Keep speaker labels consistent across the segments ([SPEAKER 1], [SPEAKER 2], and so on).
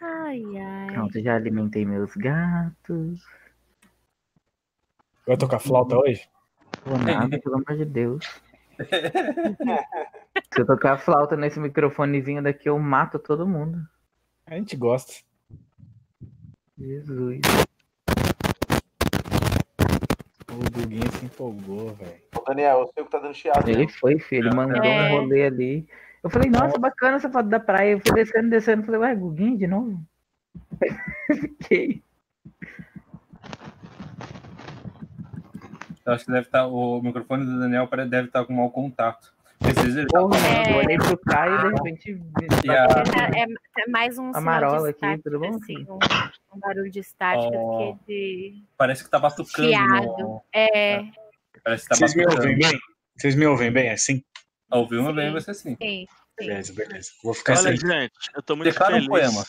[SPEAKER 1] Ai, ai.
[SPEAKER 2] Pronto, já alimentei meus gatos.
[SPEAKER 3] Vai tocar flauta hoje?
[SPEAKER 2] Vou nada, pelo amor de Deus. Se eu tocar flauta nesse microfonezinho daqui, eu mato todo mundo.
[SPEAKER 3] A gente gosta.
[SPEAKER 2] Jesus.
[SPEAKER 3] O Duguinho se empolgou, velho.
[SPEAKER 4] Ô, Daniel, eu sei o que tá dando chiado.
[SPEAKER 2] Ele foi, filho. Ele mandou
[SPEAKER 1] É.
[SPEAKER 2] um rolê ali. Eu falei, nossa, bacana essa foto da praia. Eu fui descendo, descendo. Falei, ué, Guguinho de novo? Fiquei.
[SPEAKER 5] Eu acho que deve estar. O microfone do Daniel pare- deve estar com mau contato. Precisa tá
[SPEAKER 2] Porra,
[SPEAKER 1] É.
[SPEAKER 2] Eu olhei pro Caio e de repente.
[SPEAKER 5] E a-
[SPEAKER 2] Ah.
[SPEAKER 1] É, é- é mais um
[SPEAKER 2] Amarola
[SPEAKER 1] sinal de
[SPEAKER 2] aqui,
[SPEAKER 1] estática,
[SPEAKER 2] tudo bom?
[SPEAKER 1] assim, um, um barulho de estática
[SPEAKER 5] Ó.
[SPEAKER 1] do que de...
[SPEAKER 5] Parece que tá batucando.
[SPEAKER 1] Chiado.
[SPEAKER 5] no-
[SPEAKER 1] É,
[SPEAKER 5] Parece que tá
[SPEAKER 3] Vocês me ouvem
[SPEAKER 5] batucando.
[SPEAKER 3] bem? Vocês me ouvem bem assim?
[SPEAKER 5] Ouviu uma bem
[SPEAKER 1] Sim.
[SPEAKER 5] você
[SPEAKER 1] sim,
[SPEAKER 5] sim.
[SPEAKER 1] sim.
[SPEAKER 3] Beleza, beleza. Vou ficar sem.
[SPEAKER 6] Olha, gente, eu tô muito
[SPEAKER 5] Declara um
[SPEAKER 6] feliz.
[SPEAKER 5] poema.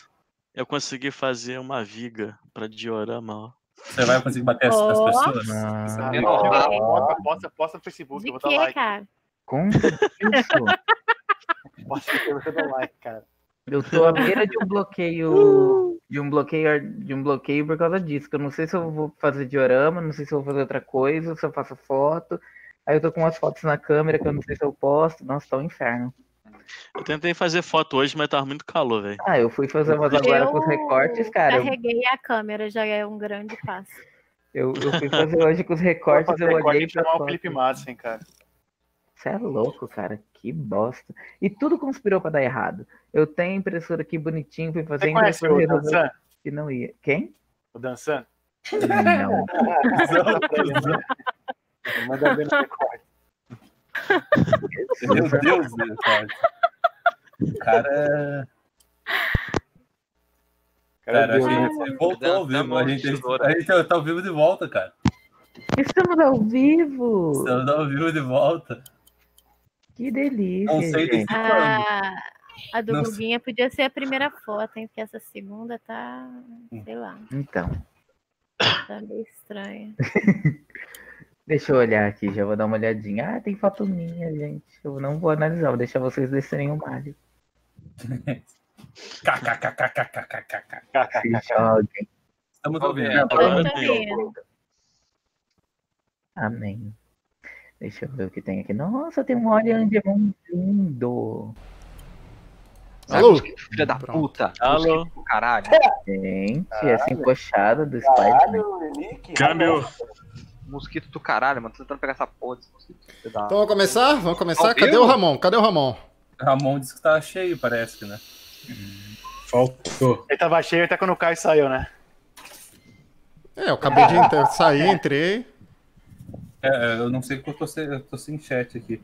[SPEAKER 6] Eu consegui fazer uma viga pra diorama, ó.
[SPEAKER 5] Você vai conseguir bater as, as
[SPEAKER 1] Ó.
[SPEAKER 5] pessoas?
[SPEAKER 2] Ah,
[SPEAKER 4] Dentro
[SPEAKER 5] Ó.
[SPEAKER 4] de uma
[SPEAKER 1] Ó.
[SPEAKER 4] foto, posta, posta no Facebook,
[SPEAKER 1] De
[SPEAKER 4] eu vou dar
[SPEAKER 1] É, que,
[SPEAKER 4] like.
[SPEAKER 1] cara?
[SPEAKER 2] com isso.
[SPEAKER 4] Posta no Facebook, eu vou dar um like, cara.
[SPEAKER 2] Eu tô à beira de um bloqueio. De um bloqueio, ar- de um bloqueio por causa disso. Que eu não sei se eu vou fazer diorama, não sei se eu vou fazer outra coisa, se eu faço foto. Aí eu tô com umas fotos na câmera que eu não sei se eu posto. Nossa, tá um inferno.
[SPEAKER 6] Eu tentei fazer foto hoje, mas tava muito calor, velho.
[SPEAKER 2] Ah, eu fui fazer umas agora com os recortes,
[SPEAKER 1] tá
[SPEAKER 2] cara. Eu,
[SPEAKER 1] Carreguei a câmera, já é um grande passo.
[SPEAKER 2] eu, eu fui fazer hoje com os
[SPEAKER 4] Vou
[SPEAKER 2] recortes,
[SPEAKER 4] fazer
[SPEAKER 2] eu
[SPEAKER 4] recorde
[SPEAKER 2] olhei
[SPEAKER 4] e
[SPEAKER 2] pra
[SPEAKER 4] chamar o
[SPEAKER 2] foto.
[SPEAKER 4] Felipe Madsen, cara.
[SPEAKER 2] Você é louco, cara. Que bosta. E tudo conspirou pra dar errado. Eu tenho a impressora aqui bonitinho, fui fazer a
[SPEAKER 4] Você conhece
[SPEAKER 2] impressora
[SPEAKER 4] o
[SPEAKER 2] e resolveu
[SPEAKER 4] Dançan?
[SPEAKER 2] que não ia. Quem?
[SPEAKER 4] O Dançan?
[SPEAKER 2] Não.
[SPEAKER 4] Manda ver no recorde.
[SPEAKER 5] Meu Deus, meu cara. O cara. Cara, a
[SPEAKER 4] Deus,
[SPEAKER 5] gente voltou ao vivo. A gente, a gente tá ao vivo de volta, cara.
[SPEAKER 2] Estamos ao vivo!
[SPEAKER 5] Estamos ao vivo de volta.
[SPEAKER 2] Que delícia,
[SPEAKER 5] Não sei
[SPEAKER 2] gente.
[SPEAKER 5] de cinco
[SPEAKER 1] Ah.
[SPEAKER 5] anos.
[SPEAKER 1] A, a do
[SPEAKER 5] Tá Nossa.
[SPEAKER 1] Guguinha podia ser a primeira foto, hein? Porque essa segunda tá, sei lá,
[SPEAKER 2] Então,
[SPEAKER 1] tá meio estranha.
[SPEAKER 2] deixa eu olhar aqui, já vou dar uma olhadinha. Ah, tem foto minha, gente. Eu não vou analisar, vou deixar vocês descerem o Mario.
[SPEAKER 5] KKKKKKKKK.
[SPEAKER 2] Se joguem.
[SPEAKER 5] Estamos ao vivo.
[SPEAKER 2] É
[SPEAKER 6] Agora
[SPEAKER 1] Quanto
[SPEAKER 6] tem, ó.
[SPEAKER 1] tempo?
[SPEAKER 2] Amém. Deixa eu ver o que tem aqui. Nossa, tem um Orion de mão lindo.
[SPEAKER 7] Sabe
[SPEAKER 8] Alô?
[SPEAKER 7] os que- Filha da
[SPEAKER 8] Pronto.
[SPEAKER 7] puta.
[SPEAKER 6] Alô?
[SPEAKER 7] Os que- Caralho.
[SPEAKER 2] Gente, essa encoxada do Spider-Man.
[SPEAKER 4] Caralho, Eli, que
[SPEAKER 3] Câmbio.
[SPEAKER 4] raiva.
[SPEAKER 7] Mosquito do caralho, mano. Tô tentando pegar essa porra desse mosquito. Filha da- Tá
[SPEAKER 8] Então vamos começar? Vamos começar?
[SPEAKER 7] Ao
[SPEAKER 8] Cadê
[SPEAKER 7] vivo?
[SPEAKER 8] o Ramon? Cadê o Ramon?
[SPEAKER 5] Ramon disse que tá cheio, parece que, né?
[SPEAKER 3] Faltou.
[SPEAKER 4] Ele tava cheio até quando o Caio saiu, né?
[SPEAKER 8] É, eu acabei de entrar, sair, entrei.
[SPEAKER 5] É, é, eu não sei porque eu tô sem, eu tô sem chat aqui.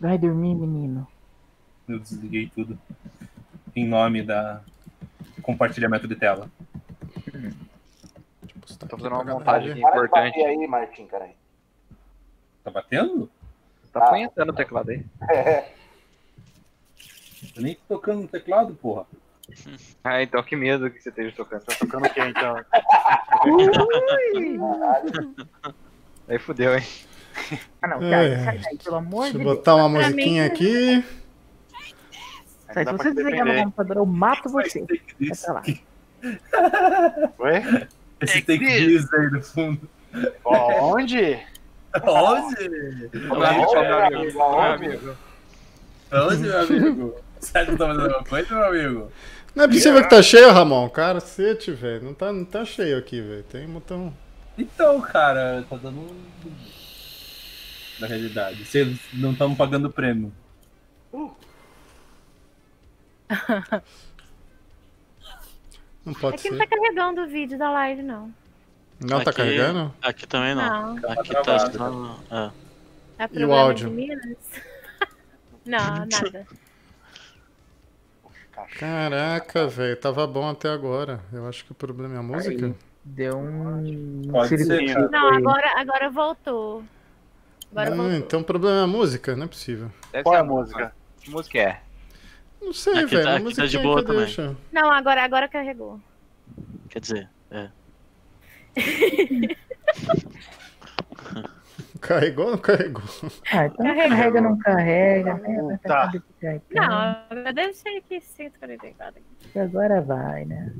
[SPEAKER 2] Vai dormir, menino.
[SPEAKER 5] Eu desliguei tudo. Em nome da compartilhamento de tela.
[SPEAKER 8] Deixa eu postar
[SPEAKER 7] Tô
[SPEAKER 8] aqui
[SPEAKER 7] fazendo uma
[SPEAKER 8] pra
[SPEAKER 7] montagem
[SPEAKER 8] galera.
[SPEAKER 7] aqui
[SPEAKER 4] Para de
[SPEAKER 7] importante.
[SPEAKER 4] bater aí, Martim, caralho.
[SPEAKER 5] Tá batendo?
[SPEAKER 7] Tá apanhando o teclado aí.
[SPEAKER 5] Eu nem tô tocando no teclado, porra.
[SPEAKER 7] Ah, então que medo que você esteja tocando.
[SPEAKER 4] Tá tocando o quê, então?
[SPEAKER 2] Uh! Ui!
[SPEAKER 7] Aí fudeu, hein?
[SPEAKER 2] Ah, não,
[SPEAKER 8] Ai,
[SPEAKER 2] sai, sai daí, pelo amor
[SPEAKER 8] Deixa
[SPEAKER 2] de
[SPEAKER 8] eu
[SPEAKER 2] Deus.
[SPEAKER 8] botar uma
[SPEAKER 1] Pra
[SPEAKER 8] musiquinha
[SPEAKER 1] mim-
[SPEAKER 8] aqui.
[SPEAKER 2] Sai, se
[SPEAKER 4] Dá pra
[SPEAKER 2] você
[SPEAKER 4] se
[SPEAKER 2] desligar meu
[SPEAKER 4] defender.
[SPEAKER 2] computador, eu mato você.
[SPEAKER 5] Esse take
[SPEAKER 2] Vai
[SPEAKER 5] this,
[SPEAKER 2] pra lá.
[SPEAKER 4] Oi?
[SPEAKER 5] esse take this aí no fundo.
[SPEAKER 4] Ó, Onde?
[SPEAKER 5] Onde? Onde, meu amigo? Será que eu tô fazendo alguma coisa, meu amigo?
[SPEAKER 8] Não é possível que tá cheio, Ramon. Cara, cacete, velho. Não tá, não tá cheio aqui, velho. Tem um botão.
[SPEAKER 5] Então, cara, tá dando. um- Na realidade, vocês não estão pagando prêmio.
[SPEAKER 8] Não pode
[SPEAKER 1] Aqui
[SPEAKER 8] ser.
[SPEAKER 1] não tá carregando o vídeo da live, não.
[SPEAKER 8] Não tá
[SPEAKER 6] Aqui-
[SPEAKER 8] carregando?
[SPEAKER 6] Aqui também não.
[SPEAKER 1] Não.
[SPEAKER 6] Aqui tá
[SPEAKER 5] travado.
[SPEAKER 6] só. É.
[SPEAKER 1] É problema
[SPEAKER 8] áudio?
[SPEAKER 1] de Minas? Não, nada.
[SPEAKER 8] Caraca, velho. Tava bom até agora. Eu acho que o problema é a música.
[SPEAKER 2] Deu um.
[SPEAKER 5] Pode ser,
[SPEAKER 2] circuito
[SPEAKER 5] cara.
[SPEAKER 1] Não,
[SPEAKER 2] aí.
[SPEAKER 1] agora, agora voltou. Agora
[SPEAKER 8] Tá Ah,
[SPEAKER 1] voltou.
[SPEAKER 8] então o problema é a música? Não é possível.
[SPEAKER 4] Qual é a música?
[SPEAKER 7] Que música é?
[SPEAKER 8] Não sei,
[SPEAKER 6] Aqui
[SPEAKER 8] velho.
[SPEAKER 6] tá-
[SPEAKER 8] a
[SPEAKER 6] aqui tá de
[SPEAKER 8] música
[SPEAKER 6] boa
[SPEAKER 8] que eu
[SPEAKER 6] também.
[SPEAKER 8] deixo.
[SPEAKER 1] Não, agora, agora carregou.
[SPEAKER 6] Quer dizer,
[SPEAKER 8] Carregou ou não carregou?
[SPEAKER 2] Ah, então carrega, não carrega. né?
[SPEAKER 4] Tá.
[SPEAKER 8] Uhum.
[SPEAKER 2] Carrega.
[SPEAKER 1] Não, eu deixei aqui 144. aqui.
[SPEAKER 2] E agora vai, né?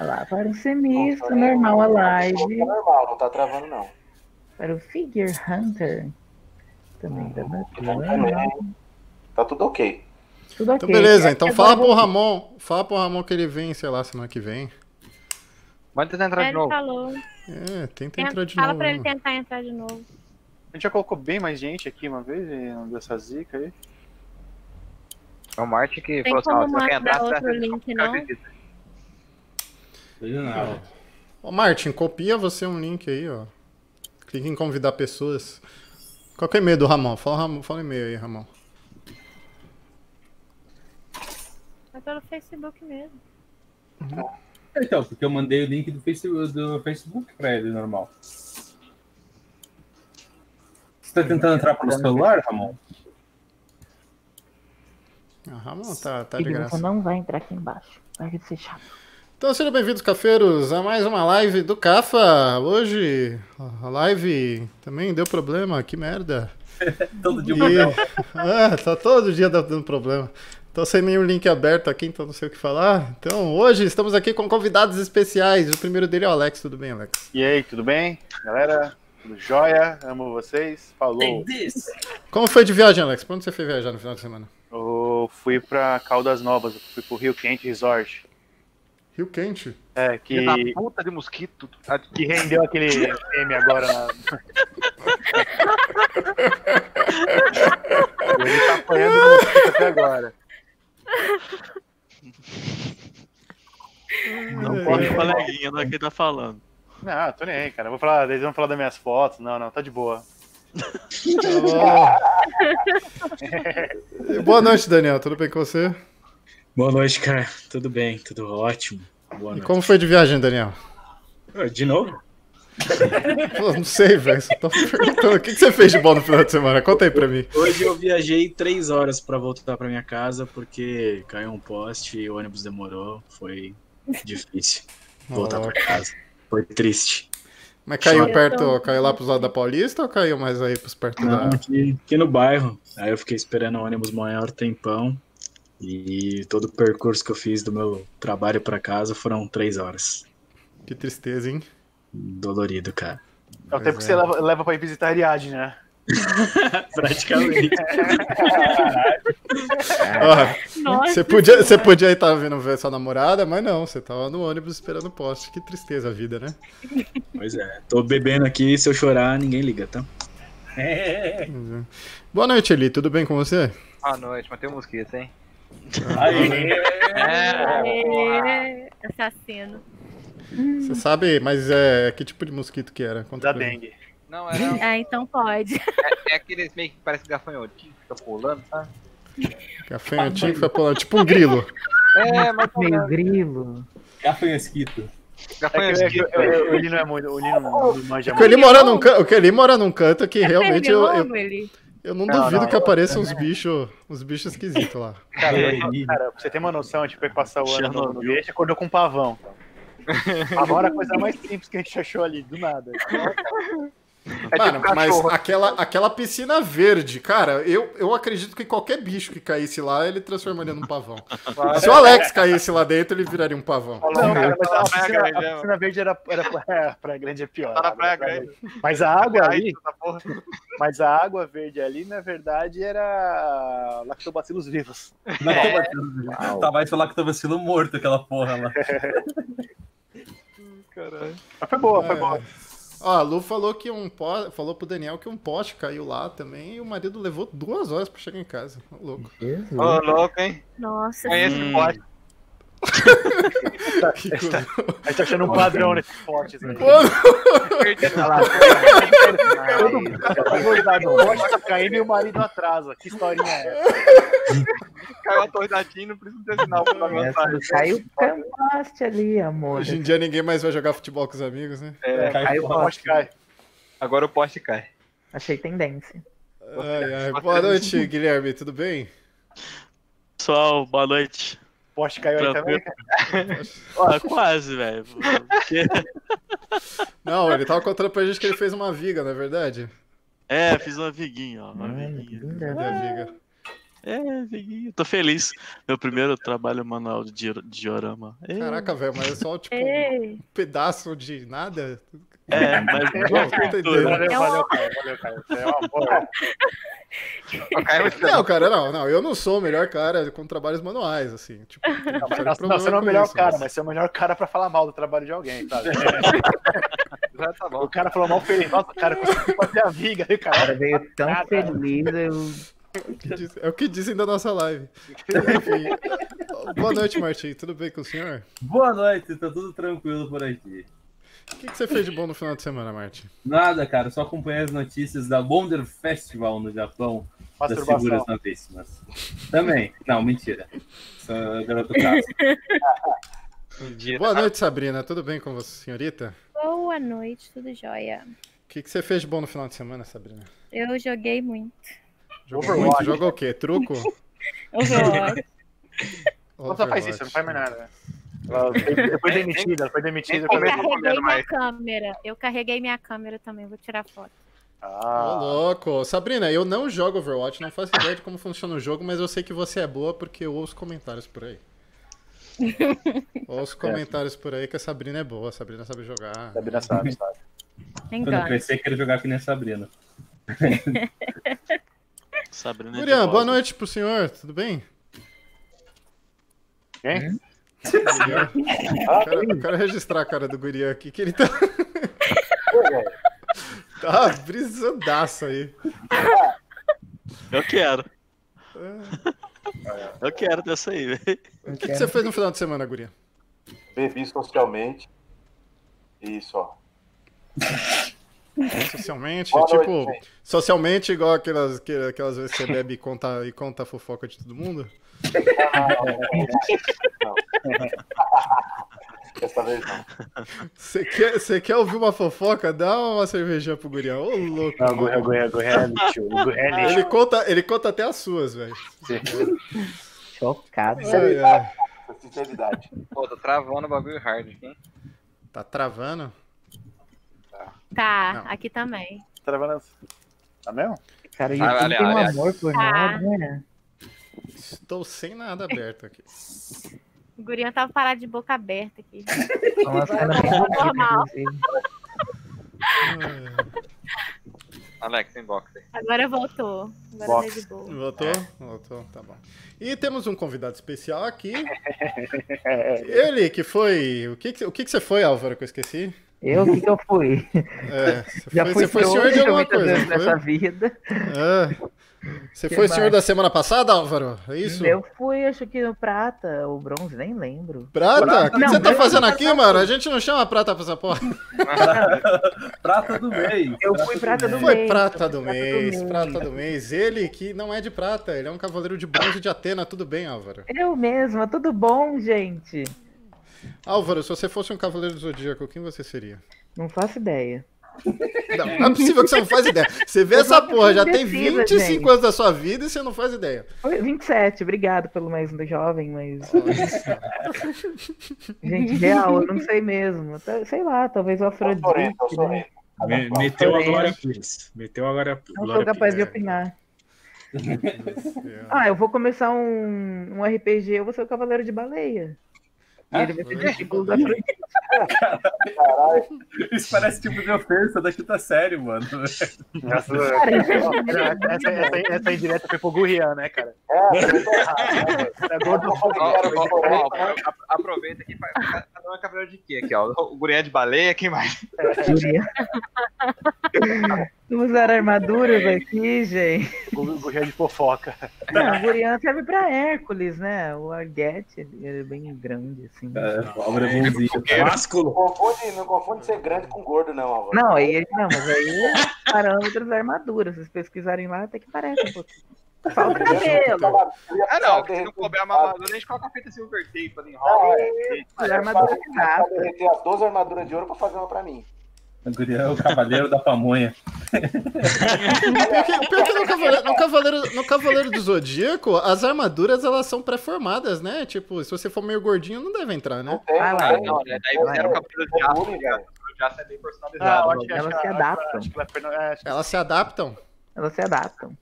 [SPEAKER 2] Olha lá, para o sinistro,
[SPEAKER 4] é
[SPEAKER 2] normal a
[SPEAKER 8] é.
[SPEAKER 2] live.
[SPEAKER 9] normal, não tá travando, não.
[SPEAKER 2] Para o Figure Hunter. Também tá bacana.
[SPEAKER 9] Também. Tá tudo ok.
[SPEAKER 2] Tudo ok.
[SPEAKER 8] né? Então beleza, então
[SPEAKER 2] Agora
[SPEAKER 8] fala
[SPEAKER 2] eu vou-
[SPEAKER 8] pro Ramon. Fala pro Ramon que ele vem, sei lá, semana que vem.
[SPEAKER 7] Manda tentar entrar de
[SPEAKER 1] Ele
[SPEAKER 7] novo.
[SPEAKER 1] falou.
[SPEAKER 8] É, tenta
[SPEAKER 1] Tenta-
[SPEAKER 8] entrar de
[SPEAKER 1] fala
[SPEAKER 8] novo.
[SPEAKER 1] pra ele
[SPEAKER 8] né?
[SPEAKER 1] tentar entrar de novo.
[SPEAKER 4] A gente já colocou bem mais gente aqui uma vez e não deu essa zica aí.
[SPEAKER 7] É o Martin que
[SPEAKER 1] Tem
[SPEAKER 7] falou assim, ó,
[SPEAKER 1] como
[SPEAKER 7] você quer entrar,
[SPEAKER 1] mandar
[SPEAKER 7] você
[SPEAKER 1] outro
[SPEAKER 7] vai ter
[SPEAKER 1] link,
[SPEAKER 7] que
[SPEAKER 1] não?
[SPEAKER 7] acredita.
[SPEAKER 5] Veja nada.
[SPEAKER 8] Ô Martin, copia você um link aí, ó. Clica em convidar pessoas. Qual que é o e-mail do Ramon? Fala, o Ramon, fala o e-mail aí, Ramon.
[SPEAKER 1] É pelo Facebook mesmo.
[SPEAKER 4] É.
[SPEAKER 5] Então, porque eu mandei o link do Facebook, do Facebook pra ele, normal. Você tá tentando entrar pelo celular, Ramon?
[SPEAKER 8] Ah, Ramon tá, tá de
[SPEAKER 2] Figure Hunter
[SPEAKER 8] graça.
[SPEAKER 2] não vai entrar aqui embaixo. Vai ser chato.
[SPEAKER 8] Então sejam bem-vindos, cafeiros, a mais uma live do Cafa. Hoje a live também deu problema, que merda.
[SPEAKER 5] Todo dia
[SPEAKER 8] E... Ah, tá todo dia dando problema. Tô sem nenhum link aberto aqui, então não sei o que falar. Então hoje estamos aqui com convidados especiais. O primeiro dele é o Alex, tudo bem, Alex?
[SPEAKER 4] E aí, tudo bem? Galera, tudo jóia? Amo vocês. Falou.
[SPEAKER 8] Como foi de viagem, Alex? Pra onde você foi viajar no final de semana?
[SPEAKER 4] Eu fui pra Caldas Novas, eu fui pro Rio Quente Resort.
[SPEAKER 8] Rio Quente.
[SPEAKER 4] É,
[SPEAKER 7] Filho
[SPEAKER 4] que, Tá
[SPEAKER 7] da puta de mosquito. Ah,
[SPEAKER 4] que rendeu aquele M agora né? na. Ele tá apanhando no mosquito até agora.
[SPEAKER 8] É.
[SPEAKER 6] Não pode um coleguinha do que tá falando.
[SPEAKER 4] Não, tô nem aí, cara. Eu Vou falar, eles vão falar das minhas fotos. Não, não, tá de boa.
[SPEAKER 8] Oh. Boa noite, Daniel. Tudo bem com você?
[SPEAKER 3] Boa noite, cara. Tudo bem, tudo ótimo. Boa
[SPEAKER 8] E
[SPEAKER 3] noite.
[SPEAKER 8] como foi de viagem, Daniel?
[SPEAKER 3] Ah, De novo?
[SPEAKER 8] Pô, não sei, velho. Só tô perguntando. O que que você fez de bom no final de semana? Conta aí pra mim.
[SPEAKER 10] Hoje eu viajei três horas pra voltar pra minha casa porque caiu um poste e o ônibus demorou. Foi difícil voltar pra casa. Foi triste.
[SPEAKER 8] Mas caiu
[SPEAKER 1] Eu
[SPEAKER 8] perto,
[SPEAKER 1] tô-
[SPEAKER 8] caiu lá pros lados da Paulista ou caiu mais aí pros perto
[SPEAKER 10] Não,
[SPEAKER 8] da.
[SPEAKER 10] aqui, aqui no bairro. Aí eu fiquei esperando o ônibus maior tempão. E todo o percurso que eu fiz do meu trabalho pra casa foram três horas.
[SPEAKER 8] Que tristeza, hein?
[SPEAKER 10] Dolorido, cara.
[SPEAKER 4] É o
[SPEAKER 8] Pois
[SPEAKER 4] tempo
[SPEAKER 8] é.
[SPEAKER 4] que você leva, leva pra ir visitar a Ariadne, né?
[SPEAKER 10] Praticamente.
[SPEAKER 8] Ó,
[SPEAKER 1] Nossa,
[SPEAKER 8] você podia, você podia estar vindo ver sua namorada, mas não, você tava no ônibus esperando o poste. Que tristeza a vida, né?
[SPEAKER 10] pois é. Tô bebendo aqui. Se eu chorar, ninguém liga, tá?
[SPEAKER 8] Boa noite, Eli. Tudo bem com você?
[SPEAKER 7] Boa noite, mas tem um mosquito, hein?
[SPEAKER 1] É.
[SPEAKER 7] É,
[SPEAKER 1] Aê, assassino.
[SPEAKER 8] Você sabe, mas é que tipo de mosquito que era? Conta
[SPEAKER 4] Da
[SPEAKER 8] pra mim.
[SPEAKER 4] dengue.
[SPEAKER 7] Não, era,
[SPEAKER 1] Ah, então pode.
[SPEAKER 7] é aqueles meio que parece gafanhotinho que fica pulando, sabe?
[SPEAKER 8] Gafanhotinho que foi pulando, tipo um grilo.
[SPEAKER 7] É, mas
[SPEAKER 2] Meio grilo.
[SPEAKER 5] Gafanhosquito.
[SPEAKER 4] É que, é que,
[SPEAKER 7] gafanhotinho.
[SPEAKER 4] eu- eu- o Lino é muito. O Lino não, não manja
[SPEAKER 8] Porque
[SPEAKER 4] muito.
[SPEAKER 8] ele mora num canto, que ele mora num canto que realmente eu, eu,
[SPEAKER 1] Pernilongo, ele.
[SPEAKER 8] eu não
[SPEAKER 4] Não,
[SPEAKER 8] duvido
[SPEAKER 4] não,
[SPEAKER 8] que apareçam uns bichos, uns bichos esquisitos lá.
[SPEAKER 4] Cara,
[SPEAKER 5] Ei,
[SPEAKER 4] eu- cara, pra você ter uma noção, a gente foi passar o ano no- no
[SPEAKER 6] Chernobyl.
[SPEAKER 4] Vieste acordou com um pavão. Pavão era a coisa mais simples que a gente achou ali, do nada.
[SPEAKER 7] É
[SPEAKER 8] Mano,
[SPEAKER 7] tipo
[SPEAKER 8] mas
[SPEAKER 7] cachorro.
[SPEAKER 8] aquela, aquela piscina verde, cara, eu, eu acredito que qualquer bicho que caísse lá, ele transformaria num pavão. Se o Alex caísse lá dentro, ele viraria um pavão.
[SPEAKER 4] Não, cara, mas a
[SPEAKER 9] na Praia
[SPEAKER 4] piscina,
[SPEAKER 9] Grande,
[SPEAKER 4] a
[SPEAKER 9] né,
[SPEAKER 4] piscina verde era, era é, a Praia Grande é pior.
[SPEAKER 9] Tá na
[SPEAKER 4] a
[SPEAKER 9] Praia
[SPEAKER 4] verdade.
[SPEAKER 9] Grande.
[SPEAKER 4] Mas a água ali,
[SPEAKER 9] Essa porra.
[SPEAKER 4] mas a água verde ali, na verdade, era lactobacilos vivos.
[SPEAKER 5] Lactobacillus. Tá mais o lactobacilo morto, aquela porra lá.
[SPEAKER 4] Mas foi boa, foi
[SPEAKER 8] É.
[SPEAKER 4] boa.
[SPEAKER 8] Ó, a Lu falou que um po... falou pro Daniel que um poste caiu lá também e o marido levou duas horas pra chegar em casa. Ô, Louco.
[SPEAKER 2] Jesus.
[SPEAKER 7] Ô, louco, hein?
[SPEAKER 1] Nossa,
[SPEAKER 7] Conheço
[SPEAKER 6] Hum.
[SPEAKER 7] o pote.
[SPEAKER 8] Que coisa.
[SPEAKER 4] A gente tá achando um padrão nesses potes aí. Todo mundo tá acordado, o pote tá caindo e o marido atrasa. Que historinha é essa?
[SPEAKER 7] Caiu atornadinho, não precisa ter sinal pra mensagem.
[SPEAKER 2] Caiu caiu um poste ali, amor.
[SPEAKER 8] Hoje em dia ninguém mais vai jogar futebol com os amigos, né?
[SPEAKER 7] É,
[SPEAKER 5] Caiu
[SPEAKER 4] O
[SPEAKER 5] porra.
[SPEAKER 4] pote cai.
[SPEAKER 7] agora o poste cai.
[SPEAKER 2] Achei tendência.
[SPEAKER 8] Ai, ai. Boa noite, Guilherme, tudo bem?
[SPEAKER 6] Pessoal, boa noite.
[SPEAKER 4] O poste caiu aí também.
[SPEAKER 6] Ah, quase, velho. Porque
[SPEAKER 8] Não, ele tava contando pra gente que ele fez uma viga, não é verdade?
[SPEAKER 6] É, fiz uma viguinha, ó. Uma
[SPEAKER 2] Olha, que
[SPEAKER 6] viguinha.
[SPEAKER 2] linda.
[SPEAKER 8] Cadê a viga?
[SPEAKER 6] É, viguinha. Tô feliz. Meu primeiro trabalho manual de dior- diorama. É,
[SPEAKER 8] Caraca, velho, mas é só tipo um
[SPEAKER 1] Ei,
[SPEAKER 8] pedaço de nada.
[SPEAKER 6] É, mas
[SPEAKER 8] Não, tô entendendo.
[SPEAKER 4] Valeu, valeu, Caio. Valeu, Caio. Você é um amor.
[SPEAKER 7] O Caio
[SPEAKER 8] Não, cara, não, não. Eu não sou o melhor cara com trabalhos manuais, assim. Tipo,
[SPEAKER 4] Não, mas
[SPEAKER 8] sério,
[SPEAKER 4] nós-
[SPEAKER 8] problema
[SPEAKER 4] nós- você não é o
[SPEAKER 8] com
[SPEAKER 4] melhor
[SPEAKER 8] isso, né?
[SPEAKER 4] cara,
[SPEAKER 8] mas-
[SPEAKER 4] mas você é o melhor cara pra falar mal do trabalho de alguém, sabe?
[SPEAKER 7] já tá
[SPEAKER 4] O
[SPEAKER 7] bom.
[SPEAKER 4] cara falou mal feliz. Nossa, cara, eu consegui fazer a viga. Aí, o
[SPEAKER 2] O cara
[SPEAKER 4] cara,
[SPEAKER 2] veio tão
[SPEAKER 4] Nada.
[SPEAKER 2] feliz, eu...
[SPEAKER 8] que diz- É o que dizem da nossa live. Enfim. Boa noite, Martim. Tudo bem com o senhor?
[SPEAKER 5] Boa noite, tá tudo tranquilo por aqui.
[SPEAKER 8] O que, que você fez de bom no final de semana, Martim?
[SPEAKER 5] Nada, cara, só acompanhei as notícias da Wonder Festival no Japão. das figuras
[SPEAKER 4] masturbação.
[SPEAKER 5] santíssimas. Também. Não, mentira. Só garoto caso.
[SPEAKER 8] Boa noite, Sabrina. Tudo bem com você, senhorita?
[SPEAKER 1] boa noite, tudo jóia.
[SPEAKER 8] O que, que você fez de bom no final de semana, Sabrina?
[SPEAKER 1] Eu joguei muito.
[SPEAKER 8] Jogou
[SPEAKER 4] Overwatch.
[SPEAKER 8] muito? Jogou o quê? Truco?
[SPEAKER 1] Overwatch.
[SPEAKER 4] Você só faz isso, não faz mais nada. né? Ela foi- foi
[SPEAKER 7] Nem-
[SPEAKER 4] demitida, ela foi demitida.
[SPEAKER 7] nem
[SPEAKER 4] foi-
[SPEAKER 7] comenta. tô
[SPEAKER 1] Carreguei
[SPEAKER 7] olhando
[SPEAKER 1] minha
[SPEAKER 7] mais.
[SPEAKER 1] câmera. Eu carreguei minha câmera também, vou tirar foto.
[SPEAKER 8] Ô,
[SPEAKER 4] Ah,
[SPEAKER 8] louco. Sabrina, eu não jogo Overwatch, não faço ideia de como funciona o jogo, mas eu sei que você é boa porque eu ouço comentários por aí. ouço comentários por aí que a Sabrina é boa, a Sabrina sabe jogar.
[SPEAKER 4] Sabrina sabe,
[SPEAKER 2] Tá.
[SPEAKER 4] sabe.
[SPEAKER 5] tá? Quando eu
[SPEAKER 1] Engano.
[SPEAKER 5] crescer, eu quero jogar que nem a Sabrina.
[SPEAKER 6] Sabrina né, de
[SPEAKER 8] Murian, boa
[SPEAKER 6] volta.
[SPEAKER 8] noite pro senhor, tudo bem?
[SPEAKER 4] Quem?
[SPEAKER 6] Hum?
[SPEAKER 8] Senhor? Quero, quero registrar a cara do Gurian aqui, que ele tá. tá brisadaço aí.
[SPEAKER 6] Eu quero.
[SPEAKER 8] É.
[SPEAKER 6] Eu quero dessa aí, velho.
[SPEAKER 8] O que, que você fez no final de semana, Gurian?
[SPEAKER 9] Bebi socialmente. E só.
[SPEAKER 8] Socialmente,
[SPEAKER 9] Boa
[SPEAKER 8] tipo,
[SPEAKER 9] noite, gente.
[SPEAKER 8] socialmente igual aquelas, que- aquelas vezes que você bebe e conta, e conta a fofoca de todo mundo?
[SPEAKER 9] Dessa vez não.
[SPEAKER 8] Você quer, você quer ouvir uma fofoca? Dá uma cervejinha pro Gurião. Ô, louco.
[SPEAKER 4] Não, o Gurré, o Gurré, o Gurré é lixo. O Gurré é lixo.
[SPEAKER 8] Ele conta, ele conta até as suas, velho.
[SPEAKER 2] Chocado.
[SPEAKER 8] Ai, ai.
[SPEAKER 9] Sinceridade.
[SPEAKER 7] Pô, tô travando o bagulho hard aqui, hein?
[SPEAKER 8] Tá travando?
[SPEAKER 1] Tá,
[SPEAKER 8] Não.
[SPEAKER 1] aqui também.
[SPEAKER 4] Travando.
[SPEAKER 7] assim.
[SPEAKER 4] Tá mesmo?
[SPEAKER 2] Cara, o
[SPEAKER 7] Ah,
[SPEAKER 2] YouTube tem um
[SPEAKER 7] aliás.
[SPEAKER 2] amor por
[SPEAKER 1] Ah.
[SPEAKER 2] nós, né?
[SPEAKER 8] Estou sem nada aberto aqui.
[SPEAKER 1] O Gurian tava parado de boca aberta aqui.
[SPEAKER 2] Uma cena bem bonita,
[SPEAKER 1] Normal.
[SPEAKER 2] inclusive.
[SPEAKER 8] Ai,
[SPEAKER 7] Alex, inbox aí.
[SPEAKER 1] Agora voltou. Agora
[SPEAKER 4] Box.
[SPEAKER 1] tá de boa.
[SPEAKER 2] É.
[SPEAKER 8] Voltou? Voltou, tá bom. E temos um convidado especial aqui.
[SPEAKER 4] É, é.
[SPEAKER 8] Ele que foi. O que, que- o que, que você foi, Álvaro, que eu esqueci?
[SPEAKER 2] Eu, o que que eu fui?
[SPEAKER 8] É, você
[SPEAKER 2] Já
[SPEAKER 8] foi,
[SPEAKER 2] fui
[SPEAKER 8] você foi senhor de alguma coisa. não foi?
[SPEAKER 2] nessa vida.
[SPEAKER 8] É. Você
[SPEAKER 2] Que
[SPEAKER 8] foi senhor
[SPEAKER 2] mais?
[SPEAKER 8] da semana passada, Álvaro? É isso?
[SPEAKER 2] Eu fui, acho que no prata ou bronze, nem lembro.
[SPEAKER 8] Prata? O que
[SPEAKER 2] Não,
[SPEAKER 8] você tá
[SPEAKER 2] eu-
[SPEAKER 8] fazendo aqui, mano? A gente não chama prata pra essa porra.
[SPEAKER 5] Prata do meio.
[SPEAKER 2] Eu fui prata do
[SPEAKER 8] Foi
[SPEAKER 2] mês.
[SPEAKER 8] prata
[SPEAKER 2] eu
[SPEAKER 8] do
[SPEAKER 2] fui prata
[SPEAKER 8] mês, prata do mês. Ele que não é de prata, ele é um cavaleiro de bronze de Atena. Tudo bem, Álvaro?
[SPEAKER 2] Eu mesma, tudo bom, gente?
[SPEAKER 8] Álvaro, se você fosse um cavaleiro do zodíaco, quem você seria?
[SPEAKER 2] Não faço ideia.
[SPEAKER 8] Não, não é possível que você não faz ideia. Você vê
[SPEAKER 2] Eu
[SPEAKER 8] essa
[SPEAKER 2] tô
[SPEAKER 8] porra, já tem
[SPEAKER 2] indecisa,
[SPEAKER 8] 25
[SPEAKER 2] gente.
[SPEAKER 8] anos da sua vida e você não faz ideia.
[SPEAKER 2] Foi 27, obrigado pelo mais um jovem, mas. gente, real, eu não sei mesmo. Tá- Sei lá, talvez o
[SPEAKER 9] Eu
[SPEAKER 2] Afrodite.
[SPEAKER 9] sorrindo, eu
[SPEAKER 2] né?
[SPEAKER 9] sorrindo.
[SPEAKER 10] Me- meteu a
[SPEAKER 2] Porém.
[SPEAKER 10] Glória Pires. Meteu a Glória
[SPEAKER 2] Não
[SPEAKER 10] Glória
[SPEAKER 2] sou capaz de
[SPEAKER 8] Pires, é.
[SPEAKER 2] opinar. Ah, eu vou começar um, um RPG, eu vou ser o Cavaleiro de Baleia. E ele vai ser tipo discípulo
[SPEAKER 8] Cavaleiro de
[SPEAKER 2] do
[SPEAKER 8] Baleia.
[SPEAKER 2] Afrodite.
[SPEAKER 5] Isso parece tipo de ofensa da quinta série, mano.
[SPEAKER 4] Essa, essa, essa, essa indireta foi pro Gurrian, né, cara?
[SPEAKER 9] é né,
[SPEAKER 4] É
[SPEAKER 7] Ó, ó,
[SPEAKER 4] gordofobia.
[SPEAKER 7] ó, ó, a- Aproveita que faz. Cada um é cavaleiro de quê aqui, ó? O gurié de baleia, quem mais?
[SPEAKER 2] Julia. Vamos usar armaduras aqui, gente.
[SPEAKER 4] Gu- Gurrian de fofoca.
[SPEAKER 2] Não, a Gurian serve pra Hércules, né? O Arguete ele é bem grande, assim.
[SPEAKER 5] É, obra bonzinha.
[SPEAKER 9] Não
[SPEAKER 10] Másculo.
[SPEAKER 9] confunde, não confunde ser grande com gordo, não, Álvaro.
[SPEAKER 2] Não, aí ele não, mas aí é parâmetros da armadura. Se vocês pesquisarem lá, até que parece um pouquinho. Só é o cabelo.
[SPEAKER 7] Ah, não. Se não couber a mamadura, a gente coloca a fita silver tape ali, enrola. né?
[SPEAKER 2] A armadura que dá.
[SPEAKER 9] Eu derreter as 12 armaduras de ouro pra fazer uma pra mim.
[SPEAKER 5] A guria é o cavaleiro da pamonha.
[SPEAKER 8] Pior que, pior que no, cavaleiro, no, cavaleiro, no Cavaleiro do Zodíaco, as armaduras elas são pré-formadas, né? Tipo, se você for meio gordinho, não deve entrar, né?
[SPEAKER 9] Tem,
[SPEAKER 2] Ah, lá.
[SPEAKER 9] tem,
[SPEAKER 7] Não, né? Daí fizeram o cabelo de
[SPEAKER 9] tem
[SPEAKER 7] aço
[SPEAKER 9] bullying, velho.
[SPEAKER 7] jaça é bem
[SPEAKER 2] Ah,
[SPEAKER 7] personalizado.
[SPEAKER 2] eu acho que- Elas se adaptam.
[SPEAKER 4] Acho que ela perna- é, acho que-
[SPEAKER 8] Elas se adaptam? Ah,
[SPEAKER 2] Elas se adaptam.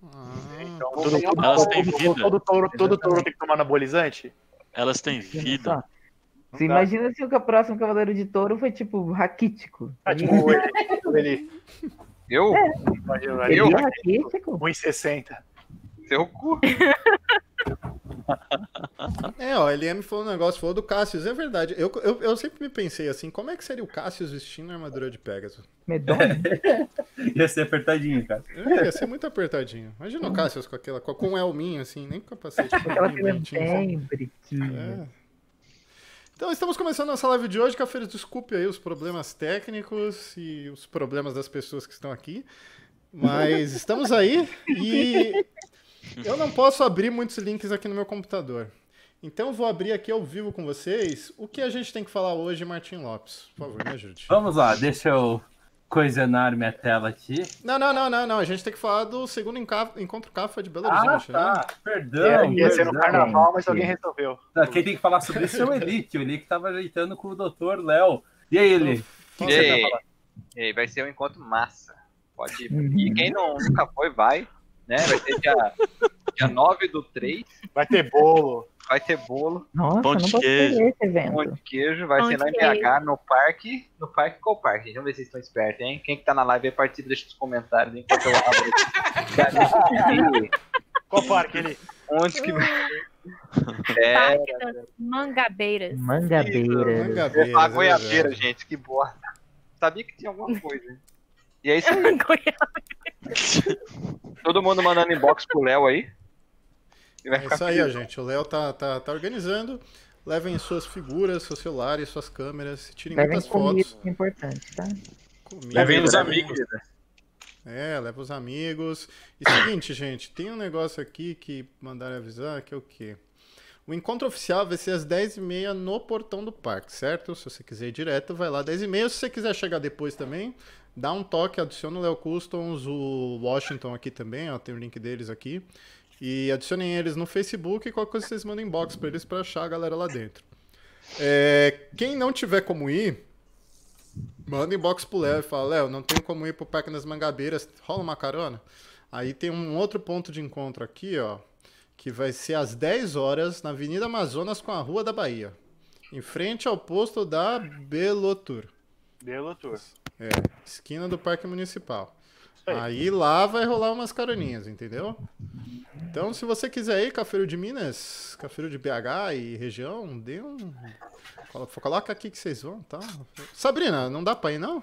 [SPEAKER 4] então,
[SPEAKER 9] Não
[SPEAKER 4] todo,
[SPEAKER 9] tem
[SPEAKER 4] todo-
[SPEAKER 6] Elas têm
[SPEAKER 4] todo-
[SPEAKER 6] vida.
[SPEAKER 4] todo touro, todo touro tem que tomar anabolizante?
[SPEAKER 6] Elas têm vida.
[SPEAKER 2] Você
[SPEAKER 4] dá.
[SPEAKER 2] imagina se o ca- próximo Cavaleiro de Touro foi tipo raquítico.
[SPEAKER 4] Ah, tipo, ele, ele,
[SPEAKER 7] Eu?
[SPEAKER 4] imagina,
[SPEAKER 2] Ele
[SPEAKER 4] ele,
[SPEAKER 7] Eu?
[SPEAKER 2] é raquítico?
[SPEAKER 4] 1,60.
[SPEAKER 7] Seu cu.
[SPEAKER 8] É, ó, a LM falou um negócio, falou do Cassius, é verdade. Eu, eu, eu sempre me pensei assim, como é que seria o Cassius vestindo a armadura de Pegasus?
[SPEAKER 2] Medonho.
[SPEAKER 5] Ia ser apertadinho, cara.
[SPEAKER 8] Eu Ia ser muito apertadinho. Imagina o Cassius com aquela, com com um elminho assim, nem com capacete. com um
[SPEAKER 2] Aquela
[SPEAKER 8] elminho
[SPEAKER 2] filha
[SPEAKER 8] bonitinho, assim.
[SPEAKER 2] bem briquinha.
[SPEAKER 8] É. Então, estamos começando nossa live de hoje. Cafeiros, desculpe aí os problemas técnicos e os problemas das pessoas que estão aqui. Mas estamos aí e eu não posso abrir muitos links aqui no meu computador. Então, vou abrir aqui ao vivo com vocês o que a gente tem que falar hoje, Martin Lopes. Por favor, me ajude.
[SPEAKER 5] Vamos lá, deixa eu coisenar minha tela aqui.
[SPEAKER 8] Não, não, não, não, não. A gente tem que falar do segundo enca- encontro CAFA de Belo
[SPEAKER 5] Ah,
[SPEAKER 8] Horizonte, né?
[SPEAKER 5] tá.
[SPEAKER 4] Era
[SPEAKER 5] Perdão.
[SPEAKER 4] que É, ia ser no
[SPEAKER 5] perdão.
[SPEAKER 4] carnaval, mas alguém resolveu.
[SPEAKER 5] Tá, Quem tem que falar sobre isso é o Eli, que o Eli que tava ajeitando com o Dr. Léo. E aí, Eli? O que
[SPEAKER 8] Então,
[SPEAKER 5] você
[SPEAKER 7] E
[SPEAKER 5] tá
[SPEAKER 7] aí?
[SPEAKER 5] falando?
[SPEAKER 7] E aí, vai ser um encontro massa. Pode ir.
[SPEAKER 2] Uhum.
[SPEAKER 7] E quem não, nunca foi, vai. Né? Vai ser dia, dia 9 do 3.
[SPEAKER 4] Vai ter bolo.
[SPEAKER 7] Vai ter bolo,
[SPEAKER 2] Nossa,
[SPEAKER 6] Pão
[SPEAKER 2] não
[SPEAKER 6] de
[SPEAKER 2] posso
[SPEAKER 6] queijo.
[SPEAKER 2] perder esse
[SPEAKER 7] um
[SPEAKER 2] evento.
[SPEAKER 7] monte de queijo. Vai
[SPEAKER 1] Pão
[SPEAKER 7] ser
[SPEAKER 1] de
[SPEAKER 7] lá em BH, no parque. No parque, qual parque? Vamos ver se vocês estão espertos, hein? Quem que tá na live aí, participa, deixa nos comentários enquanto eu abro. aqui.
[SPEAKER 4] Qual parque ele?
[SPEAKER 7] Onde que vai? É,
[SPEAKER 1] Parque das Mangabeiras.
[SPEAKER 2] Mangabeira.
[SPEAKER 8] Mangabeira,
[SPEAKER 7] a
[SPEAKER 8] é
[SPEAKER 7] goiabeira,
[SPEAKER 8] verdade.
[SPEAKER 7] gente, que bosta. Sabia que tinha alguma coisa, hein? E é isso aí, todo mundo mandando inbox pro Léo aí. Ele vai
[SPEAKER 8] É
[SPEAKER 7] ficar
[SPEAKER 8] isso aí, ó,
[SPEAKER 7] feliz.
[SPEAKER 8] gente. O Léo tá, tá, tá organizando. Levem suas figuras, seus celulares, suas câmeras, tirem
[SPEAKER 2] Levem
[SPEAKER 8] muitas
[SPEAKER 2] comida,
[SPEAKER 8] fotos.
[SPEAKER 2] que é importante, tá?
[SPEAKER 8] Comida,
[SPEAKER 10] Levem os
[SPEAKER 5] Tá
[SPEAKER 8] né?
[SPEAKER 10] amigos.
[SPEAKER 8] É, leva os amigos. E é seguinte, gente, tem um negócio aqui que mandaram avisar, que é o quê? O encontro oficial vai ser às 10h30 no portão do parque, certo? Se você quiser ir direto, vai lá 10h30. Se você quiser chegar depois também, dá um toque, adiciona o Léo Customs, o Washington aqui também, ó, tem o link deles aqui. E adicionem eles no Facebook e qualquer coisa vocês mandam inbox pra eles pra achar a galera lá dentro. É, quem não tiver como ir, manda um inbox pro Léo e fala, Léo, não tenho como ir pro Parque das Mangabeiras, rola uma carona. Aí tem um outro ponto de encontro aqui, ó, que vai ser às 10 horas na Avenida Amazonas com a Rua da Bahia, em frente ao posto da Belotur
[SPEAKER 4] Belo tour.
[SPEAKER 8] esquina do Parque Municipal.
[SPEAKER 4] aí.
[SPEAKER 8] Aí lá vai rolar umas caroninhas, entendeu? Então, se você quiser ir, Cafeiro de Minas, Cafeiro de BH e região, dê um. colo- Coloca aqui que vocês vão, tá? Sabrina, não dá pra ir, não?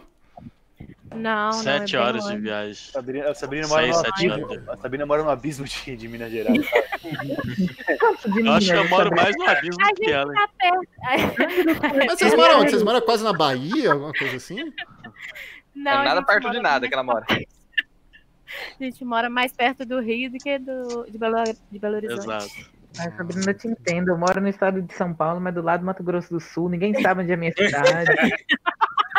[SPEAKER 1] Não, não. é
[SPEAKER 6] Sete
[SPEAKER 1] bem
[SPEAKER 6] horas
[SPEAKER 1] longe.
[SPEAKER 6] de viagem.
[SPEAKER 4] Sabrina, a Sabrina mora
[SPEAKER 6] Seis,
[SPEAKER 4] no
[SPEAKER 6] sete
[SPEAKER 4] abismo. A Sabina mora no abismo de, de Minas Gerais.
[SPEAKER 6] Eu acho que eu moro mais no abismo
[SPEAKER 1] A
[SPEAKER 6] do que ela.
[SPEAKER 1] gente
[SPEAKER 6] hein?
[SPEAKER 1] tá perto.
[SPEAKER 8] Mas vocês moram onde? Vocês moram quase na Bahia, alguma coisa assim?
[SPEAKER 1] Não,
[SPEAKER 7] É
[SPEAKER 1] a
[SPEAKER 7] nada
[SPEAKER 1] gente
[SPEAKER 7] perto
[SPEAKER 1] mora
[SPEAKER 7] de nada
[SPEAKER 1] mais
[SPEAKER 7] que ela mora.
[SPEAKER 1] A gente mora mais perto do Rio do que do, de, Belo, de Belo Horizonte.
[SPEAKER 6] Exato.
[SPEAKER 2] Ah, Sabrina, eu te entendo. Eu moro no estado de São Paulo, mas do lado do Mato Grosso do Sul. Ninguém sabe onde é a minha cidade.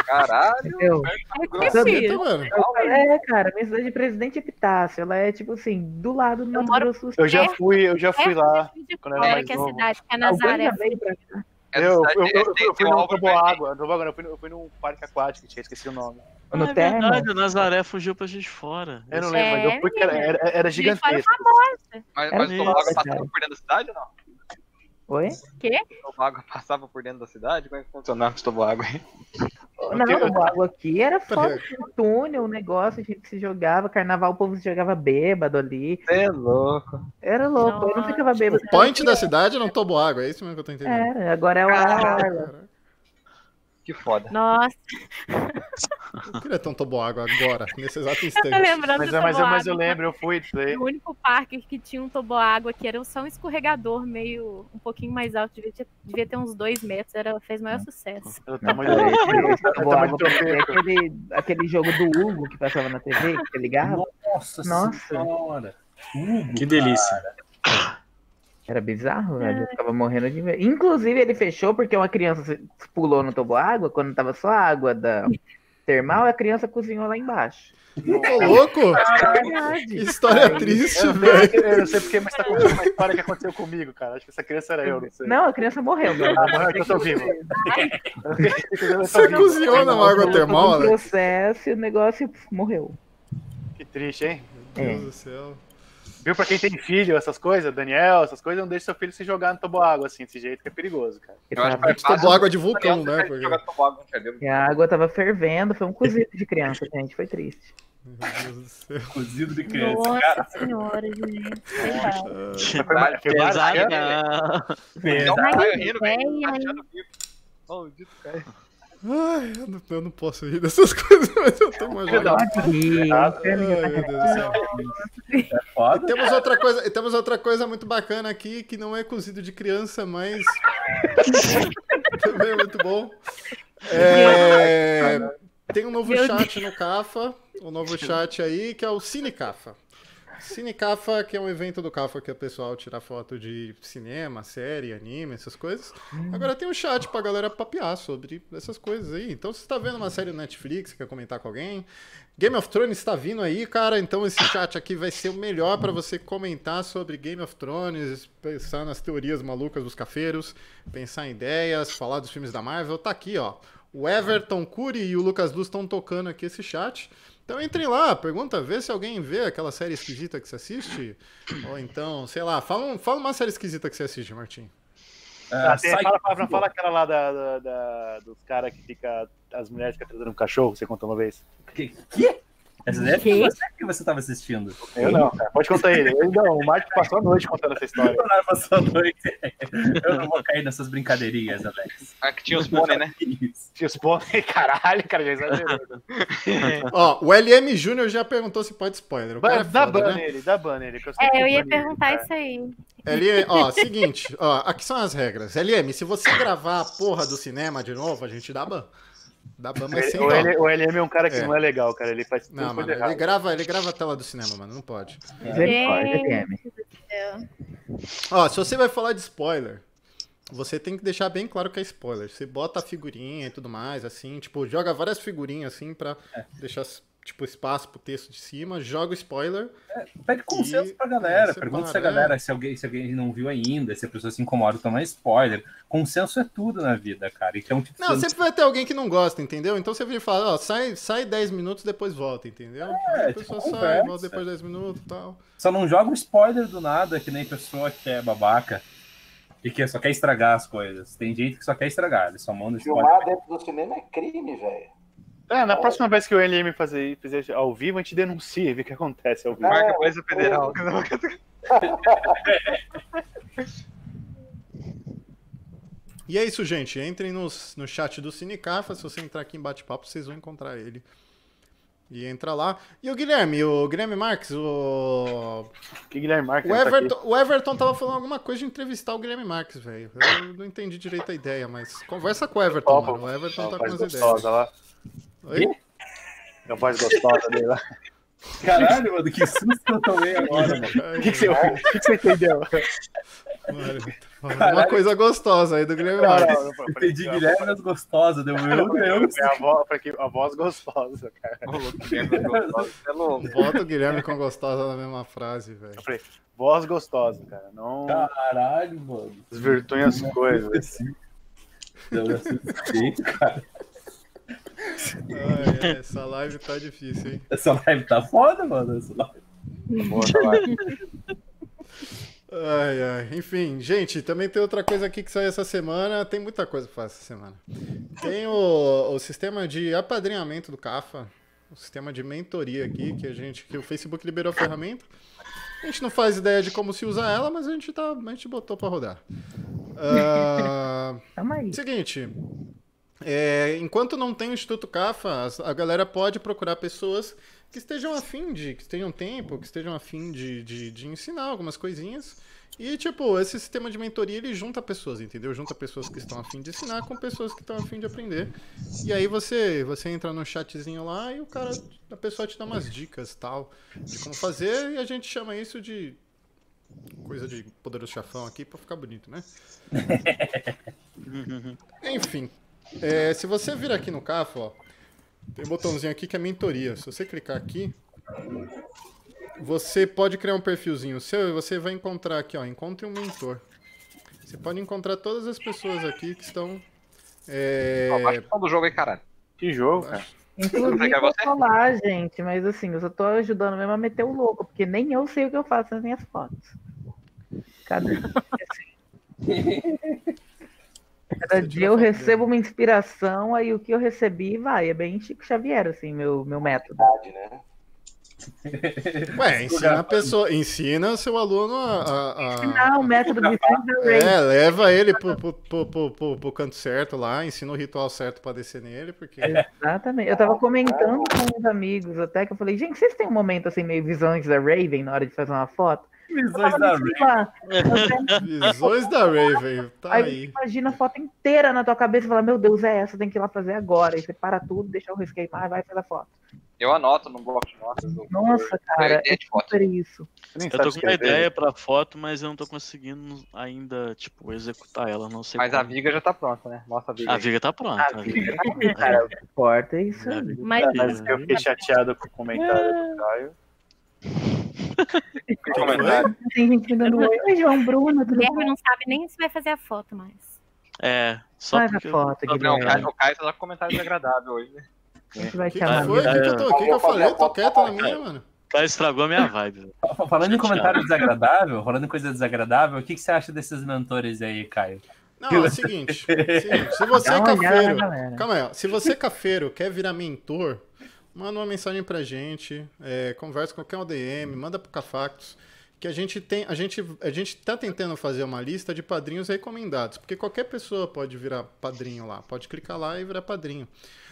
[SPEAKER 7] Caralho,
[SPEAKER 2] entendeu?
[SPEAKER 1] É que,
[SPEAKER 8] Nossa,
[SPEAKER 1] filho,
[SPEAKER 8] então, mano.
[SPEAKER 2] É, cara, minha cidade de Presidente Epitácio. Ela é, tipo assim, do lado do Mato
[SPEAKER 1] moro-
[SPEAKER 2] Grosso do Sul.
[SPEAKER 4] Eu já fui, eu já fui
[SPEAKER 1] É.
[SPEAKER 4] lá.
[SPEAKER 1] de
[SPEAKER 4] quando eu era
[SPEAKER 1] fora
[SPEAKER 4] mais
[SPEAKER 1] que é a
[SPEAKER 4] novo.
[SPEAKER 1] cidade, que é
[SPEAKER 2] Alguém
[SPEAKER 1] Nazaré.
[SPEAKER 2] já veio pra cá.
[SPEAKER 7] essa
[SPEAKER 4] Eu,
[SPEAKER 7] cidade
[SPEAKER 4] eu,
[SPEAKER 7] tem-
[SPEAKER 4] eu, eu,
[SPEAKER 7] É, tem
[SPEAKER 4] fui
[SPEAKER 7] um
[SPEAKER 4] num
[SPEAKER 7] Álvaro Martins.
[SPEAKER 4] toboágua, toboágua, não, eu fui, num- eu fui num parque aquático, tinha esqueci o nome.
[SPEAKER 2] No
[SPEAKER 6] é
[SPEAKER 2] terno?
[SPEAKER 6] verdade, a Nazaré fugiu pra gente fora.
[SPEAKER 4] Eu não
[SPEAKER 6] Esse- é
[SPEAKER 4] lembro, mas eu fui, cara, era, era- era
[SPEAKER 1] Eles foram
[SPEAKER 4] gigantesco.
[SPEAKER 7] Mas,
[SPEAKER 2] Era
[SPEAKER 7] mas o
[SPEAKER 6] mesmo,
[SPEAKER 7] Tobago
[SPEAKER 2] cara.
[SPEAKER 7] passava por dentro da cidade ou não?
[SPEAKER 2] Oi?
[SPEAKER 7] O Tobago passava por dentro da cidade? Como é que funcionava esse Tobago aí?
[SPEAKER 2] Não,
[SPEAKER 4] eu-
[SPEAKER 2] o água aqui era foto
[SPEAKER 8] Peraí.
[SPEAKER 2] de um túnel, um negócio, a gente se jogava, carnaval, o povo se jogava bêbado ali.
[SPEAKER 7] Você é louco.
[SPEAKER 2] Era louco, eu não
[SPEAKER 1] Nossa.
[SPEAKER 2] ficava bêbado.
[SPEAKER 8] O point da cidade não tobo água, é isso mesmo que eu tô entendendo.
[SPEAKER 2] Era, agora é o Arla.
[SPEAKER 8] Cara,
[SPEAKER 7] Que foda.
[SPEAKER 1] Nossa,
[SPEAKER 8] eu queria ter um tobo água agora, nesse exato
[SPEAKER 1] eu tô
[SPEAKER 8] instante.
[SPEAKER 1] tá lembrando
[SPEAKER 4] Mas, é,
[SPEAKER 1] do
[SPEAKER 4] mas, eu, mas
[SPEAKER 1] toboágua.
[SPEAKER 4] eu lembro, eu fui. daí-
[SPEAKER 1] O único parque que tinha um toboágua que era só um escorregador meio um pouquinho mais alto, devia ter, devia ter uns dois metros, era, fez maior
[SPEAKER 4] Hum.
[SPEAKER 1] sucesso.
[SPEAKER 4] O
[SPEAKER 2] Não,
[SPEAKER 4] tamanho
[SPEAKER 2] cara, esse-
[SPEAKER 4] do
[SPEAKER 2] esse
[SPEAKER 4] o tamanho
[SPEAKER 2] Boago
[SPEAKER 4] do
[SPEAKER 2] pra você é
[SPEAKER 4] tropeiro.
[SPEAKER 2] aquele, aquele jogo do Hugo que passava na TV, que você ligava,
[SPEAKER 5] Nossa,
[SPEAKER 2] Nossa.
[SPEAKER 5] senhora. Hugo,
[SPEAKER 10] Que delícia.
[SPEAKER 2] era bizarro, velho. Eu ficava morrendo de medo. Inclusive, ele fechou porque uma criança se- pulou no tobo água quando tava só a água da, termal, a criança cozinhou lá embaixo.
[SPEAKER 8] Ô, louco! Que história triste,
[SPEAKER 4] eu,
[SPEAKER 8] velho.
[SPEAKER 4] velho. Eu não sei porque, mas tá contando uma história que aconteceu comigo, cara. Acho que essa criança era eu, não sei.
[SPEAKER 2] Não, a criança morreu. né?
[SPEAKER 4] Ah, morreu que eu tô vivo.
[SPEAKER 8] Você cozinhou na água termal,
[SPEAKER 2] Todo um
[SPEAKER 8] Alex?
[SPEAKER 2] processo e o negócio morreu.
[SPEAKER 4] Que triste, hein?
[SPEAKER 8] Meu Deus do céu.
[SPEAKER 4] Viu, pra quem tem filho, essas coisas, Daniel, essas coisas, não deixa seu filho se jogar no toboágua assim, desse jeito que é perigoso, cara.
[SPEAKER 2] Eu acho
[SPEAKER 8] A gente tomou água de vulcão, né?
[SPEAKER 7] Porque...
[SPEAKER 8] Porque...
[SPEAKER 7] Joga tobogã, entendeu?
[SPEAKER 2] E a água tava fervendo, foi um cozido de criança, gente, foi triste.
[SPEAKER 8] Meu Deus do céu.
[SPEAKER 5] Cozido de criança.
[SPEAKER 1] Nossa senhora, gente. Coitado.
[SPEAKER 7] Vai,
[SPEAKER 4] Foi várias
[SPEAKER 6] Pesado,
[SPEAKER 4] crianças,
[SPEAKER 6] né?
[SPEAKER 7] Não,
[SPEAKER 1] Mas
[SPEAKER 7] tá, eu
[SPEAKER 1] que
[SPEAKER 7] rindo, velho.
[SPEAKER 1] ideia, né?
[SPEAKER 7] Tá
[SPEAKER 1] hein?
[SPEAKER 7] achando vivo. Maldito, cara.
[SPEAKER 8] Ai, eu não, eu não posso rir dessas coisas, mas eu tô imaginando.
[SPEAKER 2] E
[SPEAKER 8] Ai, meu Deus do céu. E
[SPEAKER 5] Foda.
[SPEAKER 8] temos outra coisa, e temos outra coisa muito bacana aqui que não é cozido de criança, mas também é muito bom. É, Tem um novo
[SPEAKER 1] Meu
[SPEAKER 8] chat no Cafa, o novo chat aí que é o Cine Cafa. Cine Cafa, que é um evento do Cafa que o pessoal tira foto de cinema, série, anime, essas coisas. Agora tem um chat pra galera papear sobre essas coisas aí. Então, se você tá vendo uma série no Netflix, quer comentar com alguém, Game of Thrones está vindo aí, cara. Então esse chat aqui vai ser o melhor para você comentar sobre Game of Thrones, pensar nas teorias malucas dos cafeiros, pensar em ideias, falar dos filmes da Marvel. Tá aqui, ó. O Everton Cury e o Lucas Luz estão tocando aqui esse chat. Então entrem lá, pergunta, vê se alguém vê aquela série esquisita que você assiste. Ou então, sei lá, fala, um- fala uma série esquisita que você assiste, Martim.
[SPEAKER 4] Ah,
[SPEAKER 5] Ah,
[SPEAKER 4] tem-
[SPEAKER 5] sai-
[SPEAKER 4] fala, fala, fala aquela lá da, da- da- dos caras que fica. As mulheres ficam trazendo um cachorro, você contou uma vez?
[SPEAKER 5] Que? que? Essa daí é
[SPEAKER 1] Que?
[SPEAKER 5] você que você tava assistindo.
[SPEAKER 4] Eu não, cara. Pode contar ele. Eu não, o Mark passou a noite contando essa história.
[SPEAKER 5] Eu não, passou a noite. Eu não vou cair nessas brincadeirinhas, Alex.
[SPEAKER 7] Ah, que tinha os pônei, né?
[SPEAKER 5] Isso.
[SPEAKER 4] Te expôs, Tipo, caralho, cara, já exagerou.
[SPEAKER 8] Ó, o LM Júnior já perguntou se pode spoiler. O cara
[SPEAKER 4] Ba-
[SPEAKER 8] é
[SPEAKER 4] Dá
[SPEAKER 8] foda,
[SPEAKER 4] ban
[SPEAKER 8] né?
[SPEAKER 4] nele, dá ban nele. que sei que
[SPEAKER 1] É, eu
[SPEAKER 4] ban
[SPEAKER 1] ia
[SPEAKER 4] nele,
[SPEAKER 1] perguntar
[SPEAKER 4] cara.
[SPEAKER 1] isso aí.
[SPEAKER 8] LM, ó, seguinte, ó, aqui são as regras. LM, se você gravar a porra do cinema de novo, a gente dá ban. Dá ban, mas sem
[SPEAKER 4] o,
[SPEAKER 8] dó.
[SPEAKER 4] L- o LM é um cara que
[SPEAKER 8] então. É.
[SPEAKER 4] não é legal, cara. Ele faz tudo
[SPEAKER 8] Não, mano,
[SPEAKER 4] coisa
[SPEAKER 8] ele é
[SPEAKER 4] errada.
[SPEAKER 8] grava, ele grava a tela do cinema, mano, não pode.
[SPEAKER 2] Misericórdia, TM.
[SPEAKER 8] Ó, se você vai falar de spoiler, você tem que deixar bem claro que é spoiler. Você bota a figurinha e tudo mais, assim, tipo, joga várias figurinhas, assim, pra
[SPEAKER 5] É.
[SPEAKER 8] deixar, tipo, espaço pro texto de cima, joga o spoiler.
[SPEAKER 5] Pede consenso
[SPEAKER 8] E-
[SPEAKER 5] pra galera.
[SPEAKER 8] e
[SPEAKER 5] Pergunta se a
[SPEAKER 8] separa,
[SPEAKER 5] galera, se alguém, se alguém não viu ainda, se a pessoa se incomoda, tomar spoiler. Consenso é tudo na vida, cara. Então, tipo,
[SPEAKER 8] Não, sempre vai ter alguém que não gosta, entendeu? Então você vira e fala, ó, sai, sai 10 minutos, depois volta, entendeu?
[SPEAKER 5] É,
[SPEAKER 8] a pessoa
[SPEAKER 5] tipo,
[SPEAKER 8] sai, volta
[SPEAKER 5] conversa.
[SPEAKER 8] depois de 10 minutos e tal.
[SPEAKER 5] só não joga um spoiler do nada, que nem pessoa que é babaca e que só quer estragar as coisas. Tem gente que só quer estragar, eles só mandam spoiler.
[SPEAKER 9] Filmar dentro do cinema é crime, velho.
[SPEAKER 4] É, na próxima vez que o LM fazer, fizer ao vivo, a gente denuncia e vê o que acontece ao vivo.
[SPEAKER 9] Ah,
[SPEAKER 7] Marca a Polícia Federal.
[SPEAKER 8] E é isso, gente. Entrem nos, no chat do Cinecafa. Se você entrar aqui em bate-papo, vocês vão encontrar ele. E entra lá. E o Guilherme, o Guilherme Marques, o.
[SPEAKER 4] Que Guilherme Marques
[SPEAKER 8] O
[SPEAKER 4] tá aqui.
[SPEAKER 8] Everton, o Everton tava falando alguma coisa de entrevistar o Guilherme Marques, velho. Eu não entendi direito a ideia, mas conversa com o Everton,
[SPEAKER 4] Topa.
[SPEAKER 8] mano. O Everton tá com
[SPEAKER 4] Rapaz
[SPEAKER 8] umas ideias.
[SPEAKER 4] gostosa lá.
[SPEAKER 8] Oi?
[SPEAKER 4] Não voz gostosa dele lá.
[SPEAKER 5] Caralho, mano, que susto que eu tomei agora, mano.
[SPEAKER 4] O que, que, você, o que, que você entendeu?
[SPEAKER 8] Mano, Uma coisa gostosa aí do Guilherme Marques.
[SPEAKER 4] não,
[SPEAKER 5] Eu pedi
[SPEAKER 8] é
[SPEAKER 5] Guilherme as gostosas, deu um meu Deus.
[SPEAKER 4] É a voz, pra que- a voz gostosa, cara.
[SPEAKER 7] Ô, louco, que merda, gostoso. Você é louco.
[SPEAKER 8] Bota o Guilherme com gostosa na mesma frase, velho.
[SPEAKER 4] Voz gostosa, cara. Não
[SPEAKER 8] Tá.
[SPEAKER 5] Caralho, mano.
[SPEAKER 4] desvirtuem as coisas.
[SPEAKER 5] Assim. Eu não assustei, cara.
[SPEAKER 8] Ai, ai, essa live tá difícil, hein?
[SPEAKER 5] Essa live tá foda, mano. Essa live.
[SPEAKER 8] Ai, ai. Enfim, gente, também tem outra coisa aqui que saiu essa semana. Tem muita coisa pra falar essa semana. Tem o, o sistema de apadrinhamento do CAFA, o sistema de mentoria aqui, que a gente. que o Facebook liberou a ferramenta. A gente não faz ideia de como se usa ela, mas a gente, tá, a gente botou pra rodar. Ah,
[SPEAKER 2] Tamo aí.
[SPEAKER 8] Seguinte. é, enquanto não tem o Instituto CAFA, as- a galera pode procurar pessoas que estejam afim de, que estejam tempo, que estejam afim de, de, de ensinar algumas coisinhas. E, tipo, esse sistema de mentoria, ele junta pessoas, entendeu? Junta pessoas que estão afim de ensinar com pessoas que estão afim de aprender. E aí você, você entra no chatzinho lá e o cara, a pessoa te dá umas dicas, tal, de como fazer. E a gente chama isso de coisa de poderoso chafão aqui pra ficar bonito, né? Enfim, é, se você vir aqui no CAFO, ó, Tem um botãozinho aqui que é mentoria. Se você clicar aqui, você pode criar um perfilzinho seu e você vai encontrar aqui, ó, encontre um mentor. Você pode encontrar todas as pessoas aqui que estão. É...
[SPEAKER 7] Ó, baixa o som do jogo aí, caralho.
[SPEAKER 4] Que jogo, cara.
[SPEAKER 2] Inclusive,
[SPEAKER 7] Pegar
[SPEAKER 2] eu
[SPEAKER 7] você?
[SPEAKER 2] tô lá, gente, mas assim, eu só tô ajudando mesmo a meter o louco, porque nem eu sei o que eu faço nas minhas fotos. Cada, Cada dia eu recebo uma inspiração, aí o que eu recebi vai. É bem Chico Xavier, assim, meu, meu método.
[SPEAKER 8] Ué, ensina a pessoa, ensina o seu aluno a. a- a-
[SPEAKER 2] Não, o método do Vicente del Rey.
[SPEAKER 8] É, leva ele pro, pro, pro, pro- pro- pro canto certo lá, ensina o ritual certo pra descer nele, porque.
[SPEAKER 2] Exatamente. Eu tava comentando com uns amigos até que eu falei, gente, vocês têm um momento assim, meio visões da Raven na hora de fazer uma foto?
[SPEAKER 5] Visões
[SPEAKER 2] Eu
[SPEAKER 5] da
[SPEAKER 2] tava,
[SPEAKER 5] Ray.
[SPEAKER 2] sei lá,
[SPEAKER 8] Visões da Raven, tá
[SPEAKER 2] Aí,
[SPEAKER 8] aí.
[SPEAKER 2] você imagina a foto inteira na tua cabeça e fala, meu Deus, é essa, tem que ir lá fazer agora. Aí você para tudo, deixa o risco queimar e vai fazer a foto.
[SPEAKER 7] Eu anoto no bloco de notas. no-
[SPEAKER 1] é
[SPEAKER 2] Nossa, cara,
[SPEAKER 7] ideia de
[SPEAKER 2] é super isso.
[SPEAKER 4] Você nem
[SPEAKER 6] Eu
[SPEAKER 4] sabe
[SPEAKER 6] tô com uma
[SPEAKER 4] escrever.
[SPEAKER 6] ideia pra foto, mas eu não tô conseguindo ainda, tipo, executar ela, não sei
[SPEAKER 7] Mas a
[SPEAKER 6] como.
[SPEAKER 7] viga já tá pronta, né? Mostra a viga.
[SPEAKER 6] A viga tá pronta.
[SPEAKER 2] Ah,
[SPEAKER 6] a viga tá
[SPEAKER 2] sim,
[SPEAKER 6] pronta.
[SPEAKER 2] cara, o que importa é isso.
[SPEAKER 6] A
[SPEAKER 2] aí.
[SPEAKER 6] viga
[SPEAKER 1] Mas
[SPEAKER 6] tá
[SPEAKER 4] É, Mas
[SPEAKER 6] pronta.
[SPEAKER 4] eu fiquei chateado com o comentário
[SPEAKER 8] É.
[SPEAKER 4] do Caio. Com o comentário.
[SPEAKER 2] Tem gente me dando oi. Oi, João Bruno, tudo
[SPEAKER 1] Guilherme
[SPEAKER 2] bem?
[SPEAKER 1] não sabe nem se vai fazer a foto mais.
[SPEAKER 6] É, só
[SPEAKER 2] Faz a
[SPEAKER 6] porque...
[SPEAKER 2] foto,
[SPEAKER 7] Não, o
[SPEAKER 2] Guilherme.
[SPEAKER 7] Caio, o Caio tá com comentário desagradável hoje, né?
[SPEAKER 2] é A gente vai
[SPEAKER 8] O que,
[SPEAKER 2] te
[SPEAKER 8] que
[SPEAKER 2] amar.
[SPEAKER 8] foi? O que, que eu, tô- o que que eu falei? Eu tô quieto na minha, mano.
[SPEAKER 6] O cara Tá, estragou a minha vibe. velho.
[SPEAKER 5] Fa- Falando em comentário desagradável, falando em coisa desagradável, o que, que você acha desses mentores aí, Caio?
[SPEAKER 8] Não, é o seguinte. seguinte, se você
[SPEAKER 2] Dá
[SPEAKER 8] é
[SPEAKER 2] uma olhada na
[SPEAKER 8] cafeiro.
[SPEAKER 2] galera.
[SPEAKER 8] Calma aí, ó. Se você é cafeiro, quer virar mentor, manda uma mensagem pra gente. é, conversa com qualquer ODM, manda pro Cafactos. Que a gente tem. A gente, a gente tá tentando fazer uma lista de padrinhos recomendados. Porque qualquer pessoa pode virar padrinho lá. Pode clicar lá e virar padrinho.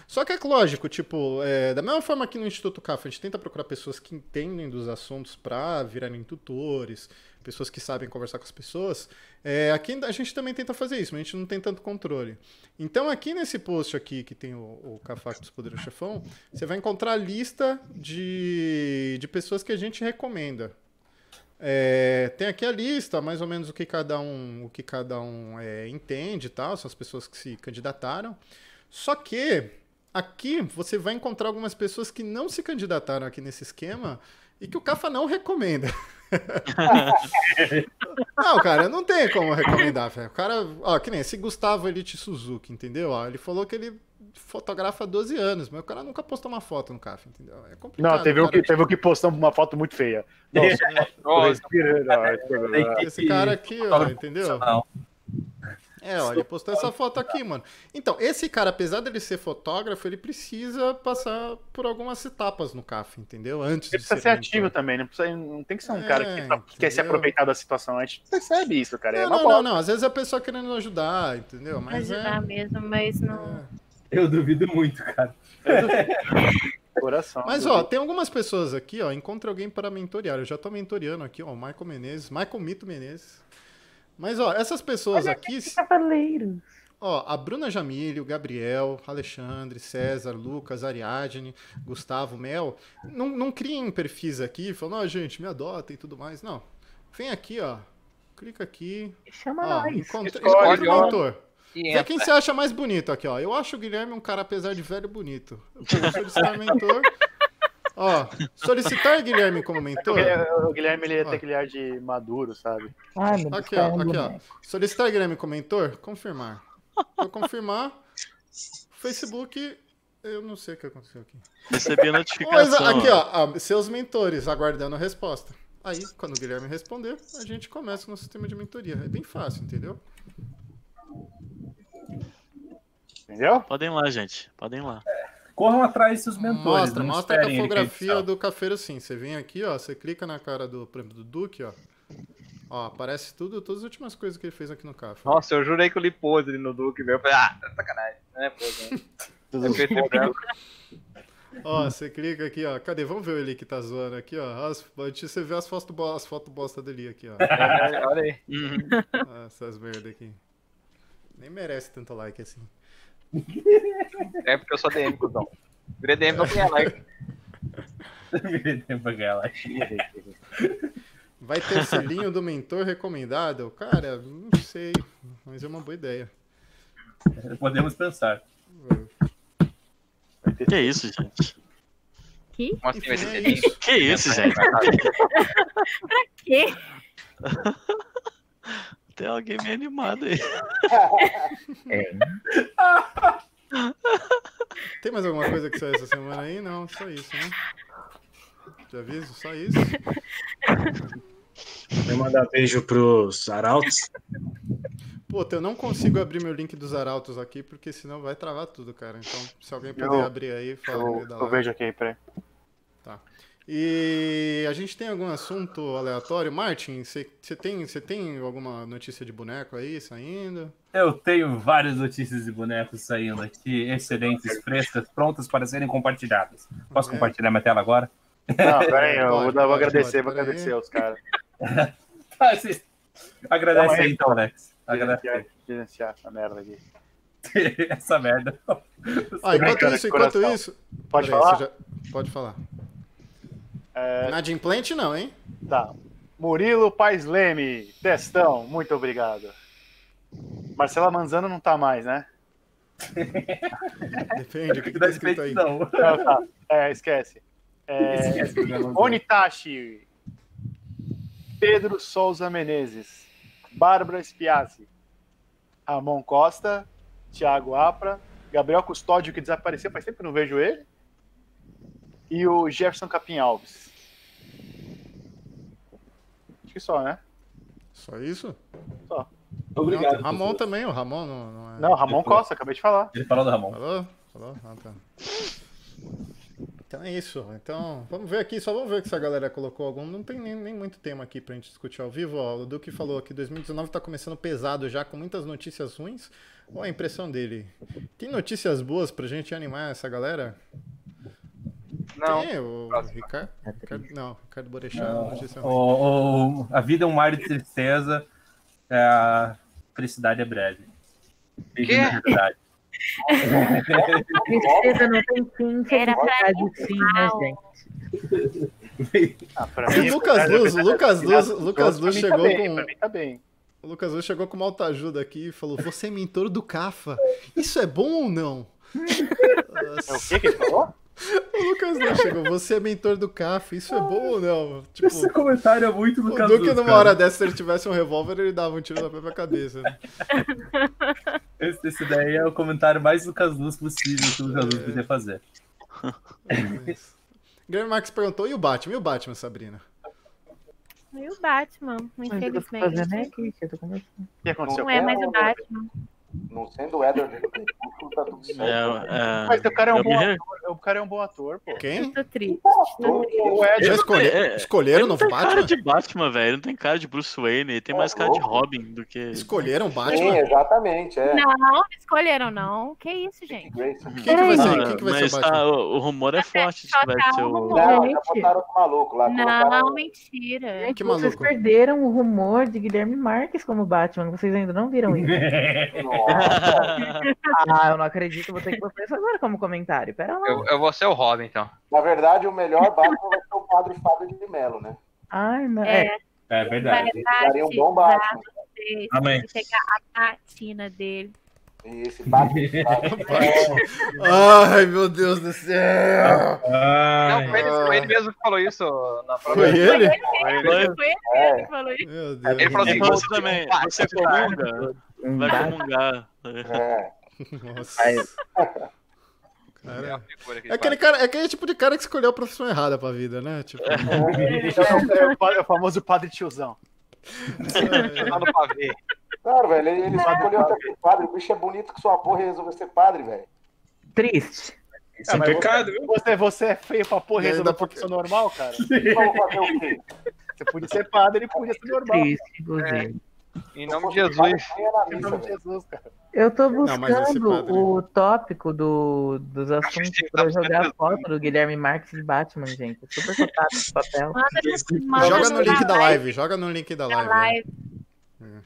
[SPEAKER 8] Só que é lógico, tipo, é, da mesma forma que no Instituto CAF, a gente tenta procurar pessoas que entendem dos assuntos pra virarem tutores, pessoas que sabem conversar com as pessoas. É, aqui a gente também tenta fazer isso, mas a gente não tem tanto controle. Então, aqui nesse post aqui que tem o, o Cafactos Poderoso Chefão, você vai encontrar a lista de, de pessoas que a gente recomenda. É, tem aqui a lista, mais ou menos o que cada um, o que cada um é, entende e tal, são as pessoas que se candidataram. Só que aqui você vai encontrar algumas pessoas que não se candidataram aqui nesse esquema e que o Cafa não recomenda. Não, cara, não tem como recomendar, velho. O cara, ó, que nem esse Gustavo Elite Suzuki, entendeu? Ó, ele falou que ele fotografa há 12 anos, mas o cara nunca postou uma foto no CAF, entendeu? É complicado.
[SPEAKER 4] Não, teve um,
[SPEAKER 8] cara.
[SPEAKER 4] que, teve um que postou uma foto muito feia. Nossa,
[SPEAKER 7] Nossa,
[SPEAKER 4] respira, não, respira.
[SPEAKER 8] Esse cara aqui, ó, entendeu?
[SPEAKER 5] Não.
[SPEAKER 8] É, ó, ele postou essa foto aqui, mano. Então, esse cara, apesar dele ser fotógrafo, ele precisa passar por algumas etapas no CAF, entendeu? Antes
[SPEAKER 4] Ele
[SPEAKER 8] de
[SPEAKER 4] precisa ser
[SPEAKER 8] mentor.
[SPEAKER 4] ativo também, não, precisa, não tem que ser um
[SPEAKER 8] É,
[SPEAKER 4] cara que só quer se
[SPEAKER 8] entendeu?
[SPEAKER 4] aproveitar da situação. A gente percebe isso, cara. é
[SPEAKER 8] Não,
[SPEAKER 4] uma
[SPEAKER 8] não,
[SPEAKER 4] bola.
[SPEAKER 8] não, não. Às vezes é a pessoa querendo ajudar, entendeu? Mas
[SPEAKER 1] ajudar
[SPEAKER 8] é.
[SPEAKER 1] mesmo, mas não.
[SPEAKER 8] é.
[SPEAKER 5] Eu duvido muito, cara.
[SPEAKER 4] Coração.
[SPEAKER 8] Mas, ó, tem algumas pessoas aqui, ó. Encontre alguém para mentorear. Eu já tô mentoreando aqui, ó. o Michael Menezes, Michael Mito Menezes. Mas, ó, essas pessoas aqui.
[SPEAKER 2] Cavaleiro.
[SPEAKER 8] Ó, a Bruna Jamile, o Gabriel, Alexandre, César, Lucas, Ariadne, Gustavo, Mel, não, não criem perfis aqui, falando, ó, gente, me adota e tudo mais. Não. Vem aqui, ó. Clica aqui.
[SPEAKER 2] Chama
[SPEAKER 8] Ó,
[SPEAKER 2] nós.
[SPEAKER 8] encontra,
[SPEAKER 7] Escolhe,
[SPEAKER 8] encontra
[SPEAKER 7] ó.
[SPEAKER 8] o mentor.
[SPEAKER 7] que
[SPEAKER 8] Vê
[SPEAKER 7] entra.
[SPEAKER 8] quem é você acha mais bonito aqui, ó. Eu acho o Guilherme um cara, apesar de velho, bonito. Eu vou solicitar mentor. Ó, solicitar Guilherme como mentor.
[SPEAKER 4] O Guilherme ele ia ter que olhar de maduro, sabe?
[SPEAKER 2] Ai, meu Deus,
[SPEAKER 8] Aqui,
[SPEAKER 2] cara,
[SPEAKER 8] ó,
[SPEAKER 2] um
[SPEAKER 8] aqui, ó.
[SPEAKER 2] boneco.
[SPEAKER 8] Solicitar Guilherme como mentor? Confirmar. Vou confirmar. Facebook, eu não sei o que aconteceu aqui.
[SPEAKER 6] Recebi a
[SPEAKER 8] Mas
[SPEAKER 6] notificação.
[SPEAKER 8] aqui, ó, ah, seus mentores aguardando a resposta. Aí, quando o Guilherme responder, a gente começa no sistema de mentoria. É bem fácil, entendeu?
[SPEAKER 4] Entendeu?
[SPEAKER 6] Podem ir lá, gente. Podem ir lá.
[SPEAKER 5] Corram atrás desses mentores. né?
[SPEAKER 8] Mostra,
[SPEAKER 5] não
[SPEAKER 8] mostra a
[SPEAKER 5] esperem ele
[SPEAKER 8] cafografia
[SPEAKER 5] pensar.
[SPEAKER 8] do cafeiro sim. Você vem aqui, ó, você clica na cara do, por exemplo, do Duque, ó. Ó, aparece tudo, todas as últimas coisas que ele fez aqui no café.
[SPEAKER 7] Nossa, eu jurei que eu li pose ali no Duke, velho. Eu falei, ah, tá sacanagem. Não é pose, né? É preto e branco.
[SPEAKER 8] Ó, você clica aqui, ó. Cadê? Vamos ver ele que tá zoando aqui, ó. As, antes você vê as fotos, do bo- as fotos bosta dele aqui, ó.
[SPEAKER 7] Olha olha aí.
[SPEAKER 8] Ah, Essas merda aqui. Nem merece tanto like assim.
[SPEAKER 7] É porque eu sou DM, cuzão. Virei DM não tinha like.
[SPEAKER 5] Pra ganhar lá.
[SPEAKER 8] Vai ter selinho do mentor recomendado? Cara, não sei, mas é uma boa ideia.
[SPEAKER 5] Podemos pensar.
[SPEAKER 4] Vai ter
[SPEAKER 6] Que isso, gente?
[SPEAKER 1] Que?
[SPEAKER 7] Como assim vai ser
[SPEAKER 8] É
[SPEAKER 7] delírio?
[SPEAKER 8] isso.
[SPEAKER 6] Que isso, gente?
[SPEAKER 1] Que?
[SPEAKER 6] Tem alguém meio animado aí.
[SPEAKER 8] Tem mais alguma coisa que saiu essa semana aí? Não, só isso, né? Te aviso, só isso.
[SPEAKER 10] Vou mandar beijo pros arautos.
[SPEAKER 8] Puta, eu não consigo abrir meu link dos arautos aqui, porque senão vai travar tudo, cara. Então, se alguém puder
[SPEAKER 4] Eu-
[SPEAKER 8] abrir aí, fala no
[SPEAKER 4] Eu,
[SPEAKER 8] meio da
[SPEAKER 4] eu
[SPEAKER 8] live.
[SPEAKER 4] vejo aqui, peraí.
[SPEAKER 8] E a gente tem algum assunto aleatório? Martin, você tem, cê tem alguma notícia de boneco aí saindo?
[SPEAKER 5] Eu tenho várias notícias de bonecos saindo aqui, excelentes, frescas, prontas para serem compartilhadas. Posso
[SPEAKER 8] É.
[SPEAKER 5] compartilhar minha tela agora?
[SPEAKER 4] Não, peraí, eu
[SPEAKER 8] Pode,
[SPEAKER 4] vou, dar- vou
[SPEAKER 8] pode, pode,
[SPEAKER 4] agradecer, vou
[SPEAKER 8] peraí.
[SPEAKER 4] agradecer aos caras.
[SPEAKER 5] Ah, vocês- Agradece
[SPEAKER 4] Não, é-
[SPEAKER 5] aí, então, Alex. Agradece aí.
[SPEAKER 4] Gerenciar, gerenciar essa merda aqui.
[SPEAKER 5] essa merda.
[SPEAKER 8] Ah, enquanto
[SPEAKER 4] brincando
[SPEAKER 8] isso,
[SPEAKER 4] de
[SPEAKER 8] enquanto
[SPEAKER 4] coração.
[SPEAKER 8] isso.
[SPEAKER 4] Pode
[SPEAKER 8] Peraí,
[SPEAKER 4] falar?
[SPEAKER 8] você já- Pode falar.
[SPEAKER 4] É,
[SPEAKER 8] Na de implante, não, hein?
[SPEAKER 4] Tá. Murilo Paes Leme, testão, muito obrigado. Marcela Manzano não tá mais, né?
[SPEAKER 8] Depende, o que, que tá escrito aí?
[SPEAKER 5] Não.
[SPEAKER 4] Não, tá. É, esquece. É,
[SPEAKER 5] Esquece que eu já não vou.
[SPEAKER 4] Onitashi, Pedro Souza Menezes, Bárbara Spiazzi, Ramon Costa, Thiago Apra, Gabriel Custódio, que desapareceu, faz tempo que eu não vejo ele, e o Jefferson Capim Alves. Acho que só, né?
[SPEAKER 8] Só isso?
[SPEAKER 5] Obrigado.
[SPEAKER 8] Não, Ramon tá- também, o Ramon não, não é.
[SPEAKER 4] Não, Ramon Costa, acabei de falar.
[SPEAKER 5] Ele falou do Ramon.
[SPEAKER 8] Falou? Falou? Ah, tá. Então é isso. Então, vamos ver aqui, só vamos ver o que essa galera colocou algum. Não tem nem, nem muito tema aqui pra gente discutir ao vivo. Ó, o Duque falou que 2019 tá começando pesado já, com muitas notícias ruins. Olha a impressão dele. Tem notícias boas pra gente animar essa galera?
[SPEAKER 7] Não.
[SPEAKER 8] Tem, o
[SPEAKER 7] Próxima.
[SPEAKER 8] Ricardo, Ricardo- Não, Ricardo Borechan,
[SPEAKER 5] Não.
[SPEAKER 8] notícia ruim.
[SPEAKER 5] O- o- a vida é um mar de tristeza, é a felicidade é breve. Beijo
[SPEAKER 7] Quê?
[SPEAKER 5] na verdade.
[SPEAKER 2] Tristeza não tem fim,
[SPEAKER 1] Era pra
[SPEAKER 2] felicidade sim, né, gente?
[SPEAKER 4] Ah, pra
[SPEAKER 8] E
[SPEAKER 4] mim,
[SPEAKER 8] o Lucas
[SPEAKER 4] verdade,
[SPEAKER 8] Luz,
[SPEAKER 4] verdade,
[SPEAKER 8] Lucas Luz,
[SPEAKER 4] verdade,
[SPEAKER 8] Lucas
[SPEAKER 4] pra
[SPEAKER 8] Luz
[SPEAKER 4] mim
[SPEAKER 8] chegou
[SPEAKER 4] tá bem,
[SPEAKER 8] com-
[SPEAKER 4] Pra mim tá bem.
[SPEAKER 8] O Lucas Luz chegou com uma alta ajuda aqui e falou: Você é mentor do CAFA. Isso é bom ou não?
[SPEAKER 4] É o que que ele falou?
[SPEAKER 8] O Lucas Luz chegou: Você é mentor do CAFA. Isso é bom ou não? Tipo,
[SPEAKER 5] Esse comentário é muito
[SPEAKER 8] o
[SPEAKER 5] Lucas
[SPEAKER 8] Duque,
[SPEAKER 5] Luz,
[SPEAKER 8] numa
[SPEAKER 5] cara.
[SPEAKER 8] hora dessa, se ele tivesse um revólver, ele dava um tiro na própria cabeça. né?
[SPEAKER 5] Esse, esse daí é o comentário mais Lucas Luz possível que o Lucas
[SPEAKER 8] É.
[SPEAKER 5] Luz podia fazer.
[SPEAKER 8] Mas... Guilherme Max perguntou: E o Batman? E o Batman, Sabrina?
[SPEAKER 1] E o Batman,
[SPEAKER 2] Mas eu tô fazendo é
[SPEAKER 1] infelizmente.
[SPEAKER 2] aqui, eu tô com medo.
[SPEAKER 4] O que aconteceu?
[SPEAKER 1] Não é mais o Batman.
[SPEAKER 9] Não sendo o Edward do Crepúsculo, tá tudo certo.
[SPEAKER 6] É, é...
[SPEAKER 4] Mas o cara é um
[SPEAKER 6] eu
[SPEAKER 4] bom
[SPEAKER 6] me re-
[SPEAKER 4] ator, o cara é um bom ator, pô.
[SPEAKER 1] Eu
[SPEAKER 8] Quem?
[SPEAKER 1] tô triste.
[SPEAKER 4] O, o Ed,
[SPEAKER 8] Já escolhe...
[SPEAKER 6] é-
[SPEAKER 8] escolheram o novo
[SPEAKER 6] Tem cara
[SPEAKER 8] Batman?
[SPEAKER 6] de Batman, velho. Não tem cara de Bruce Wayne. Ele tem mais cara de Robin do que.
[SPEAKER 8] Escolheram o
[SPEAKER 9] Sim,
[SPEAKER 8] Batman?
[SPEAKER 9] exatamente, é.
[SPEAKER 1] Não, não escolheram, não. Que isso, gente?
[SPEAKER 9] Grace. tá,
[SPEAKER 8] Quem que vai ser,
[SPEAKER 6] Ah,
[SPEAKER 8] Quem que vai
[SPEAKER 6] mas
[SPEAKER 8] ser o
[SPEAKER 6] tá,
[SPEAKER 8] Batman?
[SPEAKER 6] o o rumor é forte de que vai
[SPEAKER 1] tá um
[SPEAKER 6] ser o.
[SPEAKER 9] Não, já
[SPEAKER 2] Gente.
[SPEAKER 9] botaram o maluco lá. colocaram-
[SPEAKER 1] Não, mentira.
[SPEAKER 2] Gente,
[SPEAKER 8] Que
[SPEAKER 2] vocês
[SPEAKER 8] maluco.
[SPEAKER 2] perderam o rumor de Guilherme Marques como Batman, vocês ainda não viram isso.
[SPEAKER 9] Nossa,
[SPEAKER 2] Ah, eu não acredito, vou ter que botar isso agora como comentário. Pera lá.
[SPEAKER 7] Eu, eu vou ser o Robin, então.
[SPEAKER 9] Na verdade, o melhor Batman vai ser o padre Fábio de Mello, né?
[SPEAKER 2] Ai, não. É,
[SPEAKER 1] É, tá,
[SPEAKER 5] É
[SPEAKER 1] vai
[SPEAKER 5] verdade.
[SPEAKER 9] Daria um bom Batman.
[SPEAKER 1] vocês.
[SPEAKER 10] Amém.
[SPEAKER 1] Se chegar a patina dele.
[SPEAKER 9] E esse Batman.
[SPEAKER 8] Ai, meu Deus do céu!
[SPEAKER 7] Não,
[SPEAKER 10] Ai,
[SPEAKER 7] foi ele, foi ele mesmo que falou isso na prova.
[SPEAKER 8] Foi ele?
[SPEAKER 6] Vai-
[SPEAKER 1] Foi ele que falou isso.
[SPEAKER 8] Meu Deus.
[SPEAKER 7] Ele falou
[SPEAKER 6] Ele
[SPEAKER 7] assim,
[SPEAKER 6] falou
[SPEAKER 7] "Você
[SPEAKER 6] assim também.
[SPEAKER 7] vai,
[SPEAKER 6] Você
[SPEAKER 7] você vai."
[SPEAKER 6] comunga?
[SPEAKER 2] um
[SPEAKER 6] Vai
[SPEAKER 2] Batman.
[SPEAKER 6] comungar.
[SPEAKER 9] É,
[SPEAKER 8] Nossa.
[SPEAKER 7] É
[SPEAKER 8] Cara,
[SPEAKER 7] uma figura que
[SPEAKER 8] é
[SPEAKER 7] ele
[SPEAKER 8] aquele cara, é aquele tipo de cara que escolheu a profissão errada pra vida, né? Tipo,
[SPEAKER 4] é, o pa- é o famoso padre tiozão.
[SPEAKER 7] faz. Tá no pavê.
[SPEAKER 9] claro, velho. Ele,
[SPEAKER 4] É.
[SPEAKER 9] ele escolheu até pro padre. O bicho é bonito que sua porra e resolveu ser padre, velho.
[SPEAKER 2] Triste.
[SPEAKER 1] Tá
[SPEAKER 10] isso é um pecado, viu?
[SPEAKER 4] Você, você é feio pra porra
[SPEAKER 8] E ainda
[SPEAKER 4] resolver a
[SPEAKER 8] porque-
[SPEAKER 4] profissão normal, cara?
[SPEAKER 9] Vamos fazer o quê?
[SPEAKER 4] Você podia ser padre, ele podia ser normal.
[SPEAKER 2] Triste, inclusive.
[SPEAKER 9] Se
[SPEAKER 7] Em nome de
[SPEAKER 9] fosse padre,
[SPEAKER 7] Jesus.
[SPEAKER 9] nem era
[SPEAKER 4] Em
[SPEAKER 9] missa,
[SPEAKER 4] nome de
[SPEAKER 9] velho.
[SPEAKER 4] Jesus, cara.
[SPEAKER 2] Eu tô
[SPEAKER 8] Não, mas esse
[SPEAKER 2] buscando
[SPEAKER 8] padre-
[SPEAKER 2] o tópico do, dos assuntos
[SPEAKER 7] que
[SPEAKER 2] pra
[SPEAKER 7] tá
[SPEAKER 2] eu jogar a
[SPEAKER 7] buscando-
[SPEAKER 2] foto do Guilherme Marques de Batman, gente. Super cotado esse papel.
[SPEAKER 1] Manda, manda
[SPEAKER 8] joga no link da
[SPEAKER 1] live,
[SPEAKER 8] live, joga no link da
[SPEAKER 1] na
[SPEAKER 8] live. né?
[SPEAKER 1] live.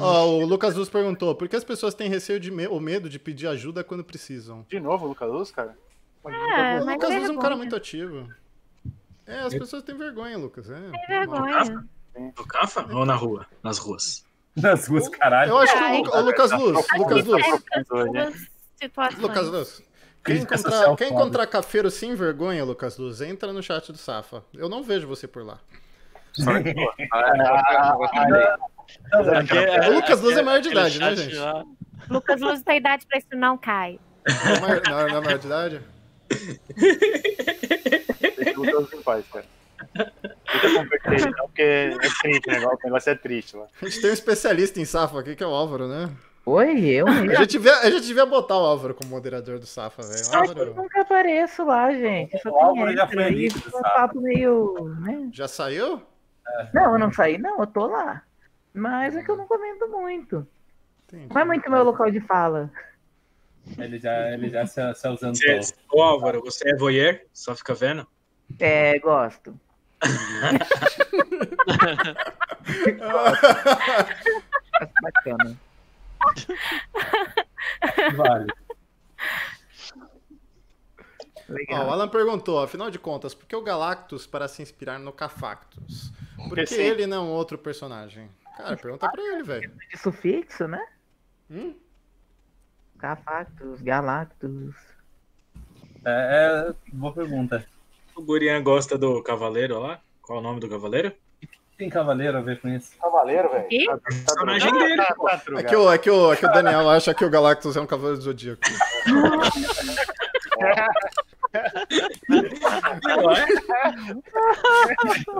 [SPEAKER 8] Ó, o Lucas Luz perguntou: por que as pessoas têm receio de me- ou medo de pedir ajuda quando precisam?
[SPEAKER 4] De novo, Lucas Luz, cara?
[SPEAKER 1] É, mas
[SPEAKER 8] o Lucas Luz é um
[SPEAKER 1] vergonha.
[SPEAKER 8] cara muito ativo. É, as pessoas têm vergonha, Lucas. É.
[SPEAKER 1] Tem vergonha.
[SPEAKER 10] No Cafa ou na rua? Nas ruas.
[SPEAKER 5] Nas ruas, caralho.
[SPEAKER 8] Eu acho que o, Lu- o Lucas Luz, Lucas Luz,
[SPEAKER 2] né?
[SPEAKER 1] Essas duas situações.
[SPEAKER 8] Lucas Luz, Quem
[SPEAKER 5] Crítica
[SPEAKER 8] encontrar,
[SPEAKER 5] social
[SPEAKER 8] quem
[SPEAKER 5] foda.
[SPEAKER 8] encontrar cafeiro sem vergonha, Lucas Luz, entra no chat do Safa. Eu não vejo você por lá.
[SPEAKER 7] Ah,
[SPEAKER 8] O Lucas Luz é maior de idade, né, gente?
[SPEAKER 1] Lucas Luz tem idade pra isso, não, Caio.
[SPEAKER 8] É maior- Não, não é maior de idade?
[SPEAKER 4] Deixa o Deus em paz, cara. Não tem como perder ele, não, porque é triste o negócio, o negócio é triste, mano.
[SPEAKER 8] A gente tem um especialista em Safa aqui, que é o Álvaro, né?
[SPEAKER 2] Oi, eu?
[SPEAKER 8] A gente devia, a gente devia botar o Álvaro como moderador do Safa, velho. O
[SPEAKER 2] Só que eu
[SPEAKER 8] Álvaro
[SPEAKER 2] nunca apareço lá, gente. Só
[SPEAKER 8] O Álvaro
[SPEAKER 2] tem
[SPEAKER 8] já
[SPEAKER 2] extra
[SPEAKER 8] foi
[SPEAKER 2] aí,
[SPEAKER 8] líder do
[SPEAKER 2] um
[SPEAKER 8] Safa.
[SPEAKER 2] papo meio. né?
[SPEAKER 8] já saiu?
[SPEAKER 2] Não, eu não saí, não, eu tô lá. Mas é que eu não comento muito.
[SPEAKER 8] Entendi.
[SPEAKER 2] Não é muito meu local de fala.
[SPEAKER 5] Ele já, ele já se, se ausentou.
[SPEAKER 10] Você- Ô Álvaro, você é voyeur? Só fica vendo?
[SPEAKER 2] É, gosto. Bacana.
[SPEAKER 5] Vale.
[SPEAKER 8] Ó, o Alan perguntou, afinal de contas, por que o Galactus para se inspirar no Cafactus? Por
[SPEAKER 2] Porque
[SPEAKER 8] que
[SPEAKER 2] sim.
[SPEAKER 8] ele não é um outro personagem? Cara, pergunta pra ele, velho.
[SPEAKER 2] De sufixo, né?
[SPEAKER 8] Hum?
[SPEAKER 2] Cafactus, Galactus.
[SPEAKER 5] É, é boa pergunta.
[SPEAKER 10] O Gurian gosta do cavaleiro lá? Qual o nome do cavaleiro?
[SPEAKER 5] Tem cavaleiro a ver com isso?
[SPEAKER 9] Cavaleiro, velho.
[SPEAKER 2] É,
[SPEAKER 9] Tá
[SPEAKER 10] Personagem dele,
[SPEAKER 4] Tá
[SPEAKER 10] pô.
[SPEAKER 8] É que, o, é, que o, é que o Daniel acha que o Galactus é um cavaleiro do Zodíaco.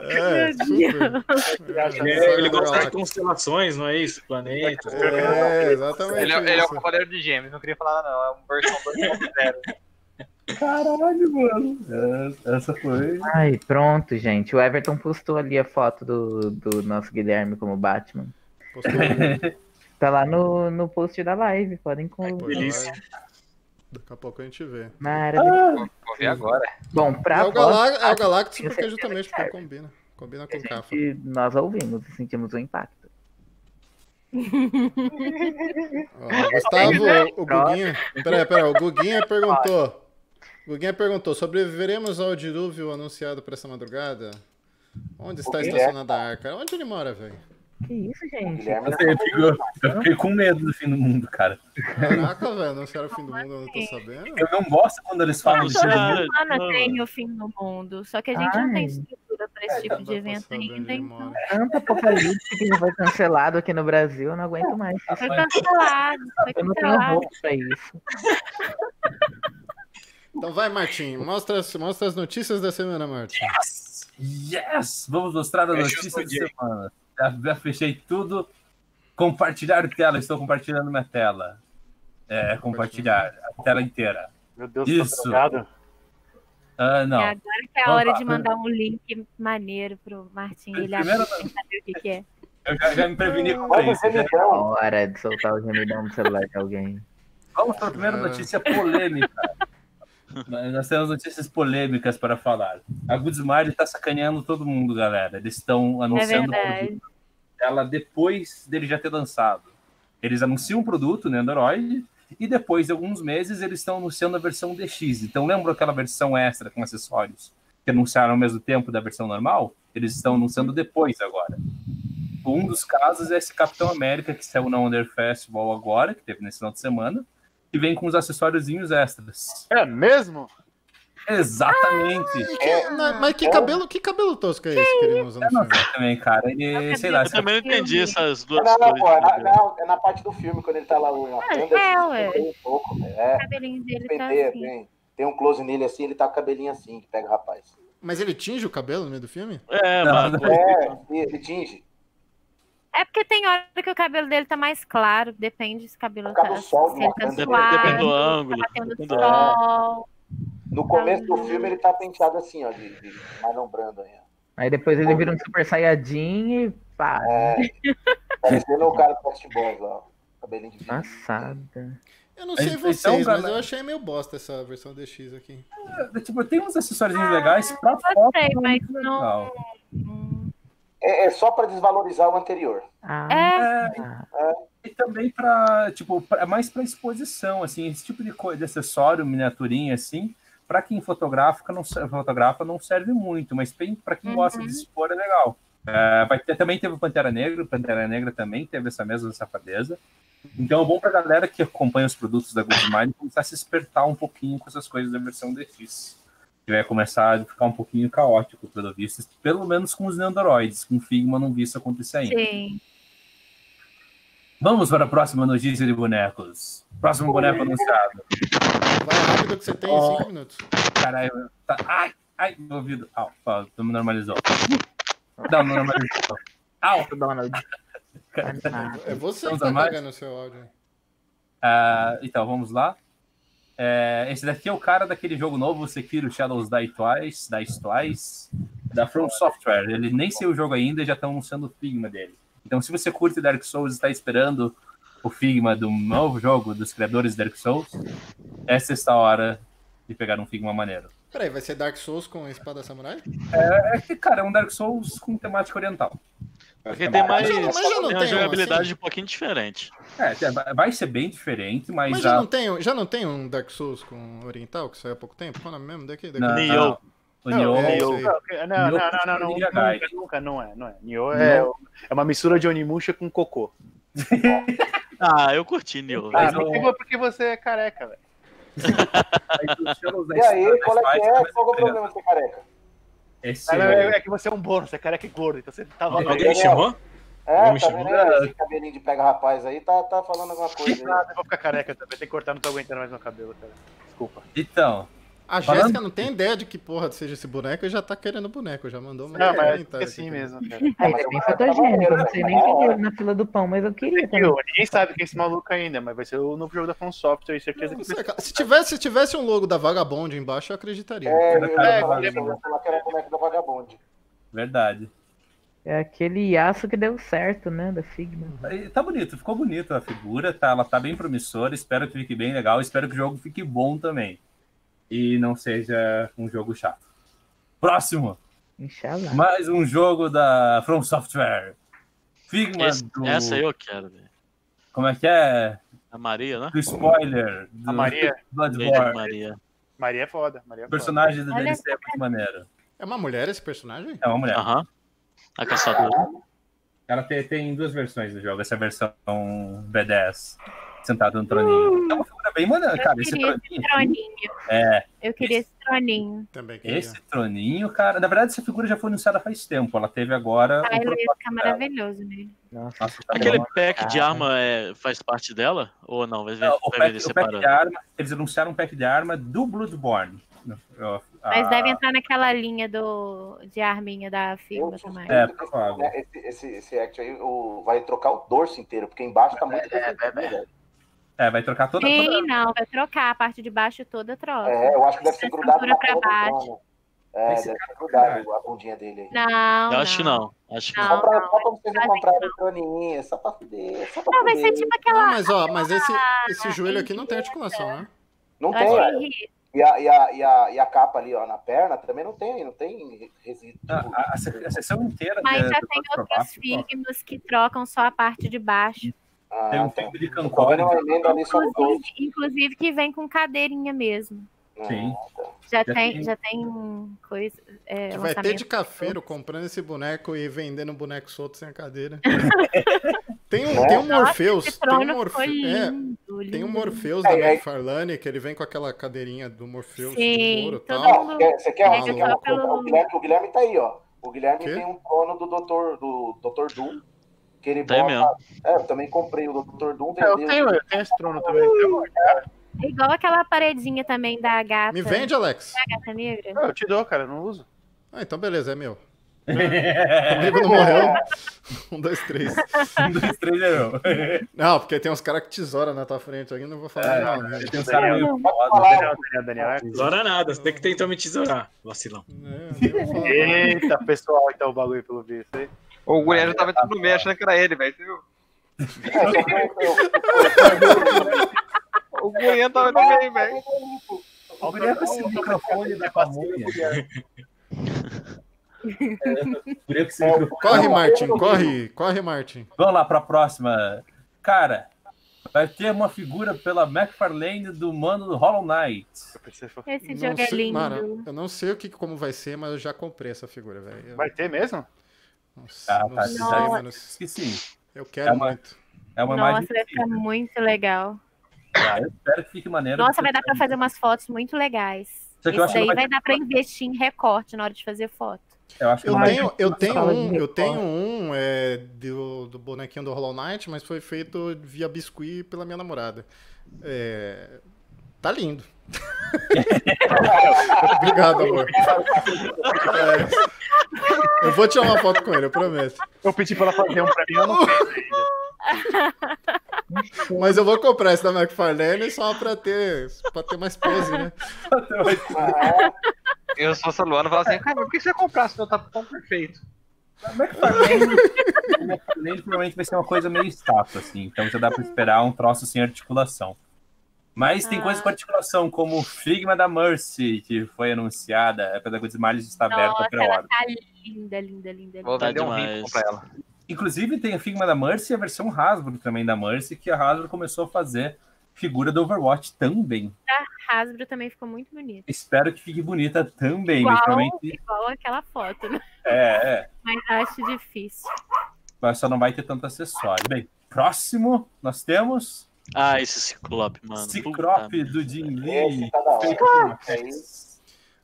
[SPEAKER 8] É, super.
[SPEAKER 10] Ele, é- ele gosta de constelações, não é isso? Planetas.
[SPEAKER 8] É, exatamente.
[SPEAKER 7] Ele, é- ele é o
[SPEAKER 8] isso.
[SPEAKER 7] Cavaleiro de Gêmeos, não queria falar nada, não. É um versão 2.0.
[SPEAKER 5] Caralho, mano. É, Essa foi.
[SPEAKER 2] Ai, pronto, gente. O Everton postou ali a foto do, do nosso Guilherme como Batman.
[SPEAKER 8] Postou. um
[SPEAKER 2] Tá lá no, no post da live, podem com...
[SPEAKER 8] delícia. Daqui a pouco a gente vê.
[SPEAKER 2] Maravilhoso.
[SPEAKER 7] Vou ver agora.
[SPEAKER 2] Bom, pra
[SPEAKER 8] é, o Gala- é o Galactus
[SPEAKER 2] Eu
[SPEAKER 8] porque
[SPEAKER 2] sei
[SPEAKER 8] justamente porque combina. Combina
[SPEAKER 2] é
[SPEAKER 8] com o Cafa.
[SPEAKER 2] que nós ouvimos e sentimos o impacto.
[SPEAKER 8] Ó, o Gustavo, o Guguinha. Peraí, peraí, o Guguinha perguntou. O Guguinha perguntou: sobreviveremos ao dilúvio anunciado para essa madrugada? Onde está
[SPEAKER 9] Guguinha.
[SPEAKER 5] é
[SPEAKER 8] estacionada a arca? Onde ele mora, velho?
[SPEAKER 2] Que isso, gente?
[SPEAKER 9] Guilherme
[SPEAKER 5] Eu,
[SPEAKER 7] é
[SPEAKER 5] sei, eu fico- eu fiquei com medo do fim do mundo, cara.
[SPEAKER 8] Caraca, velho, anunciaram o fim do mundo, eu não tô sabendo.
[SPEAKER 5] Eu não gosto quando eles falam de fim do mundo.
[SPEAKER 1] Ana tem o fim do mundo, só que a gente não
[SPEAKER 2] Ai.
[SPEAKER 1] tem estrutura pra esse
[SPEAKER 8] tá
[SPEAKER 1] tipo de evento ainda, então
[SPEAKER 2] Tanto apocalipse que já foi cancelado aqui no Brasil, eu não aguento mais.
[SPEAKER 1] foi cancelado, foi
[SPEAKER 2] Eu não tenho
[SPEAKER 1] cancelado.
[SPEAKER 2] roupa pra isso.
[SPEAKER 8] Então vai, Martim, mostra, as- mostra as notícias da semana, Martim.
[SPEAKER 5] Yes! Vamos mostrar a
[SPEAKER 10] Fechou
[SPEAKER 5] notícia
[SPEAKER 10] seu
[SPEAKER 5] de
[SPEAKER 10] dia.
[SPEAKER 5] semana. Já, já fechei tudo. Compartilhar tela. Estou compartilhando minha tela. É, compartilhar a tela inteira.
[SPEAKER 4] Meu Deus,
[SPEAKER 5] Isso.
[SPEAKER 4] tô drogado.
[SPEAKER 5] Ah,
[SPEAKER 1] E
[SPEAKER 5] não.
[SPEAKER 1] agora que é a
[SPEAKER 5] Vamos
[SPEAKER 1] hora
[SPEAKER 5] lá.
[SPEAKER 1] de mandar um link maneiro pro Martin, ele
[SPEAKER 5] Primeiro-
[SPEAKER 1] acha sem saber o que, que é.
[SPEAKER 5] Eu já, já me preveni contra
[SPEAKER 9] Olha o
[SPEAKER 5] isso.
[SPEAKER 7] né?
[SPEAKER 5] Já-
[SPEAKER 9] gemidão.
[SPEAKER 2] Hora de soltar o gemidão do celular de alguém.
[SPEAKER 5] Vamos para a primeira notícia polêmica. Nós nós temos notícias polêmicas para falar. A Goodsmart está sacaneando todo mundo, galera. Eles estão
[SPEAKER 1] É
[SPEAKER 5] anunciando o produto
[SPEAKER 1] verdade.
[SPEAKER 5] ela depois dele já ter lançado. Eles anunciam um produto, né, Android, e depois de alguns meses eles estão anunciando a versão DX. Então lembra aquela versão extra com acessórios que anunciaram ao mesmo tempo da versão normal? Eles estão anunciando depois agora. Um dos casos é esse Capitão América que saiu na Under Festival agora, que teve nesse final de semana, e vem com os acessóriozinhos extras.
[SPEAKER 4] É mesmo?
[SPEAKER 5] Exatamente.
[SPEAKER 8] E que- na- mas que cabelo, que cabelo tosco é esse que ele usa no
[SPEAKER 5] Eu não
[SPEAKER 8] filme?
[SPEAKER 5] sei também, cara. Ele, sei lá,
[SPEAKER 6] Eu também não entendi essas duas
[SPEAKER 9] Não, não,
[SPEAKER 6] coisas.
[SPEAKER 9] pô, é na,
[SPEAKER 6] né?
[SPEAKER 9] não, é na parte do filme, quando ele tá lá em Wakanda,
[SPEAKER 1] é,
[SPEAKER 9] assim,
[SPEAKER 1] ué.
[SPEAKER 9] tem um pouco, velho. É,
[SPEAKER 1] O cabelinho dele tá
[SPEAKER 9] tem,
[SPEAKER 1] assim.
[SPEAKER 9] tem, tem um close nele assim, ele tá com o cabelinho assim, que pega o rapaz.
[SPEAKER 8] Mas ele tinge o cabelo no meio do filme?
[SPEAKER 6] É,
[SPEAKER 5] Não,
[SPEAKER 6] mano.
[SPEAKER 9] É, ele tinge.
[SPEAKER 1] É porque tem hora que o cabelo dele tá mais claro, depende se o cabelo
[SPEAKER 9] Acaba
[SPEAKER 1] tá,
[SPEAKER 9] o sol,
[SPEAKER 1] se ele tá
[SPEAKER 9] né? Depende-
[SPEAKER 1] suado,
[SPEAKER 6] depende do
[SPEAKER 1] tá
[SPEAKER 6] ângulo,
[SPEAKER 1] batendo
[SPEAKER 6] depende do
[SPEAKER 1] sol. Então,
[SPEAKER 9] No começo do filme ele tá penteado assim, ó, de, de malombrando aí. ó.
[SPEAKER 2] Aí depois ele vira um super saiyajin e pá,
[SPEAKER 9] É, parecendo o cara do Best Boys lá, ó, cabelinho de
[SPEAKER 2] passada.
[SPEAKER 8] Eu não
[SPEAKER 5] Mas-
[SPEAKER 8] sei
[SPEAKER 5] então,
[SPEAKER 8] vocês, mas
[SPEAKER 5] galera-
[SPEAKER 8] eu achei meio bosta essa versão DX aqui.
[SPEAKER 5] tipo, tem uns acessórios legais pra foto.
[SPEAKER 1] Gostei,
[SPEAKER 5] não é
[SPEAKER 1] mas
[SPEAKER 5] muito
[SPEAKER 1] não.
[SPEAKER 5] legal.
[SPEAKER 9] É, é só pra desvalorizar o anterior.
[SPEAKER 2] Ah,
[SPEAKER 1] É,
[SPEAKER 5] É, e também para tipo, pra, mais para exposição, assim, esse tipo de coisa, de acessório, miniaturinha, assim, para quem fotografa não, ser- fotografa não serve muito, mas para quem gosta de expor é legal. É, vai ter, também teve o Pantera Negra, o Pantera Negra também teve essa mesma safadeza. Então é bom pra galera que acompanha os produtos da Goldmine começar a se espertar um pouquinho com essas coisas da versão DX. Que vai começar a ficar um pouquinho caótico, pelo visto, pelo menos com os Neandroids, com o Figma não vi isso acontecer ainda.
[SPEAKER 1] Sim.
[SPEAKER 5] Vamos para a próxima notícia de bonecos. Próximo boneco anunciado.
[SPEAKER 8] Vai rápido que você tem,
[SPEAKER 5] Ó.
[SPEAKER 8] 5 minutos.
[SPEAKER 5] Caralho, tá. Ai, ai, meu ouvido. Au, pá, tu me normalizou. Não, não normalizou. Au, Donald.
[SPEAKER 8] É você que
[SPEAKER 5] Vamos
[SPEAKER 8] tá
[SPEAKER 5] a mais?
[SPEAKER 8] pegando o seu áudio. aí.
[SPEAKER 5] Ah, então, vamos lá. É, esse daqui é o cara daquele jogo novo, Sekiro Shadows Die Twice, Dice Twice, da From Software. Ele nem saiu o jogo ainda e já estão anunciando o Figma dele. Então, se você curte Dark Souls e está esperando o Figma do novo jogo dos criadores de Dark Souls, essa está a hora de pegar um Figma maneiro.
[SPEAKER 8] Peraí, vai ser Dark Souls com espada samurai?
[SPEAKER 5] É, é que, cara, é um Dark Souls com temática oriental.
[SPEAKER 6] Porque tem mais.
[SPEAKER 8] Mas já
[SPEAKER 6] tem
[SPEAKER 8] não tem um,
[SPEAKER 6] uma jogabilidade
[SPEAKER 8] assim?
[SPEAKER 6] um pouquinho diferente.
[SPEAKER 5] É, vai ser bem diferente, mas,
[SPEAKER 8] Mas já
[SPEAKER 5] a-
[SPEAKER 8] não, tem, um- já não tem um Dark Souls com oriental que saiu há pouco tempo? Qual é o nome mesmo daqui? daqui
[SPEAKER 5] Não,
[SPEAKER 6] Neo.
[SPEAKER 5] o
[SPEAKER 8] Não,
[SPEAKER 5] Neo-
[SPEAKER 8] é isso
[SPEAKER 6] Neo.
[SPEAKER 8] aí.
[SPEAKER 4] Não, não, não, não, não, não, nunca, nunca, não é, não é. Nioh é, é uma mistura de Onimusha com cocô.
[SPEAKER 6] Ah, eu curti Neo.
[SPEAKER 4] Ah,
[SPEAKER 5] Mas
[SPEAKER 4] porque,
[SPEAKER 5] não-
[SPEAKER 4] porque você é careca, velho.
[SPEAKER 5] Mas os Shadows
[SPEAKER 9] E
[SPEAKER 5] Dice-
[SPEAKER 9] aí,
[SPEAKER 5] Dice
[SPEAKER 9] qual é que
[SPEAKER 5] Twice
[SPEAKER 9] é? Qual é o
[SPEAKER 5] começa
[SPEAKER 9] problema de ser careca?
[SPEAKER 5] né? Esse
[SPEAKER 4] Ah, não, É, é que você é um bônus, você é careca e gordo, então você tá valendo.
[SPEAKER 9] Alguém
[SPEAKER 10] Alguém chamou?
[SPEAKER 9] É,
[SPEAKER 10] me
[SPEAKER 9] tá
[SPEAKER 10] chamou?
[SPEAKER 9] vendo aí, esse cabelinho de pega rapaz aí, tá, tá falando alguma coisa aí.
[SPEAKER 4] Ah, eu vou ficar careca também, tem que cortar, não tô aguentando mais meu cabelo, cara.
[SPEAKER 8] É,
[SPEAKER 4] Desculpa.
[SPEAKER 5] Então,
[SPEAKER 8] A
[SPEAKER 5] Falando-
[SPEAKER 8] Jéssica não tem ideia de que porra seja esse boneco e já tá querendo boneco, já mandou uma tá,
[SPEAKER 4] Não, mas é
[SPEAKER 8] comentário
[SPEAKER 4] assim
[SPEAKER 8] aqui.
[SPEAKER 4] mesmo, cara.
[SPEAKER 2] Aí é bem fotogênico, não sei nem quem é na fila do pão, mas eu queria também.
[SPEAKER 4] Viu? Ninguém sabe quem é esse maluco ainda, mas vai ser o novo jogo da From Software, e certeza
[SPEAKER 8] Não,
[SPEAKER 4] que
[SPEAKER 8] será que- Se tivesse, se tivesse um logo da Vagabond embaixo, eu acreditaria.
[SPEAKER 9] É, eu ia
[SPEAKER 5] É,
[SPEAKER 9] falar
[SPEAKER 4] eu
[SPEAKER 9] isso, eu ia falar que era o boneco da vagabonde.
[SPEAKER 5] verdade.
[SPEAKER 2] É aquele aço que deu certo, né? Da Figma.
[SPEAKER 5] E Tá bonito, ficou bonito a figura, tá, ela tá bem promissora, espero que fique bem legal, espero que o jogo fique bom também. E não seja um jogo chato. Próximo,
[SPEAKER 2] Inxalá.
[SPEAKER 5] mais um jogo da From Software. Figma
[SPEAKER 6] Esse-
[SPEAKER 5] do...
[SPEAKER 6] Essa aí eu quero, velho.
[SPEAKER 5] Como é que é?
[SPEAKER 6] A Maria, né?
[SPEAKER 5] Do spoiler. Do
[SPEAKER 4] A Maria.
[SPEAKER 6] Lady
[SPEAKER 5] Bloodborne.
[SPEAKER 6] Maria.
[SPEAKER 4] Maria é foda, Maria é
[SPEAKER 5] O
[SPEAKER 4] foda.
[SPEAKER 5] personagem da
[SPEAKER 1] Olha
[SPEAKER 5] DLC é muito maneiro.
[SPEAKER 8] É uma mulher esse personagem?
[SPEAKER 5] É uma mulher.
[SPEAKER 6] Aham. A caçadora.
[SPEAKER 5] Ela tem, tem duas versões do jogo. Essa versão B10, sentada no troninho. É uma figura bem maneira, cara. Esse
[SPEAKER 1] Uh! queria
[SPEAKER 5] troninho.
[SPEAKER 1] Troninho.
[SPEAKER 5] É,
[SPEAKER 1] Eu queria esse troninho.
[SPEAKER 8] Também queria.
[SPEAKER 5] esse troninho, cara. Na verdade, essa figura já foi anunciada faz tempo. Ela teve agora. um
[SPEAKER 1] Ah,
[SPEAKER 5] o
[SPEAKER 1] ele
[SPEAKER 5] protótipo
[SPEAKER 1] ia
[SPEAKER 9] É.
[SPEAKER 1] ficar
[SPEAKER 5] dela.
[SPEAKER 1] maravilhoso, né?
[SPEAKER 2] Nossa.
[SPEAKER 5] Nossa, tá
[SPEAKER 6] Aquele
[SPEAKER 5] bom.
[SPEAKER 6] pack de arma é, faz parte dela? Ou não? Vai,
[SPEAKER 5] Não, É, o,
[SPEAKER 6] vai
[SPEAKER 5] pack,
[SPEAKER 6] vender
[SPEAKER 5] o pack de
[SPEAKER 6] separado.
[SPEAKER 5] arma, eles anunciaram um pack de arma do Bloodborne.
[SPEAKER 1] Mas
[SPEAKER 5] Ah,
[SPEAKER 1] deve entrar naquela linha do, de arminha da Figma também.
[SPEAKER 5] É,
[SPEAKER 9] que esse,
[SPEAKER 5] provável.
[SPEAKER 9] né, esse, esse, esse act aí o, vai trocar o dorso inteiro, porque embaixo tá muito. É,
[SPEAKER 5] É, vai trocar toda, toda
[SPEAKER 1] Sim, não, vai trocar a parte de baixo toda troca.
[SPEAKER 9] É, eu acho que deve ser grudado na
[SPEAKER 1] Cintura pra
[SPEAKER 9] porra do
[SPEAKER 1] baixo.
[SPEAKER 9] trono. É,
[SPEAKER 5] Esse
[SPEAKER 9] deve
[SPEAKER 5] cara
[SPEAKER 9] ser
[SPEAKER 5] é
[SPEAKER 9] grudado a bundinha dele aí.
[SPEAKER 1] Não,
[SPEAKER 6] Eu acho que não. Acho que
[SPEAKER 1] Não.
[SPEAKER 6] não. Tá
[SPEAKER 9] Só pra, só pra vocês não
[SPEAKER 1] Fazem
[SPEAKER 9] comprarem o troninho, só pra fuder, só pra
[SPEAKER 1] Não, vai
[SPEAKER 9] fuder.
[SPEAKER 1] ser tipo
[SPEAKER 8] Não,
[SPEAKER 1] aquela.
[SPEAKER 8] mas ó, mas esse, esse joelho aqui não tem articulação, né?
[SPEAKER 9] Não
[SPEAKER 1] Eu
[SPEAKER 9] tem,
[SPEAKER 1] achei
[SPEAKER 9] ó.
[SPEAKER 1] ri-
[SPEAKER 9] e a, e, a, e, a, e a capa ali, ó, na perna também não tem, não tem resíduo.
[SPEAKER 5] A, a- a se- a sessão inteira.
[SPEAKER 1] Mas
[SPEAKER 5] de-
[SPEAKER 1] já
[SPEAKER 5] do
[SPEAKER 1] tem
[SPEAKER 5] Bloodborne
[SPEAKER 1] outros
[SPEAKER 5] Bloodborne,
[SPEAKER 1] figmas que trocam só a parte de baixo.
[SPEAKER 9] Ah,
[SPEAKER 5] Tem um
[SPEAKER 9] tá.
[SPEAKER 5] filme de
[SPEAKER 9] Tô
[SPEAKER 5] Cancor.
[SPEAKER 9] vendo uma
[SPEAKER 5] Então,
[SPEAKER 9] emenda ali só no dorso.
[SPEAKER 1] Inclusive, inclusive que vem com cadeirinha mesmo.
[SPEAKER 5] Sim.
[SPEAKER 1] Já,
[SPEAKER 5] Já
[SPEAKER 1] tem,
[SPEAKER 5] tem-
[SPEAKER 1] já tem coisa. É,
[SPEAKER 8] Que vai ter de
[SPEAKER 1] lançamento.
[SPEAKER 8] cafeiro comprando esse boneco e vendendo um boneco solto sem a cadeira. tem um, tem um Morpheus.
[SPEAKER 1] Esse
[SPEAKER 8] Tem um,
[SPEAKER 1] trono ficou
[SPEAKER 8] Morphe... é,
[SPEAKER 1] lindo,
[SPEAKER 8] tem um
[SPEAKER 1] lindo.
[SPEAKER 8] Morpheus
[SPEAKER 9] É,
[SPEAKER 8] da
[SPEAKER 9] é.
[SPEAKER 8] McFarlane que ele vem com aquela cadeirinha do Morpheus de
[SPEAKER 1] Sim,
[SPEAKER 8] ouro e
[SPEAKER 1] todo
[SPEAKER 8] tal.
[SPEAKER 9] Ó, quer- você quer, você quer uma
[SPEAKER 1] Pega só
[SPEAKER 9] coisa?
[SPEAKER 1] pelo-
[SPEAKER 9] O, Guilherme, o Guilherme tá aí, ó. O Guilherme
[SPEAKER 8] Quê?
[SPEAKER 9] tem um trono do Dr. do Dr. Doom. Que ele
[SPEAKER 6] Tem
[SPEAKER 9] bota.
[SPEAKER 6] mesmo.
[SPEAKER 9] É, eu também comprei o Dr. Doom,
[SPEAKER 4] É, eu
[SPEAKER 9] vendeu.
[SPEAKER 4] tenho, eu tenho esse trono também. Eu,
[SPEAKER 1] É Igual aquela paredinha também da gata.
[SPEAKER 8] Me vende, Alex.
[SPEAKER 1] Da gata negra.
[SPEAKER 4] eu te dou, cara, eu não uso.
[SPEAKER 8] Ah, então beleza, é meu. Comigo não morreu. Um, dois, três.
[SPEAKER 5] Um, dois, três, é meu.
[SPEAKER 8] Não, porque tem uns caras que tesoura na tua frente aqui, não vou falar
[SPEAKER 5] É,
[SPEAKER 8] não, né?
[SPEAKER 5] Tem uns caras meio
[SPEAKER 9] um.
[SPEAKER 5] foda.
[SPEAKER 4] Daniel, Daniel, Daniel. é-
[SPEAKER 10] Tesoura nada, você tem que tentar me tesourar, vacilão.
[SPEAKER 8] É, eu vou falar não.
[SPEAKER 4] Eita, pessoal, então o bagulho pelo visto aí.
[SPEAKER 7] O Guilherme tava entrando no meio achando né, que era ele, velho. você
[SPEAKER 9] É,
[SPEAKER 7] viu?
[SPEAKER 9] só que eu- eu-
[SPEAKER 7] O Guilherme tava no meio, velho.
[SPEAKER 5] O boneco esse microfone da pamonha. É, o boneco esse microfone. é
[SPEAKER 8] Corre, Martin, corre, corre, Martin.
[SPEAKER 5] Vamos lá pra próxima. Cara, vai ter uma figura pela McFarlane do mano do Hollow Knight.
[SPEAKER 4] Eu pensei, foi-
[SPEAKER 1] Esse
[SPEAKER 8] Não
[SPEAKER 1] jogo é
[SPEAKER 8] sei-
[SPEAKER 1] lindo.
[SPEAKER 8] Mara, eu não sei o que como vai ser, mas eu já comprei essa figura, velho. Eu
[SPEAKER 4] Vai ter mesmo?
[SPEAKER 8] Não sei,
[SPEAKER 5] Ah,
[SPEAKER 8] não
[SPEAKER 5] tá,
[SPEAKER 8] sei,
[SPEAKER 1] tá.
[SPEAKER 8] mano.
[SPEAKER 5] Esqueci.
[SPEAKER 8] Eu quero
[SPEAKER 5] É uma-
[SPEAKER 8] muito.
[SPEAKER 5] É uma
[SPEAKER 1] Nossa,
[SPEAKER 5] imagem.
[SPEAKER 1] vai ficar muito legal.
[SPEAKER 5] Ah, eu espero que fique maneiro.
[SPEAKER 1] Nossa, vai dar pra fazer umas fotos muito legais.
[SPEAKER 5] Só que
[SPEAKER 1] Isso
[SPEAKER 5] eu acho que
[SPEAKER 1] daí
[SPEAKER 5] não vai
[SPEAKER 1] vai,
[SPEAKER 5] ter
[SPEAKER 1] dar pra investir em recorte na hora de fazer foto.
[SPEAKER 5] Eu acho que
[SPEAKER 8] Eu
[SPEAKER 5] não vai
[SPEAKER 8] tenho,
[SPEAKER 5] ter
[SPEAKER 8] eu
[SPEAKER 5] uma
[SPEAKER 8] tenho
[SPEAKER 5] sala de
[SPEAKER 8] um, eu
[SPEAKER 5] recorte.
[SPEAKER 8] tenho um é, do, do bonequinho do Hollow Knight, mas foi feito via biscuit pela minha namorada. É, tá lindo. Obrigado, amor. É, eu vou tirar uma foto com ele, eu prometo.
[SPEAKER 4] Eu pedi pra ela fazer um pra mim, eu não fiz ainda.
[SPEAKER 8] Mas eu vou comprar esse da McFarlane só pra ter, pra ter mais pose, né?
[SPEAKER 7] Eu sou essa Luana e falo assim, cara, mas por que você comprasse meu tá tão perfeito?
[SPEAKER 5] Como é que faz? O McFarlane provavelmente vai ser uma coisa meio estátua, assim. Então já dá pra esperar um troço sem articulação. Mas
[SPEAKER 1] Ah.
[SPEAKER 5] tem coisas com articulação, como o Figma da Mercy, que foi anunciada. A Pedagogia de Miles está aberta
[SPEAKER 1] Nossa,
[SPEAKER 5] para
[SPEAKER 1] ela
[SPEAKER 5] ordem.
[SPEAKER 1] tá linda, linda, linda.
[SPEAKER 7] Vou
[SPEAKER 1] linda.
[SPEAKER 6] Tá
[SPEAKER 7] vender um
[SPEAKER 6] demais.
[SPEAKER 7] rico pra ela.
[SPEAKER 5] Inclusive tem a Figma da Mercy e a versão Hasbro também da Mercy, que a Hasbro começou a fazer figura do Overwatch também.
[SPEAKER 1] A Hasbro também ficou muito bonita.
[SPEAKER 5] Espero que fique bonita também,
[SPEAKER 1] Igual,
[SPEAKER 5] mas provavelmente
[SPEAKER 1] igual aquela foto, né?
[SPEAKER 5] é, é,
[SPEAKER 1] Mas acho difícil.
[SPEAKER 5] mas só não vai ter tanto acessório. Bem, próximo nós temos
[SPEAKER 6] Ah, esse Ciclope, mano. Puta
[SPEAKER 5] Ciclope
[SPEAKER 6] merda,
[SPEAKER 5] do Jim
[SPEAKER 6] velho.
[SPEAKER 5] Lee.
[SPEAKER 9] Esse tá da hora.
[SPEAKER 5] Fake
[SPEAKER 9] Esse aí.
[SPEAKER 5] news.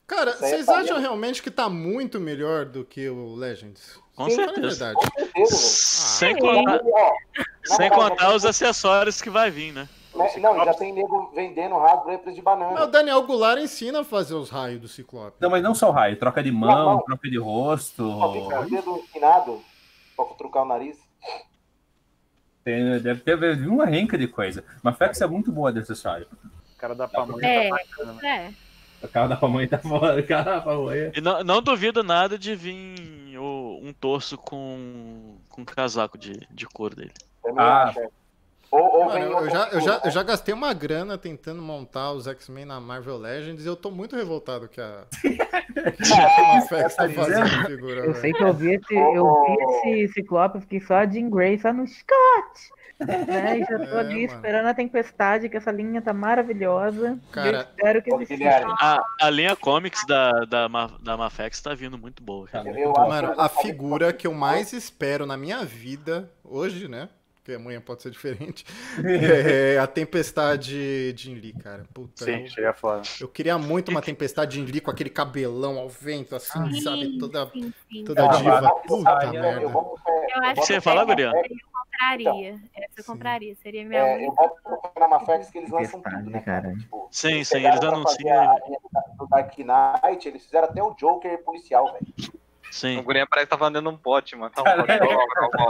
[SPEAKER 8] Cara,
[SPEAKER 9] Isso aí é
[SPEAKER 8] vocês
[SPEAKER 9] padrão.
[SPEAKER 8] acham realmente que tá muito melhor do que o Legends?
[SPEAKER 6] Com
[SPEAKER 8] Sim,
[SPEAKER 6] certeza.
[SPEAKER 8] É verdade.
[SPEAKER 6] Sem
[SPEAKER 1] Ah,
[SPEAKER 6] contar, sem
[SPEAKER 9] não,
[SPEAKER 6] contar
[SPEAKER 9] não.
[SPEAKER 6] os acessórios que vai vir, né?
[SPEAKER 9] Não, já tem nego vendendo rasgo aí é preço de
[SPEAKER 8] Ah, O
[SPEAKER 9] banana.
[SPEAKER 8] Daniel Goulart ensina a fazer os raios do Ciclope.
[SPEAKER 5] Não, mas não só o raio, troca de mão,
[SPEAKER 9] Não, não.
[SPEAKER 5] troca de rosto.
[SPEAKER 9] Só fica o dedo empinado pra trucar o nariz.
[SPEAKER 5] Tem- deve ter havido uma renca de coisa. Mas Fex é muito boa de acessório.
[SPEAKER 4] O cara da pamonha
[SPEAKER 1] É.
[SPEAKER 4] tá bacana. né?
[SPEAKER 1] É.
[SPEAKER 5] O carro da pamonha tá fora, o carro da
[SPEAKER 9] É
[SPEAKER 5] pamonha.
[SPEAKER 6] E não, não duvido nada de vir o- um torso com, com casaco de, de couro dele.
[SPEAKER 9] Também
[SPEAKER 5] Ah.
[SPEAKER 9] acho, é. Ou, ou
[SPEAKER 8] Mano,
[SPEAKER 9] vem
[SPEAKER 8] eu,
[SPEAKER 9] outro
[SPEAKER 8] já, eu, já,
[SPEAKER 9] futuro,
[SPEAKER 8] eu
[SPEAKER 9] né?
[SPEAKER 8] já gastei uma grana tentando montar os X-Men na Marvel Legends e eu tô muito revoltado que a, a FX tá fazendo a figura.
[SPEAKER 2] Eu
[SPEAKER 8] velho.
[SPEAKER 2] sei que eu vi esse, eu
[SPEAKER 9] Oh.
[SPEAKER 2] vi esse Ciclope, eu fiquei só a Jean Grey, só no Scott. Né? E já tô
[SPEAKER 8] É,
[SPEAKER 2] ali
[SPEAKER 8] mano.
[SPEAKER 2] esperando a tempestade, que essa linha tá maravilhosa.
[SPEAKER 8] Cara-
[SPEAKER 2] eu espero que
[SPEAKER 9] Ô,
[SPEAKER 2] esse
[SPEAKER 9] Guilherme,
[SPEAKER 6] A, a linha comics da, da, Ma- da Mafex tá vindo muito boa, cara.
[SPEAKER 9] eu acho que
[SPEAKER 8] Mano,
[SPEAKER 9] eu vou
[SPEAKER 8] a
[SPEAKER 9] fazer
[SPEAKER 8] figura
[SPEAKER 9] isso.
[SPEAKER 8] que eu mais espero na minha vida, hoje, né? Porque amanhã pode ser diferente. É a Tempestade Jin Lee, cara. Puta,
[SPEAKER 4] Sim,
[SPEAKER 8] eu,
[SPEAKER 4] cheguei fora.
[SPEAKER 8] eu queria muito uma Tempestade Jin Lee com aquele cabelão ao vento, assim,
[SPEAKER 1] Sim,
[SPEAKER 8] sabe? Toda,
[SPEAKER 1] sim, sim.
[SPEAKER 8] toda
[SPEAKER 9] Ah,
[SPEAKER 8] diva.
[SPEAKER 9] mas-
[SPEAKER 8] Puta
[SPEAKER 9] Eu
[SPEAKER 8] merda.
[SPEAKER 9] boto fé-
[SPEAKER 1] Eu acho
[SPEAKER 9] boto
[SPEAKER 6] Você ia
[SPEAKER 9] fé
[SPEAKER 6] falar,
[SPEAKER 9] na
[SPEAKER 6] Gabriel?
[SPEAKER 9] Mafex.
[SPEAKER 1] Eu compraria. Essa eu
[SPEAKER 8] Sim.
[SPEAKER 1] compraria. Seria minha
[SPEAKER 9] É, eu
[SPEAKER 1] única.
[SPEAKER 9] boto fé na Mafex que eles lançam
[SPEAKER 2] Tempestade,
[SPEAKER 9] tudo, né,
[SPEAKER 2] cara?
[SPEAKER 9] Tipo,
[SPEAKER 6] Sim,
[SPEAKER 9] eles
[SPEAKER 6] sim,
[SPEAKER 9] pegaram
[SPEAKER 6] eles
[SPEAKER 9] pra fazer
[SPEAKER 6] anunciam.
[SPEAKER 9] a linha do Dark Knight, eles fizeram até o Joker policial, velho.
[SPEAKER 6] Sim.
[SPEAKER 7] O Gurinha parece que tá vendendo um pote, mano. Tá um pote. ó, ó,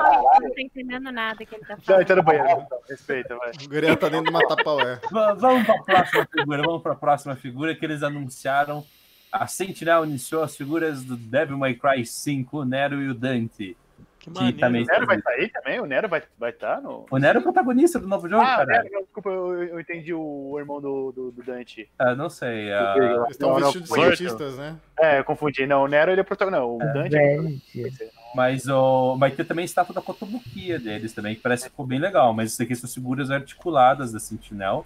[SPEAKER 7] ó.
[SPEAKER 1] Eu não tô entendendo nada que ele tá
[SPEAKER 4] Já
[SPEAKER 1] falando.
[SPEAKER 4] entra no banheiro, então. respeita, vai.
[SPEAKER 8] O Guria tá dentro de uma tapaué.
[SPEAKER 5] Va- Vamos para a próxima figura, vamos para a próxima figura que eles anunciaram. A Sentinel iniciou as figuras do Devil May Cry 5, o Nero e o Dante.
[SPEAKER 6] Que
[SPEAKER 5] Que também
[SPEAKER 6] maneiro.
[SPEAKER 4] O Nero vai estar aí também? O Nero vai estar vai tá no.
[SPEAKER 5] O Nero é o protagonista do novo jogo,
[SPEAKER 4] Ah,
[SPEAKER 5] cara.
[SPEAKER 4] Nero, não, desculpa, eu, eu entendi o irmão do, do, do Dante.
[SPEAKER 5] Ah, não sei. ah,
[SPEAKER 8] Eles estão
[SPEAKER 4] Não, não,
[SPEAKER 8] vestidos de
[SPEAKER 4] Virgil.
[SPEAKER 8] cientistas, né?
[SPEAKER 4] É, eu confundi. Não, o Nero ele é protagonista. Não, o Dante é protagonista.
[SPEAKER 2] Velho.
[SPEAKER 5] mas ó, vai ter também a estátua da Cotobuquia deles também, que parece que ficou bem legal. Mas isso aqui são figuras articuladas da Sentinel.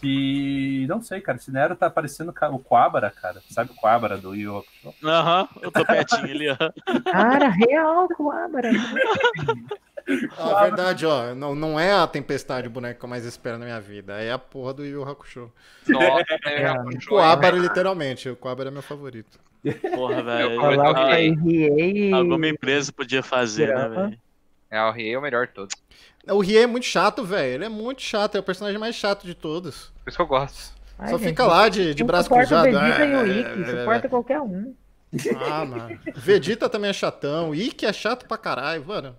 [SPEAKER 5] Que não sei, cara. Esse Nero tá parecendo ca- o Quabara, cara. Sabe o Quabara do Yu Hakusho?
[SPEAKER 6] Aham, eu tô pertinho ali, aham.
[SPEAKER 2] Cara, real, Coabra.
[SPEAKER 8] Ah, verdade, ó. Não, não é a Tempestade o boneco que eu mais espero na minha vida. É a porra do Yu Hakusho.
[SPEAKER 7] Nossa, eu já
[SPEAKER 8] O
[SPEAKER 7] puxou, hein,
[SPEAKER 8] Coabra,
[SPEAKER 7] mano.
[SPEAKER 8] literalmente. O Coabra é meu favorito.
[SPEAKER 6] Porra, velho.
[SPEAKER 7] Eu
[SPEAKER 2] Falar
[SPEAKER 7] tava-
[SPEAKER 2] que
[SPEAKER 6] Ah,
[SPEAKER 2] eu riei.
[SPEAKER 6] Alguma empresa podia fazer, né,
[SPEAKER 2] Grava.
[SPEAKER 6] velho?
[SPEAKER 7] É, o Rie é o melhor de todos.
[SPEAKER 8] O Rie é muito chato, velho. Ele é muito chato. É o personagem mais chato de todos.
[SPEAKER 7] Por isso que eu gosto.
[SPEAKER 2] Ai,
[SPEAKER 8] Só
[SPEAKER 2] gente, um
[SPEAKER 8] fica lá de, de
[SPEAKER 2] não
[SPEAKER 8] braço
[SPEAKER 2] suporta o
[SPEAKER 8] cruzado.
[SPEAKER 2] Vegeta e o
[SPEAKER 8] É,
[SPEAKER 2] Ikki,
[SPEAKER 8] é, é,
[SPEAKER 2] um suporta qualquer um.
[SPEAKER 8] Ah, mano. Vegeta também é chatão. Ikki é chato pra caralho, mano.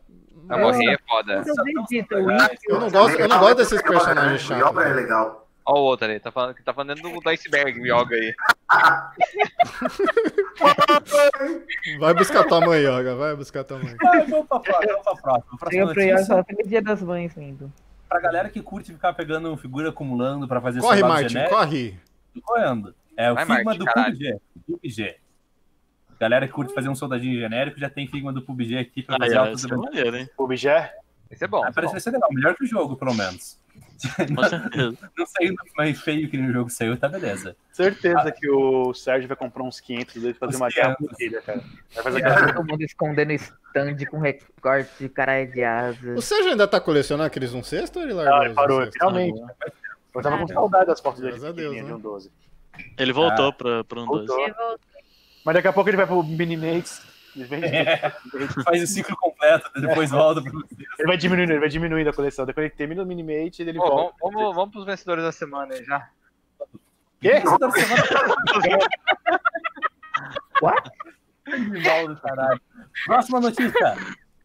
[SPEAKER 7] A
[SPEAKER 2] Nossa.
[SPEAKER 7] morrer é foda.
[SPEAKER 2] Suporta o Vegeta, o
[SPEAKER 5] legais.
[SPEAKER 2] Ikki.
[SPEAKER 8] Eu não gosto, eu não gosto desses personagens chatos.
[SPEAKER 11] é legal.
[SPEAKER 7] Ó o outro ali, tá falando que tá falando do, do iceberg, o Yoga aí.
[SPEAKER 8] Vai buscar tua mãe, Yoga. Vai buscar tua mãe.
[SPEAKER 5] Ah, vamos pra próxima, vamos pra próxima. Próxima
[SPEAKER 2] Chega pro Yoga e
[SPEAKER 5] notícia.
[SPEAKER 2] fala, feliz dia das mães, lindo.
[SPEAKER 5] pra galera que curte ficar pegando figura acumulando pra fazer
[SPEAKER 8] Corre,
[SPEAKER 5] soldado
[SPEAKER 8] Martin.
[SPEAKER 5] genérico,
[SPEAKER 8] Corre.
[SPEAKER 5] tô correndo. É o
[SPEAKER 7] Vai,
[SPEAKER 5] Figma
[SPEAKER 7] Martin,
[SPEAKER 5] do
[SPEAKER 7] caralho.
[SPEAKER 5] PUBG. PUBG. Galera que curte fazer um soldadinho genérico, já tem Figma do PUBG aqui pra fazer
[SPEAKER 6] Ah, é,
[SPEAKER 5] altas
[SPEAKER 6] isso é maneiro, hein?
[SPEAKER 4] O Bijé?
[SPEAKER 7] Esse é bom.
[SPEAKER 5] ah,
[SPEAKER 7] esse é
[SPEAKER 5] Parece que
[SPEAKER 7] bom.
[SPEAKER 5] vai ser legal, melhor que o jogo, pelo menos.
[SPEAKER 6] Com certeza.
[SPEAKER 5] Não saiu mais feio que no jogo saiu, tá beleza.
[SPEAKER 8] Ah.
[SPEAKER 4] Certeza que o Sérgio vai comprar uns 500 dele e fazer
[SPEAKER 5] Uns
[SPEAKER 4] uma guerra
[SPEAKER 5] 500.
[SPEAKER 4] com ele, cara. Vai fazer aquela
[SPEAKER 2] Todo mundo escondendo es- stand com recorte de caralho de asa.
[SPEAKER 8] O Sérgio ainda tá colecionando aqueles um sexto ou ele largou?
[SPEAKER 4] Ah, ele
[SPEAKER 8] os um
[SPEAKER 4] parou,
[SPEAKER 8] sexto?
[SPEAKER 6] Tá
[SPEAKER 4] finalmente. Eu tava com saudade das fotos dele.
[SPEAKER 8] Graças a Deus,
[SPEAKER 4] pequenininha, de
[SPEAKER 8] né?
[SPEAKER 4] um 12.
[SPEAKER 6] Ele voltou pra, pra um 12.
[SPEAKER 4] Voltou.
[SPEAKER 1] Chegou-
[SPEAKER 4] Mas daqui a pouco ele vai pro Minimates. Ele vem-
[SPEAKER 8] É.
[SPEAKER 5] Faz o ciclo completo, depois volta pra você.
[SPEAKER 4] ele vai diminuindo, ele vai diminuindo a coleção. Depois ele termina o Minimate ele
[SPEAKER 7] Pô,
[SPEAKER 4] volta.
[SPEAKER 7] vamos, vamos, vamos pros vencedores da semana aí já.
[SPEAKER 4] Quê?
[SPEAKER 6] tá
[SPEAKER 5] Toda semana
[SPEAKER 2] What?
[SPEAKER 5] Animal do caralho. Próxima notícia.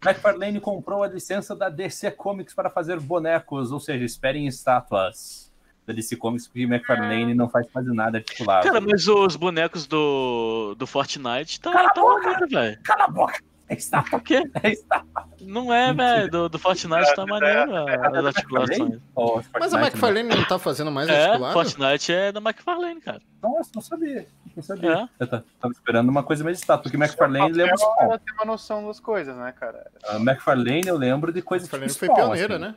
[SPEAKER 5] McFarlane comprou a licença da DC Comics para fazer bonecos, ou seja, esperem estátuas da DC Comics, porque McFarlane não faz quase nada articulado.
[SPEAKER 6] Cara, mas os bonecos do, do Fortnite tá, tá maneiro, velho.
[SPEAKER 5] Cala a boca! É estátua,
[SPEAKER 6] O quê?
[SPEAKER 5] é estátua.
[SPEAKER 6] Não é, velho. Do, do Fortnite tá maneiro a- as articulações.
[SPEAKER 5] Oh,
[SPEAKER 8] Mas
[SPEAKER 5] Fortnite,
[SPEAKER 8] a McFarlane não tá fazendo mais
[SPEAKER 6] É,
[SPEAKER 8] articulado?
[SPEAKER 6] Fortnite é da McFarlane, cara.
[SPEAKER 5] né? Nossa, não sabia. Não sabia.
[SPEAKER 6] É.
[SPEAKER 5] Eu ta- tava esperando uma coisa mais estátua, porque McFarlane lembra...
[SPEAKER 4] Ela tem uma noção das coisas, né, cara?
[SPEAKER 5] Ah, McFarlane eu lembro de
[SPEAKER 8] A
[SPEAKER 5] coisas
[SPEAKER 8] McFarlane
[SPEAKER 5] tipo
[SPEAKER 8] foi
[SPEAKER 5] Spawn,
[SPEAKER 8] pioneira,
[SPEAKER 5] assim.
[SPEAKER 8] né?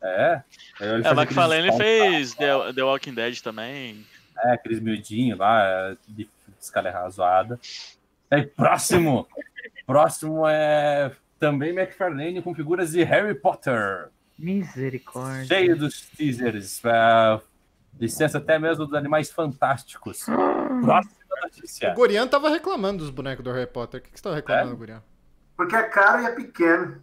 [SPEAKER 5] É. Ele
[SPEAKER 6] É,
[SPEAKER 5] fazia
[SPEAKER 6] a McFarlane
[SPEAKER 5] aqueles Spawn
[SPEAKER 6] fez The, The Walking Dead também.
[SPEAKER 5] É, aqueles miudinhos lá, é, de escala razoada. Aí, próximo! próximo é também McFarlane com figuras de Harry Potter.
[SPEAKER 2] Misericórdia.
[SPEAKER 5] Cheio dos teasers. é, licença até mesmo dos animais fantásticos.
[SPEAKER 2] Hum.
[SPEAKER 5] Próxima
[SPEAKER 8] O
[SPEAKER 5] notícia.
[SPEAKER 8] Gorian tava reclamando dos bonecos do Harry Potter. O que, que você tava reclamando, Gorian?
[SPEAKER 9] Porque é caro e é pequeno.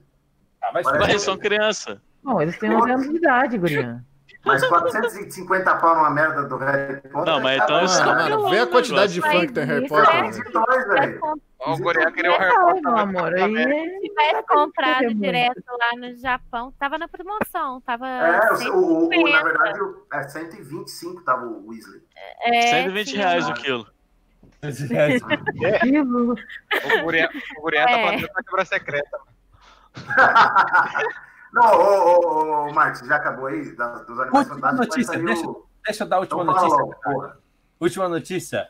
[SPEAKER 5] Ah, mas
[SPEAKER 9] Parece-
[SPEAKER 6] Mas eles são criança.
[SPEAKER 2] Não, eles têm 11 anos de idade, Gurian.
[SPEAKER 9] Mas 450 pau numa merda do Harry Potter.
[SPEAKER 6] Não, mas
[SPEAKER 9] tá
[SPEAKER 6] então
[SPEAKER 9] bom,
[SPEAKER 6] isso
[SPEAKER 8] Ah,
[SPEAKER 6] não
[SPEAKER 9] né?
[SPEAKER 8] mano, vê a quantidade de fã que tem em Harry
[SPEAKER 1] Isso
[SPEAKER 8] Potter. né?
[SPEAKER 1] é-
[SPEAKER 8] velho.
[SPEAKER 9] 22, velho.
[SPEAKER 7] Ó, o Goreia queria o Harry
[SPEAKER 2] Não, é
[SPEAKER 7] Potter. né?
[SPEAKER 2] meu amor, aí é...
[SPEAKER 1] Se tivesse comprado
[SPEAKER 2] muito.
[SPEAKER 1] direto lá no Japão, tava na promoção, tava.
[SPEAKER 9] É, o-
[SPEAKER 1] cento-
[SPEAKER 9] o, o- na
[SPEAKER 1] 150.
[SPEAKER 9] verdade, o- é 125 tava o Weasley.
[SPEAKER 1] é,
[SPEAKER 6] 120
[SPEAKER 1] tinha
[SPEAKER 6] reais
[SPEAKER 1] uma-
[SPEAKER 6] o quilo.
[SPEAKER 2] Jesus.
[SPEAKER 7] O Gurian, o Gurian tá
[SPEAKER 1] É.
[SPEAKER 7] fazendo pra quebrar secreta.
[SPEAKER 9] Não, ô, ô, ô, Marcos, já acabou aí das, dos animais
[SPEAKER 5] Última
[SPEAKER 9] fantásticos.
[SPEAKER 5] notícia,
[SPEAKER 9] vai sair
[SPEAKER 5] deixa-
[SPEAKER 9] o...
[SPEAKER 5] Deixa eu dar a última
[SPEAKER 9] Então fala
[SPEAKER 5] notícia.
[SPEAKER 9] logo, porra.
[SPEAKER 5] Última notícia.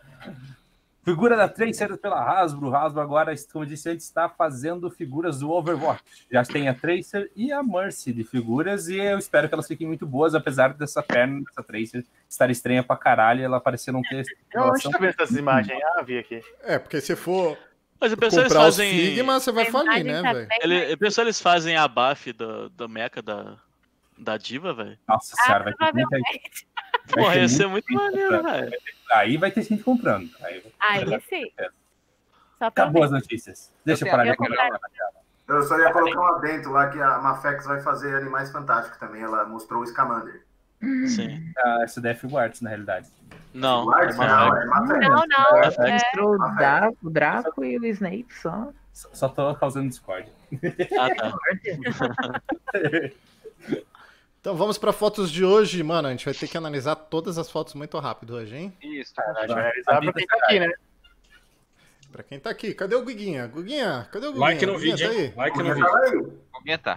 [SPEAKER 5] Figura da Tracer pela Hasbro. Hasbro agora, como disse antes, está fazendo figuras do Overwatch. Já tem a Tracer e a Mercy de figuras e eu espero que elas fiquem muito boas, apesar dessa perna dessa Tracer estar estranha pra caralho e ela parecer não ter...
[SPEAKER 4] Eu
[SPEAKER 5] Nossa.
[SPEAKER 4] onde tá vendo essas imagens? Ah, vi aqui.
[SPEAKER 8] É, porque se for
[SPEAKER 6] Mas eu penso eles
[SPEAKER 8] comprar o
[SPEAKER 6] fazem.
[SPEAKER 8] Sigma, você vai
[SPEAKER 1] a
[SPEAKER 8] falir,
[SPEAKER 1] imagem
[SPEAKER 8] né,
[SPEAKER 1] tá
[SPEAKER 8] velho?
[SPEAKER 1] bem
[SPEAKER 6] Ele, eu penso eles fazem a buff da, da meca da, da diva, velho.
[SPEAKER 5] Nossa
[SPEAKER 1] Ah,
[SPEAKER 5] senhora, vai ter muita... vai
[SPEAKER 6] Porra,
[SPEAKER 5] ter
[SPEAKER 6] ia ser
[SPEAKER 5] É muito-
[SPEAKER 6] muito maneiro, velho.
[SPEAKER 5] Aí vai ter gente comprando. Aí...
[SPEAKER 1] Aí sim. Só pelo
[SPEAKER 5] Acabou
[SPEAKER 1] menos.
[SPEAKER 5] as notícias. Deixa eu
[SPEAKER 7] tenho
[SPEAKER 5] parar
[SPEAKER 7] a
[SPEAKER 5] de
[SPEAKER 1] minha
[SPEAKER 5] acompanhar.
[SPEAKER 9] Eu só ia colocar um adentro lá que a Mafex vai fazer Animais Fantásticos também. Ela mostrou o Scamander.
[SPEAKER 6] Sim.
[SPEAKER 5] Ah, Essa daí é Figuarts, na realidade.
[SPEAKER 6] Não.
[SPEAKER 9] Guarda,
[SPEAKER 6] não,
[SPEAKER 9] não,
[SPEAKER 6] é.
[SPEAKER 7] Ah,
[SPEAKER 9] é Mafex.
[SPEAKER 1] Não, não.
[SPEAKER 6] É.
[SPEAKER 2] Entrou o Dra- o Draco e o Snape só.
[SPEAKER 5] Só só tô causando discórdia.
[SPEAKER 6] Ah, tá.
[SPEAKER 8] Então vamos pra fotos de hoje, mano. A gente vai ter que analisar todas as fotos muito rápido hoje, hein?
[SPEAKER 7] Isso.
[SPEAKER 4] Acho que vai avisar pra quem tá aqui,
[SPEAKER 5] é
[SPEAKER 4] né?
[SPEAKER 8] Pra quem tá aqui. Cadê o Guiguinha? Guguinha, cadê o Guguinha?
[SPEAKER 10] Like no
[SPEAKER 8] Guguinha,
[SPEAKER 10] vídeo, hein?
[SPEAKER 8] Tá
[SPEAKER 10] Like no
[SPEAKER 9] Porque
[SPEAKER 10] vídeo.
[SPEAKER 9] tava aí.
[SPEAKER 7] Alguém tá.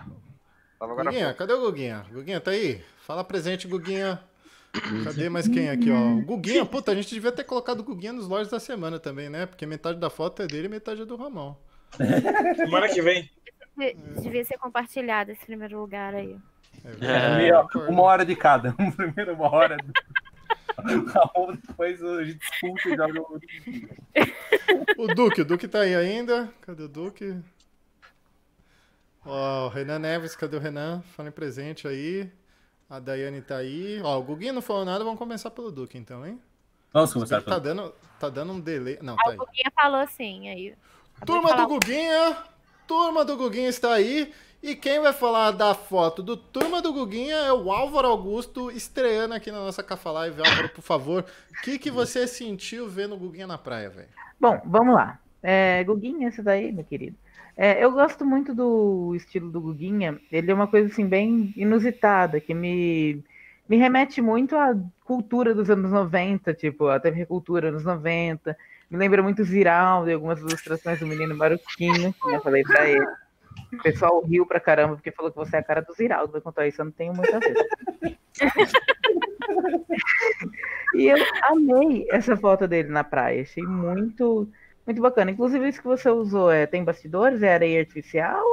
[SPEAKER 7] Tava
[SPEAKER 8] aí?
[SPEAKER 7] agora.
[SPEAKER 8] Guguinha, cadê o Guguinha? Guguinha, tá aí? Fala presente, Guguinha. Cadê mais quem aqui, ó? O Guguinha, puta, a gente devia ter colocado o Guguinha nos lojas da semana também, né? Porque metade da foto é dele e metade é do Ramon.
[SPEAKER 10] Semana que vem.
[SPEAKER 1] De- Devia ser compartilhado esse primeiro lugar aí.
[SPEAKER 8] É
[SPEAKER 6] É,
[SPEAKER 5] Ali, ó,
[SPEAKER 8] concordo.
[SPEAKER 5] uma hora de cada. Um primeiro, uma hora. Raul, depois a gente escuta e joga o.
[SPEAKER 8] O Duque, o Duque tá aí ainda. Cadê o Duque? Ó, o Renan Neves, cadê o Renan? Falem presente aí. A Daiane tá aí. Ó, o Guguinho não falou nada, vamos começar pelo Duque então, hein?
[SPEAKER 5] Vamos
[SPEAKER 8] Ele
[SPEAKER 5] começar pelo.
[SPEAKER 8] tá dando, tá dando um delay. Não,
[SPEAKER 1] Ah,
[SPEAKER 8] tá
[SPEAKER 1] o
[SPEAKER 8] aí.
[SPEAKER 1] Guguinha falou assim, aí. Acabou de
[SPEAKER 8] Turma
[SPEAKER 1] falar
[SPEAKER 8] do Guguinha! Turma do Guguinha está aí. E quem vai falar da foto do Turma do Guguinha é o Álvaro Augusto, estreando aqui na nossa Cafa Live. Álvaro, por favor, o que, que você sentiu vendo o Guguinha na praia, velho?
[SPEAKER 2] Bom, vamos lá. É, Guguinha, esse daí, meu querido. É, eu gosto muito do estilo do Guguinha. Ele é uma coisa assim bem inusitada, que me, me remete muito à cultura dos anos 90, tipo, a TV Cultura anos 90. Me lembra muito Ziraldo e algumas ilustrações do menino Maruquinho, que eu falei pra ele. O pessoal riu pra caramba porque falou que você é a cara do Ziraldo. Vai contar isso, eu não tenho muita vez. e eu amei essa foto dele na praia. Achei muito, muito bacana. Inclusive, isso que você usou é, tem bastidores? É areia artificial?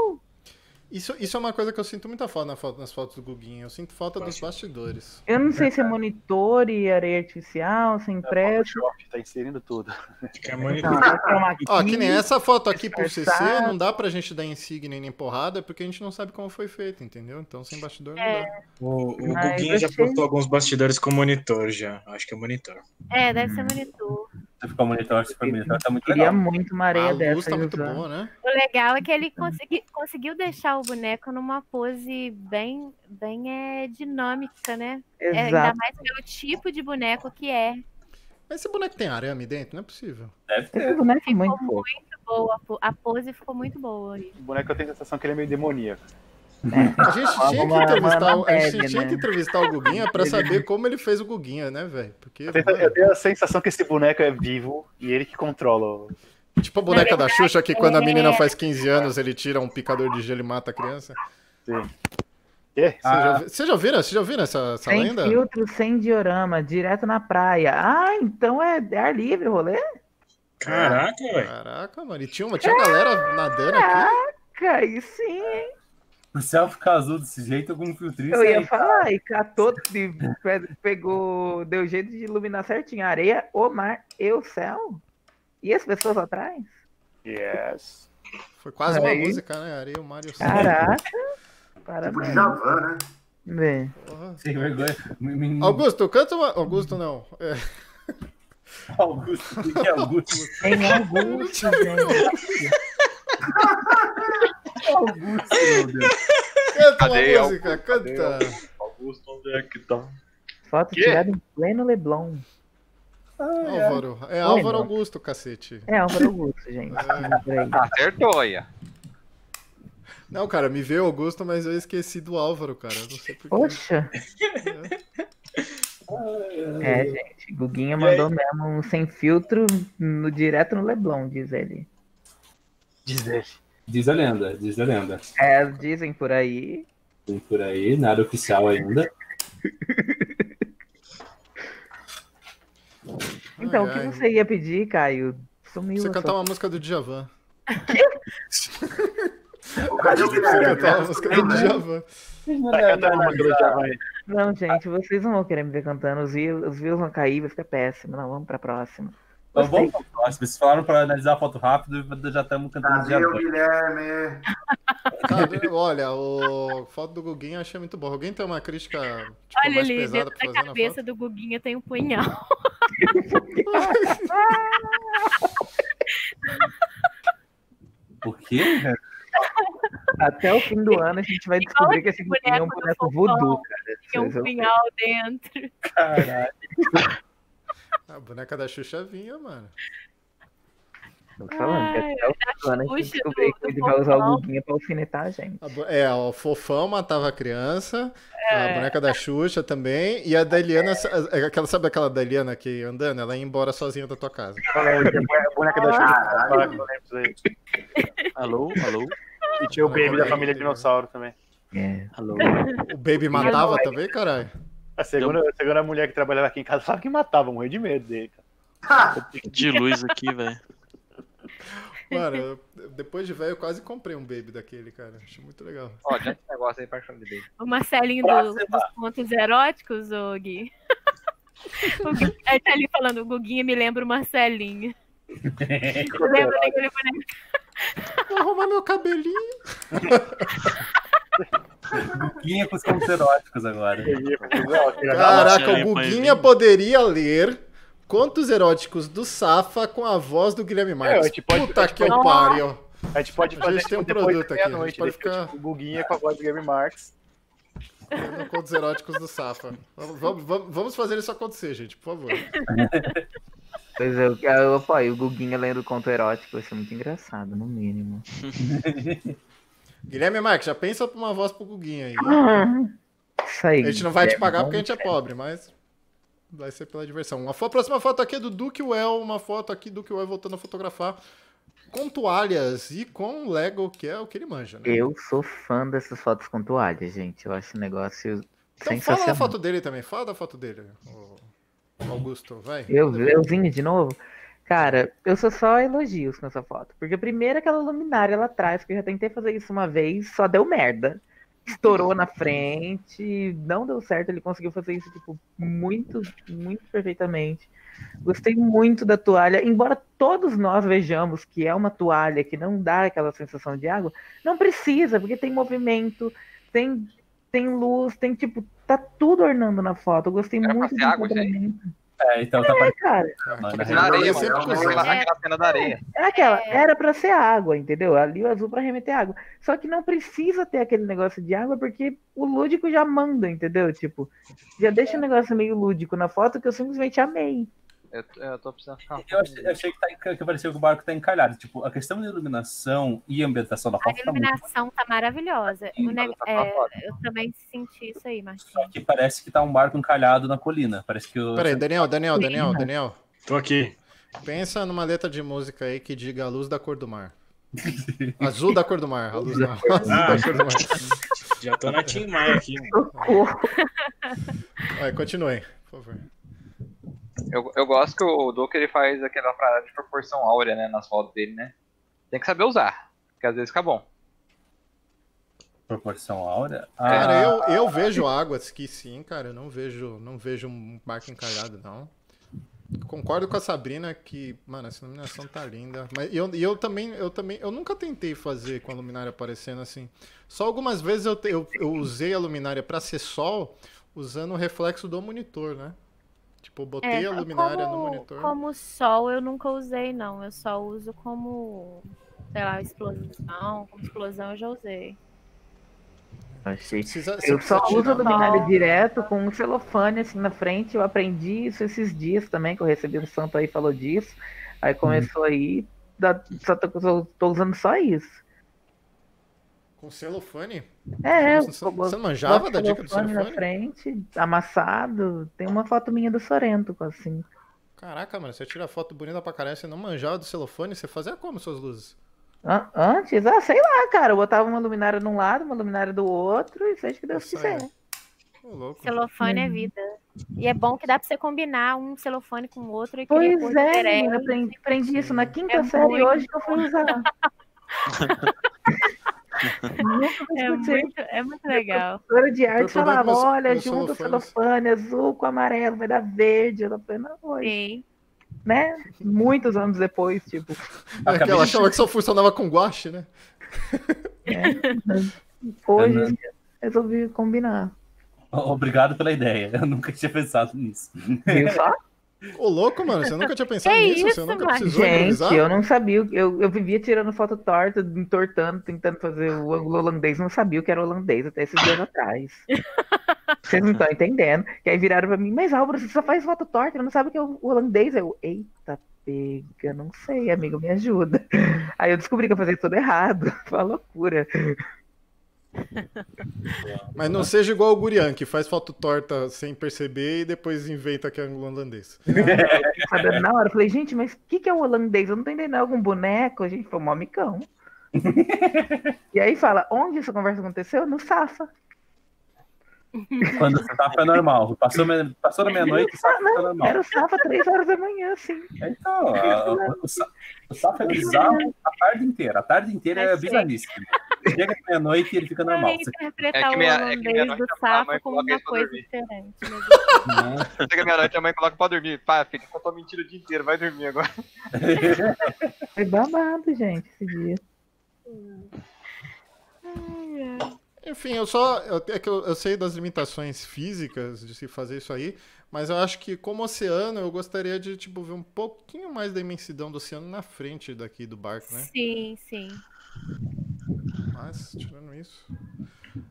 [SPEAKER 8] Isso, isso é uma coisa que eu sinto muita falta na foto- nas fotos do Guguinho. Eu sinto falta dos bastidores.
[SPEAKER 2] Eu não sei se é monitor e areia artificial, se é impresso. é
[SPEAKER 4] Photoshop tá inserindo tudo.
[SPEAKER 10] é Tá.
[SPEAKER 8] Ó, que nem essa foto aqui pro CC, não dá pra gente dar insígnia nem porrada, porque a gente não sabe como foi feito, entendeu? Então sem bastidor não
[SPEAKER 2] É,
[SPEAKER 8] dá.
[SPEAKER 3] O, o
[SPEAKER 1] Ah, eu
[SPEAKER 3] Guguinho já
[SPEAKER 1] gostei.
[SPEAKER 3] postou alguns bastidores com monitor já. Acho que é monitor.
[SPEAKER 10] Ah.
[SPEAKER 1] É, deve ser monitor.
[SPEAKER 5] Se ficar o monitor, se for monitor, tá
[SPEAKER 9] é
[SPEAKER 5] muito
[SPEAKER 2] Queria
[SPEAKER 5] legal.
[SPEAKER 2] muito uma areia
[SPEAKER 8] A
[SPEAKER 2] dessa.
[SPEAKER 8] luz tá
[SPEAKER 2] aí
[SPEAKER 8] muito
[SPEAKER 2] usando.
[SPEAKER 8] boa, né?
[SPEAKER 1] O legal é que ele consegui- conseguiu deixar o boneco numa pose bem, bem é, dinâmica, né? É, ainda
[SPEAKER 2] Exato. Tá
[SPEAKER 1] mais pelo tipo de boneco que é.
[SPEAKER 8] Mas esse boneco tem arame dentro? Não é possível.
[SPEAKER 5] Deve ter.
[SPEAKER 2] Esse boneco é muito
[SPEAKER 1] Ficou
[SPEAKER 2] fofo.
[SPEAKER 1] muito boa. a po- A pose ficou muito boa.
[SPEAKER 4] O boneco eu tenho a sensação que ele é meio demoníaco.
[SPEAKER 8] A gente tinha que
[SPEAKER 2] Uma- uma
[SPEAKER 8] entrevistar, o- a gente
[SPEAKER 2] bad,
[SPEAKER 8] tinha
[SPEAKER 2] né?
[SPEAKER 8] que entrevistar o Guguinha pra saber como ele fez o Guguinha, né, velho? Porque,
[SPEAKER 4] Eu tenho, eu tenho a sensação que esse boneco é vivo e ele que controla. o-
[SPEAKER 8] tipo a boneca da Xuxa que quando a
[SPEAKER 1] é-
[SPEAKER 8] menina faz 15 anos, ele tira um picador de gelo e mata a criança.
[SPEAKER 4] Quê?
[SPEAKER 2] Ah.
[SPEAKER 8] Vocês já, vi- vocês já viram? Vocês já viram essa, essa
[SPEAKER 2] Sem
[SPEAKER 8] lenda?
[SPEAKER 2] filtro, sem diorama, direto na praia. Ah, então é, é ar livre o rolê?
[SPEAKER 3] Caraca, velho.
[SPEAKER 8] Caraca, mano. E tinha uma, tinha galera nadando aqui.
[SPEAKER 2] Caraca, aí sim.
[SPEAKER 5] O céu ficar azul desse jeito, algum filtrista
[SPEAKER 2] Eu ia
[SPEAKER 5] aí.
[SPEAKER 2] falar, e catou, e pe- pegou, deu jeito de iluminar certinho a areia, o mar e o céu. E as pessoas atrás?
[SPEAKER 4] Yes.
[SPEAKER 8] Foi quase uma
[SPEAKER 2] Aí.
[SPEAKER 8] música, né? Areia, o Mário
[SPEAKER 2] Caraca!
[SPEAKER 9] Tipo de
[SPEAKER 2] Parabéns.
[SPEAKER 9] Javan, né?
[SPEAKER 2] Vê.
[SPEAKER 8] Porra.
[SPEAKER 5] Sem vergonha. Me- me-
[SPEAKER 8] Augusto, canta uma. Augusto não. É,
[SPEAKER 5] Augusto, o que é Augusto?
[SPEAKER 2] Tem Augusto, gente.
[SPEAKER 5] Augusto, meu Deus.
[SPEAKER 8] canta
[SPEAKER 7] Cadê,
[SPEAKER 8] uma música,
[SPEAKER 7] Cadê,
[SPEAKER 8] canta.
[SPEAKER 7] Augusto, onde é que tá?
[SPEAKER 2] Foto tirada em pleno Leblon.
[SPEAKER 8] Álvaro. É Álvaro Augusto, cacete.
[SPEAKER 2] É Álvaro Augusto, gente.
[SPEAKER 9] Ah.
[SPEAKER 2] Peraí.
[SPEAKER 7] Acertou, olha.
[SPEAKER 8] Não, cara, me veio Augusto, mas eu esqueci do Álvaro, cara. Eu não sei porquê.
[SPEAKER 2] Poxa! É, gente, Guguinha mandou mesmo um sem filtro no, direto no Leblon, diz ele.
[SPEAKER 4] Diz ele.
[SPEAKER 5] Diz a lenda, diz a lenda.
[SPEAKER 2] É, dizem por aí.
[SPEAKER 5] Tem por aí, nada oficial ainda.
[SPEAKER 2] Então, o
[SPEAKER 8] Ai,
[SPEAKER 2] que
[SPEAKER 8] ai.
[SPEAKER 2] você ia pedir, Caio? Sumiu.
[SPEAKER 8] Você
[SPEAKER 2] a
[SPEAKER 8] cantar
[SPEAKER 2] sua-
[SPEAKER 8] uma música do Djavan.
[SPEAKER 9] O Cadê o
[SPEAKER 8] Você
[SPEAKER 9] Guilherme?
[SPEAKER 8] cantar uma música do Djavan.
[SPEAKER 4] Vai cantar uma música do Javan aí.
[SPEAKER 2] Não, gente, vocês não vão querer me ver cantando. Os views, os views vão cair, vai ficar péssimo. Não, vamos pra próxima.
[SPEAKER 5] Então vamos para próxima. Vocês falaram para analisar a foto rápido, já estamos cantando
[SPEAKER 9] Cadê o
[SPEAKER 5] Djavan.
[SPEAKER 9] Guilherme?
[SPEAKER 8] Cara, olha, o foto do Guguinho eu achei muito bom. Alguém tem uma crítica tipo,
[SPEAKER 1] Olha
[SPEAKER 8] mais
[SPEAKER 1] ali,
[SPEAKER 8] pesada
[SPEAKER 1] dentro
[SPEAKER 8] pra
[SPEAKER 1] da
[SPEAKER 8] fazer na
[SPEAKER 1] cabeça
[SPEAKER 8] foto?
[SPEAKER 1] do Guguinha tem um punhal.
[SPEAKER 5] O quê? cara?
[SPEAKER 2] Até o fim do ano a gente vai descobrir que esse
[SPEAKER 1] aquele
[SPEAKER 2] boneco é um
[SPEAKER 1] boneco
[SPEAKER 2] boneco
[SPEAKER 1] do
[SPEAKER 2] voodoo,
[SPEAKER 1] Fofão,
[SPEAKER 2] cara.
[SPEAKER 1] Tinha um
[SPEAKER 2] Vocês vão-
[SPEAKER 1] punhal dentro.
[SPEAKER 5] Caralho.
[SPEAKER 8] A boneca da Xuxa vinha, mano.
[SPEAKER 2] Tô te falando, que
[SPEAKER 1] Ai,
[SPEAKER 2] até o fim do ano a gente
[SPEAKER 1] Xuxa
[SPEAKER 2] descobrir
[SPEAKER 1] do-
[SPEAKER 2] que ele
[SPEAKER 1] do
[SPEAKER 2] vai usar o
[SPEAKER 1] Fofão.
[SPEAKER 2] Guguinha pra alfinetar a gente.
[SPEAKER 8] A bo- É, o Fofão matava a criança, a boneca da Xuxa também, e a da Eliana, é aquela, sabe aquela da Eliana que ia andando? Ela ia embora sozinha da tua casa.
[SPEAKER 4] A boneca É
[SPEAKER 9] Ah,
[SPEAKER 4] da Xuxa. Fala que eu lembro disso aí.
[SPEAKER 6] Alô, alô,
[SPEAKER 4] E tinha o Baby
[SPEAKER 8] é
[SPEAKER 4] da família dinossauro também.
[SPEAKER 2] É.
[SPEAKER 6] alô.
[SPEAKER 8] O Baby matava também, caralho?
[SPEAKER 4] A segunda,
[SPEAKER 9] Então-
[SPEAKER 4] a segunda mulher que trabalhava aqui em casa falava que matava, morria de medo dele. cara.
[SPEAKER 6] De luz aqui, velho.
[SPEAKER 8] Mano, eu- depois de velho, eu quase comprei um Baby daquele, cara. Achei muito legal.
[SPEAKER 7] Ó, adianta esse negócio aí, parte do dele.
[SPEAKER 1] O Marcelinho
[SPEAKER 5] Pra
[SPEAKER 1] do-
[SPEAKER 5] cima.
[SPEAKER 1] dos pontos eróticos, ô Gui. O Gui- Aí tá ali falando, o Guguinha me lembra o Marcelinho.
[SPEAKER 9] É.
[SPEAKER 1] Lembra daquele boneco?
[SPEAKER 8] Vou arrumar Tá meu cabelinho.
[SPEAKER 5] Guguinha com os pontos eróticos agora.
[SPEAKER 8] Caraca, o
[SPEAKER 6] Marcelinho põe
[SPEAKER 8] Guguinha
[SPEAKER 6] vinho.
[SPEAKER 8] poderia ler contos eróticos do Safa com a voz do Guilherme
[SPEAKER 4] É,
[SPEAKER 8] Marques.
[SPEAKER 4] a gente pode- a
[SPEAKER 8] Puta
[SPEAKER 4] gente
[SPEAKER 8] que eu
[SPEAKER 1] pode-
[SPEAKER 8] pariu.
[SPEAKER 4] A gente pode
[SPEAKER 8] A
[SPEAKER 4] fazer
[SPEAKER 8] gente tem um
[SPEAKER 4] tipo, depois
[SPEAKER 8] produto
[SPEAKER 4] da
[SPEAKER 8] aqui, a gente
[SPEAKER 4] meia-noite,
[SPEAKER 8] pode
[SPEAKER 4] deixa,
[SPEAKER 8] ficar-
[SPEAKER 4] tipo, o Guguinha com a voz do Game Marks.
[SPEAKER 8] Lendo contos eróticos do Safa. Vamos, vamos- vamos- vamos fazer isso acontecer, gente, por favor.
[SPEAKER 2] Pois é, eu, eu apoio o Guguinha lendo conto erótico. Isso é muito engraçado, no mínimo.
[SPEAKER 8] Guilherme Marques, já pensa pra uma voz pro Guguinha aí.
[SPEAKER 2] Isso aí.
[SPEAKER 8] A gente não vai te
[SPEAKER 2] Guilherme.
[SPEAKER 8] pagar porque a gente é pobre, mas vai ser pela diversão. Uma fo- A próxima foto aqui é do Duke Well, uma foto aqui do Duke Well voltando a fotografar com toalhas e com Lego, que é o que ele manja, né?
[SPEAKER 2] Eu sou fã dessas fotos com toalha, gente. Eu acho um negócio
[SPEAKER 8] Então fala
[SPEAKER 2] sensacional.
[SPEAKER 8] da foto dele também, fala da foto dele, ô Augusto, vai.
[SPEAKER 2] Eu, euzinho de novo. Cara, eu sou só elogios nessa foto. Porque primeiro aquela luminária lá atrás, que eu já tentei fazer isso uma vez, só deu merda. Estourou na frente, não deu certo, ele conseguiu fazer isso, tipo, muito, muito perfeitamente. Gostei muito da toalha, embora todos nós vejamos que é uma toalha que não dá aquela sensação de água, não precisa, porque tem movimento, tem, tem luz, tem tipo, tá tudo ornando na foto. Eu gostei
[SPEAKER 7] Era pra
[SPEAKER 2] muito
[SPEAKER 7] ser
[SPEAKER 2] do
[SPEAKER 7] água, isso aí?
[SPEAKER 2] enquadramento.
[SPEAKER 5] É, então tá
[SPEAKER 2] É, cara.
[SPEAKER 8] Ah,
[SPEAKER 5] parecendo.
[SPEAKER 7] Na areia,
[SPEAKER 8] Eu
[SPEAKER 7] mano. é
[SPEAKER 8] é sempre
[SPEAKER 7] Eu não vou
[SPEAKER 8] pensei-
[SPEAKER 7] levar aquela cena da areia.
[SPEAKER 2] É aquela, era pra ser água, entendeu? Ali o azul pra remeter água. Só que não precisa ter aquele negócio de água, porque o lúdico já manda, entendeu? Tipo, já
[SPEAKER 8] É.
[SPEAKER 2] deixa o negócio meio lúdico na foto que eu simplesmente amei.
[SPEAKER 7] Eu, eu tô precisando. um Não,
[SPEAKER 5] Eu achei, eu achei que, tá, enca- que pareceu que o barco tá encalhado. Tipo, a questão da iluminação e ambientação da
[SPEAKER 1] A
[SPEAKER 5] foto tá muito
[SPEAKER 1] iluminação tá maravilhosa. O
[SPEAKER 5] Sim,
[SPEAKER 1] neg-
[SPEAKER 5] ela tá
[SPEAKER 1] é,
[SPEAKER 5] foda.
[SPEAKER 1] eu também senti isso aí, Martinho.
[SPEAKER 5] Só que parece que tá um barco encalhado na colina. Parece que o.
[SPEAKER 8] Peraí, Daniel, Daniel, Daniel, Daniel.
[SPEAKER 10] Tô aqui.
[SPEAKER 8] Pensa numa letra de música aí que diga a luz da cor do mar. Azul da cor do mar. A luz não. Azul
[SPEAKER 5] Ah,
[SPEAKER 8] da cor do mar.
[SPEAKER 10] Já Ah, tô na Team Maia aqui, mano.
[SPEAKER 8] Vai, continue, por favor.
[SPEAKER 7] Eu, eu gosto que o Doker ele faz aquela parada de proporção áurea, né? Nas fotos dele, né? Tem que saber usar. Porque às vezes fica bom.
[SPEAKER 5] Proporção áurea.
[SPEAKER 2] Ah.
[SPEAKER 5] Ah, é
[SPEAKER 8] Cara, eu, eu vejo águas que sim, cara. Eu não vejo, não vejo um barco encalhado, não. Concordo com a Sabrina que, mano, essa iluminação tá linda. Mas eu, e eu também, eu também, eu nunca tentei fazer com a luminária aparecendo assim. Só algumas vezes eu, te- eu, eu usei a luminária pra ser sol usando o reflexo do monitor, né? Tipo, eu botei
[SPEAKER 1] É,
[SPEAKER 8] a luminária
[SPEAKER 1] como,
[SPEAKER 8] no monitor.
[SPEAKER 1] Como sol eu nunca usei, não. Eu só uso como, sei lá, explosão. Como explosão eu já usei.
[SPEAKER 2] Achei.
[SPEAKER 8] Precisa- você
[SPEAKER 2] Eu
[SPEAKER 8] precisa
[SPEAKER 2] só uso
[SPEAKER 8] tirar-
[SPEAKER 2] a luminária direto com um celofane assim na frente. Eu aprendi isso esses dias também, que eu recebi um santo aí falou disso. Aí
[SPEAKER 8] Hum.
[SPEAKER 2] começou aí, da- só tô, só tô usando só isso.
[SPEAKER 8] Com celofane?
[SPEAKER 2] É,
[SPEAKER 8] Você-
[SPEAKER 2] eu-
[SPEAKER 8] você manjava
[SPEAKER 2] boto
[SPEAKER 8] da dica do
[SPEAKER 2] celofane na
[SPEAKER 8] celofane?
[SPEAKER 2] frente, amassado. Tem uma foto minha do Sorento com assim.
[SPEAKER 8] Caraca, mano, você tira foto bonita pra caralho, você não manjava do celofane, você fazia como suas luzes?
[SPEAKER 2] An- Antes? Ah, sei lá, cara. Eu botava uma luminária de um lado, uma luminária do outro e seja o que Deus
[SPEAKER 8] Isso
[SPEAKER 2] quiser.
[SPEAKER 8] aí. né? Ô, louco.
[SPEAKER 1] Celofane
[SPEAKER 5] Uhum.
[SPEAKER 1] é vida. E é bom que dá pra você combinar um celofane com o outro e criar
[SPEAKER 2] Pois
[SPEAKER 1] cores
[SPEAKER 2] é,
[SPEAKER 1] diferentes.
[SPEAKER 2] menina, aprendi, aprendi isso na quinta
[SPEAKER 1] É
[SPEAKER 2] série
[SPEAKER 1] muito
[SPEAKER 2] hoje que eu fui usar. Nunca vou
[SPEAKER 1] É
[SPEAKER 2] esquecer.
[SPEAKER 1] muito, é muito legal.
[SPEAKER 2] A professora de arte
[SPEAKER 8] Foi por
[SPEAKER 2] falava,
[SPEAKER 8] meus-
[SPEAKER 2] olha,
[SPEAKER 8] meus
[SPEAKER 2] junta o
[SPEAKER 8] celofanes.
[SPEAKER 2] celofane azul com amarelo, vai dar verde. Eu falei, não, hoje,
[SPEAKER 1] Sim.
[SPEAKER 2] né? Muitos anos depois, tipo,
[SPEAKER 8] É que ela achava que só funcionava com guache, né?
[SPEAKER 2] hoje
[SPEAKER 5] Fernando.
[SPEAKER 2] resolvi combinar.
[SPEAKER 5] Obrigado pela ideia. Eu nunca tinha pensado nisso.
[SPEAKER 2] Viu só?
[SPEAKER 8] Ô, louco, mano, você nunca tinha pensado
[SPEAKER 1] Que
[SPEAKER 8] nisso? Você
[SPEAKER 1] isso,
[SPEAKER 8] nunca
[SPEAKER 1] mano?
[SPEAKER 8] precisou improvisar?
[SPEAKER 2] Gente, eu não sabia, o que- eu, eu vivia tirando foto torta, entortando, tentando fazer o ângulo holandês, não sabia o que era holandês até esses dias atrás. Vocês não estão entendendo. Que aí viraram pra mim, mas Álvaro, você só faz foto torta, não sabe o que é o holandês. Eu, eita, pega, não sei, amigo, me ajuda. Aí eu descobri que eu fazia tudo errado, foi uma loucura.
[SPEAKER 8] Mas não seja igual o Gurian, que faz foto torta sem perceber e depois inventa que é ângulo holandês.
[SPEAKER 1] É.
[SPEAKER 2] Sabe, Na hora eu falei, gente, mas o que, que é o holandês? Eu não tô entendendo, é algum boneco? A gente foi um micão. e aí fala, onde essa conversa aconteceu? No Safa.
[SPEAKER 5] Quando você tapa é normal. Passou, me- passou da meia-noite, safa tá normal.
[SPEAKER 2] Era o sábado, três horas da manhã, assim. sim.
[SPEAKER 5] Então, a- o- o, sa- o safa é bizarro a tarde inteira. A tarde inteira é
[SPEAKER 1] Achei.
[SPEAKER 5] bizarríssimo. Chega à meia-noite e ele fica É normal.
[SPEAKER 1] Aí
[SPEAKER 5] Você-
[SPEAKER 1] interpretar
[SPEAKER 7] É que
[SPEAKER 1] o
[SPEAKER 7] minha- é que minha
[SPEAKER 1] holandês
[SPEAKER 7] noite
[SPEAKER 1] do
[SPEAKER 7] eu falava,
[SPEAKER 1] sapo
[SPEAKER 7] mas
[SPEAKER 1] como
[SPEAKER 7] coloca
[SPEAKER 1] uma
[SPEAKER 7] isso pra
[SPEAKER 1] coisa
[SPEAKER 7] dormir.
[SPEAKER 1] diferente. né? meu
[SPEAKER 5] Né?
[SPEAKER 1] Deus.
[SPEAKER 7] Chega meia-noite, a mãe coloca pra dormir. Pá, filho, contou mentira o dia inteiro, vai dormir agora.
[SPEAKER 2] Foi babado, gente, esse dia.
[SPEAKER 8] Enfim, eu só. eu- é que eu, eu sei das limitações físicas de se fazer isso aí, mas eu acho que como oceano, eu gostaria de, tipo, ver um pouquinho mais da imensidão do oceano na frente daqui do barco, né?
[SPEAKER 1] Sim, sim.
[SPEAKER 8] Mas, tirando isso.
[SPEAKER 7] Vamos
[SPEAKER 8] É,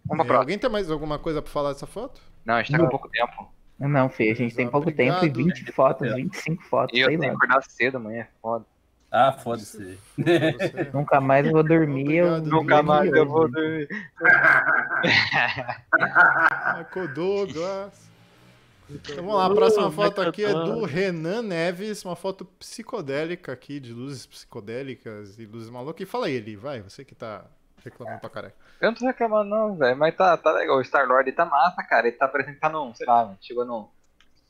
[SPEAKER 7] pra próxima.
[SPEAKER 8] alguém tem mais alguma coisa pra falar dessa foto?
[SPEAKER 7] Não, a gente tá com pouco tempo.
[SPEAKER 2] Não, Fê, a gente tem pouco
[SPEAKER 8] Obrigado.
[SPEAKER 2] tempo e 20 fotos, 25 fotos,
[SPEAKER 7] E eu
[SPEAKER 2] sei
[SPEAKER 7] tenho que
[SPEAKER 2] lá.
[SPEAKER 7] acordar cedo amanhã, é foda.
[SPEAKER 5] Ah, foda-se.
[SPEAKER 8] Você-
[SPEAKER 2] Nunca mais eu vou dormir. eu-
[SPEAKER 8] Obrigado,
[SPEAKER 7] Nunca
[SPEAKER 8] Douglas.
[SPEAKER 7] mais eu vou dormir.
[SPEAKER 5] Ah,
[SPEAKER 8] Marco Douglas. Então, vamos lá, a próxima foto aqui é do Renan Neves, uma foto psicodélica aqui, de luzes psicodélicas e luzes malucas. E fala aí, Eli, vai, você que tá reclamando pra caralho.
[SPEAKER 7] Eu não tô reclamando não, velho, mas tá, tá legal. O Star-Lord tá massa, cara. Ele tá parecendo que tá num, sei lá, mano, chegou num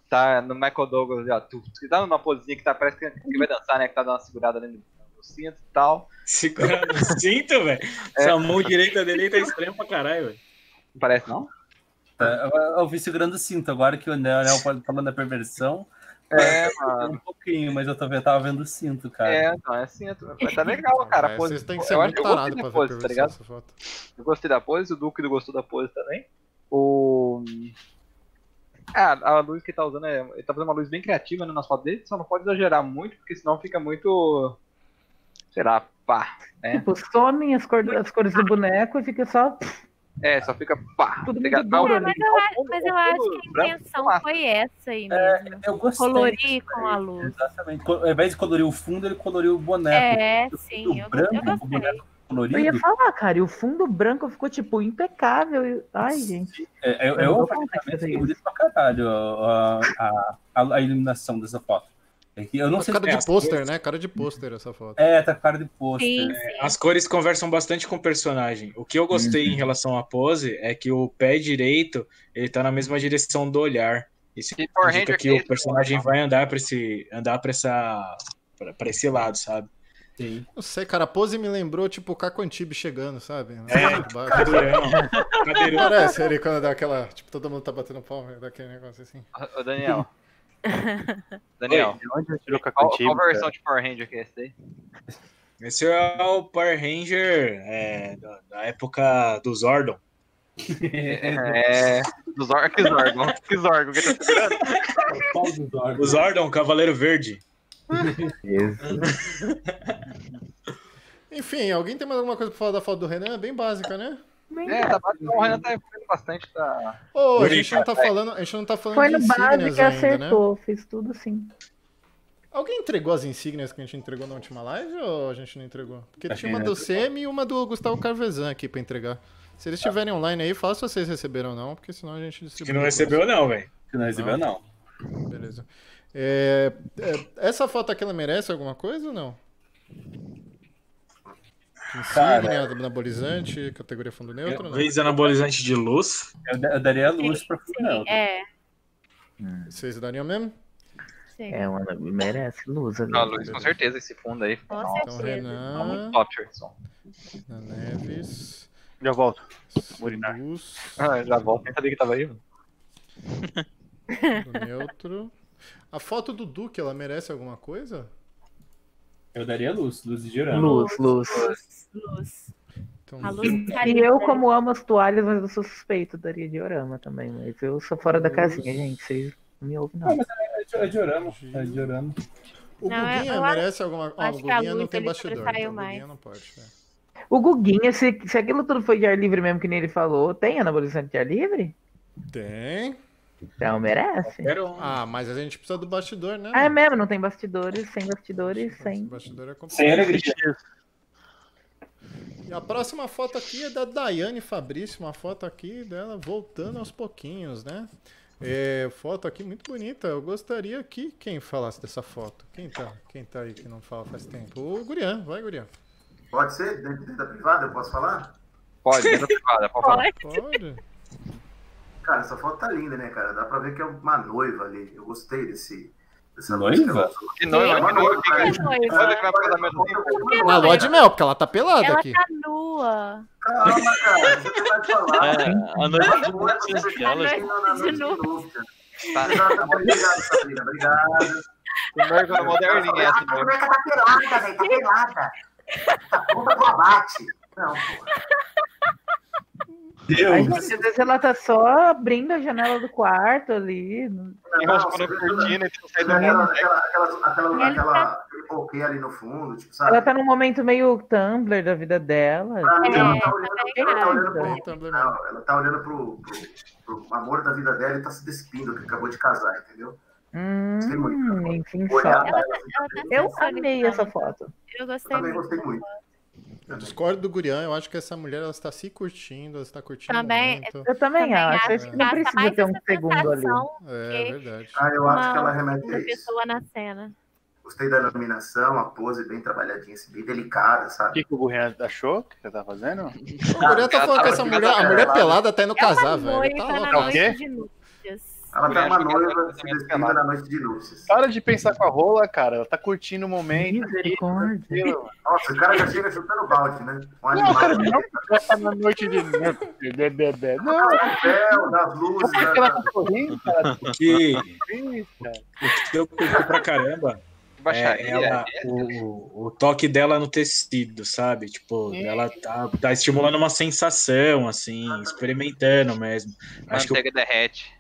[SPEAKER 7] Tá no Michael Douglas, ó. Tu, tu tá numa posezinha que tá, parece que, que vai dançar, né? Que tá dando uma segurada ali no, no cinto e tal.
[SPEAKER 10] Segurando o cinto, velho.
[SPEAKER 7] É.
[SPEAKER 10] Essa mão direita dele aí tá estranha pra caralho, velho.
[SPEAKER 7] Parece não?
[SPEAKER 5] Tá, eu- Eu vi segurando o cinto, agora que o Daniel falando da perversão.
[SPEAKER 7] É,
[SPEAKER 5] parece que
[SPEAKER 7] mano.
[SPEAKER 5] Um pouquinho, mas eu também tava vendo o cinto, cara.
[SPEAKER 7] É, não, é assim. é- Mas tá legal, cara.
[SPEAKER 8] É,
[SPEAKER 7] a pose-
[SPEAKER 8] vocês têm que ser
[SPEAKER 7] eu
[SPEAKER 8] muito
[SPEAKER 7] acho- eu gostei
[SPEAKER 8] tarados
[SPEAKER 7] da
[SPEAKER 8] pra ver
[SPEAKER 7] pose, tá
[SPEAKER 8] perversão
[SPEAKER 7] ligado?
[SPEAKER 8] essa foto.
[SPEAKER 7] Eu gostei da pose, o Duque gostou da pose também. O. Ah, a luz que ele tá usando é. Ele tá fazendo uma luz bem criativa né, nas fotos dele, só não pode exagerar muito, porque senão fica muito. Sei lá, pá.
[SPEAKER 2] Tipo, somem as, cor- as cores do boneco e fica só.
[SPEAKER 7] É, só fica pá.
[SPEAKER 2] Tudo
[SPEAKER 7] tá ligado?
[SPEAKER 1] É,
[SPEAKER 2] muito né? bom,
[SPEAKER 7] Dá um-
[SPEAKER 1] mas, eu, a- mas eu acho que a
[SPEAKER 7] branco,
[SPEAKER 1] intenção
[SPEAKER 7] massa.
[SPEAKER 1] foi essa aí
[SPEAKER 5] É,
[SPEAKER 1] mesmo.
[SPEAKER 5] eu gostei.
[SPEAKER 1] Colorir com a luz.
[SPEAKER 5] Exatamente. Co- Ao invés de colorir o fundo, ele coloriu o boneco.
[SPEAKER 1] É,
[SPEAKER 5] O
[SPEAKER 1] sim,
[SPEAKER 5] fundo
[SPEAKER 1] eu,
[SPEAKER 5] branco,
[SPEAKER 1] eu
[SPEAKER 5] o
[SPEAKER 1] gostei.
[SPEAKER 5] boneco
[SPEAKER 2] Eu ia
[SPEAKER 5] colorido.
[SPEAKER 2] falar, cara, e o fundo branco ficou, tipo, impecável. e- Ai, gente.
[SPEAKER 5] É, eu,
[SPEAKER 2] Eu
[SPEAKER 5] eu,
[SPEAKER 2] vou
[SPEAKER 5] particularmente,
[SPEAKER 2] fazer
[SPEAKER 5] eu gostei pra caralho a, a, a, a iluminação dessa foto. É que Eu não
[SPEAKER 8] Tá
[SPEAKER 5] sei
[SPEAKER 8] cara
[SPEAKER 5] se é
[SPEAKER 8] de
[SPEAKER 5] as
[SPEAKER 8] pôster,
[SPEAKER 5] cores-
[SPEAKER 8] né? Cara de pôster essa foto.
[SPEAKER 5] É, tá com cara de pôster.
[SPEAKER 1] Sim,
[SPEAKER 10] As cores conversam bastante com o personagem. O que eu
[SPEAKER 7] Uhum.
[SPEAKER 10] gostei em relação à pose é que o pé direito ele tá na mesma direção do olhar. Isso
[SPEAKER 7] Que Power
[SPEAKER 10] indica
[SPEAKER 7] Ranger
[SPEAKER 10] que
[SPEAKER 7] que
[SPEAKER 10] o
[SPEAKER 7] esse
[SPEAKER 10] personagem vai andar para esse andar para essa para esse lado, sabe?
[SPEAKER 5] Sim.
[SPEAKER 8] Não sei, cara, a pose me lembrou, tipo, o Caco Antibes chegando, sabe?
[SPEAKER 10] É, Cadeirão.
[SPEAKER 8] Não
[SPEAKER 10] Cadeirão.
[SPEAKER 8] Parece ele quando dá aquela. Tipo, todo mundo tá batendo palma, dá aquele negócio assim.
[SPEAKER 7] Ô, Daniel. Daniel,
[SPEAKER 4] De onde ele tirou com a
[SPEAKER 7] qual,
[SPEAKER 4] cantiga,
[SPEAKER 7] qual versão de Power Ranger que é esse daí?
[SPEAKER 10] Esse é o Power Ranger é, da, da época dos Zordon.
[SPEAKER 7] É. Dos Or... Que Zorgon. Que Zorgon. Que tá segurando.
[SPEAKER 10] O Zordon, Cavaleiro Verde.
[SPEAKER 8] Enfim, alguém tem mais alguma coisa pra falar da foto do Renan? É bem básica, né?
[SPEAKER 7] É, tá bastante. O Renan tá evoluindo bastante da.
[SPEAKER 8] Ô, a
[SPEAKER 10] Bonita,
[SPEAKER 8] gente não tá falando, a gente não tá falando
[SPEAKER 2] Foi
[SPEAKER 8] de
[SPEAKER 2] no básico
[SPEAKER 8] insígnias
[SPEAKER 2] que
[SPEAKER 8] ainda, né?
[SPEAKER 2] acertou, fez tudo sim.
[SPEAKER 8] Alguém entregou as insígnias que a gente entregou na última live ou a gente não entregou? Porque
[SPEAKER 5] A
[SPEAKER 8] tinha
[SPEAKER 5] gente
[SPEAKER 8] uma do Semi e uma do Gustavo Carvezan aqui pra entregar. Se eles estiverem online aí, fala se vocês receberam ou não, porque senão a gente distribui.
[SPEAKER 10] Que não
[SPEAKER 8] depois.
[SPEAKER 10] recebeu, não, velho.
[SPEAKER 5] Que não recebeu, não.
[SPEAKER 8] Beleza. É, é, essa foto aqui, ela merece alguma coisa ou não? Insígnia, anabolizante, categoria fundo
[SPEAKER 3] É
[SPEAKER 8] neutro, né?
[SPEAKER 10] Vez anabolizante de luz.
[SPEAKER 5] Eu, da- eu daria a luz pra não.
[SPEAKER 1] Sim, é,
[SPEAKER 8] Vocês dariam mesmo?
[SPEAKER 1] sim.
[SPEAKER 2] É, uma, merece luz ali.
[SPEAKER 7] Não, Luiz, com certeza, esse fundo aí.
[SPEAKER 1] Com
[SPEAKER 7] Nossa,
[SPEAKER 8] Então,
[SPEAKER 1] certeza.
[SPEAKER 7] tá muito
[SPEAKER 8] Renan,
[SPEAKER 7] top, Richardson.
[SPEAKER 8] Ana Neves,
[SPEAKER 4] Já volto. urinar.
[SPEAKER 8] Luz,
[SPEAKER 7] Ah, já volto. Cadê que tava aí? mano?
[SPEAKER 8] fundo neutro. A foto do Duque, ela merece alguma coisa?
[SPEAKER 5] Eu daria luz, luz de girando.
[SPEAKER 2] Luz, luz.
[SPEAKER 1] Luz, luz.
[SPEAKER 8] Então,
[SPEAKER 1] A luz tá
[SPEAKER 2] E eu, como amo as toalhas, mas eu sou suspeito, daria diorama também. Mas eu sou fora da
[SPEAKER 8] Luz.
[SPEAKER 2] casinha, gente. Vocês não me ouvem,
[SPEAKER 5] Ah,
[SPEAKER 2] não.
[SPEAKER 5] mas É diorama, é diorama.
[SPEAKER 8] O
[SPEAKER 1] Não, eu-
[SPEAKER 8] Guguinha
[SPEAKER 1] eu acho-
[SPEAKER 8] merece alguma coisa? Ah, o
[SPEAKER 1] acho que a
[SPEAKER 8] Guguinha não
[SPEAKER 1] luz
[SPEAKER 8] tem
[SPEAKER 1] ele
[SPEAKER 8] bastidor, então
[SPEAKER 1] sobressaiu
[SPEAKER 8] o Guguinha
[SPEAKER 1] mais.
[SPEAKER 8] não pode. é.
[SPEAKER 2] O Guguinha, se, se aquilo tudo foi de ar livre mesmo, que nem ele falou, tem anabolizante de ar livre?
[SPEAKER 8] Tem.
[SPEAKER 2] Então merece.
[SPEAKER 10] Era um-
[SPEAKER 8] Ah, mas a gente precisa do bastidor, né?
[SPEAKER 2] Ah, é mesmo, não tem bastidores, sem bastidores, sem.
[SPEAKER 8] Bastidor é complicado.
[SPEAKER 5] Sem alegria.
[SPEAKER 8] E a próxima foto aqui é da Daiane Fabrício, uma foto aqui dela voltando aos pouquinhos, né? É, foto aqui muito bonita. Eu gostaria que quem falasse dessa foto. Quem tá? Quem tá aí que não fala faz tempo? O Gurian, vai, Gurian.
[SPEAKER 9] Pode ser? Dentro dentro da privada, eu posso falar?
[SPEAKER 7] Pode, dentro da privada, pode falar.
[SPEAKER 8] Pode.
[SPEAKER 9] Cara, essa foto tá linda, né, cara? Dá pra ver que é uma noiva ali. Eu gostei desse. Dessa né?
[SPEAKER 5] Noiva?
[SPEAKER 9] luz que
[SPEAKER 7] Que noiva, que noiva, que
[SPEAKER 1] Que
[SPEAKER 7] noiva.
[SPEAKER 1] noiva.
[SPEAKER 7] Olha que vai pro casamento
[SPEAKER 9] ela usou.
[SPEAKER 1] que
[SPEAKER 8] Na lua de mel, porque ela tá pelada
[SPEAKER 1] Ela
[SPEAKER 8] aqui.
[SPEAKER 1] tá nua.
[SPEAKER 9] Calma, cara. Você não vai falar.
[SPEAKER 6] É, a noite de núpcias dela.
[SPEAKER 1] noite- de
[SPEAKER 7] Tá.
[SPEAKER 9] Obrigado, Sabrina. Obrigado.
[SPEAKER 7] O Mergo é moderninho, é assim,
[SPEAKER 9] A
[SPEAKER 7] Mergo.
[SPEAKER 9] boneca tá pelada, velho. Tá pelada. Tá puta do abate. Não, pô.
[SPEAKER 2] Ai,
[SPEAKER 5] Deus!
[SPEAKER 2] gente, às vezes ela tá só abrindo a janela do quarto ali. não-
[SPEAKER 7] Enroscou na
[SPEAKER 9] né,
[SPEAKER 7] cortina e não sai do
[SPEAKER 9] Aquela,
[SPEAKER 7] mundo.
[SPEAKER 9] aquela, aquela, aquela,
[SPEAKER 1] Ele
[SPEAKER 9] aquela, aquele bokeh ali no fundo, tipo, sabe?
[SPEAKER 2] tá- Ela tá num momento meio Tumblr da vida dela.
[SPEAKER 9] Pra mim, ela
[SPEAKER 1] É,
[SPEAKER 9] tá olhando,
[SPEAKER 1] tá
[SPEAKER 9] ela tá olhando
[SPEAKER 2] errado.
[SPEAKER 9] pro,
[SPEAKER 8] Então, Blumenau.
[SPEAKER 9] Não, ela tá olhando pro, pro- pro amor da vida dela e tá se despindo, que acabou de casar, entendeu? Gostei
[SPEAKER 2] Hum,
[SPEAKER 9] muito.
[SPEAKER 2] enfim,
[SPEAKER 9] Olhar
[SPEAKER 2] só.
[SPEAKER 9] pra
[SPEAKER 1] Ela
[SPEAKER 9] ela.
[SPEAKER 1] tá, ela tá
[SPEAKER 2] Eu
[SPEAKER 1] sensualizando.
[SPEAKER 2] amei essa foto.
[SPEAKER 1] Eu
[SPEAKER 9] Eu
[SPEAKER 1] gostei
[SPEAKER 9] também
[SPEAKER 1] muito.
[SPEAKER 9] gostei muito.
[SPEAKER 8] Eu discordo do Gurian, eu acho que essa mulher ela está se curtindo, ela está curtindo
[SPEAKER 1] Também-
[SPEAKER 8] muito.
[SPEAKER 2] Eu também,
[SPEAKER 1] Também
[SPEAKER 2] acho.
[SPEAKER 1] acho
[SPEAKER 2] Acho
[SPEAKER 1] que
[SPEAKER 2] que não
[SPEAKER 1] passa
[SPEAKER 2] precisa
[SPEAKER 1] mais
[SPEAKER 2] ter um
[SPEAKER 1] essa
[SPEAKER 2] segundo ali.
[SPEAKER 1] sensação
[SPEAKER 8] É, é verdade.
[SPEAKER 9] Ah, eu acho
[SPEAKER 1] Uma-
[SPEAKER 9] que ela remete
[SPEAKER 1] da
[SPEAKER 9] a isso.
[SPEAKER 1] pessoa na cena.
[SPEAKER 9] Gostei da iluminação, a pose bem trabalhadinha, assim, bem delicada,
[SPEAKER 4] O
[SPEAKER 9] sabe?
[SPEAKER 4] que, que o Gurian achou que você tá fazendo?
[SPEAKER 8] O Gurian tá
[SPEAKER 7] ela
[SPEAKER 8] falando
[SPEAKER 7] tá
[SPEAKER 8] que essa
[SPEAKER 7] olhando
[SPEAKER 8] mulher, a
[SPEAKER 9] pra
[SPEAKER 8] mulher
[SPEAKER 9] ela.
[SPEAKER 8] pelada tá indo
[SPEAKER 1] Ela
[SPEAKER 8] casar,
[SPEAKER 1] É noiva né?
[SPEAKER 8] velho. Tá
[SPEAKER 1] na
[SPEAKER 8] louco.
[SPEAKER 4] É o quê?
[SPEAKER 1] noite de núpcias.
[SPEAKER 9] Ela tá
[SPEAKER 4] Mulher,
[SPEAKER 9] uma
[SPEAKER 4] acho que
[SPEAKER 9] noiva se despindo na noite de núpcias.
[SPEAKER 4] Para de pensar com a rola, cara. Ela tá curtindo o momento. Tranquilo.
[SPEAKER 9] Nossa, o cara já chega chutando balde, né? Um
[SPEAKER 4] Não,
[SPEAKER 9] animal.
[SPEAKER 4] cara, não. Já tá na noite de núpcias. Bé, bé, bé. Não,
[SPEAKER 9] Ah, Papel, das luzes. né?
[SPEAKER 4] Por que ela tá correndo, cara?
[SPEAKER 3] O que,
[SPEAKER 4] Ih, cara.
[SPEAKER 3] o que eu curti pra caramba é
[SPEAKER 7] Baixaria,
[SPEAKER 3] ela, o, o toque dela no tecido, sabe? Tipo, ela tá, tá estimulando uma sensação, assim, experimentando mesmo. Acho que
[SPEAKER 7] manteiga derrete.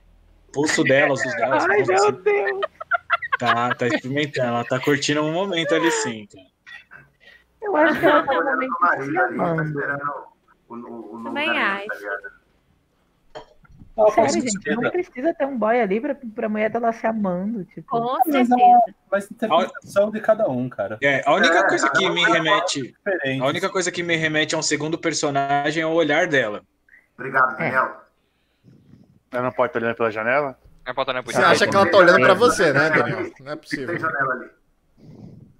[SPEAKER 3] o pulso dela, os dedos dela,
[SPEAKER 2] Ai, meu
[SPEAKER 3] assim,
[SPEAKER 2] Deus.
[SPEAKER 3] tá, tá experimentando, ela tá curtindo um momento ali sim. cara.
[SPEAKER 2] Eu acho que ela tá
[SPEAKER 9] olhando pro marido ali, tá
[SPEAKER 2] amando.
[SPEAKER 9] esperando o, o, o novo
[SPEAKER 1] Também
[SPEAKER 9] garoto, tá
[SPEAKER 1] acho.
[SPEAKER 9] ligado?
[SPEAKER 2] Sério, gente, não precisa ter um boy ali pra, pra mulher tá lá se amando,
[SPEAKER 3] Ah, é
[SPEAKER 2] tipo.
[SPEAKER 1] Com é. certeza.
[SPEAKER 5] Mas interpretação de cada um, cara.
[SPEAKER 3] É, a única
[SPEAKER 9] É,
[SPEAKER 3] coisa que
[SPEAKER 9] cada um
[SPEAKER 3] me
[SPEAKER 9] tem uma
[SPEAKER 3] remete,
[SPEAKER 5] Diferente.
[SPEAKER 3] a única coisa que me remete a um segundo personagem é o olhar dela.
[SPEAKER 9] Obrigado, Daniel.
[SPEAKER 4] Ela não pode estar olhando pela janela?
[SPEAKER 7] Vai botar na
[SPEAKER 8] Você
[SPEAKER 7] polícia.
[SPEAKER 8] acha que ela tá olhando pra você, né, Daniel? Não é
[SPEAKER 9] Se
[SPEAKER 8] possível.
[SPEAKER 9] tem janela ali.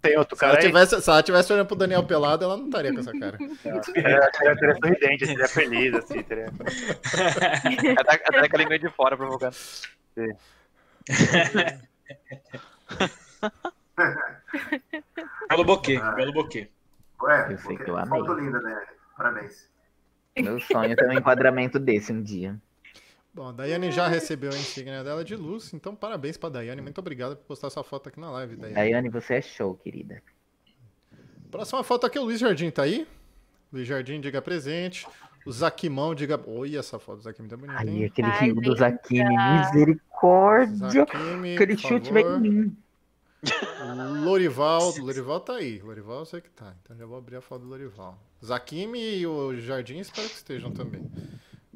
[SPEAKER 4] Tem outro
[SPEAKER 8] Se ela,
[SPEAKER 4] cara aí?
[SPEAKER 8] tivesse, se ela tivesse olhando pro Daniel pelado, ela não estaria com essa cara.
[SPEAKER 4] Ela ela teria sorridente, seria feliz, assim, teria...
[SPEAKER 7] Ela tá, ela tá aquele meio de fora provocando.
[SPEAKER 3] Belo boquê, belo boquê.
[SPEAKER 9] Ué,
[SPEAKER 2] Eu sei
[SPEAKER 9] porque-
[SPEAKER 2] que eu amei.
[SPEAKER 9] foto linda, né? Parabéns.
[SPEAKER 2] Meu sonho é ter um enquadramento desse um dia.
[SPEAKER 8] Bom, a Daiane já recebeu a insígnia dela de luz, então parabéns pra Daiane. Muito obrigado por postar sua foto aqui na live, Daiane.
[SPEAKER 2] Daiane, você é show, querida.
[SPEAKER 8] Próxima foto aqui, o Luiz Jardim tá aí? Luiz Jardim, diga presente. O Zaquimão, diga. Oi, essa foto do Zaquimão tá bonita,
[SPEAKER 2] Aí,
[SPEAKER 8] hein?
[SPEAKER 2] aquele
[SPEAKER 1] Ai,
[SPEAKER 2] rio do
[SPEAKER 1] linda.
[SPEAKER 2] Zakine, misericórdia.
[SPEAKER 8] Zaquime,
[SPEAKER 2] Aquele
[SPEAKER 8] por
[SPEAKER 2] chute
[SPEAKER 8] favor.
[SPEAKER 2] veio em mim.
[SPEAKER 8] Lorival, Lorival tá aí. Lorival eu sei que tá. Então já vou abrir a foto do Lorival. Zakime e o Jardim espero que estejam também.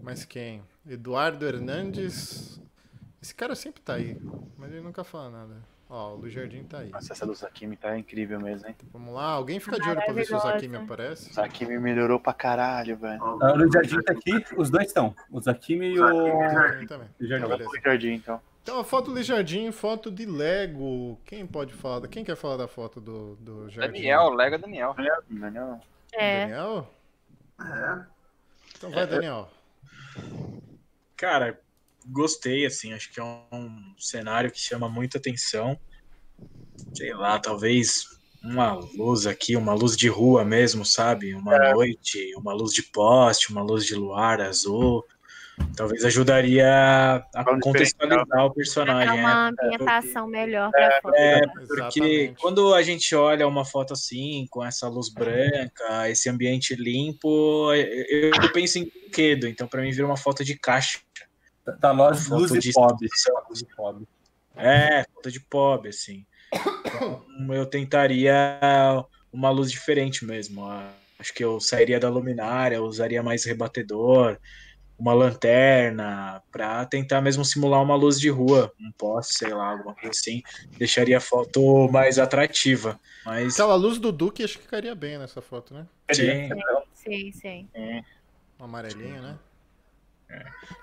[SPEAKER 8] Mas quem? Eduardo Hernandes. Esse cara sempre tá aí, mas ele nunca fala nada. Ó, o Luiz Jardim tá aí.
[SPEAKER 4] Nossa, essa do Sakimi tá incrível mesmo, hein?
[SPEAKER 8] Vamos lá, alguém fica de olho pra ver se o
[SPEAKER 1] Maravilhosa.
[SPEAKER 8] Zakime aparece.
[SPEAKER 4] Sakimi melhorou pra caralho, velho.
[SPEAKER 9] Ó,
[SPEAKER 5] Ah, o Luiz Jardim tá aqui, os dois estão. O Zakimi Tá, e o.
[SPEAKER 9] Luiz Jardim.
[SPEAKER 8] Tem também.
[SPEAKER 5] Jardim.
[SPEAKER 8] Então, beleza.
[SPEAKER 4] Vamos pro jardim, então.
[SPEAKER 8] Então, a foto do Jardim, foto de Lego. Quem pode falar? da- Quem quer falar da foto do, do Jardim?
[SPEAKER 7] Daniel, Lego é Daniel.
[SPEAKER 4] Não, não.
[SPEAKER 1] É.
[SPEAKER 8] Daniel?
[SPEAKER 9] É.
[SPEAKER 8] Então vai, Daniel.
[SPEAKER 3] Cara, gostei, assim, acho que é um cenário que chama muita atenção. Sei lá, talvez uma luz aqui, uma luz de rua mesmo, sabe? Uma noite, uma luz de poste, uma luz de luar azul. Talvez ajudaria a
[SPEAKER 4] Vamos
[SPEAKER 3] contextualizar o
[SPEAKER 1] Pra dar
[SPEAKER 3] personagem. né?
[SPEAKER 1] É uma ambientação melhor pra foto.
[SPEAKER 3] É, Porque
[SPEAKER 8] Exatamente.
[SPEAKER 3] quando a gente olha uma foto assim, com essa luz branca, esse ambiente limpo, eu eu penso em brinquedo. Então, pra mim, vira uma foto de caixa.
[SPEAKER 5] Tá, tá luz,
[SPEAKER 3] Foto
[SPEAKER 5] luz
[SPEAKER 3] de-
[SPEAKER 5] de pobre. Luz de pobre.
[SPEAKER 3] É, foto de pobre, assim. Então, eu tentaria uma luz diferente mesmo. Ah, Acho que eu sairia da luminária, usaria mais rebatedor, uma lanterna, pra tentar mesmo simular uma luz de rua, um poste, sei lá, alguma coisa assim. Deixaria a foto mais atrativa. Mas.
[SPEAKER 8] Aquela luz do Duque acho que ficaria bem nessa foto, né?
[SPEAKER 3] Sim.
[SPEAKER 1] Sim, sim.
[SPEAKER 8] Uma amarelinha, né?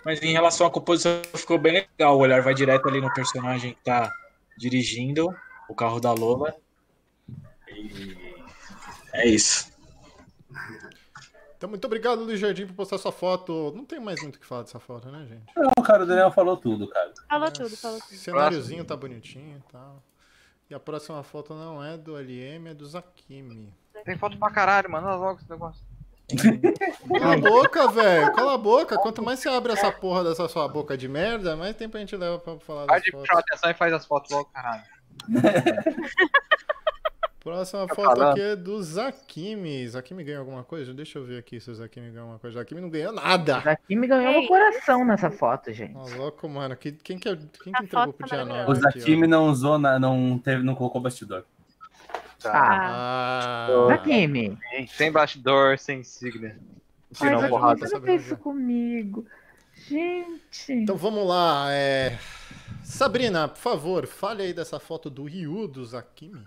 [SPEAKER 3] Mas em relação à composição, ficou bem legal. O olhar vai direto ali no personagem que tá dirigindo o carro da Lola. E é isso.
[SPEAKER 8] Então, muito obrigado, Luiz Jardim, por postar sua foto. Não tem mais muito o que falar dessa foto, né, gente?
[SPEAKER 5] Não, cara, o Daniel falou tudo, cara.
[SPEAKER 1] Falou
[SPEAKER 8] É,
[SPEAKER 1] tudo, falou tudo.
[SPEAKER 8] Cenáriozinho tá bonitinho e tal. E a próxima foto não é do LM, é do Zakimi.
[SPEAKER 7] Tem foto pra caralho, mano. Olha logo esse negócio.
[SPEAKER 8] Cala a boca, velho. Cala a boca. Quanto mais você abre essa porra dessa sua boca de merda, mais tempo a gente leva pra falar
[SPEAKER 7] Para
[SPEAKER 8] das
[SPEAKER 7] de chamar
[SPEAKER 8] fotos.
[SPEAKER 7] atenção e faz as fotos logo, caralho.
[SPEAKER 8] Próxima
[SPEAKER 7] Tá
[SPEAKER 8] foto
[SPEAKER 7] falando.
[SPEAKER 8] aqui é do Zakimi. Zakimi ganhou alguma coisa? Deixa eu ver aqui se o Zakimi ganhou alguma coisa. Zakimi não ganhou nada.
[SPEAKER 2] Daqui me ganhou meu
[SPEAKER 1] Ei.
[SPEAKER 2] coração nessa foto, gente.
[SPEAKER 8] Ó, louco, mano. que- Quem que, é quem que
[SPEAKER 1] A
[SPEAKER 8] entregou
[SPEAKER 1] foto
[SPEAKER 8] pro
[SPEAKER 1] tá
[SPEAKER 8] dia
[SPEAKER 1] maravilhosa.
[SPEAKER 5] O
[SPEAKER 8] 9 aqui, ó?
[SPEAKER 5] Zakimi não usou, na- não, teve, não colocou bastidor.
[SPEAKER 7] Tá.
[SPEAKER 1] Ah.
[SPEAKER 8] Ah,
[SPEAKER 2] Zakimi,
[SPEAKER 7] Ah. Sem bastidor, sem signa.
[SPEAKER 2] mas
[SPEAKER 8] Tirou uma
[SPEAKER 2] você
[SPEAKER 8] porrada,
[SPEAKER 2] não
[SPEAKER 8] sabe,
[SPEAKER 2] fez isso
[SPEAKER 8] Roger?
[SPEAKER 2] comigo. Gente.
[SPEAKER 8] Então vamos lá. é, Sabrina, por favor, fale aí dessa foto do Ryu do Zakimi.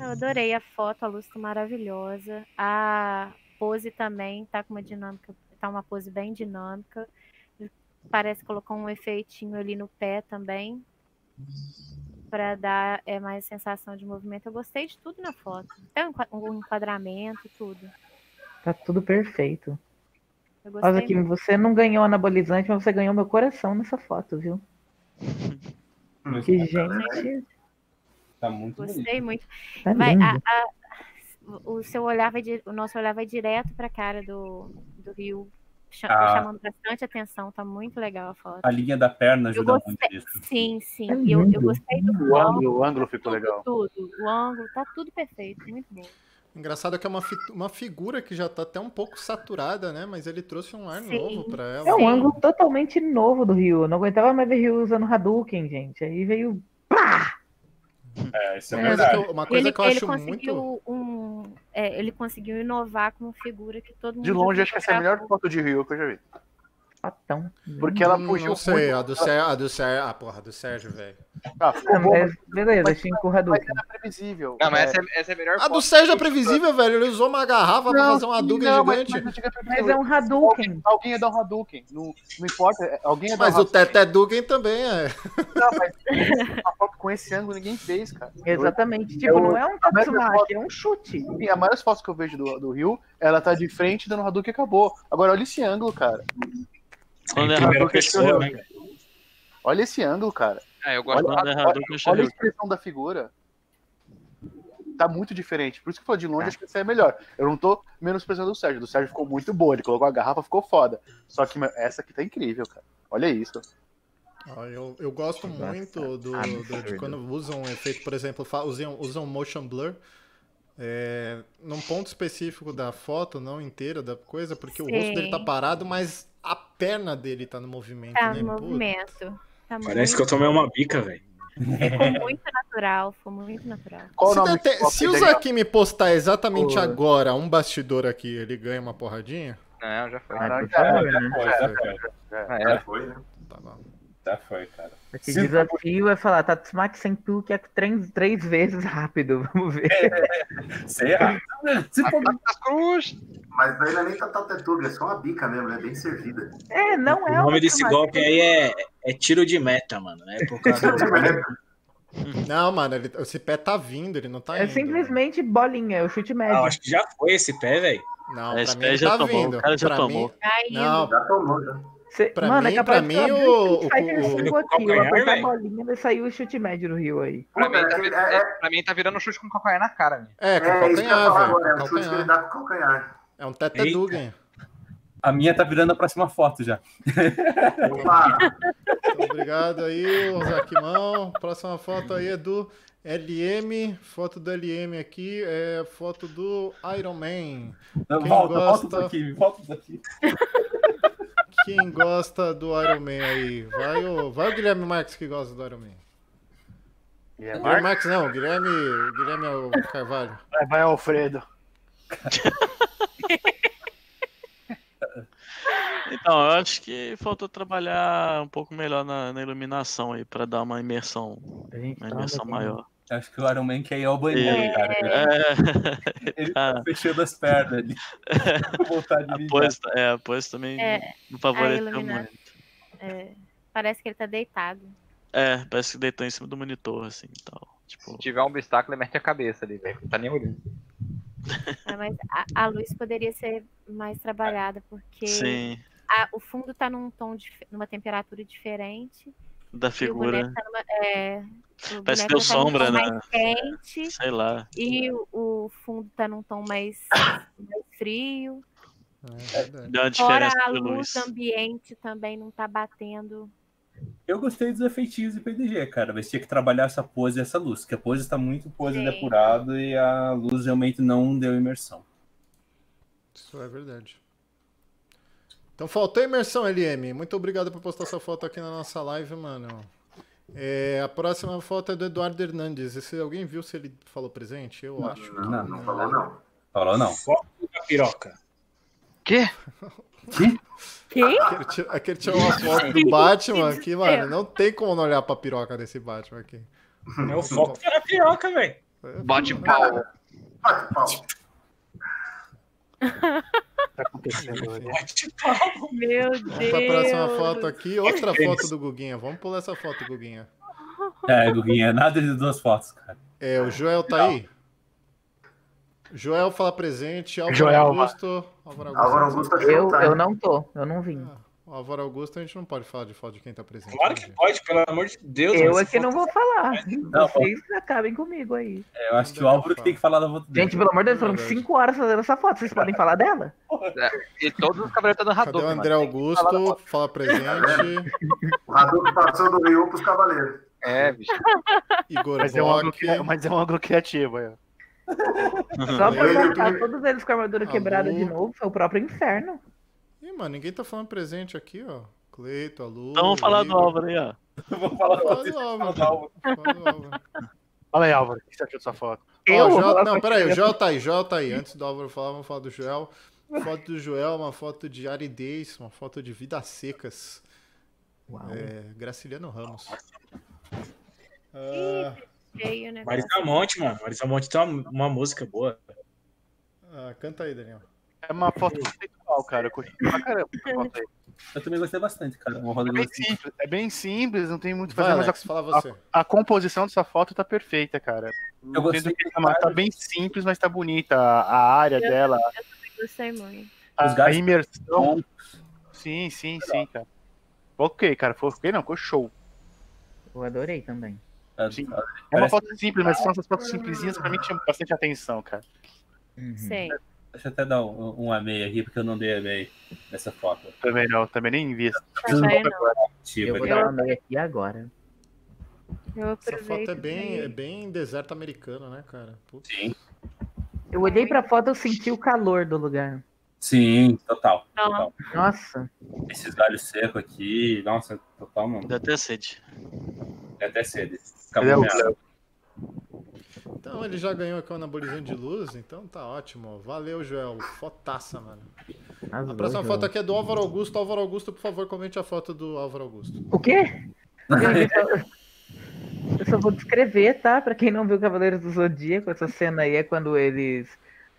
[SPEAKER 1] Eu adorei a foto, a luz tá maravilhosa. A pose também tá com uma dinâmica, tá uma pose bem dinâmica. Parece que colocou um efeitinho ali no pé também. Pra dar é, mais sensação de movimento. Eu gostei de tudo na foto. Até o enqua- o enquadramento, tudo.
[SPEAKER 2] Tá tudo perfeito.
[SPEAKER 1] Eu
[SPEAKER 2] Nossa,
[SPEAKER 1] gostei.
[SPEAKER 2] Zakimi, você não ganhou anabolizante, mas você ganhou meu coração nessa foto, viu?
[SPEAKER 1] muito.
[SPEAKER 5] Hum.
[SPEAKER 2] Que gente.
[SPEAKER 5] é, Tá muito
[SPEAKER 1] Gostei muito.
[SPEAKER 2] Tá
[SPEAKER 1] Vai, ah,
[SPEAKER 2] lindo.
[SPEAKER 1] a- a- o seu olhar vai di- o nosso olhar vai direto pra cara do, do Rio, cha-
[SPEAKER 5] Ah.
[SPEAKER 1] chamando bastante atenção, tá muito legal a foto.
[SPEAKER 5] A linha da perna
[SPEAKER 1] Eu
[SPEAKER 5] ajuda muito
[SPEAKER 1] gostei,
[SPEAKER 5] nisso.
[SPEAKER 1] sim, sim.
[SPEAKER 2] É
[SPEAKER 1] E eu, eu
[SPEAKER 2] lindo.
[SPEAKER 1] gostei do
[SPEAKER 4] O
[SPEAKER 1] ângulo,
[SPEAKER 4] ângulo, o ângulo ficou legal.
[SPEAKER 1] tudo. O ângulo, tá tudo perfeito, muito bom.
[SPEAKER 8] Engraçado é que é uma, fi- uma figura que já tá até um pouco saturada, né? Mas ele trouxe um ar
[SPEAKER 1] Sim.
[SPEAKER 8] novo pra ela.
[SPEAKER 2] É
[SPEAKER 1] Sim.
[SPEAKER 2] um ângulo totalmente novo do Ryu. Eu não aguentava mais ver Ryu usando Hadouken, gente. Aí veio.
[SPEAKER 5] É, isso é,
[SPEAKER 8] Uma coisa que
[SPEAKER 5] verdade.
[SPEAKER 8] eu, uma coisa
[SPEAKER 1] Ele,
[SPEAKER 8] que eu
[SPEAKER 1] ele
[SPEAKER 8] acho
[SPEAKER 1] conseguiu
[SPEAKER 8] muito.
[SPEAKER 1] um, é, ele conseguiu inovar com uma figura que todo mundo
[SPEAKER 4] De longe,
[SPEAKER 1] já
[SPEAKER 4] acho que essa é a melhor foto de Ryu que eu já vi.
[SPEAKER 2] Patão.
[SPEAKER 4] Porque ela
[SPEAKER 8] Hum,
[SPEAKER 4] fugiu
[SPEAKER 8] Não sei,
[SPEAKER 4] muito.
[SPEAKER 8] a do Sérgio. A do Sérgio. Ah, porra, a do Sérgio, velho.
[SPEAKER 4] Ah, ficou boa,
[SPEAKER 2] Mas, Hum, beleza,
[SPEAKER 4] mas-
[SPEAKER 2] achei com o
[SPEAKER 4] mas
[SPEAKER 2] Hadouken.
[SPEAKER 4] era previsível.
[SPEAKER 7] Não, mas
[SPEAKER 4] É,
[SPEAKER 7] essa é, essa é a melhor
[SPEAKER 8] A do
[SPEAKER 7] foto.
[SPEAKER 8] Sérgio é previsível, velho. Ele usou uma garrafa pra
[SPEAKER 4] Não,
[SPEAKER 8] fazer um Hadouken
[SPEAKER 4] não, mas-
[SPEAKER 8] gigante. Mas,
[SPEAKER 4] mas não fica
[SPEAKER 2] Mas
[SPEAKER 4] previsível.
[SPEAKER 2] é um Hadouken.
[SPEAKER 4] Alguém- Alguém ia dar um Hadouken. Não, não importa. é- Alguém ia dar um
[SPEAKER 8] o
[SPEAKER 4] Hadouken.
[SPEAKER 8] Tete Duken também é.
[SPEAKER 4] Não, mas uma foto com esse ângulo ninguém fez, cara.
[SPEAKER 2] Exatamente. Tipo, não é um Tatsumaki, é um chute.
[SPEAKER 4] Sim, a maior foto que eu vejo do, do Rio, ela tá de frente dando Hadouken e acabou. Agora olha esse ângulo, cara.
[SPEAKER 6] Quando é
[SPEAKER 3] primeira
[SPEAKER 6] Hadouken,
[SPEAKER 3] pessoa, né? cara?
[SPEAKER 4] Olha esse ângulo, cara.
[SPEAKER 7] Ah, eu gosto.
[SPEAKER 6] Quando é
[SPEAKER 4] Olha,
[SPEAKER 6] Hadouken, eu
[SPEAKER 4] Olha
[SPEAKER 6] chego.
[SPEAKER 4] a expressão da figura. Tá muito diferente. Por isso que eu falo de longe, acho que essa é melhor. Eu não tô menos pressionando o Sérgio. Do Sérgio ficou muito boa. Ele colocou a garrafa, ficou foda. Só que meu, essa aqui tá incrível, cara. Olha isso.
[SPEAKER 8] Ah, Eu, eu gosto muito do, do- de quando usam um efeito, por exemplo, fa- usam, usam motion blur. É, num ponto específico da foto, não inteira da coisa, porque o rosto
[SPEAKER 1] Sim.
[SPEAKER 8] dele tá parado, mas a perna dele tá no movimento,
[SPEAKER 1] Tá
[SPEAKER 8] né?
[SPEAKER 1] no
[SPEAKER 8] Pô,
[SPEAKER 1] movimento. Tá
[SPEAKER 3] Parece que eu
[SPEAKER 1] muito,
[SPEAKER 3] tomei uma bica, velho.
[SPEAKER 1] ficou muito natural, ficou muito natural.
[SPEAKER 4] Qual
[SPEAKER 8] se
[SPEAKER 4] o nome?
[SPEAKER 8] dete-
[SPEAKER 4] desse
[SPEAKER 8] se
[SPEAKER 4] copo
[SPEAKER 8] o
[SPEAKER 4] aí,
[SPEAKER 8] Zaki me postar exatamente
[SPEAKER 2] Pô.
[SPEAKER 8] agora um bastidor aqui, ele ganha uma porradinha?
[SPEAKER 7] Não, já
[SPEAKER 2] Ah,
[SPEAKER 7] foi.
[SPEAKER 4] Caraca, é.
[SPEAKER 2] né?
[SPEAKER 5] Pô, já foi,
[SPEAKER 7] Já
[SPEAKER 9] Já
[SPEAKER 7] era.
[SPEAKER 9] foi, né?
[SPEAKER 8] Tá bom.
[SPEAKER 5] já foi, cara.
[SPEAKER 2] Esse
[SPEAKER 5] Sim.
[SPEAKER 2] desafio é falar Tatsumaki Senpuku é três, três vezes rápido. Vamos ver.
[SPEAKER 5] Será? Se
[SPEAKER 8] é?
[SPEAKER 5] for
[SPEAKER 7] As cruz!
[SPEAKER 9] Mas daí não é nem tatatetuga, é só uma bica mesmo, né? Bem servida.
[SPEAKER 2] É, não é
[SPEAKER 3] O nome
[SPEAKER 2] um
[SPEAKER 3] desse
[SPEAKER 2] Tatsumaki.
[SPEAKER 3] golpe aí é, é tiro de meta, mano. É por causa do-
[SPEAKER 8] Não, mano, ele, esse pé tá vindo, ele não tá
[SPEAKER 3] né?
[SPEAKER 2] É
[SPEAKER 8] indo.
[SPEAKER 2] simplesmente bolinha, é o chute médio.
[SPEAKER 3] Ah, acho que já foi esse pé, velho.
[SPEAKER 8] Não, pra
[SPEAKER 6] Esse
[SPEAKER 8] mim
[SPEAKER 6] pé
[SPEAKER 8] ele
[SPEAKER 6] já
[SPEAKER 8] tá
[SPEAKER 6] tomou,
[SPEAKER 8] vindo.
[SPEAKER 6] o cara já
[SPEAKER 8] Pra
[SPEAKER 6] tomou.
[SPEAKER 8] mim-
[SPEAKER 1] Tá indo.
[SPEAKER 8] Não,
[SPEAKER 9] Já tomou, já.
[SPEAKER 2] Cê-
[SPEAKER 8] Pra
[SPEAKER 2] mano,
[SPEAKER 8] mim-
[SPEAKER 2] é capaz
[SPEAKER 8] pra
[SPEAKER 2] de
[SPEAKER 8] mim,
[SPEAKER 2] abrir
[SPEAKER 8] o-
[SPEAKER 2] Street Fighter
[SPEAKER 8] o-
[SPEAKER 2] no
[SPEAKER 8] o-
[SPEAKER 2] cinco aqui, eu
[SPEAKER 3] calcanhar,
[SPEAKER 2] apertar a
[SPEAKER 3] velho.
[SPEAKER 2] bolinha, vai sair o chute médio do Rio aí.
[SPEAKER 7] Pra mim, tá,
[SPEAKER 9] É,
[SPEAKER 7] virando-
[SPEAKER 9] é,
[SPEAKER 7] pra mim tá virando chute com calcanhar na cara, meu.
[SPEAKER 8] é, com o
[SPEAKER 9] é isso que eu ia
[SPEAKER 8] calcanhar,
[SPEAKER 9] falar
[SPEAKER 8] velho.
[SPEAKER 9] agora, é
[SPEAKER 8] com
[SPEAKER 9] o
[SPEAKER 8] o
[SPEAKER 9] chute que ele
[SPEAKER 8] calcanhar.
[SPEAKER 9] dá com o calcanhar.
[SPEAKER 8] É um Tete Dugan.
[SPEAKER 5] A minha tá virando a próxima foto já.
[SPEAKER 9] Opa!
[SPEAKER 8] Então, obrigado aí, ô Zaquimão. Próxima foto aí é do LM. Foto do LM aqui é foto do Iron Man.
[SPEAKER 5] Não,
[SPEAKER 8] Quem
[SPEAKER 5] volta,
[SPEAKER 8] gosta-
[SPEAKER 5] volta daqui, volta daqui.
[SPEAKER 8] Quem gosta do Iron Man aí? Vai o, vai o Guilherme Marques que gosta do Iron Man.
[SPEAKER 4] Guilherme
[SPEAKER 8] Guilherme Marques não, Guilherme, Guilherme é o Carvalho.
[SPEAKER 4] Vai, vai, Alfredo.
[SPEAKER 6] Então, eu acho que faltou trabalhar um pouco melhor na, na iluminação aí, pra dar uma imersão,
[SPEAKER 2] A gente
[SPEAKER 6] uma
[SPEAKER 2] tava
[SPEAKER 6] imersão
[SPEAKER 2] aqui.
[SPEAKER 6] maior.
[SPEAKER 5] Acho que o Iron Man quer ir ao banheiro,
[SPEAKER 1] É.
[SPEAKER 5] cara.
[SPEAKER 6] É,
[SPEAKER 5] Ele
[SPEAKER 6] cara,
[SPEAKER 5] tá fechando as pernas ali. Vou voltar de
[SPEAKER 6] a
[SPEAKER 5] mijar.
[SPEAKER 6] pose, é, a pose também
[SPEAKER 1] É,
[SPEAKER 6] não favoreceu
[SPEAKER 1] iluminar.
[SPEAKER 6] muito.
[SPEAKER 1] É, parece que ele tá deitado.
[SPEAKER 6] É, parece que deitou em cima do monitor, assim, e tal.
[SPEAKER 7] Se
[SPEAKER 6] Tipo,
[SPEAKER 7] tiver um obstáculo, ele mete a cabeça ali, velho. Não tá nem olhando.
[SPEAKER 1] né, Mas a, a luz poderia ser mais trabalhada, porque
[SPEAKER 6] sim,
[SPEAKER 1] a- o fundo tá num tom, dif- numa temperatura diferente.
[SPEAKER 6] da
[SPEAKER 1] e o boneco
[SPEAKER 6] figura,
[SPEAKER 1] tá numa- é, o
[SPEAKER 6] Parece
[SPEAKER 1] boneco já
[SPEAKER 6] que deu
[SPEAKER 1] tá num tom
[SPEAKER 6] sombra, né?
[SPEAKER 1] mais quente
[SPEAKER 6] sei lá.
[SPEAKER 1] e o, o fundo tá num tom mais, mais frio.
[SPEAKER 8] É verdade.
[SPEAKER 6] Deu uma
[SPEAKER 1] Fora
[SPEAKER 6] diferença
[SPEAKER 1] a
[SPEAKER 6] de
[SPEAKER 1] luz
[SPEAKER 6] luz.
[SPEAKER 1] ambiente também não tá batendo.
[SPEAKER 5] Eu gostei dos efeitinhos de PDG, cara, mas tinha que trabalhar essa pose e essa luz, que a pose está muito pose
[SPEAKER 1] Sim.
[SPEAKER 5] depurada e a luz realmente não deu imersão.
[SPEAKER 8] Isso é verdade. Então faltou imersão, LM. Muito obrigado por postar essa foto aqui na nossa live, mano. É, a próxima foto é do Eduardo Hernandes. Se alguém viu se ele falou presente, eu acho. que
[SPEAKER 5] não,
[SPEAKER 9] Não falou, não.
[SPEAKER 5] Falou não.
[SPEAKER 3] Foco da piroca.
[SPEAKER 1] Que?
[SPEAKER 8] Aquele tirou, aquele tirou uma foto do Batman aqui, mano. Não tem como não olhar pra piroca desse Batman aqui.
[SPEAKER 3] É o foco da piroca, velho.
[SPEAKER 7] Bate pau.
[SPEAKER 9] Bate pau.
[SPEAKER 4] Tá
[SPEAKER 3] Bate pau.
[SPEAKER 1] Meu
[SPEAKER 8] Vamos pra próxima
[SPEAKER 1] Deus.
[SPEAKER 8] foto aqui. Outra foto do Guguinha. Vamos pular essa foto, Guguinha.
[SPEAKER 5] É, Guguinha, nada de duas fotos, cara.
[SPEAKER 8] É, o Joel tá aí? Joel fala presente. Álvaro
[SPEAKER 4] Joel,
[SPEAKER 8] Augusto. Álvaro Augusto.
[SPEAKER 9] Álvaro Augusto acho que
[SPEAKER 2] Eu,
[SPEAKER 9] não tá.
[SPEAKER 2] eu não tô, eu não vim.
[SPEAKER 8] Ah, O Álvaro Augusto, a gente não pode falar de foto de quem tá presente.
[SPEAKER 10] Claro que
[SPEAKER 8] né, gente?
[SPEAKER 10] pode, pelo amor de Deus.
[SPEAKER 2] Eu
[SPEAKER 10] mas
[SPEAKER 2] é que não vou falar.
[SPEAKER 5] Não,
[SPEAKER 2] Vocês acabem comigo aí.
[SPEAKER 5] É, eu acho que o Álvaro que tem que falar da volta dele.
[SPEAKER 2] Gente, pelo amor de Deus, foram cinco horas fazendo essa foto. Vocês podem falar dela?
[SPEAKER 7] E todos os cavaleiros estão no
[SPEAKER 8] Cadê o
[SPEAKER 7] Hadouken,
[SPEAKER 8] André
[SPEAKER 7] mano. Tem que falar da
[SPEAKER 8] Augusto?
[SPEAKER 7] foto.
[SPEAKER 8] Fala presente.
[SPEAKER 9] O Hadouken passou do Ryu pros cavaleiros.
[SPEAKER 7] É, bicho.
[SPEAKER 8] Igor
[SPEAKER 4] Mas é um ângulo,
[SPEAKER 8] Bock.
[SPEAKER 4] cri- mas é um ângulo criativo. é.
[SPEAKER 2] É
[SPEAKER 8] Uhum.
[SPEAKER 2] Só pra
[SPEAKER 9] Ele-
[SPEAKER 2] voltar todos eles com a
[SPEAKER 8] Tá
[SPEAKER 2] armadura quebrada de novo, foi o próprio inferno.
[SPEAKER 8] Ih, mano, ninguém tá falando presente aqui, ó. Cleito, Alu.
[SPEAKER 6] Então vamos falar do
[SPEAKER 8] Igor.
[SPEAKER 6] Álvaro aí, ó.
[SPEAKER 5] Eu vou falar
[SPEAKER 8] Fala
[SPEAKER 5] da
[SPEAKER 8] do
[SPEAKER 5] Fala
[SPEAKER 8] Álvaro.
[SPEAKER 5] do Álvaro.
[SPEAKER 8] Fala do Álvaro.
[SPEAKER 4] Fala aí, Álvaro, o que você achou dessa foto?
[SPEAKER 8] Ó,
[SPEAKER 2] Eu vou
[SPEAKER 8] Joel-
[SPEAKER 2] falar
[SPEAKER 8] não,
[SPEAKER 2] com-
[SPEAKER 8] peraí, o Joel tá aí, o Joel tá aí. Antes do Álvaro falar, vamos falar do Joel. Foto do Joel, uma foto de aridez, uma foto de vidas secas.
[SPEAKER 2] Uau.
[SPEAKER 8] É, Graciliano Ramos. Ah,
[SPEAKER 1] Cheio, né?
[SPEAKER 10] Marisa Monte, mano. Marisa Monte tem uma, uma música boa.
[SPEAKER 8] Ah, ah, canta aí, Daniel.
[SPEAKER 4] É uma foto conceitual, cara. Eu curti pra caramba essa foto aí.
[SPEAKER 5] Eu também gostei bastante, cara. Uma roda
[SPEAKER 4] É
[SPEAKER 5] de
[SPEAKER 4] bem
[SPEAKER 5] gostei.
[SPEAKER 4] simples, é bem simples, não tem muito o que
[SPEAKER 8] Vai,
[SPEAKER 4] fazer, mas
[SPEAKER 8] Alex, fala você.
[SPEAKER 4] a, a composição dessa foto tá perfeita, cara.
[SPEAKER 5] Eu
[SPEAKER 4] Não tem do
[SPEAKER 5] gostei.
[SPEAKER 4] que reclamar, Tá bem simples, mas tá bonita a, a área dela,
[SPEAKER 1] Gostei muito.
[SPEAKER 5] Os
[SPEAKER 4] a, a
[SPEAKER 5] gás-
[SPEAKER 4] imersão. Sim, sim, sim, cara. Ok, cara, foi ok, não, ficou show.
[SPEAKER 2] Eu adorei também.
[SPEAKER 5] cara.
[SPEAKER 4] Sim. É uma
[SPEAKER 5] tá, Parece-
[SPEAKER 4] foto simples, mas são essas fotos simplesinhas que pra mim chamam bastante atenção, cara.
[SPEAKER 2] Uhum.
[SPEAKER 8] Uhum.
[SPEAKER 1] Sim.
[SPEAKER 5] Deixa eu até dar um, um amei aqui, porque eu não dei amei nessa foto.
[SPEAKER 4] Também não, também nem vi. essa
[SPEAKER 1] Também
[SPEAKER 4] foto
[SPEAKER 1] não.
[SPEAKER 4] agora.
[SPEAKER 5] Tipo,
[SPEAKER 2] Eu vou
[SPEAKER 5] ali.
[SPEAKER 4] um
[SPEAKER 2] dar uma meia aqui agora.
[SPEAKER 1] Eu
[SPEAKER 8] Essa
[SPEAKER 1] aproveito.
[SPEAKER 8] foto é bem,
[SPEAKER 1] e-
[SPEAKER 8] é bem deserto americano, né, cara? Putz.
[SPEAKER 5] Sim.
[SPEAKER 2] Eu olhei pra foto, eu senti o calor do lugar.
[SPEAKER 5] Sim, total.
[SPEAKER 1] Não.
[SPEAKER 5] total.
[SPEAKER 2] Nossa,
[SPEAKER 5] Esses galhos secos aqui, nossa, total, mano.
[SPEAKER 6] Dá até sede.
[SPEAKER 5] É até cedo.
[SPEAKER 4] Cadê é o
[SPEAKER 5] Acabou mesmo.
[SPEAKER 8] Então ele já ganhou aqui o anabolizante de luz, então tá ótimo. Valeu, Joel. Fotaça, mano.
[SPEAKER 2] as
[SPEAKER 8] A próxima
[SPEAKER 2] duas,
[SPEAKER 8] foto
[SPEAKER 2] ó.
[SPEAKER 8] aqui é do Álvaro Augusto. Álvaro Augusto, por favor, comente a foto do Álvaro Augusto.
[SPEAKER 2] O quê? Gente, eu, só... eu só vou descrever, tá? Pra quem não viu Cavaleiros do Zodíaco, essa cena aí é quando eles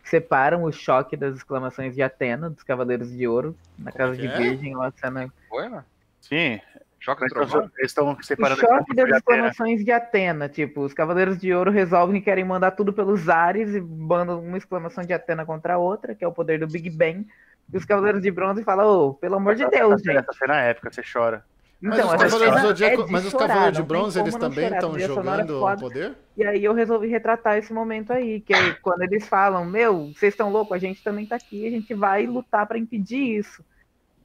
[SPEAKER 2] separam o choque das exclamações de Atena, dos Cavaleiros de Ouro, na Casa
[SPEAKER 8] que
[SPEAKER 2] de
[SPEAKER 8] é?
[SPEAKER 2] Virgem, uma cena.
[SPEAKER 7] Foi, mano?
[SPEAKER 4] Sim,
[SPEAKER 7] Choque do
[SPEAKER 4] mas eles
[SPEAKER 7] trovão?
[SPEAKER 4] tão- eles estão
[SPEAKER 2] O
[SPEAKER 4] separando
[SPEAKER 2] choque das
[SPEAKER 4] a terra.
[SPEAKER 2] exclamações de Atena, tipo, os Cavaleiros de Ouro resolvem que querem mandar tudo pelos ares e mandam uma exclamação de Atena contra a outra, que é o poder do Big Bang. E os Cavaleiros de Bronze falam, ô, pelo amor de Deus, gente.
[SPEAKER 4] Essa cena é épica, você chora.
[SPEAKER 8] Mas
[SPEAKER 2] Então,
[SPEAKER 8] os
[SPEAKER 2] essa
[SPEAKER 8] Cavaleiros do
[SPEAKER 2] cena é
[SPEAKER 8] Zodíaco-
[SPEAKER 2] de
[SPEAKER 8] mas os
[SPEAKER 2] chorar,
[SPEAKER 8] Cavaleiros de
[SPEAKER 2] não tem
[SPEAKER 8] Bronze,
[SPEAKER 2] como
[SPEAKER 8] eles
[SPEAKER 2] não
[SPEAKER 8] também
[SPEAKER 2] chorar. A
[SPEAKER 8] estão
[SPEAKER 2] trilha sonora é
[SPEAKER 8] jogando o
[SPEAKER 2] foda.
[SPEAKER 8] poder?
[SPEAKER 2] E aí eu resolvi retratar esse momento aí, que é quando eles falam, meu, vocês estão loucos, a gente também tá aqui, a gente vai lutar pra impedir isso.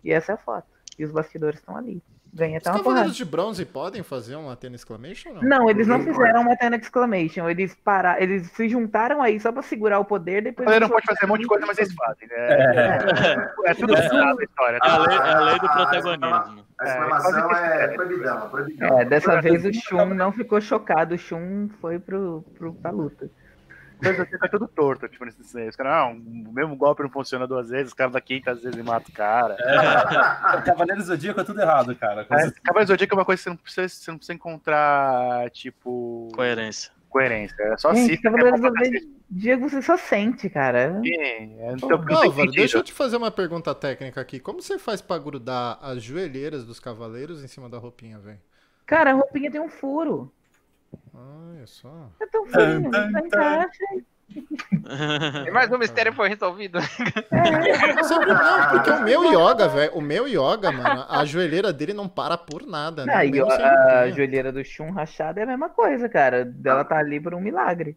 [SPEAKER 2] E essa é a foto. E os bastidores estão ali. Ganha
[SPEAKER 8] Os
[SPEAKER 2] até
[SPEAKER 4] tá
[SPEAKER 2] uma porrada.
[SPEAKER 8] Cavaleiros de Bronze podem fazer um Atena Exclamation ou não?
[SPEAKER 2] Não, eles não fizeram uma Atena Exclamation. Eles pararam, eles se juntaram aí só pra segurar o poder, depois.
[SPEAKER 4] Ele não
[SPEAKER 2] eles
[SPEAKER 4] pode fazer um monte de coisa, mas eles fazem. né? É, tudo estudado a história.
[SPEAKER 6] É a lei, é a lei do
[SPEAKER 9] Ah,
[SPEAKER 6] protagonismo.
[SPEAKER 9] A
[SPEAKER 4] É,
[SPEAKER 9] exclamação
[SPEAKER 4] quase que-
[SPEAKER 9] é proibidão, é proibidão.
[SPEAKER 2] É, dessa vez o Shun não ficou chocado, o Shun foi pro, pro, pra luta.
[SPEAKER 4] Mas você tá tudo torto, tipo, nesse desenho. Os caras, ah, um- o mesmo golpe não funciona duas vezes, os caras da quinta às vezes mata o cara.
[SPEAKER 5] Cavaleiros do Zodíaco é tudo errado, cara. Com
[SPEAKER 4] É,
[SPEAKER 5] certeza.
[SPEAKER 4] Cavaleiros do Zodíaco é uma coisa que você não precisa, você não precisa encontrar, tipo,
[SPEAKER 6] Coerência.
[SPEAKER 4] coerência. É só
[SPEAKER 2] Gente,
[SPEAKER 4] cifra. que é
[SPEAKER 2] Cavaleiros
[SPEAKER 4] bom
[SPEAKER 2] do
[SPEAKER 4] pra cacete.
[SPEAKER 2] Diego, você só sente, cara.
[SPEAKER 4] Sim, é, então, não tem
[SPEAKER 8] Álvaro,
[SPEAKER 4] sentido.
[SPEAKER 8] deixa eu te fazer uma pergunta técnica aqui. Como você faz pra grudar as joelheiras dos cavaleiros em cima da roupinha, velho?
[SPEAKER 2] Cara, a roupinha tem um furo.
[SPEAKER 8] Olha só.
[SPEAKER 2] É tão fino,
[SPEAKER 5] Tan,
[SPEAKER 2] não
[SPEAKER 5] tan,
[SPEAKER 2] encaixa.
[SPEAKER 7] E mais um mistério foi resolvido.
[SPEAKER 8] Eu sempre-
[SPEAKER 1] Ah,
[SPEAKER 8] não, porque o meu yoga, velho, o meu yoga, mano, a joelheira dele não para por nada, né?
[SPEAKER 2] Ah, e
[SPEAKER 8] Mesmo sem
[SPEAKER 2] a, a
[SPEAKER 8] roupinha.
[SPEAKER 2] joelheira do Chum rachada é a mesma coisa, cara. Ela tá ali por um milagre.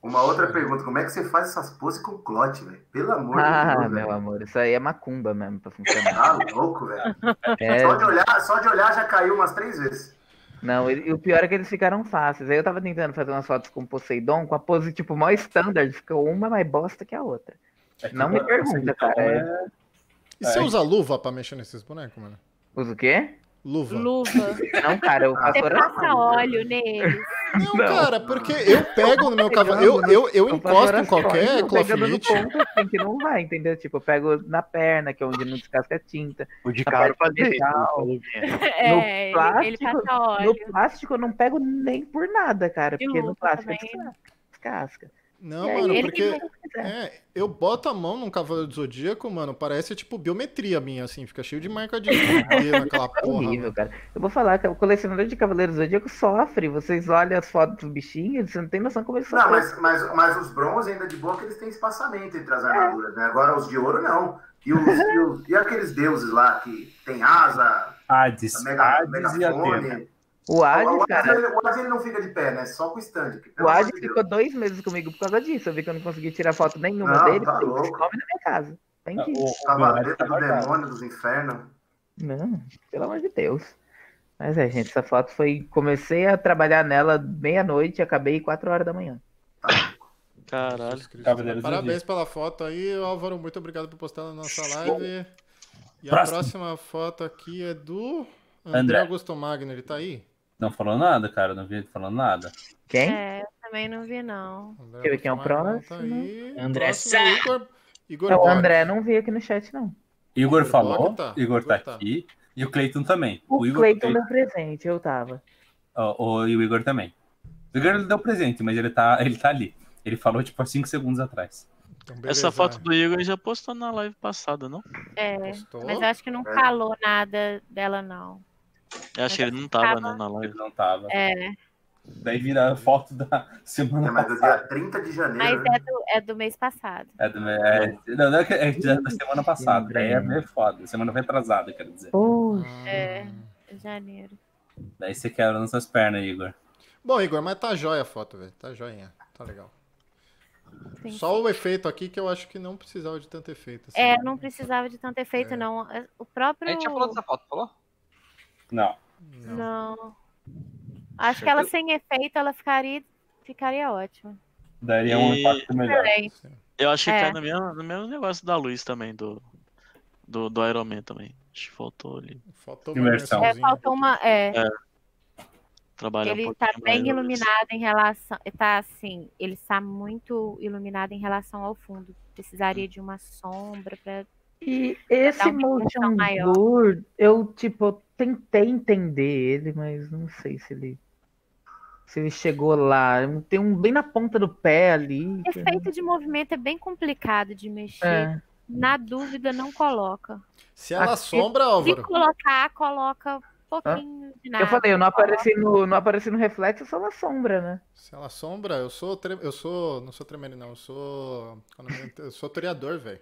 [SPEAKER 9] Uma outra pergunta, como é que você faz essas poses com clote, velho? Pelo
[SPEAKER 5] um
[SPEAKER 9] amor de
[SPEAKER 2] Ah,
[SPEAKER 9] Deus,
[SPEAKER 2] meu
[SPEAKER 9] velho.
[SPEAKER 2] amor, isso aí é macumba mesmo pra funcionar.
[SPEAKER 9] Tá louco, velho.
[SPEAKER 2] É,
[SPEAKER 9] Só, de olhar- só de olhar já caiu umas três vezes.
[SPEAKER 2] não, e, e o pior é que eles ficaram fáceis. Aí eu tava tentando fazer umas fotos com Poseidon, com a pose tipo mó standard, ficou uma mais bosta que a outra.
[SPEAKER 5] É que
[SPEAKER 2] Não me
[SPEAKER 5] agora,
[SPEAKER 2] pergunta,
[SPEAKER 5] então,
[SPEAKER 2] cara. É-
[SPEAKER 5] é-
[SPEAKER 8] E você usa luva pra mexer nesses bonecos, mano?
[SPEAKER 2] Usa o quê?
[SPEAKER 8] Luva.
[SPEAKER 1] Luva.
[SPEAKER 2] Não, cara, eu
[SPEAKER 1] Você
[SPEAKER 2] faço oração.
[SPEAKER 1] passa um- óleo nele.
[SPEAKER 8] Não, cara, porque eu pego no meu cavalo, eu, eu, eu
[SPEAKER 2] Eu faço
[SPEAKER 8] encosto em
[SPEAKER 2] orações,
[SPEAKER 8] qualquer
[SPEAKER 2] eu pegando no
[SPEAKER 8] clofite.
[SPEAKER 2] ponto assim que não vai, entendeu? Tipo, eu pego na perna, que é onde não descasca a tinta.
[SPEAKER 4] O de
[SPEAKER 2] a
[SPEAKER 4] cara
[SPEAKER 2] parte
[SPEAKER 4] fazer isso.
[SPEAKER 2] metal.
[SPEAKER 4] falou bem.
[SPEAKER 1] É,
[SPEAKER 2] plástico,
[SPEAKER 1] ele, ele passa
[SPEAKER 2] No
[SPEAKER 1] óleo.
[SPEAKER 2] plástico eu não pego nem por nada, cara.
[SPEAKER 1] E
[SPEAKER 2] Porque no
[SPEAKER 1] luva
[SPEAKER 2] plástico é
[SPEAKER 1] também.
[SPEAKER 2] desca- descasca.
[SPEAKER 8] Não,
[SPEAKER 1] E aí,
[SPEAKER 8] mano,
[SPEAKER 1] ele
[SPEAKER 8] porque
[SPEAKER 1] que quiser.
[SPEAKER 8] é, eu boto a mão num cavalo do zodíaco, mano, parece tipo biometria minha, assim, fica cheio de marca de dedo naquela
[SPEAKER 2] É
[SPEAKER 8] porra.
[SPEAKER 2] horrível,
[SPEAKER 8] mano.
[SPEAKER 2] cara. Eu vou falar que o colecionador de Cavaleiros do Zodíaco sofre. Vocês olham as fotos dos bichinhos, você não tem noção como eles
[SPEAKER 9] Não,
[SPEAKER 2] sofrem.
[SPEAKER 9] mas, mas, mas os bronze ainda de boa que eles têm espaçamento entre as armaduras, né? Agora os de ouro não. E, os, e, os- e aqueles deuses lá que tem asa,
[SPEAKER 5] Hades.
[SPEAKER 9] mega,
[SPEAKER 5] Hades ah, e Atena.
[SPEAKER 9] megafone.
[SPEAKER 2] O
[SPEAKER 9] o,
[SPEAKER 2] Hades,
[SPEAKER 9] Hades,
[SPEAKER 2] cara,
[SPEAKER 9] ele, o Hades ele não fica de pé, né? Só com o stand. que, pelo
[SPEAKER 2] o Hades
[SPEAKER 9] amor de Deus.
[SPEAKER 2] ficou dois meses comigo por causa disso. Eu vi que eu não consegui tirar foto nenhuma
[SPEAKER 9] Não,
[SPEAKER 2] dele.
[SPEAKER 9] tá
[SPEAKER 2] falei,
[SPEAKER 9] louco.
[SPEAKER 2] Come na minha casa. Tem que ir.
[SPEAKER 5] tá
[SPEAKER 9] Cavaleta do demônio, dos infernos.
[SPEAKER 2] Não, pelo amor de Deus. Mas é, gente, essa foto foi. Comecei a trabalhar nela meia-noite e acabei quatro horas da manhã.
[SPEAKER 6] Caralho.
[SPEAKER 8] Jesus Cristo.
[SPEAKER 5] Cavaleiros do
[SPEAKER 8] Parabéns pela foto aí, Álvaro. Muito obrigado por postar na nossa live. E a
[SPEAKER 5] Próximo.
[SPEAKER 8] próxima foto aqui é do André,
[SPEAKER 5] André.
[SPEAKER 8] Augusto Magno. Ele tá aí?
[SPEAKER 5] Não falou nada, cara. Não vi ele falando nada.
[SPEAKER 2] Quem?
[SPEAKER 1] É, eu também não vi, não.
[SPEAKER 8] André
[SPEAKER 2] Deixa eu ver quem é o
[SPEAKER 8] Augusto Magno
[SPEAKER 2] próximo.
[SPEAKER 8] Tá aí.
[SPEAKER 10] André
[SPEAKER 8] Próximo é Igor. Igor
[SPEAKER 2] É, o
[SPEAKER 8] Borges.
[SPEAKER 2] André não veio aqui no chat, não.
[SPEAKER 5] Igor
[SPEAKER 8] Igor
[SPEAKER 5] falou,
[SPEAKER 8] Bloch tá.
[SPEAKER 5] Igor tá
[SPEAKER 8] Igor tá.
[SPEAKER 5] aqui. E o Cleiton também.
[SPEAKER 2] O,
[SPEAKER 5] Igor,
[SPEAKER 2] Cleiton deu presente, eu tava.
[SPEAKER 5] ó, ó, e o Igor também. O Igor ele deu presente, mas ele tá, ele tá ali. Ele falou, tipo, há 5 segundos atrás.
[SPEAKER 8] Então, beleza.
[SPEAKER 6] Essa foto do Igor ele já postou na live passada, não?
[SPEAKER 1] É,
[SPEAKER 8] Postou?
[SPEAKER 1] mas eu acho que não calou nada dela, não.
[SPEAKER 6] Eu acho que ele não
[SPEAKER 1] Tava.
[SPEAKER 6] tava, né, na
[SPEAKER 5] Ele
[SPEAKER 6] live.
[SPEAKER 5] não tava.
[SPEAKER 1] É,
[SPEAKER 5] Daí vira a foto da
[SPEAKER 9] É,
[SPEAKER 5] semana
[SPEAKER 9] mas do dia
[SPEAKER 5] passada.
[SPEAKER 9] 30 de
[SPEAKER 1] mas
[SPEAKER 9] janeiro. né?
[SPEAKER 1] é do, é do mês passado.
[SPEAKER 5] É, do- é, não, não é, que- é da da semana passada. Daí é meio foda. Semana retrasada, quero dizer.
[SPEAKER 2] Pô,
[SPEAKER 8] Ah.
[SPEAKER 1] É, janeiro.
[SPEAKER 5] Daí você quebra nas suas pernas, Igor.
[SPEAKER 8] Bom, Igor, mas tá jóia a foto, velho. Tá joinha. Tá legal.
[SPEAKER 1] Sim.
[SPEAKER 8] Só o efeito aqui que eu acho que não precisava de tanto efeito. assim.
[SPEAKER 1] É, não precisava de tanto efeito,
[SPEAKER 8] É.
[SPEAKER 1] não. O
[SPEAKER 7] A
[SPEAKER 1] próprio.
[SPEAKER 7] gente já falou dessa foto, falou?
[SPEAKER 5] Não.
[SPEAKER 8] Não.
[SPEAKER 1] Não. Acho que ela sem efeito, ela ficaria, ficaria ótima.
[SPEAKER 5] Daria um
[SPEAKER 6] E-
[SPEAKER 5] impacto melhor.
[SPEAKER 1] Porém,
[SPEAKER 6] Eu acho que
[SPEAKER 1] É.
[SPEAKER 6] cai no mesmo, no mesmo negócio da luz também, do, do, do Iron Man também. Acho que faltou ali.
[SPEAKER 8] Faltou
[SPEAKER 5] Diversão.
[SPEAKER 1] é,
[SPEAKER 8] uma imersãozinha.
[SPEAKER 1] faltou uma. É,
[SPEAKER 6] Trabalhar um
[SPEAKER 1] ele
[SPEAKER 6] pouquinho
[SPEAKER 1] tá
[SPEAKER 6] mais
[SPEAKER 1] bem
[SPEAKER 6] a luz.
[SPEAKER 1] iluminado em relação. Tá assim, ele está muito iluminado em relação ao fundo. Precisaria de uma sombra pra.
[SPEAKER 2] E esse
[SPEAKER 1] Dá uma dimensão
[SPEAKER 2] motion
[SPEAKER 1] maior.
[SPEAKER 2] blur, eu, tipo, eu tentei entender ele, mas não sei se ele. Se ele chegou lá. Tem um bem na ponta do pé ali. que-
[SPEAKER 1] Efeito de movimento é bem complicado de mexer.
[SPEAKER 2] É.
[SPEAKER 1] Na dúvida, não coloca.
[SPEAKER 8] Se ela
[SPEAKER 2] Aqui-
[SPEAKER 8] assombra,
[SPEAKER 1] Se
[SPEAKER 8] Álvaro.
[SPEAKER 1] colocar, coloca um pouquinho de nada.
[SPEAKER 2] Eu falei, eu não apareci no, não apareci no reflexo, só na sombra, né?
[SPEAKER 8] Se ela assombra, eu sou. tre- Eu sou. Não sou tremendo, não. Eu sou. qual o nome? Eu sou toreador, velho.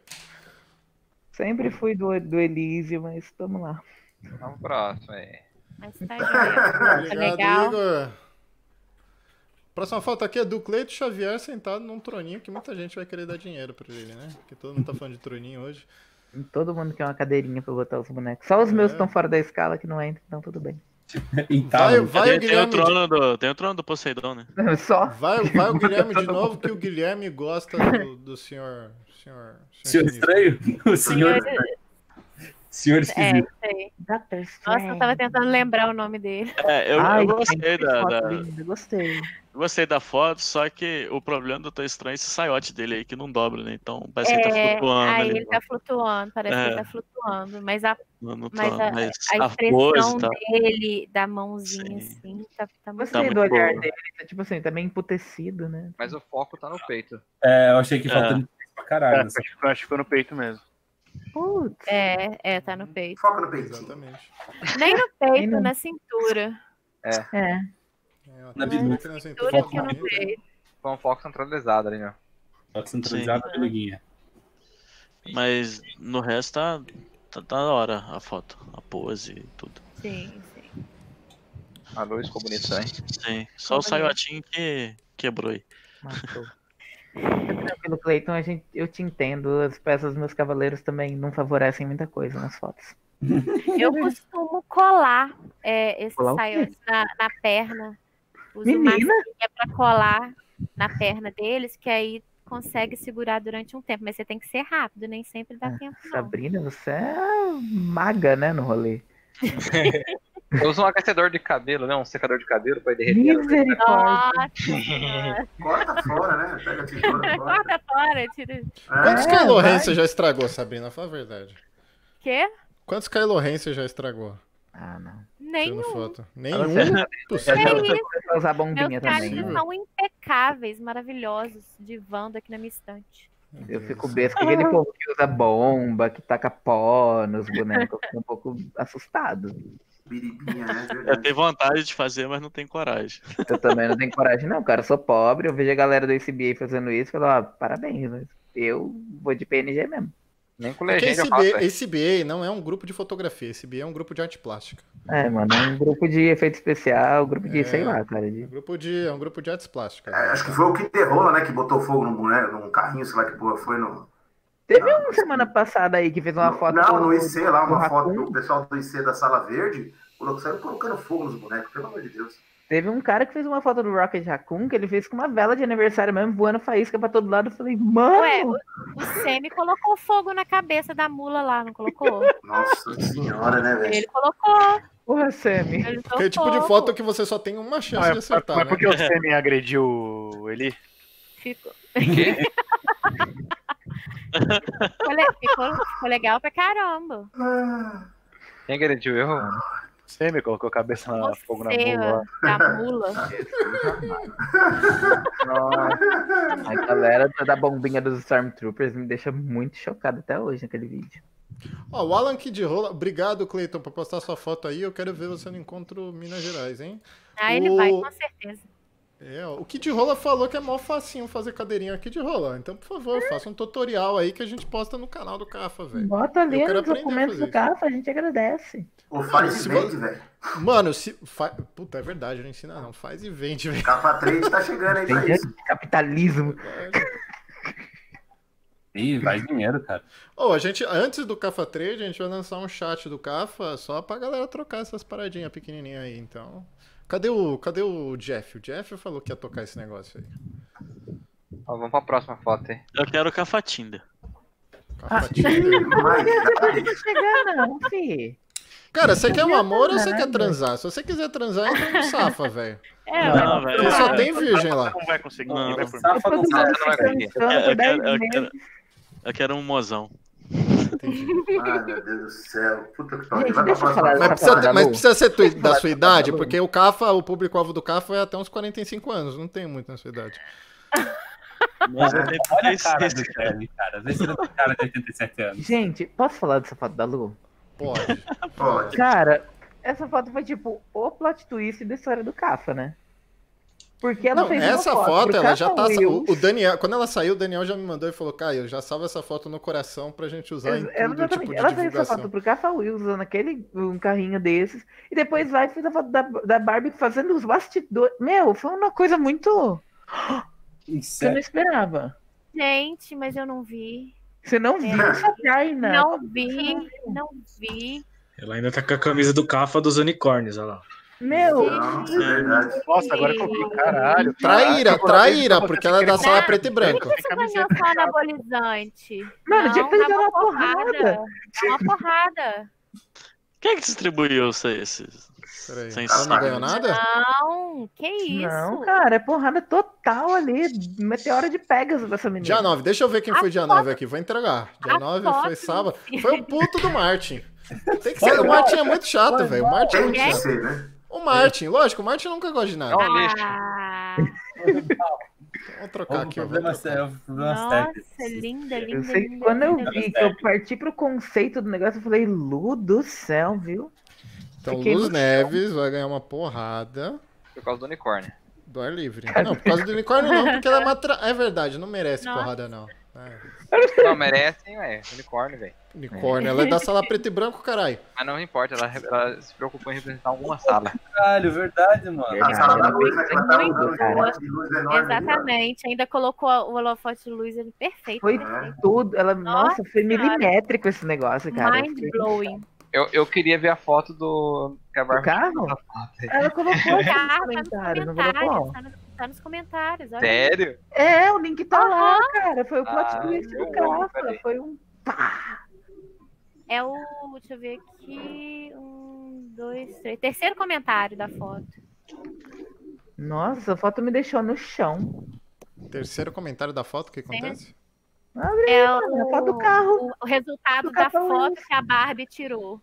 [SPEAKER 2] Sempre fui do, do Elise, mas tamo lá.
[SPEAKER 7] Vamos pro próximo aí.
[SPEAKER 1] Mas tá aí, ó. Tá
[SPEAKER 8] Obrigado,
[SPEAKER 1] legal.
[SPEAKER 8] Igor. Próxima foto aqui é do Cleito Xavier sentado num troninho que muita gente vai querer dar dinheiro pra ele, né? Porque todo mundo tá falando de troninho hoje.
[SPEAKER 2] Todo mundo quer uma cadeirinha pra botar os bonecos. Só os meus
[SPEAKER 8] É.
[SPEAKER 2] que estão fora da escala que não entram, então tudo bem.
[SPEAKER 5] Então,
[SPEAKER 8] Vai, vai o
[SPEAKER 6] tem, tem, o
[SPEAKER 8] Guilherme. de-
[SPEAKER 6] trono do, tem o trono do Poseidon, né?
[SPEAKER 2] Só.
[SPEAKER 8] Vai, vai o Guilherme de novo, que o Guilherme gosta do, do senhor. Senhor.
[SPEAKER 5] senhor
[SPEAKER 8] sinistro.
[SPEAKER 5] estranho? O senhor, senhor
[SPEAKER 1] É,
[SPEAKER 5] esquisito.
[SPEAKER 1] isso aí.
[SPEAKER 2] Dr.
[SPEAKER 1] é. Nossa, eu tava tentando lembrar o nome dele.
[SPEAKER 6] É, eu,
[SPEAKER 2] Ai,
[SPEAKER 6] eu gostei
[SPEAKER 2] gente,
[SPEAKER 6] da,
[SPEAKER 2] foto
[SPEAKER 6] da-
[SPEAKER 2] linda, gostei.
[SPEAKER 6] gostei da foto, só que o problema do Tô Estranho é esse saiote dele aí que não dobra, né? Então parece que ele tá
[SPEAKER 1] É,
[SPEAKER 6] flutuando
[SPEAKER 1] aí
[SPEAKER 6] ali
[SPEAKER 1] ele tá flutuando, parece que
[SPEAKER 6] É.
[SPEAKER 1] ele tá flutuando. Mas a,
[SPEAKER 6] no, no
[SPEAKER 1] mas
[SPEAKER 6] trono.
[SPEAKER 1] a-
[SPEAKER 6] tá- Mas
[SPEAKER 1] a
[SPEAKER 6] a, pose
[SPEAKER 1] expressão
[SPEAKER 6] tá.
[SPEAKER 1] dele, da mãozinha
[SPEAKER 6] Sim.
[SPEAKER 1] assim, tá, tá muito
[SPEAKER 2] Gostei
[SPEAKER 6] muito
[SPEAKER 2] do olhar
[SPEAKER 6] boa.
[SPEAKER 2] dele. Tá, tipo assim, tá meio emputecido, né?
[SPEAKER 7] Mas o foco tá no peito.
[SPEAKER 5] É, eu achei que faltou é. pra
[SPEAKER 4] É,
[SPEAKER 5] caralho.
[SPEAKER 4] acho, que- acho que foi no peito mesmo.
[SPEAKER 2] Putz.
[SPEAKER 1] É, é, tá no peito.
[SPEAKER 9] Foca no peitinho.
[SPEAKER 8] Exatamente.
[SPEAKER 1] Nem no
[SPEAKER 2] Nem
[SPEAKER 1] peito,
[SPEAKER 2] no-
[SPEAKER 1] na cintura.
[SPEAKER 2] É.
[SPEAKER 8] É,
[SPEAKER 5] Na
[SPEAKER 8] até
[SPEAKER 5] bilu-
[SPEAKER 8] que nós entramos
[SPEAKER 1] Cintura
[SPEAKER 5] Foco
[SPEAKER 1] que no
[SPEAKER 8] aqui, né?
[SPEAKER 1] peito.
[SPEAKER 7] Foi um foco centralizado ali, né? meu.
[SPEAKER 5] Só que centralizado pelo Guinha.
[SPEAKER 6] tá- Mas no resto tá, tá, tá da hora a foto, a pose e tudo.
[SPEAKER 1] Sim, sim.
[SPEAKER 7] A luz ficou bonita né? também.
[SPEAKER 6] Sim, só o
[SPEAKER 1] Olha.
[SPEAKER 6] saiotinho que quebrou aí.
[SPEAKER 2] Matou. Fica Tranquilo, Cleiton, a gente, eu te entendo. As peças dos meus cavaleiros também não favorecem muita coisa nas fotos.
[SPEAKER 1] Eu costumo colar é, esse
[SPEAKER 2] Colar o quê?
[SPEAKER 1] saiote na, na perna. Uso uma
[SPEAKER 2] Menina,
[SPEAKER 1] massinha pra colar na perna deles, que aí consegue segurar durante um tempo. Mas você tem que ser rápido, nem sempre
[SPEAKER 2] Ah,
[SPEAKER 1] dá tempo, não.
[SPEAKER 2] Sabrina, você é maga, né, no rolê.
[SPEAKER 7] Eu uso um aquecedor de cabelo, né? Um secador de cabelo pra derreter.
[SPEAKER 2] Misericórdia.
[SPEAKER 1] Nossa, senhora.
[SPEAKER 9] Corta fora, né? Pega a tesoura, corta.
[SPEAKER 1] corta fora, tira.
[SPEAKER 8] Quantos
[SPEAKER 1] Ah,
[SPEAKER 2] É,
[SPEAKER 8] Kylo Ren
[SPEAKER 2] vai.
[SPEAKER 8] você já estragou, Sabrina? Fala a verdade.
[SPEAKER 1] Quê?
[SPEAKER 8] Quantos Kylo Ren você já estragou?
[SPEAKER 2] Ah, não.
[SPEAKER 8] Tirando
[SPEAKER 1] Nenhum.
[SPEAKER 8] foto. um Nenhum?
[SPEAKER 2] Eu já
[SPEAKER 8] Possível.
[SPEAKER 1] Sim.
[SPEAKER 2] vou começar a usar bombinha
[SPEAKER 1] Meus
[SPEAKER 2] também.
[SPEAKER 1] caras
[SPEAKER 8] carinho.
[SPEAKER 2] né?
[SPEAKER 1] são impecáveis, maravilhosos, de vanda aqui na minha estante.
[SPEAKER 8] Meu
[SPEAKER 2] Eu
[SPEAKER 8] Deus
[SPEAKER 2] fico
[SPEAKER 8] do céu.
[SPEAKER 2] besta com aquele povo que usa bomba, que taca pó nos bonecos. Eu fico um pouco assustado.
[SPEAKER 9] Biribinha, né?
[SPEAKER 2] É.
[SPEAKER 6] Eu
[SPEAKER 9] Verdade.
[SPEAKER 6] tenho vontade de fazer, mas não tenho coragem.
[SPEAKER 2] Eu também não tenho coragem, não, cara. Eu sou pobre. "Ah, né? Eu vejo a galera do ICBA fazendo isso e falo, ó, parabéns, mas eu vou de PNG mesmo.
[SPEAKER 7] Nem com
[SPEAKER 8] Porque
[SPEAKER 7] legenda eu
[SPEAKER 8] esse
[SPEAKER 7] faço.
[SPEAKER 8] BA,
[SPEAKER 7] velho.
[SPEAKER 8] esse BA não é um grupo de fotografia, esse BA é um grupo de arte plástica.
[SPEAKER 2] É, mano, é um grupo de efeito especial, um grupo de, sei lá, cara.
[SPEAKER 8] É
[SPEAKER 2] de-
[SPEAKER 8] um grupo de, é um grupo de artes plásticas.
[SPEAKER 9] É, acho que foi o que derrola, né? Que botou fogo num boneco, num carrinho, sei lá que porra foi no.
[SPEAKER 2] Teve uma semana passada aí que fez uma foto.
[SPEAKER 9] não,
[SPEAKER 2] do-
[SPEAKER 9] no IC lá,
[SPEAKER 2] do
[SPEAKER 9] uma foto
[SPEAKER 2] Raccoon.
[SPEAKER 9] do pessoal do IC da Sala Verde, colocou, saiu colocando fogo nos bonecos, pelo amor de Deus.
[SPEAKER 2] Teve um cara que fez uma foto do Rocket Raccoon que ele fez com uma vela de aniversário mesmo, voando faísca pra todo lado. Eu falei,
[SPEAKER 1] Ué,
[SPEAKER 2] mano,
[SPEAKER 1] o, o Semi colocou fogo na cabeça da mula lá, não colocou?
[SPEAKER 9] Nossa senhora, né, velho?
[SPEAKER 1] Ele colocou.
[SPEAKER 2] porra, Sammy.
[SPEAKER 1] Ele
[SPEAKER 8] Que é o tipo de foto que você só tem uma chance
[SPEAKER 9] é
[SPEAKER 8] de acertar,
[SPEAKER 4] é mas
[SPEAKER 8] né?
[SPEAKER 4] por que o Semi agrediu o Eli?
[SPEAKER 1] Ficou, ficou le- ficou- ficou legal pra caramba.
[SPEAKER 9] Ah,
[SPEAKER 7] Quem garantiu eu?
[SPEAKER 4] O Semi colocou a cabeça na
[SPEAKER 8] Ah,
[SPEAKER 1] Você, é
[SPEAKER 4] fogo na mula.
[SPEAKER 1] da mula.
[SPEAKER 2] A galera da bombinha dos Stormtroopers me deixa muito chocado até hoje naquele vídeo.
[SPEAKER 8] Ó, o Alan Kid Rola, obrigado, Cleiton, por postar sua foto aí. Eu quero ver você no encontro Minas Gerais, hein?
[SPEAKER 1] Ah, ele
[SPEAKER 8] O-
[SPEAKER 1] vai, com certeza.
[SPEAKER 8] É, ó, o Kid Rola falou que é mó facinho fazer cadeirinha aqui de rola. Então, por favor, faça um tutorial aí que a gente posta no canal do Cafa, velho.
[SPEAKER 2] Bota
[SPEAKER 8] Eu
[SPEAKER 2] ali
[SPEAKER 8] quero
[SPEAKER 2] nos
[SPEAKER 8] aprender a
[SPEAKER 2] documentos
[SPEAKER 8] fazer
[SPEAKER 2] do
[SPEAKER 8] isso.
[SPEAKER 2] Cafa, a gente agradece.
[SPEAKER 9] o faz
[SPEAKER 8] se
[SPEAKER 9] e vende, velho.
[SPEAKER 8] Mano, se. fa- Puta, é verdade, não ensina não. Faz e vende, velho.
[SPEAKER 9] Capa 3 tá chegando aí pra
[SPEAKER 2] Tem
[SPEAKER 9] isso.
[SPEAKER 2] Capitalismo.
[SPEAKER 5] Ih, vai dinheiro, cara.
[SPEAKER 8] Ô, a gente, antes do Cafa Trade, a gente vai lançar um chat do Cafa só pra galera trocar essas paradinhas pequenininhas aí, então. Cadê o, cadê o Jeff? O Jeff falou que ia tocar esse negócio aí.
[SPEAKER 7] Ó, vamos pra próxima foto, hein?
[SPEAKER 6] Eu quero cafatinda.
[SPEAKER 8] Cafa Tinder.
[SPEAKER 2] um
[SPEAKER 9] Mas,
[SPEAKER 2] Não chega não, fi.
[SPEAKER 8] Cara, você quer um amor ou você quer transar? Se você quiser transar, entra no Safa, velho.
[SPEAKER 1] É,
[SPEAKER 8] Ah.
[SPEAKER 6] Não,
[SPEAKER 1] mas-
[SPEAKER 6] velho.
[SPEAKER 8] Porque só tem virgem lá.
[SPEAKER 4] Não vai conseguir,
[SPEAKER 6] Não.
[SPEAKER 4] vai por mim.
[SPEAKER 5] Safa
[SPEAKER 2] Todo
[SPEAKER 5] não
[SPEAKER 2] mundo
[SPEAKER 5] sabe.
[SPEAKER 7] não vai
[SPEAKER 2] se
[SPEAKER 7] conseguir.
[SPEAKER 2] cansando
[SPEAKER 6] Eu
[SPEAKER 2] por
[SPEAKER 6] quero-
[SPEAKER 2] 10
[SPEAKER 6] eu quero-
[SPEAKER 2] meses.
[SPEAKER 6] Eu quero um mozão.
[SPEAKER 9] ai,
[SPEAKER 7] Ah,
[SPEAKER 9] meu Deus do céu. Puta que pariu.
[SPEAKER 2] Gente,
[SPEAKER 9] Vai pra
[SPEAKER 2] deixa eu falar.
[SPEAKER 9] próxima.
[SPEAKER 8] Mas
[SPEAKER 2] Tá
[SPEAKER 8] precisa,
[SPEAKER 2] falando,
[SPEAKER 8] mas
[SPEAKER 2] Lu?
[SPEAKER 8] precisa ser tu- da sua idade,
[SPEAKER 2] falando.
[SPEAKER 8] porque o Cafa, o público-alvo do Cafa é até uns 45 anos, não tem muito na sua idade.
[SPEAKER 6] Mas eu tenho
[SPEAKER 5] Olha a
[SPEAKER 6] esse-
[SPEAKER 5] cara
[SPEAKER 6] esse
[SPEAKER 5] do Kevin, cara. Vê se ele tem cara de 87 anos.
[SPEAKER 2] Gente, posso falar dessa foto da Lu?
[SPEAKER 8] Pode.
[SPEAKER 9] Pode.
[SPEAKER 2] Cara, essa foto foi tipo o plot twist da história do Cafa, né? Porque ela
[SPEAKER 8] Não,
[SPEAKER 2] fez uma
[SPEAKER 8] essa foto,
[SPEAKER 2] pro
[SPEAKER 8] ela
[SPEAKER 2] Cafa
[SPEAKER 8] já tá.
[SPEAKER 2] Wills.
[SPEAKER 8] O, o Daniel, quando ela saiu, o Daniel já me mandou e falou: Caio, já salva essa foto no coração pra gente usar em
[SPEAKER 2] Ex-
[SPEAKER 8] tudo
[SPEAKER 2] exatamente.
[SPEAKER 8] tipo de
[SPEAKER 2] ela fez essa foto
[SPEAKER 8] divulgação.
[SPEAKER 2] pro Cafa Will usando aquele um carrinho desses. E depois vai e fez a foto da, da Barbie fazendo os bastidores. Meu, foi uma coisa muito.
[SPEAKER 5] Isso
[SPEAKER 2] que eu não
[SPEAKER 5] é
[SPEAKER 2] esperava.
[SPEAKER 1] É, Gente, mas eu não vi.
[SPEAKER 2] Você não viu
[SPEAKER 9] É.
[SPEAKER 2] essa perna.
[SPEAKER 1] Não vi, não vi.
[SPEAKER 3] Ela ainda tá com a camisa do Cafa dos Unicórnios, olha lá.
[SPEAKER 2] Meu,
[SPEAKER 9] Não, isso é verdade.
[SPEAKER 4] Nossa, agora que eu vi, caralho. tá
[SPEAKER 8] Traíra,
[SPEAKER 4] Caraca, eu
[SPEAKER 8] traíra,
[SPEAKER 4] vou
[SPEAKER 8] porque
[SPEAKER 4] ter
[SPEAKER 8] ela é
[SPEAKER 4] que
[SPEAKER 8] da
[SPEAKER 4] comprar
[SPEAKER 8] sala preto e branco.
[SPEAKER 1] Por que você ganhou só anabolizante?
[SPEAKER 2] mano, tinha
[SPEAKER 1] Não,
[SPEAKER 2] que ter
[SPEAKER 1] dá
[SPEAKER 2] dado uma porrada.
[SPEAKER 1] Dá uma porrada.
[SPEAKER 6] Quem é que distribuiu isso aí, esses?
[SPEAKER 8] Peraí,
[SPEAKER 6] Sem
[SPEAKER 8] ela não
[SPEAKER 6] saco.
[SPEAKER 8] ganhou nada?
[SPEAKER 1] Não, que isso?
[SPEAKER 2] Não, cara, é porrada total ali. Meteora de Pegasus dessa menina.
[SPEAKER 8] Dia 9, deixa eu ver quem foi dia 9 aqui, vou entregar. Dia
[SPEAKER 1] A
[SPEAKER 8] 9 foi
[SPEAKER 1] foto-
[SPEAKER 8] sábado. Foi o puto do Martin. Tem que ser- o Martin é muito chato, velho. O Martin é
[SPEAKER 9] Tem
[SPEAKER 8] muito
[SPEAKER 9] que
[SPEAKER 8] chato.
[SPEAKER 9] ser, né?
[SPEAKER 8] O Martin, lógico, o Martin nunca gosta de nada.
[SPEAKER 7] Não. lixo.
[SPEAKER 1] Ah,
[SPEAKER 8] Vamos trocar
[SPEAKER 5] O
[SPEAKER 8] aqui, ó. vamos
[SPEAKER 5] problema
[SPEAKER 8] trocar.
[SPEAKER 5] é o problema
[SPEAKER 1] nossa, é
[SPEAKER 5] técnico.
[SPEAKER 1] linda, linda.
[SPEAKER 2] Eu sei que
[SPEAKER 1] linda,
[SPEAKER 2] quando eu
[SPEAKER 1] linda,
[SPEAKER 2] vi
[SPEAKER 1] linda.
[SPEAKER 2] que eu parti pro conceito do negócio, eu falei, Lu do céu, viu?
[SPEAKER 8] Então,
[SPEAKER 2] Fiquei
[SPEAKER 8] Luz
[SPEAKER 2] no
[SPEAKER 8] Neves vai ganhar uma porrada
[SPEAKER 7] Por causa do unicórnio.
[SPEAKER 8] do ar livre. Não, por causa do unicórnio não, porque ela é uma tra... É verdade, não merece
[SPEAKER 1] Nossa.
[SPEAKER 8] porrada não. É,
[SPEAKER 7] Não, merecem, é. Unicórnio, velho.
[SPEAKER 8] unicórnio, ela é da sala preto e branco, caralho.
[SPEAKER 7] Mas não importa, ela, ela se preocupa em representar alguma sala.
[SPEAKER 5] Caralho, verdade, mano.
[SPEAKER 9] A sala da
[SPEAKER 2] Verdade,
[SPEAKER 9] luz, né? Que ela tá
[SPEAKER 2] muito,
[SPEAKER 9] usando um
[SPEAKER 2] cara.
[SPEAKER 9] monte de luz
[SPEAKER 8] né?
[SPEAKER 9] enorme. ali, ó.
[SPEAKER 1] Exatamente, ainda colocou o holofote de luz ali perfeito. né?
[SPEAKER 2] Foi
[SPEAKER 9] É.
[SPEAKER 1] perfeito.
[SPEAKER 2] tudo. Ela, nossa,
[SPEAKER 1] Nossa
[SPEAKER 2] foi
[SPEAKER 1] Senhora.
[SPEAKER 2] milimétrico esse negócio, cara. Eu
[SPEAKER 1] Mind
[SPEAKER 2] fiquei-
[SPEAKER 1] blowing.
[SPEAKER 7] Eu, eu queria ver a foto do. Que a
[SPEAKER 2] O
[SPEAKER 7] Barbie
[SPEAKER 2] carro?
[SPEAKER 7] tirou essa foto aí.
[SPEAKER 2] Ela colocou aqui
[SPEAKER 1] Tá, tá
[SPEAKER 2] nos
[SPEAKER 1] nos
[SPEAKER 2] comentários, não colocou?
[SPEAKER 1] comentários, tá, no- tá nos comentários. Olha.
[SPEAKER 7] Sério?
[SPEAKER 2] É, o link tá lá, cara. Foi o plot
[SPEAKER 7] Ah,
[SPEAKER 2] twist
[SPEAKER 7] eu
[SPEAKER 2] do
[SPEAKER 7] amo,
[SPEAKER 2] Cafa.
[SPEAKER 7] peraí.
[SPEAKER 2] Foi um.
[SPEAKER 1] É o. Deixa eu ver aqui. Um, dois, três. Terceiro comentário da foto.
[SPEAKER 2] Nossa, a foto me deixou no chão.
[SPEAKER 8] Terceiro comentário da foto, o que acontece?
[SPEAKER 2] Ah,
[SPEAKER 1] É
[SPEAKER 2] mano,
[SPEAKER 1] o,
[SPEAKER 2] a foto do carro.
[SPEAKER 1] o- o resultado
[SPEAKER 2] Do
[SPEAKER 1] da
[SPEAKER 2] Capitão
[SPEAKER 1] foto que a Barbie tirou.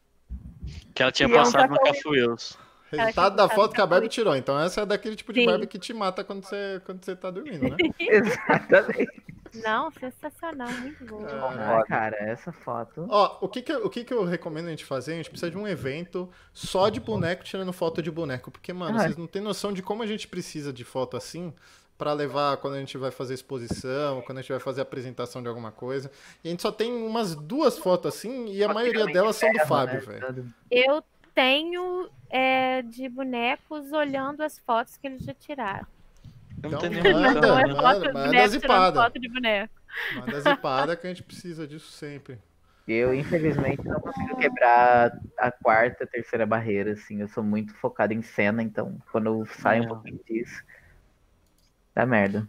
[SPEAKER 6] Que ela tinha
[SPEAKER 2] E é um
[SPEAKER 6] passado no
[SPEAKER 2] Cafa
[SPEAKER 6] Cafa Wills.
[SPEAKER 8] Resultado da foto que a Barbie tirou. Então essa é daquele tipo de
[SPEAKER 1] Sim.
[SPEAKER 8] Barbie que te mata quando você, quando você tá dormindo, né?
[SPEAKER 2] Exatamente.
[SPEAKER 1] Não, sensacional, muito bom.
[SPEAKER 8] É.
[SPEAKER 2] Ah, cara, essa foto.
[SPEAKER 8] Ó, o que que, eu- o que que eu recomendo a gente fazer? A gente precisa de um evento só de boneco tirando foto de boneco. Porque, mano,
[SPEAKER 2] Ah.
[SPEAKER 8] vocês não têm noção de como a gente precisa de foto assim para levar quando a gente vai fazer exposição, quando a gente vai fazer apresentação de alguma coisa. E a gente só tem umas duas fotos assim e a maioria delas são
[SPEAKER 2] né,
[SPEAKER 8] do Fábio, velho.
[SPEAKER 1] Eu tenho é, de bonecos olhando as fotos que eles já tiraram.
[SPEAKER 6] Eu
[SPEAKER 8] Então,
[SPEAKER 6] não tenho nenhuma
[SPEAKER 8] manda,
[SPEAKER 1] Não é
[SPEAKER 6] cara.
[SPEAKER 1] foto
[SPEAKER 8] manda,
[SPEAKER 1] de
[SPEAKER 8] manda
[SPEAKER 1] boneco
[SPEAKER 8] as
[SPEAKER 1] tirando
[SPEAKER 8] zipadas.
[SPEAKER 1] foto de boneco.
[SPEAKER 8] Manda as zipadas que a gente precisa disso sempre.
[SPEAKER 2] Eu, infelizmente, não consigo quebrar a quarta, terceira barreira, assim. Eu sou muito focado em cena, então quando eu saio um
[SPEAKER 6] É.
[SPEAKER 2] pouquinho disso, dá merda.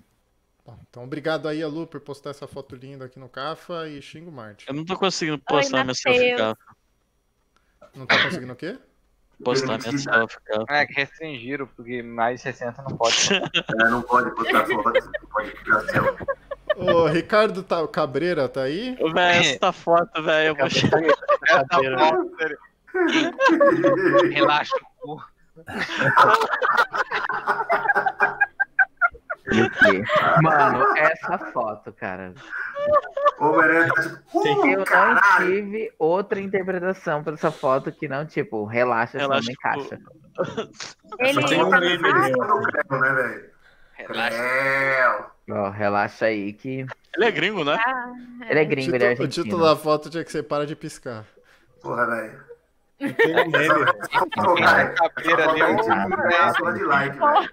[SPEAKER 8] Bom, então obrigado aí, Alu, por postar essa foto linda aqui no Cafa e xingo Marte.
[SPEAKER 6] Eu não tô conseguindo postar minha selfie,
[SPEAKER 1] Matheus.
[SPEAKER 6] cara.
[SPEAKER 8] Não tá conseguindo o quê?
[SPEAKER 6] Postar minha selfie, cara.
[SPEAKER 7] É, que restringiram, porque mais de 60 não pode.
[SPEAKER 9] É, não pode botar foto, não pode tirar selfie.
[SPEAKER 8] O Ricardo Ta- Cabreira tá aí?
[SPEAKER 6] Ô, Véi, essa foto, velho, eu vou achar.
[SPEAKER 9] Tá
[SPEAKER 7] Essa foto, sério. Relaxa o cu.
[SPEAKER 2] E o quê? Mano, essa foto, cara.
[SPEAKER 9] Ô, Maranhão, tá tipo,
[SPEAKER 2] Eu
[SPEAKER 9] uh,
[SPEAKER 2] não
[SPEAKER 9] caralho.
[SPEAKER 2] tive outra interpretação pra essa foto que não, tipo, relaxa, relaxa
[SPEAKER 6] Relaxa,
[SPEAKER 2] não encaixa.
[SPEAKER 1] Ele
[SPEAKER 2] é
[SPEAKER 3] tem um
[SPEAKER 9] Tá
[SPEAKER 3] meme,
[SPEAKER 9] feliz
[SPEAKER 3] meu.
[SPEAKER 9] quando o Creu, né, velho? Creu.
[SPEAKER 2] Ó, relaxa aí que.
[SPEAKER 6] Ele é gringo, né?
[SPEAKER 1] Ah,
[SPEAKER 2] Ele é
[SPEAKER 8] O
[SPEAKER 2] gringo, ele é
[SPEAKER 8] título, o
[SPEAKER 2] argentino.
[SPEAKER 8] título da foto tinha que ser Para de Piscar.
[SPEAKER 9] Porra, velho.
[SPEAKER 3] Tem
[SPEAKER 5] é
[SPEAKER 3] um meme, velho.
[SPEAKER 9] Pô, cara,
[SPEAKER 7] Cabreira
[SPEAKER 9] essa foto aí
[SPEAKER 7] deu
[SPEAKER 9] tinha um braço de like, velho.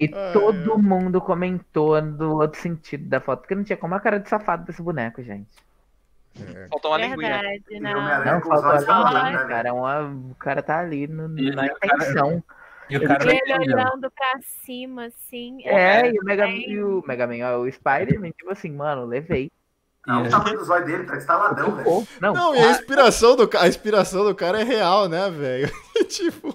[SPEAKER 2] E
[SPEAKER 8] Ai,
[SPEAKER 2] todo mundo comentou do outro sentido da foto, porque não tinha como a cara de safado desse boneco, gente.
[SPEAKER 7] Faltou uma
[SPEAKER 2] É
[SPEAKER 7] linguinha.
[SPEAKER 2] né?
[SPEAKER 1] verdade,
[SPEAKER 8] é
[SPEAKER 9] E o
[SPEAKER 1] não.
[SPEAKER 9] Homem-Aranha
[SPEAKER 2] Não,
[SPEAKER 9] com os
[SPEAKER 2] falta
[SPEAKER 9] olhos
[SPEAKER 1] falar,
[SPEAKER 9] falando,
[SPEAKER 2] ali,
[SPEAKER 9] né, velho?
[SPEAKER 2] cara. é uma- o cara tá ali no-
[SPEAKER 5] E-
[SPEAKER 2] na
[SPEAKER 5] e o cara-
[SPEAKER 2] intenção.
[SPEAKER 5] E o cara não
[SPEAKER 8] é
[SPEAKER 1] Ele
[SPEAKER 5] entendeu.
[SPEAKER 1] olhando pra cima, assim.
[SPEAKER 2] É,
[SPEAKER 1] ele
[SPEAKER 2] e o Mega,
[SPEAKER 1] tem-
[SPEAKER 2] e o Mega Man, ó, o Spider-Man, tipo assim, mano, levei.
[SPEAKER 9] Olha o tamanho dos olhos dele, tá estaladão, velho.
[SPEAKER 2] Ou- não,
[SPEAKER 8] Não, e a inspiração do, ca- a inspiração do cara é real, né, velho? tipo,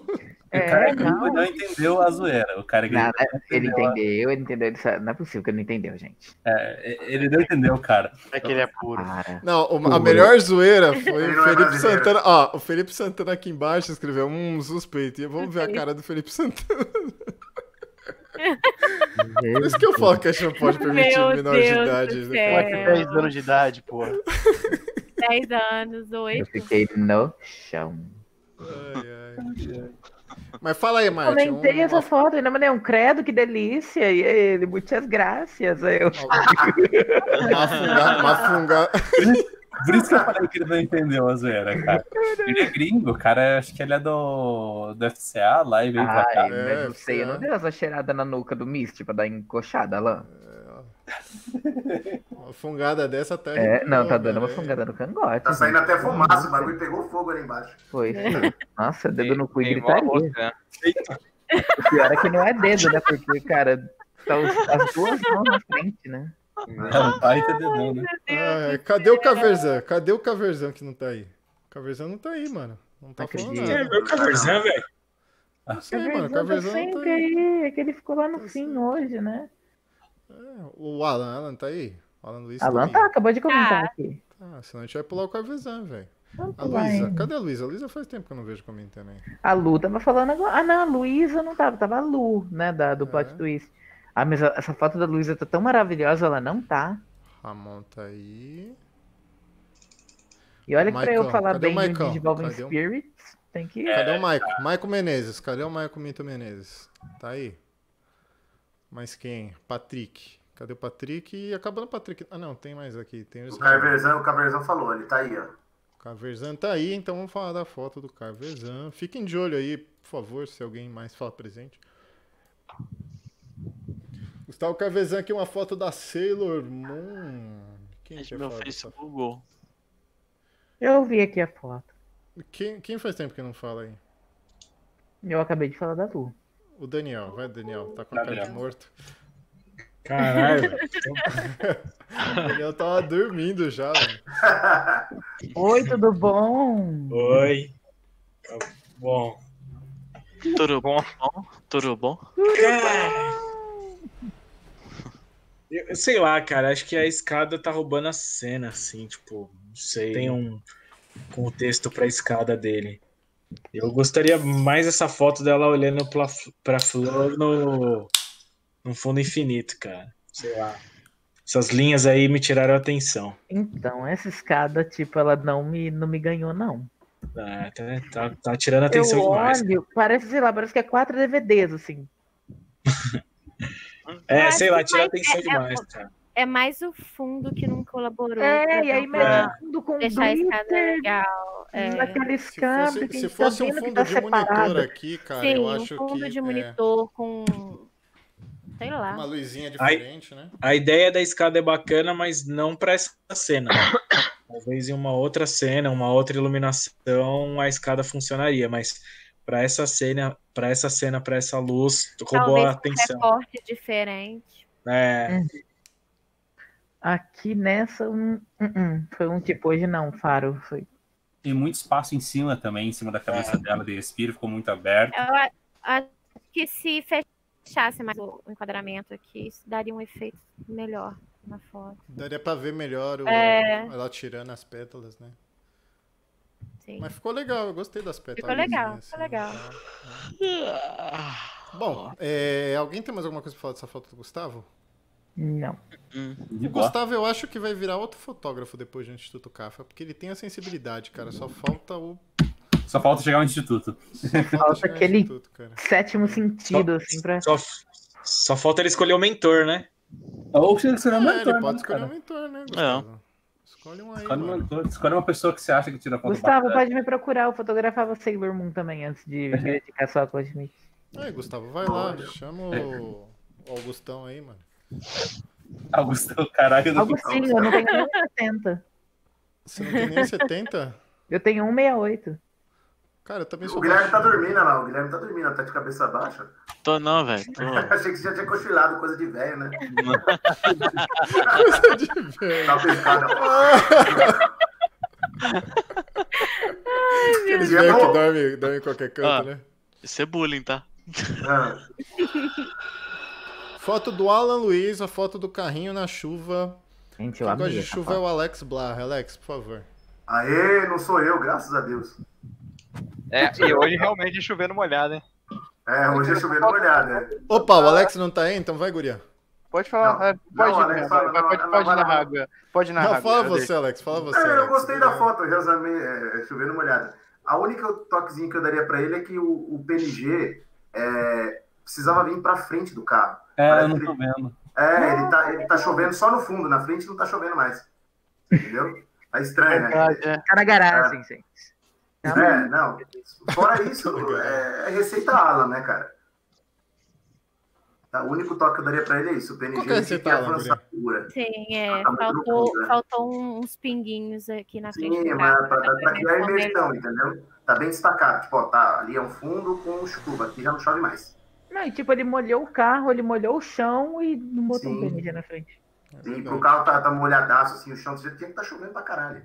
[SPEAKER 5] E o
[SPEAKER 2] é,
[SPEAKER 5] cara
[SPEAKER 2] não.
[SPEAKER 5] gringo não entendeu a zoeira. O cara
[SPEAKER 2] Nada,
[SPEAKER 5] gringo,
[SPEAKER 2] ele entendeu, ele entendeu, ele sa- não é possível que ele não entendeu, gente.
[SPEAKER 5] é, ele não entendeu, cara.
[SPEAKER 4] É que ele é puro.
[SPEAKER 2] Para.
[SPEAKER 8] não, uma- a
[SPEAKER 2] Puro.
[SPEAKER 8] melhor zoeira foi
[SPEAKER 9] Ele
[SPEAKER 8] o
[SPEAKER 9] não é
[SPEAKER 8] Felipe
[SPEAKER 9] brasileiro.
[SPEAKER 8] Santana. Ó, o Felipe Santana aqui embaixo escreveu um suspeito. E vamos ver a cara do Felipe Santana. Por isso que eu falo que a gente não pode permitir um
[SPEAKER 1] Meu
[SPEAKER 8] menor de
[SPEAKER 1] Deus
[SPEAKER 8] idade.
[SPEAKER 1] do
[SPEAKER 8] né?
[SPEAKER 1] céu.
[SPEAKER 4] Moleque de 10 anos de idade, pô.
[SPEAKER 1] 10 anos,
[SPEAKER 2] Eu
[SPEAKER 1] 8.
[SPEAKER 2] fiquei no chão.
[SPEAKER 8] Ai, ai. Mas fala aí, Marte.
[SPEAKER 2] Comentei
[SPEAKER 8] um-
[SPEAKER 2] essa foto, ainda mandei um credo, que delícia. E ele, muitas graças. Aí eu,
[SPEAKER 8] Uma funga, uma funga-
[SPEAKER 5] Por isso que eu falei que ele não entendeu a zoeira, cara. Ele é gringo, cara. Acho que ele é do, do FCA lá e veio pra cá.
[SPEAKER 2] Ai, mas
[SPEAKER 8] É,
[SPEAKER 2] não sei, eu não
[SPEAKER 8] será?
[SPEAKER 2] dei essa cheirada na nuca do Misty pra dar encoxada lá.
[SPEAKER 8] uma fungada dessa até. né?
[SPEAKER 2] É,
[SPEAKER 8] arrepiou,
[SPEAKER 2] não, tá dando uma
[SPEAKER 8] velho.
[SPEAKER 2] fungada no cangote.
[SPEAKER 9] Tá saindo
[SPEAKER 2] gente.
[SPEAKER 9] até fumaça, o bagulho pegou fogo ali embaixo.
[SPEAKER 2] Foi.
[SPEAKER 8] É.
[SPEAKER 2] Nossa, dedo no cu e
[SPEAKER 7] Tem mó
[SPEAKER 2] gritaria.
[SPEAKER 7] rosto, né?
[SPEAKER 2] O pior é que não é dedo, né? Porque, cara, tá os- as duas mãos na frente, né?
[SPEAKER 5] É um baita dedão, né?
[SPEAKER 8] Ai, cadê o Caverzan? Cadê o Caverzan que não tá aí? O Caverzan não tá aí, mano. Não tá
[SPEAKER 2] Não
[SPEAKER 8] falando
[SPEAKER 2] acredito.
[SPEAKER 8] nada.
[SPEAKER 3] é Meu Caverzan, velho.
[SPEAKER 8] Não sei, É, mano. O Caverzan não tá aí.
[SPEAKER 2] aí, é que ele ficou lá no fim hoje, né?
[SPEAKER 8] É, O Alan, Alan tá aí? O Alan Luiz
[SPEAKER 2] Alan
[SPEAKER 8] tá
[SPEAKER 2] tá,
[SPEAKER 8] aí.
[SPEAKER 2] acabou de comentar
[SPEAKER 1] Ah.
[SPEAKER 2] aqui.
[SPEAKER 8] Tá, senão a gente vai pular o Caverzan, velho.
[SPEAKER 2] Então,
[SPEAKER 8] A
[SPEAKER 2] tá
[SPEAKER 8] Luísa,
[SPEAKER 2] bem.
[SPEAKER 8] cadê a Luísa? A Luísa faz tempo que eu não vejo comentando aí.
[SPEAKER 2] A Lu tava falando agora. Ah, não, a Luísa não tava, tava a Lu, né? Da, do plot
[SPEAKER 8] É.
[SPEAKER 2] twist. Ah, mas a- essa foto da Luísa tá tão maravilhosa, ela não tá.
[SPEAKER 8] Ramon tá aí.
[SPEAKER 2] E olha que pra eu
[SPEAKER 8] Maicon,
[SPEAKER 2] falar
[SPEAKER 8] cadê o
[SPEAKER 2] bem de
[SPEAKER 8] Maicon?
[SPEAKER 2] Devolving
[SPEAKER 8] Cadê o-
[SPEAKER 2] Spirits, tem que.
[SPEAKER 8] Cadê
[SPEAKER 9] É.
[SPEAKER 8] o Maico? Maico Menezes. Cadê o Maico Minto Menezes? Tá aí. Mas quem? Patrick. Cadê o Patrick? E acabando o Patrick. Ah, não, tem mais aqui. Tem os
[SPEAKER 9] O Carverzão, o Carverzão falou, ele tá aí, ó.
[SPEAKER 8] Carverzan tá aí, então vamos falar da foto do Carverzan. Fiquem de olho aí, por favor, se alguém mais fala presente. Gustavo Carverzan aqui, uma foto da Sailor Moon. Quem,
[SPEAKER 6] Gente, é
[SPEAKER 8] quer
[SPEAKER 6] meu
[SPEAKER 8] falar
[SPEAKER 6] Face
[SPEAKER 8] dessa-
[SPEAKER 6] bugou.
[SPEAKER 2] Eu vi aqui a foto.
[SPEAKER 8] quem, quem faz tempo que não fala aí?
[SPEAKER 2] Eu acabei de falar da Lu.
[SPEAKER 8] O Daniel, vai Daniel, tá com a cara de
[SPEAKER 5] Gabriel.
[SPEAKER 8] morto.
[SPEAKER 3] Caralho, velho.
[SPEAKER 8] O Daniel tava dormindo já. velho.
[SPEAKER 2] Oi, tudo bom?
[SPEAKER 3] Oi. Tá Bom.
[SPEAKER 6] Tudo bom? Tudo bom?
[SPEAKER 3] Eu, eu sei lá, cara. Acho que a escada tá roubando a cena, assim, tipo, não sei. Tem um contexto pra escada dele. Eu gostaria mais essa foto dela olhando pra, pra flor no, no fundo infinito, cara. Sei lá. Essas linhas aí me tiraram a atenção.
[SPEAKER 2] Então, essa escada, tipo, ela não me, não me ganhou, não.
[SPEAKER 3] Ah, tá, tá, tá tirando a
[SPEAKER 2] Eu
[SPEAKER 3] atenção demais.
[SPEAKER 2] olho, parece, sei lá, parece que é quatro DVDs, assim.
[SPEAKER 3] É,
[SPEAKER 1] Eu
[SPEAKER 3] sei
[SPEAKER 1] acho
[SPEAKER 3] lá,
[SPEAKER 1] que
[SPEAKER 3] tira
[SPEAKER 1] mais-
[SPEAKER 3] atenção
[SPEAKER 1] é- é-
[SPEAKER 3] demais, cara.
[SPEAKER 1] É mais o fundo que não colaborou. pra
[SPEAKER 2] É, e aí
[SPEAKER 1] tentar
[SPEAKER 2] mete fundo com
[SPEAKER 1] deixar a escada
[SPEAKER 2] glitter,
[SPEAKER 1] legal. é.
[SPEAKER 2] naquela
[SPEAKER 8] Se
[SPEAKER 2] escada.
[SPEAKER 8] fosse,
[SPEAKER 2] que
[SPEAKER 8] se
[SPEAKER 2] tá
[SPEAKER 8] fosse um
[SPEAKER 2] vendo que
[SPEAKER 8] fundo
[SPEAKER 2] tá
[SPEAKER 8] de
[SPEAKER 2] separado.
[SPEAKER 8] monitor aqui, cara,
[SPEAKER 1] Sim,
[SPEAKER 8] eu
[SPEAKER 1] um
[SPEAKER 8] acho
[SPEAKER 1] fundo
[SPEAKER 8] que
[SPEAKER 1] de
[SPEAKER 8] é,
[SPEAKER 1] monitor com. Sei lá.
[SPEAKER 8] uma luzinha
[SPEAKER 3] Aí-
[SPEAKER 8] diferente, né?
[SPEAKER 3] A ideia da escada é bacana, mas não pra essa cena. Talvez em uma outra cena, uma outra iluminação, a escada funcionaria, mas pra essa cena, para essa cena, para essa luz, roubou
[SPEAKER 1] Talvez com
[SPEAKER 3] a
[SPEAKER 1] um
[SPEAKER 3] atenção.
[SPEAKER 1] recorte diferente.
[SPEAKER 3] É,
[SPEAKER 2] Aqui nessa, hum, hum, hum, foi um tipo hoje não, Faro. Foi.
[SPEAKER 5] E muito espaço em cima também, em cima da
[SPEAKER 2] É.
[SPEAKER 5] cabeça dela, de respiro, ficou muito aberto.
[SPEAKER 1] Eu a- acho que se fechasse mais o enquadramento aqui, isso daria um efeito melhor na foto.
[SPEAKER 8] Daria pra ver melhor o-
[SPEAKER 1] É.
[SPEAKER 8] ela tirando as pétalas, né?
[SPEAKER 1] Sim.
[SPEAKER 8] Mas ficou legal, eu gostei das pétalas. assim, né?
[SPEAKER 1] legal, ficou legal.
[SPEAKER 8] Bom, é, alguém tem mais alguma coisa pra falar dessa foto do Gustavo?
[SPEAKER 2] Não.
[SPEAKER 5] De
[SPEAKER 8] O
[SPEAKER 5] boa.
[SPEAKER 8] Gustavo, eu acho que vai virar outro fotógrafo depois do Instituto Cafa, porque ele tem a sensibilidade, cara. Só falta o.
[SPEAKER 5] Só falta chegar ao instituto.
[SPEAKER 8] Só falta,
[SPEAKER 2] Falta
[SPEAKER 8] chegar no
[SPEAKER 2] aquele-
[SPEAKER 8] Instituto, cara.
[SPEAKER 2] Sétimo sentido, assim, pra.
[SPEAKER 3] só, só falta ele escolher o mentor, né?
[SPEAKER 5] Ou se ele escolher um
[SPEAKER 8] É,
[SPEAKER 5] mentor,
[SPEAKER 8] ele pode
[SPEAKER 5] né,
[SPEAKER 8] escolher um
[SPEAKER 5] cara?
[SPEAKER 8] mentor, né, Gustavo? Escolhe um aí,
[SPEAKER 5] Escolhe um
[SPEAKER 8] mano.
[SPEAKER 5] mentor, escolhe uma pessoa que você acha que tira foto
[SPEAKER 2] Gustavo,
[SPEAKER 5] bacana.
[SPEAKER 2] pode me procurar. Eu fotografava Sailor Moon também antes de me dedicar só a Code Smith.
[SPEAKER 8] Aí, Gustavo, vai lá, chama o o Augustão aí, mano.
[SPEAKER 5] Augustão, Ah, caralho. do-
[SPEAKER 2] Augustinho, assim, eu não tenho nem 70.
[SPEAKER 8] Você não tem nem 70?
[SPEAKER 2] Eu tenho 168.
[SPEAKER 8] Cara, eu também
[SPEAKER 9] O
[SPEAKER 8] sou
[SPEAKER 9] Guilherme
[SPEAKER 8] baixo.
[SPEAKER 9] tá dormindo, olha lá. O Guilherme tá dormindo, tá de cabeça baixa.
[SPEAKER 6] Tô não, velho. Tô...
[SPEAKER 9] Achei que você já tinha cochilado, coisa de velho, né?
[SPEAKER 8] Coisa de velho.
[SPEAKER 9] Tá pescada. Deus.
[SPEAKER 8] Aqueles velhos que dormem dorme em qualquer
[SPEAKER 6] Ah.
[SPEAKER 8] canto, né?
[SPEAKER 6] Isso é bullying, tá?
[SPEAKER 9] Ah,
[SPEAKER 8] Foto do Alan Luiz, a foto do carrinho na chuva.
[SPEAKER 2] Gente,
[SPEAKER 8] Quem
[SPEAKER 2] eu
[SPEAKER 8] gosta
[SPEAKER 2] amei.
[SPEAKER 8] de
[SPEAKER 2] essa
[SPEAKER 8] chuva é
[SPEAKER 2] foto.
[SPEAKER 8] o Alex Blar. Alex, por favor.
[SPEAKER 9] Aê, não sou eu, graças a Deus.
[SPEAKER 7] É, e hoje realmente é chovendo molhado, né?
[SPEAKER 9] É, hoje é chovendo molhado, né?
[SPEAKER 8] Opa, o Alex não tá aí? Então vai, guria.
[SPEAKER 4] Pode falar, é,
[SPEAKER 9] Não,
[SPEAKER 4] pode
[SPEAKER 9] não,
[SPEAKER 4] narrar,
[SPEAKER 9] Alex, fala,
[SPEAKER 4] vai,
[SPEAKER 9] não,
[SPEAKER 4] pode,
[SPEAKER 9] não,
[SPEAKER 4] pode
[SPEAKER 9] vai lá.
[SPEAKER 4] narrar, Guga. pode narrar.
[SPEAKER 8] Não, fala
[SPEAKER 4] Guga, eu
[SPEAKER 8] você, Alex. Fala você,
[SPEAKER 9] Ah, É, eu
[SPEAKER 8] Alex.
[SPEAKER 9] gostei da foto, já chamei, é, chovendo molhado. A única toquezinho que eu daria pra ele é que o, o PNG é, precisava vir pra frente do carro.
[SPEAKER 5] É, eu não tô vendo.
[SPEAKER 9] É, ele tá, ele tá chovendo só no fundo, na frente não tá chovendo mais. Entendeu? Tá estranho, né?
[SPEAKER 4] deixo. Verdade, é.
[SPEAKER 2] Tá na garagem, gente.
[SPEAKER 9] É, não. Fora isso, é, é receita Alan, né, cara? Tá, o único toque que eu daria pra ele é isso. O PNG
[SPEAKER 8] Qual que é a receita
[SPEAKER 9] tem a
[SPEAKER 8] Alan,
[SPEAKER 9] França pura.
[SPEAKER 1] Sim, é.
[SPEAKER 9] Ah, mas
[SPEAKER 1] Faltou,
[SPEAKER 9] tudo bem, né?
[SPEAKER 1] faltou um- uns pinguinhos aqui na frente.
[SPEAKER 9] Sim,
[SPEAKER 1] do
[SPEAKER 9] mas tá,
[SPEAKER 1] carro,
[SPEAKER 9] pra, pra-
[SPEAKER 1] né?
[SPEAKER 9] pra criar
[SPEAKER 1] Ficou
[SPEAKER 9] imersão, entendeu? Tá bem destacado. Tipo, ó, tá, ali é um fundo com chuva, aqui já não chove mais.
[SPEAKER 2] Não, e tipo, ele molhou o carro, ele molhou o chão e não botou um
[SPEAKER 9] Sim.
[SPEAKER 2] PNG na frente.
[SPEAKER 8] É
[SPEAKER 9] Sim,
[SPEAKER 8] verdade.
[SPEAKER 9] pro carro tá, tá molhadaço, assim, o chão do jeito que tá chovendo pra caralho.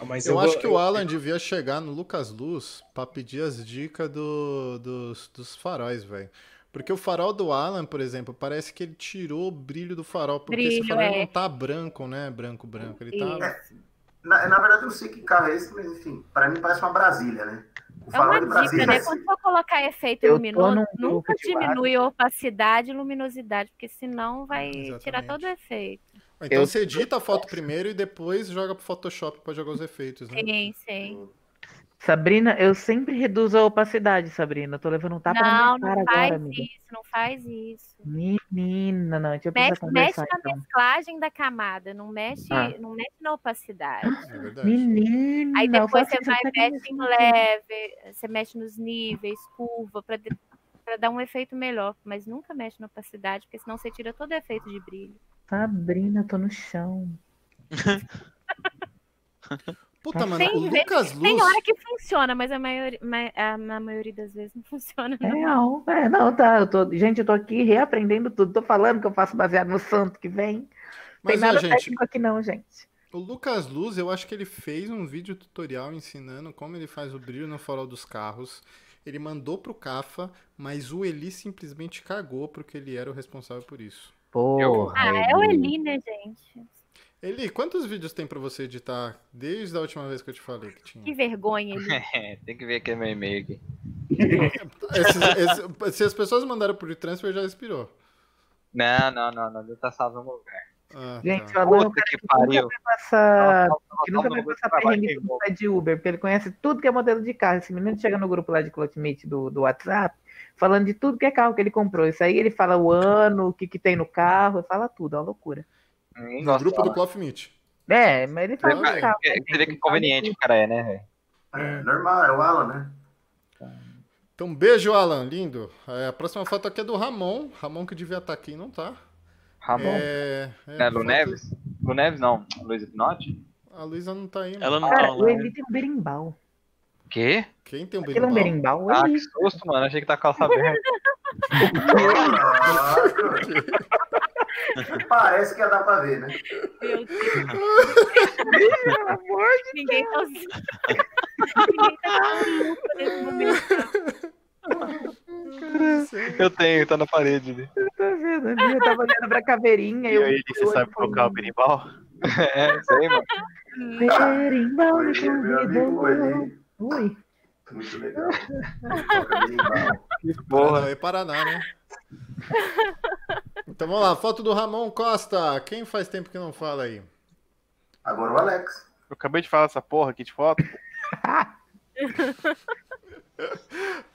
[SPEAKER 3] Ah, Mas
[SPEAKER 8] Eu acho
[SPEAKER 3] go-
[SPEAKER 8] que o Alan devia chegar no Lucas Luz pra pedir as dicas do- dos, dos faróis, velho. Porque o farol do Alan, por exemplo, parece que ele tirou o brilho do farol, porque esse
[SPEAKER 1] Brilho,
[SPEAKER 8] farol
[SPEAKER 1] é.
[SPEAKER 8] não tá branco, né? Branco, branco. Ele tá.
[SPEAKER 1] Isso.
[SPEAKER 9] Na, na verdade, eu não sei que carro é esse, mas enfim, pra mim parece uma Brasília, né? O
[SPEAKER 1] É uma
[SPEAKER 9] de
[SPEAKER 1] dica,
[SPEAKER 9] Brasília.
[SPEAKER 1] né? Quando for colocar efeito
[SPEAKER 2] Eu tô
[SPEAKER 1] luminoso,
[SPEAKER 2] num
[SPEAKER 1] nunca
[SPEAKER 2] grupo de
[SPEAKER 1] diminui a opacidade e luminosidade, porque senão vai tirar
[SPEAKER 8] Exatamente.
[SPEAKER 1] todo o efeito.
[SPEAKER 8] Então
[SPEAKER 2] Eu-
[SPEAKER 8] você edita a foto primeiro e depois joga pro Photoshop pra jogar os efeitos, né?
[SPEAKER 2] é.
[SPEAKER 1] Sim, sim.
[SPEAKER 2] Sabrina, eu sempre reduzo a opacidade, Sabrina. Eu tô levando um tapa
[SPEAKER 1] não,
[SPEAKER 2] na minha cara
[SPEAKER 1] não
[SPEAKER 2] agora,
[SPEAKER 1] faz
[SPEAKER 2] amiga.
[SPEAKER 1] isso, não faz isso.
[SPEAKER 2] Menina, não, deixa eu precisar
[SPEAKER 1] Mexe, mexe
[SPEAKER 2] conversar
[SPEAKER 1] na
[SPEAKER 2] então.
[SPEAKER 1] mesclagem da camada, não mexe,
[SPEAKER 2] Ah.
[SPEAKER 1] não mexe na opacidade.
[SPEAKER 8] É verdade.
[SPEAKER 2] Menina,
[SPEAKER 1] Aí
[SPEAKER 2] eu
[SPEAKER 1] depois
[SPEAKER 2] faço
[SPEAKER 1] você
[SPEAKER 2] isso
[SPEAKER 1] vai
[SPEAKER 2] até
[SPEAKER 1] mexe
[SPEAKER 2] com-
[SPEAKER 1] em leve, você mexe nos níveis, curva, pra de- pra dar um efeito melhor, mas nunca mexe na opacidade, porque senão você tira todo o efeito de brilho.
[SPEAKER 2] Sabrina, eu tô no chão.
[SPEAKER 8] Puta, mano,
[SPEAKER 1] Tem
[SPEAKER 8] o
[SPEAKER 1] vezes-
[SPEAKER 8] Lucas
[SPEAKER 1] Tem
[SPEAKER 8] Luz.
[SPEAKER 1] hora que funciona, mas a maioria, ma- a- na maioria das vezes não funciona.
[SPEAKER 2] É,
[SPEAKER 7] Né?
[SPEAKER 1] não.
[SPEAKER 2] não, é, não, tá. Eu tô, gente, eu tô aqui reaprendendo tudo. Tô falando que eu faço baseado no santo que vem. Tem
[SPEAKER 8] Mas, ó,
[SPEAKER 2] nada
[SPEAKER 8] gente,
[SPEAKER 2] técnico aqui, não, gente.
[SPEAKER 8] o Lucas Luz, eu acho que ele fez um vídeo tutorial ensinando como ele faz o brilho no farol dos carros. Ele mandou pro Cafa, mas o Eli simplesmente cagou porque ele era o responsável por isso.
[SPEAKER 2] Porra.
[SPEAKER 1] Ah, é o Eli, né, gente?
[SPEAKER 8] Eli, quantos vídeos tem pra você editar desde a última vez que eu te falei que
[SPEAKER 1] Que
[SPEAKER 8] tinha?
[SPEAKER 1] vergonha, Eli.
[SPEAKER 7] É, tem que ver aqui meu e-mail aqui.
[SPEAKER 8] Esses- esse- se as pessoas mandaram por transfer, já expirou.
[SPEAKER 7] Não, não, não, não, não tá salvo em algum lugar.
[SPEAKER 8] Ah,
[SPEAKER 2] Gente,
[SPEAKER 8] tá.
[SPEAKER 2] falando
[SPEAKER 7] Puta
[SPEAKER 2] um cara
[SPEAKER 7] que
[SPEAKER 2] que nunca
[SPEAKER 7] pariu.
[SPEAKER 2] vai passar, que
[SPEAKER 7] Ela
[SPEAKER 2] Ah, nunca
[SPEAKER 7] tá
[SPEAKER 2] vai
[SPEAKER 7] no
[SPEAKER 2] passar
[SPEAKER 7] trabalho,
[SPEAKER 2] perrengue
[SPEAKER 7] igual.
[SPEAKER 2] com o de Uber, porque ele conhece tudo que é modelo de carro. Esse menino chega no grupo lá de Clout Meet do, do WhatsApp, falando de tudo que é carro que ele comprou. Isso aí ele fala o ano, o que, que tem no carro, ele fala tudo, é uma loucura.
[SPEAKER 7] Hum,
[SPEAKER 8] No
[SPEAKER 7] Nossa,
[SPEAKER 8] grupo do
[SPEAKER 7] ela-
[SPEAKER 8] Cloth Meet.
[SPEAKER 2] É, mas ele fala
[SPEAKER 8] Lembra-
[SPEAKER 2] do carro.
[SPEAKER 7] é, Você vê que conveniente o cara é, né, velho?
[SPEAKER 9] É, normal, é o Alan, né?
[SPEAKER 8] Então, beijo, Alan, lindo. É, a próxima foto aqui é do Ramon. Ramon que devia estar aqui e não tá.
[SPEAKER 7] Ramon.
[SPEAKER 8] É, é,
[SPEAKER 7] né,
[SPEAKER 8] foto-
[SPEAKER 7] Lu Neves? Lu Neves não. Luiz Hipnote?
[SPEAKER 8] A Luísa não tá aí. mano.
[SPEAKER 6] Ela não tá
[SPEAKER 2] Cara,
[SPEAKER 7] né?
[SPEAKER 2] o
[SPEAKER 6] online.
[SPEAKER 2] Eli tem um berimbau.
[SPEAKER 7] Quê?
[SPEAKER 8] Quem tem um
[SPEAKER 2] Aquilo é um
[SPEAKER 8] berimbau?
[SPEAKER 2] berimbau?
[SPEAKER 7] Ah,
[SPEAKER 2] É
[SPEAKER 7] que
[SPEAKER 2] isso.
[SPEAKER 7] susto, mano. Achei que tá calça aberta.
[SPEAKER 9] Parece que ia dar pra ver, né?
[SPEAKER 1] Meu Deus. Ninguém tá Ninguém tá dando luta nesse momento.
[SPEAKER 7] Eu tenho, tá na parede ali.
[SPEAKER 2] Tá vendo? Eu tava olhando pra caveirinha.
[SPEAKER 10] E
[SPEAKER 2] eu-
[SPEAKER 10] aí, você
[SPEAKER 2] eu
[SPEAKER 10] sabe
[SPEAKER 2] olhei
[SPEAKER 4] é
[SPEAKER 10] tocar o berimbau?
[SPEAKER 7] É, sei, mano.
[SPEAKER 2] Berimbau me
[SPEAKER 9] Oi, meu amigo
[SPEAKER 2] convidou.
[SPEAKER 9] Eli.
[SPEAKER 2] Ui.
[SPEAKER 9] Muito legal. Toca berimbau.
[SPEAKER 7] Porra.
[SPEAKER 8] Paranauê, Paraná, né? Então vamos lá, foto do Ramon Costa. Quem faz tempo que não fala aí?
[SPEAKER 9] Agora o Alex.
[SPEAKER 4] Eu acabei de falar essa porra aqui de foto.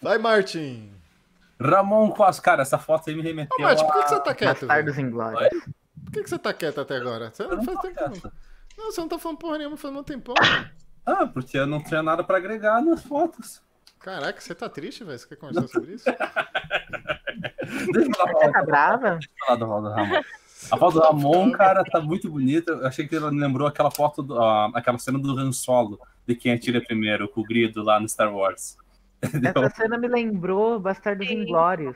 [SPEAKER 8] Vai, Martin.
[SPEAKER 5] Ramon Costa, cara, essa foto aí me
[SPEAKER 8] Ô,
[SPEAKER 5] remeteu.
[SPEAKER 8] Martin,
[SPEAKER 5] a-
[SPEAKER 8] por que, que você tá quieto? velho?
[SPEAKER 2] Bastardos em glória.
[SPEAKER 8] Por que, que você tá quieto até agora? Você
[SPEAKER 5] Eu
[SPEAKER 8] não
[SPEAKER 5] não
[SPEAKER 8] faz
[SPEAKER 5] tô
[SPEAKER 8] tempo que não.
[SPEAKER 5] quieto.
[SPEAKER 8] Não, você não tá falando porra nenhuma, faz um tempão.
[SPEAKER 5] Ah, porque eu não tinha nada pra agregar nas fotos.
[SPEAKER 8] Caraca, você tá triste, velho? Você quer conversar sobre isso?
[SPEAKER 5] Deixa eu falar,
[SPEAKER 2] Você
[SPEAKER 5] deixa
[SPEAKER 2] tá brava?
[SPEAKER 5] eu falar da foto do Ramon. A foto do Ramon, cara, tá muito bonita. Eu achei que ela me lembrou aquela foto, do, ah, aquela cena do Han Solo, de quem atira primeiro, com o grido lá no Star Wars. Entendeu?
[SPEAKER 2] Essa cena me lembrou Bastardos
[SPEAKER 1] Sim.
[SPEAKER 2] Inglórios.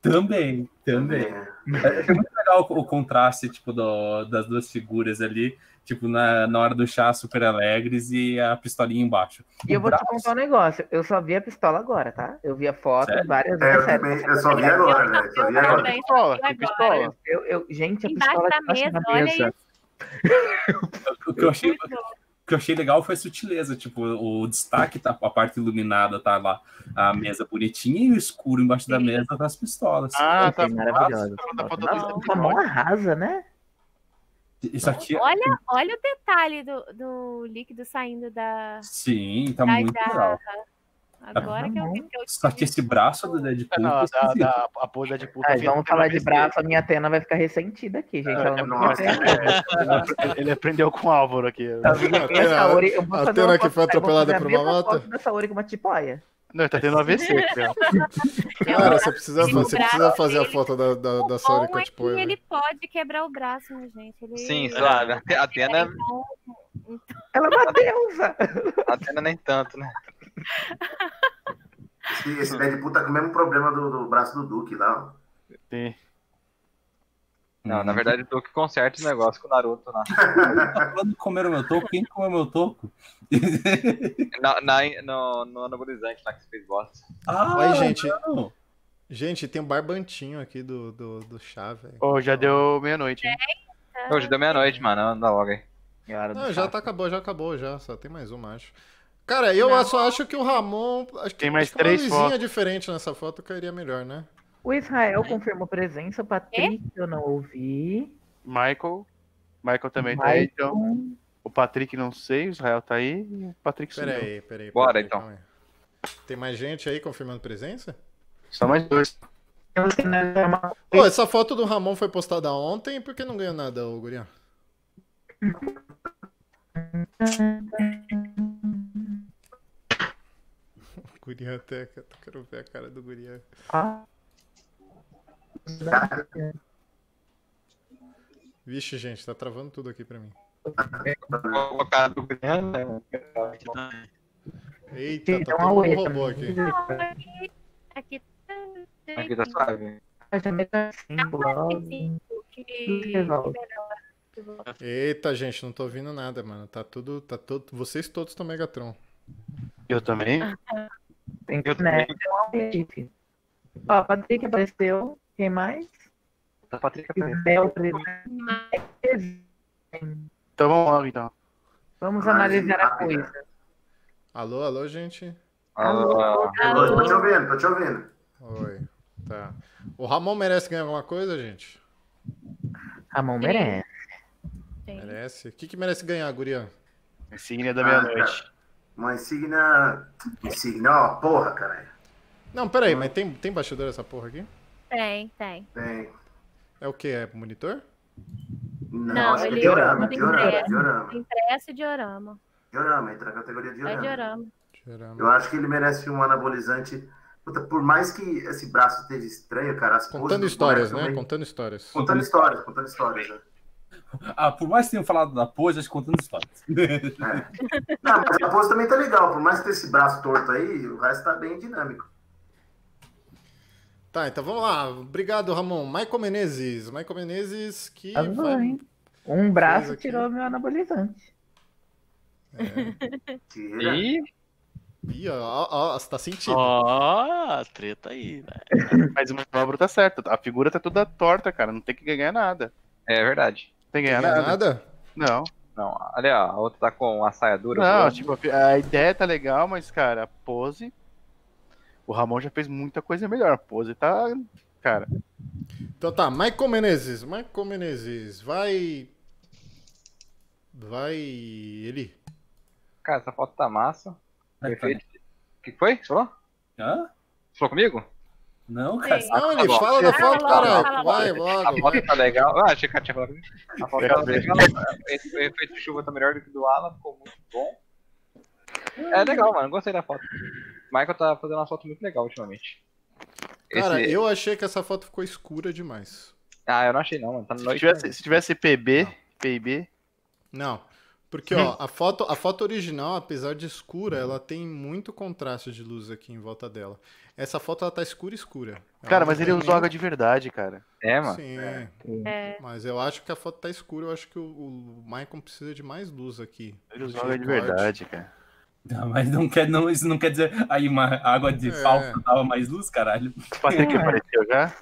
[SPEAKER 5] Também, também. É muito legal o o contraste, tipo, do- das duas figuras ali, tipo, na, na hora do chá, super alegres e a pistolinha embaixo.
[SPEAKER 2] E eu
[SPEAKER 5] O
[SPEAKER 2] vou te
[SPEAKER 5] braço-
[SPEAKER 2] contar um negócio. Eu só vi a pistola agora, tá? Eu vi a foto
[SPEAKER 5] Sério?
[SPEAKER 2] várias
[SPEAKER 9] É, eu
[SPEAKER 2] vezes.
[SPEAKER 9] também. Eu só vi agora, né? Só vi
[SPEAKER 4] Olha,
[SPEAKER 9] agora.
[SPEAKER 4] que pistola, que pistola.
[SPEAKER 2] Eu, eu- gente, a
[SPEAKER 1] Embaixo
[SPEAKER 2] pistola
[SPEAKER 1] da
[SPEAKER 2] debaixo
[SPEAKER 1] mesa,
[SPEAKER 2] da
[SPEAKER 1] olha
[SPEAKER 2] mesa.
[SPEAKER 1] isso.
[SPEAKER 5] O que eu achei,
[SPEAKER 1] Muito bom.
[SPEAKER 5] o que eu achei legal foi a sutileza, tipo, o destaque tá, a parte iluminada tá lá, a mesa bonitinha e o escuro embaixo da mesa das pistolas.
[SPEAKER 4] Ah, tá.
[SPEAKER 2] Achei maravilhosa.
[SPEAKER 4] Nossa, da foto do
[SPEAKER 2] Nossa,
[SPEAKER 4] Luiz
[SPEAKER 2] sua mão
[SPEAKER 4] Miguel.
[SPEAKER 2] arrasa, tá né?
[SPEAKER 5] Isso aqui, é
[SPEAKER 1] Olha, olha o detalhe do, do líquido saindo da.
[SPEAKER 5] sim, tá
[SPEAKER 1] da-
[SPEAKER 5] muito
[SPEAKER 1] da-
[SPEAKER 5] legal.
[SPEAKER 1] Agora que eu vi que eu
[SPEAKER 5] Só que esse braço do
[SPEAKER 4] Ah,
[SPEAKER 5] Deadpool
[SPEAKER 4] não,
[SPEAKER 5] tá
[SPEAKER 4] a, da-
[SPEAKER 5] esquisito.
[SPEAKER 4] da- a pose da de puta.
[SPEAKER 9] É,
[SPEAKER 2] Ai,
[SPEAKER 4] fez
[SPEAKER 2] vamos
[SPEAKER 4] pela
[SPEAKER 2] falar de
[SPEAKER 4] vez
[SPEAKER 2] braço, a minha tena vai ficar ressentida aqui, gente. Ela não
[SPEAKER 9] Nossa,
[SPEAKER 2] tem tena.
[SPEAKER 4] dele. Ele aprendeu com o Álvaro aqui.
[SPEAKER 2] E a Saori, eu vou
[SPEAKER 8] a
[SPEAKER 2] fazer
[SPEAKER 8] tena
[SPEAKER 2] uma
[SPEAKER 8] que
[SPEAKER 2] foto-
[SPEAKER 8] foi
[SPEAKER 2] eu vou fazer
[SPEAKER 8] atropelada
[SPEAKER 2] a
[SPEAKER 8] por uma
[SPEAKER 2] mesma
[SPEAKER 8] moto?
[SPEAKER 2] foto da Saori com uma tipóia.
[SPEAKER 4] Não, ele tá tendo AVC aqui, ó.
[SPEAKER 8] Cara, você precisa,
[SPEAKER 1] Sim, o
[SPEAKER 8] você
[SPEAKER 1] braço
[SPEAKER 8] precisa fazer a
[SPEAKER 1] dele-
[SPEAKER 8] foto da, da,
[SPEAKER 1] O
[SPEAKER 8] da
[SPEAKER 1] bom
[SPEAKER 8] Sony
[SPEAKER 1] é
[SPEAKER 8] que
[SPEAKER 1] que
[SPEAKER 8] tipo.
[SPEAKER 1] ele pode quebrar o braço, né, gente? Ele...
[SPEAKER 7] Sim, sabe? A Te- A Atena,
[SPEAKER 1] Então,
[SPEAKER 2] Ela é uma deusa!
[SPEAKER 7] a Atena nem tanto, né?
[SPEAKER 9] Esse, esse Deadpool tá com o mesmo problema do, do braço do Duke lá. ó.
[SPEAKER 4] Sim.
[SPEAKER 7] Não, na verdade, o Duke conserta esse negócio com o Naruto lá.
[SPEAKER 5] Tá falando de comer o meu toco? Quem comeu meu toco?
[SPEAKER 7] Na, na- no, no anabolizante lá que você fez bosta.
[SPEAKER 5] Ah,
[SPEAKER 8] Aí, gente.
[SPEAKER 5] não.
[SPEAKER 8] Gente, tem um barbantinho aqui do, do, do chá, velho.
[SPEAKER 4] Ô, já deu meia-noite, hein?
[SPEAKER 7] Hoje deu meia-noite, mano. Anda logo aí.
[SPEAKER 8] Não, já tá acabou, já acabou, já. Só tem mais uma, acho. Cara, eu só acho que o Ramon. Acho que,
[SPEAKER 4] Tem mais
[SPEAKER 8] acho que uma
[SPEAKER 4] três
[SPEAKER 8] luzinha
[SPEAKER 4] fotos.
[SPEAKER 8] diferente nessa foto cairia melhor, né?
[SPEAKER 2] O Israel confirmou presença, o Patrick eu não ouvi.
[SPEAKER 4] Michael. Michael também tá aí, então.
[SPEAKER 2] Maicon,
[SPEAKER 4] O Patrick não sei, o Israel tá aí. E o Patrick
[SPEAKER 8] Pera
[SPEAKER 4] sumiu.
[SPEAKER 8] aí, pera aí.
[SPEAKER 7] Bora,
[SPEAKER 8] pera aí,
[SPEAKER 7] então.
[SPEAKER 8] calma aí. Tem mais gente aí confirmando presença?
[SPEAKER 4] Só mais dois.
[SPEAKER 2] eu sei, né, é uma-
[SPEAKER 8] Pô, essa foto do Ramon foi postada ontem, por que não ganhou nada, ô Gurião? Gurião até, eu quero ver a cara do Gurião. Tá,
[SPEAKER 2] Ah.
[SPEAKER 8] Vixe, gente, tá travando tudo aqui pra mim. tá.
[SPEAKER 7] Vou colocar a do Guilherme, né?
[SPEAKER 6] Aqui tá.
[SPEAKER 8] Eita,
[SPEAKER 7] é
[SPEAKER 8] tá
[SPEAKER 2] Então,
[SPEAKER 8] todo mundo
[SPEAKER 2] Aue,
[SPEAKER 8] robô
[SPEAKER 2] também.
[SPEAKER 8] aqui.
[SPEAKER 1] aqui, aqui tá.
[SPEAKER 7] Aqui tá suave.
[SPEAKER 2] Mas também tá assim, blog.
[SPEAKER 1] Que-
[SPEAKER 2] Tudo resolve.
[SPEAKER 8] Eita, gente, não tô ouvindo nada, mano. Tá tudo, tá todo, vocês todos estão Megatron.
[SPEAKER 4] Eu também.
[SPEAKER 2] Tem que, né? Tem uma equipe. Ó, Patrick apareceu. Quem mais?
[SPEAKER 7] Tá Patrick
[SPEAKER 2] Isabel presente.
[SPEAKER 4] Então vamos logo, então.
[SPEAKER 2] Vamos
[SPEAKER 9] Ah,
[SPEAKER 2] analisar a
[SPEAKER 9] rápido.
[SPEAKER 2] coisa.
[SPEAKER 8] Alô, alô, gente.
[SPEAKER 7] Ah,
[SPEAKER 9] Tô, tô te ouvindo, tô te ouvindo.
[SPEAKER 8] Oi. Tá. O Ramon merece ganhar alguma coisa, gente?
[SPEAKER 2] Ramon merece.
[SPEAKER 1] Sim.
[SPEAKER 8] Merece. O que, que merece ganhar, guria?
[SPEAKER 4] Insígnia da meia-noite.
[SPEAKER 8] Ah.
[SPEAKER 6] Uma insígnia. Insígnia, ó, porra, caralho.
[SPEAKER 8] Não, peraí, mas tem, tem bastidor essa porra aqui?
[SPEAKER 1] Tem, tem.
[SPEAKER 6] Tem.
[SPEAKER 8] É o que? É monitor?
[SPEAKER 6] Não,
[SPEAKER 1] Não,
[SPEAKER 6] acho que é
[SPEAKER 1] ele-
[SPEAKER 6] diorama,
[SPEAKER 1] ele
[SPEAKER 6] diorama,
[SPEAKER 1] interessa.
[SPEAKER 6] diorama.
[SPEAKER 1] Impresso e diorama.
[SPEAKER 6] Diorama, entra na categoria
[SPEAKER 1] É diorama.
[SPEAKER 8] Geralmente.
[SPEAKER 6] Eu acho que ele merece um anabolizante. Puta, por mais que esse braço esteja estranho, cara, as poses
[SPEAKER 8] Contando
[SPEAKER 6] dos
[SPEAKER 8] histórias,
[SPEAKER 6] bonecos
[SPEAKER 8] né?
[SPEAKER 6] também-
[SPEAKER 8] Contando histórias.
[SPEAKER 6] Contando histórias, contando histórias. né?
[SPEAKER 5] Ah, por mais que tenham falado da pose, acho que contando histórias.
[SPEAKER 6] É. Não, mas a pose também tá legal. Por mais que tenha esse braço torto aí, o resto tá bem dinâmico.
[SPEAKER 8] Tá, então vamos lá. Obrigado, Ramon. Maicon Menezes. Maicon Menezes que.
[SPEAKER 2] Arrasou,
[SPEAKER 8] vai-
[SPEAKER 2] Tá hein? Um braço
[SPEAKER 8] Coisa aqui.
[SPEAKER 2] tirou meu anabolizante.
[SPEAKER 6] Tira.
[SPEAKER 4] E
[SPEAKER 8] É. Ih, ó, ó, ó, você tá sentindo.
[SPEAKER 12] Ó, treta aí, velho.
[SPEAKER 4] Mas o manobro tá certo. A figura tá toda torta, cara. Não tem que ganhar nada.
[SPEAKER 7] É verdade.
[SPEAKER 4] Não tem que ganhar
[SPEAKER 8] Não é
[SPEAKER 4] nada.
[SPEAKER 8] nada?
[SPEAKER 4] Não.
[SPEAKER 7] Não, ali ó, a outra tá com a saia dura.
[SPEAKER 4] Não,
[SPEAKER 8] Uhum.
[SPEAKER 7] voando.
[SPEAKER 4] tipo, a fi- a ideia tá legal, mas, cara, a pose. O Ramon já fez muita coisa melhor. A pose tá. Cara,
[SPEAKER 8] Então tá, Maicon Menezes. Maicon Menezes. Vai. Vai. Ele.
[SPEAKER 7] Cara, essa foto tá massa.
[SPEAKER 5] Vai, né?
[SPEAKER 7] Perfeito. O que foi? Você falou? Você
[SPEAKER 5] Hã?
[SPEAKER 7] falou comigo?
[SPEAKER 5] Não, cara.
[SPEAKER 1] Sim.
[SPEAKER 8] Não, ele
[SPEAKER 7] bom.
[SPEAKER 8] fala da
[SPEAKER 1] Ah,
[SPEAKER 8] foto,
[SPEAKER 1] logo,
[SPEAKER 8] caralho.
[SPEAKER 1] fala
[SPEAKER 8] Vai,
[SPEAKER 7] A
[SPEAKER 8] logo. vai.
[SPEAKER 7] foto tá legal. Ah, achei que ela tinha falado comigo. A foto tá legal. Esse- O efeito de chuva tá melhor do que do Alan, ficou muito bom. É legal, mano. Gostei da foto. Michael tá fazendo uma foto muito legal ultimamente.
[SPEAKER 8] Cara,
[SPEAKER 7] Esse-
[SPEAKER 8] eu achei que essa foto ficou escura demais.
[SPEAKER 7] Ah, eu não achei não, mano. Tá
[SPEAKER 4] se
[SPEAKER 7] noite.
[SPEAKER 8] é-
[SPEAKER 4] tivesse, se tivesse PB, PIB,
[SPEAKER 8] Não. Porque,
[SPEAKER 4] Hum.
[SPEAKER 8] ó, a foto, a foto original, apesar de escura, ela tem muito contraste de luz aqui em volta dela. Essa foto, ela tá escura, escura. Ela
[SPEAKER 4] Cara,
[SPEAKER 8] não
[SPEAKER 4] mas
[SPEAKER 8] tem
[SPEAKER 4] ele usou
[SPEAKER 8] nem-
[SPEAKER 4] água de verdade, cara.
[SPEAKER 7] É, mano.
[SPEAKER 8] Sim,
[SPEAKER 1] É.
[SPEAKER 8] mas eu acho que a foto tá escura. Eu acho que o, o Maicon precisa de mais luz aqui.
[SPEAKER 4] Ele usou
[SPEAKER 8] Tinha
[SPEAKER 4] água de
[SPEAKER 8] corte.
[SPEAKER 4] verdade, cara.
[SPEAKER 5] Não, mas não quer, não, isso não quer dizer. Aí uma água de
[SPEAKER 8] É.
[SPEAKER 5] falta dava mais luz, caralho.
[SPEAKER 4] O Patrick
[SPEAKER 2] É.
[SPEAKER 4] apareceu já?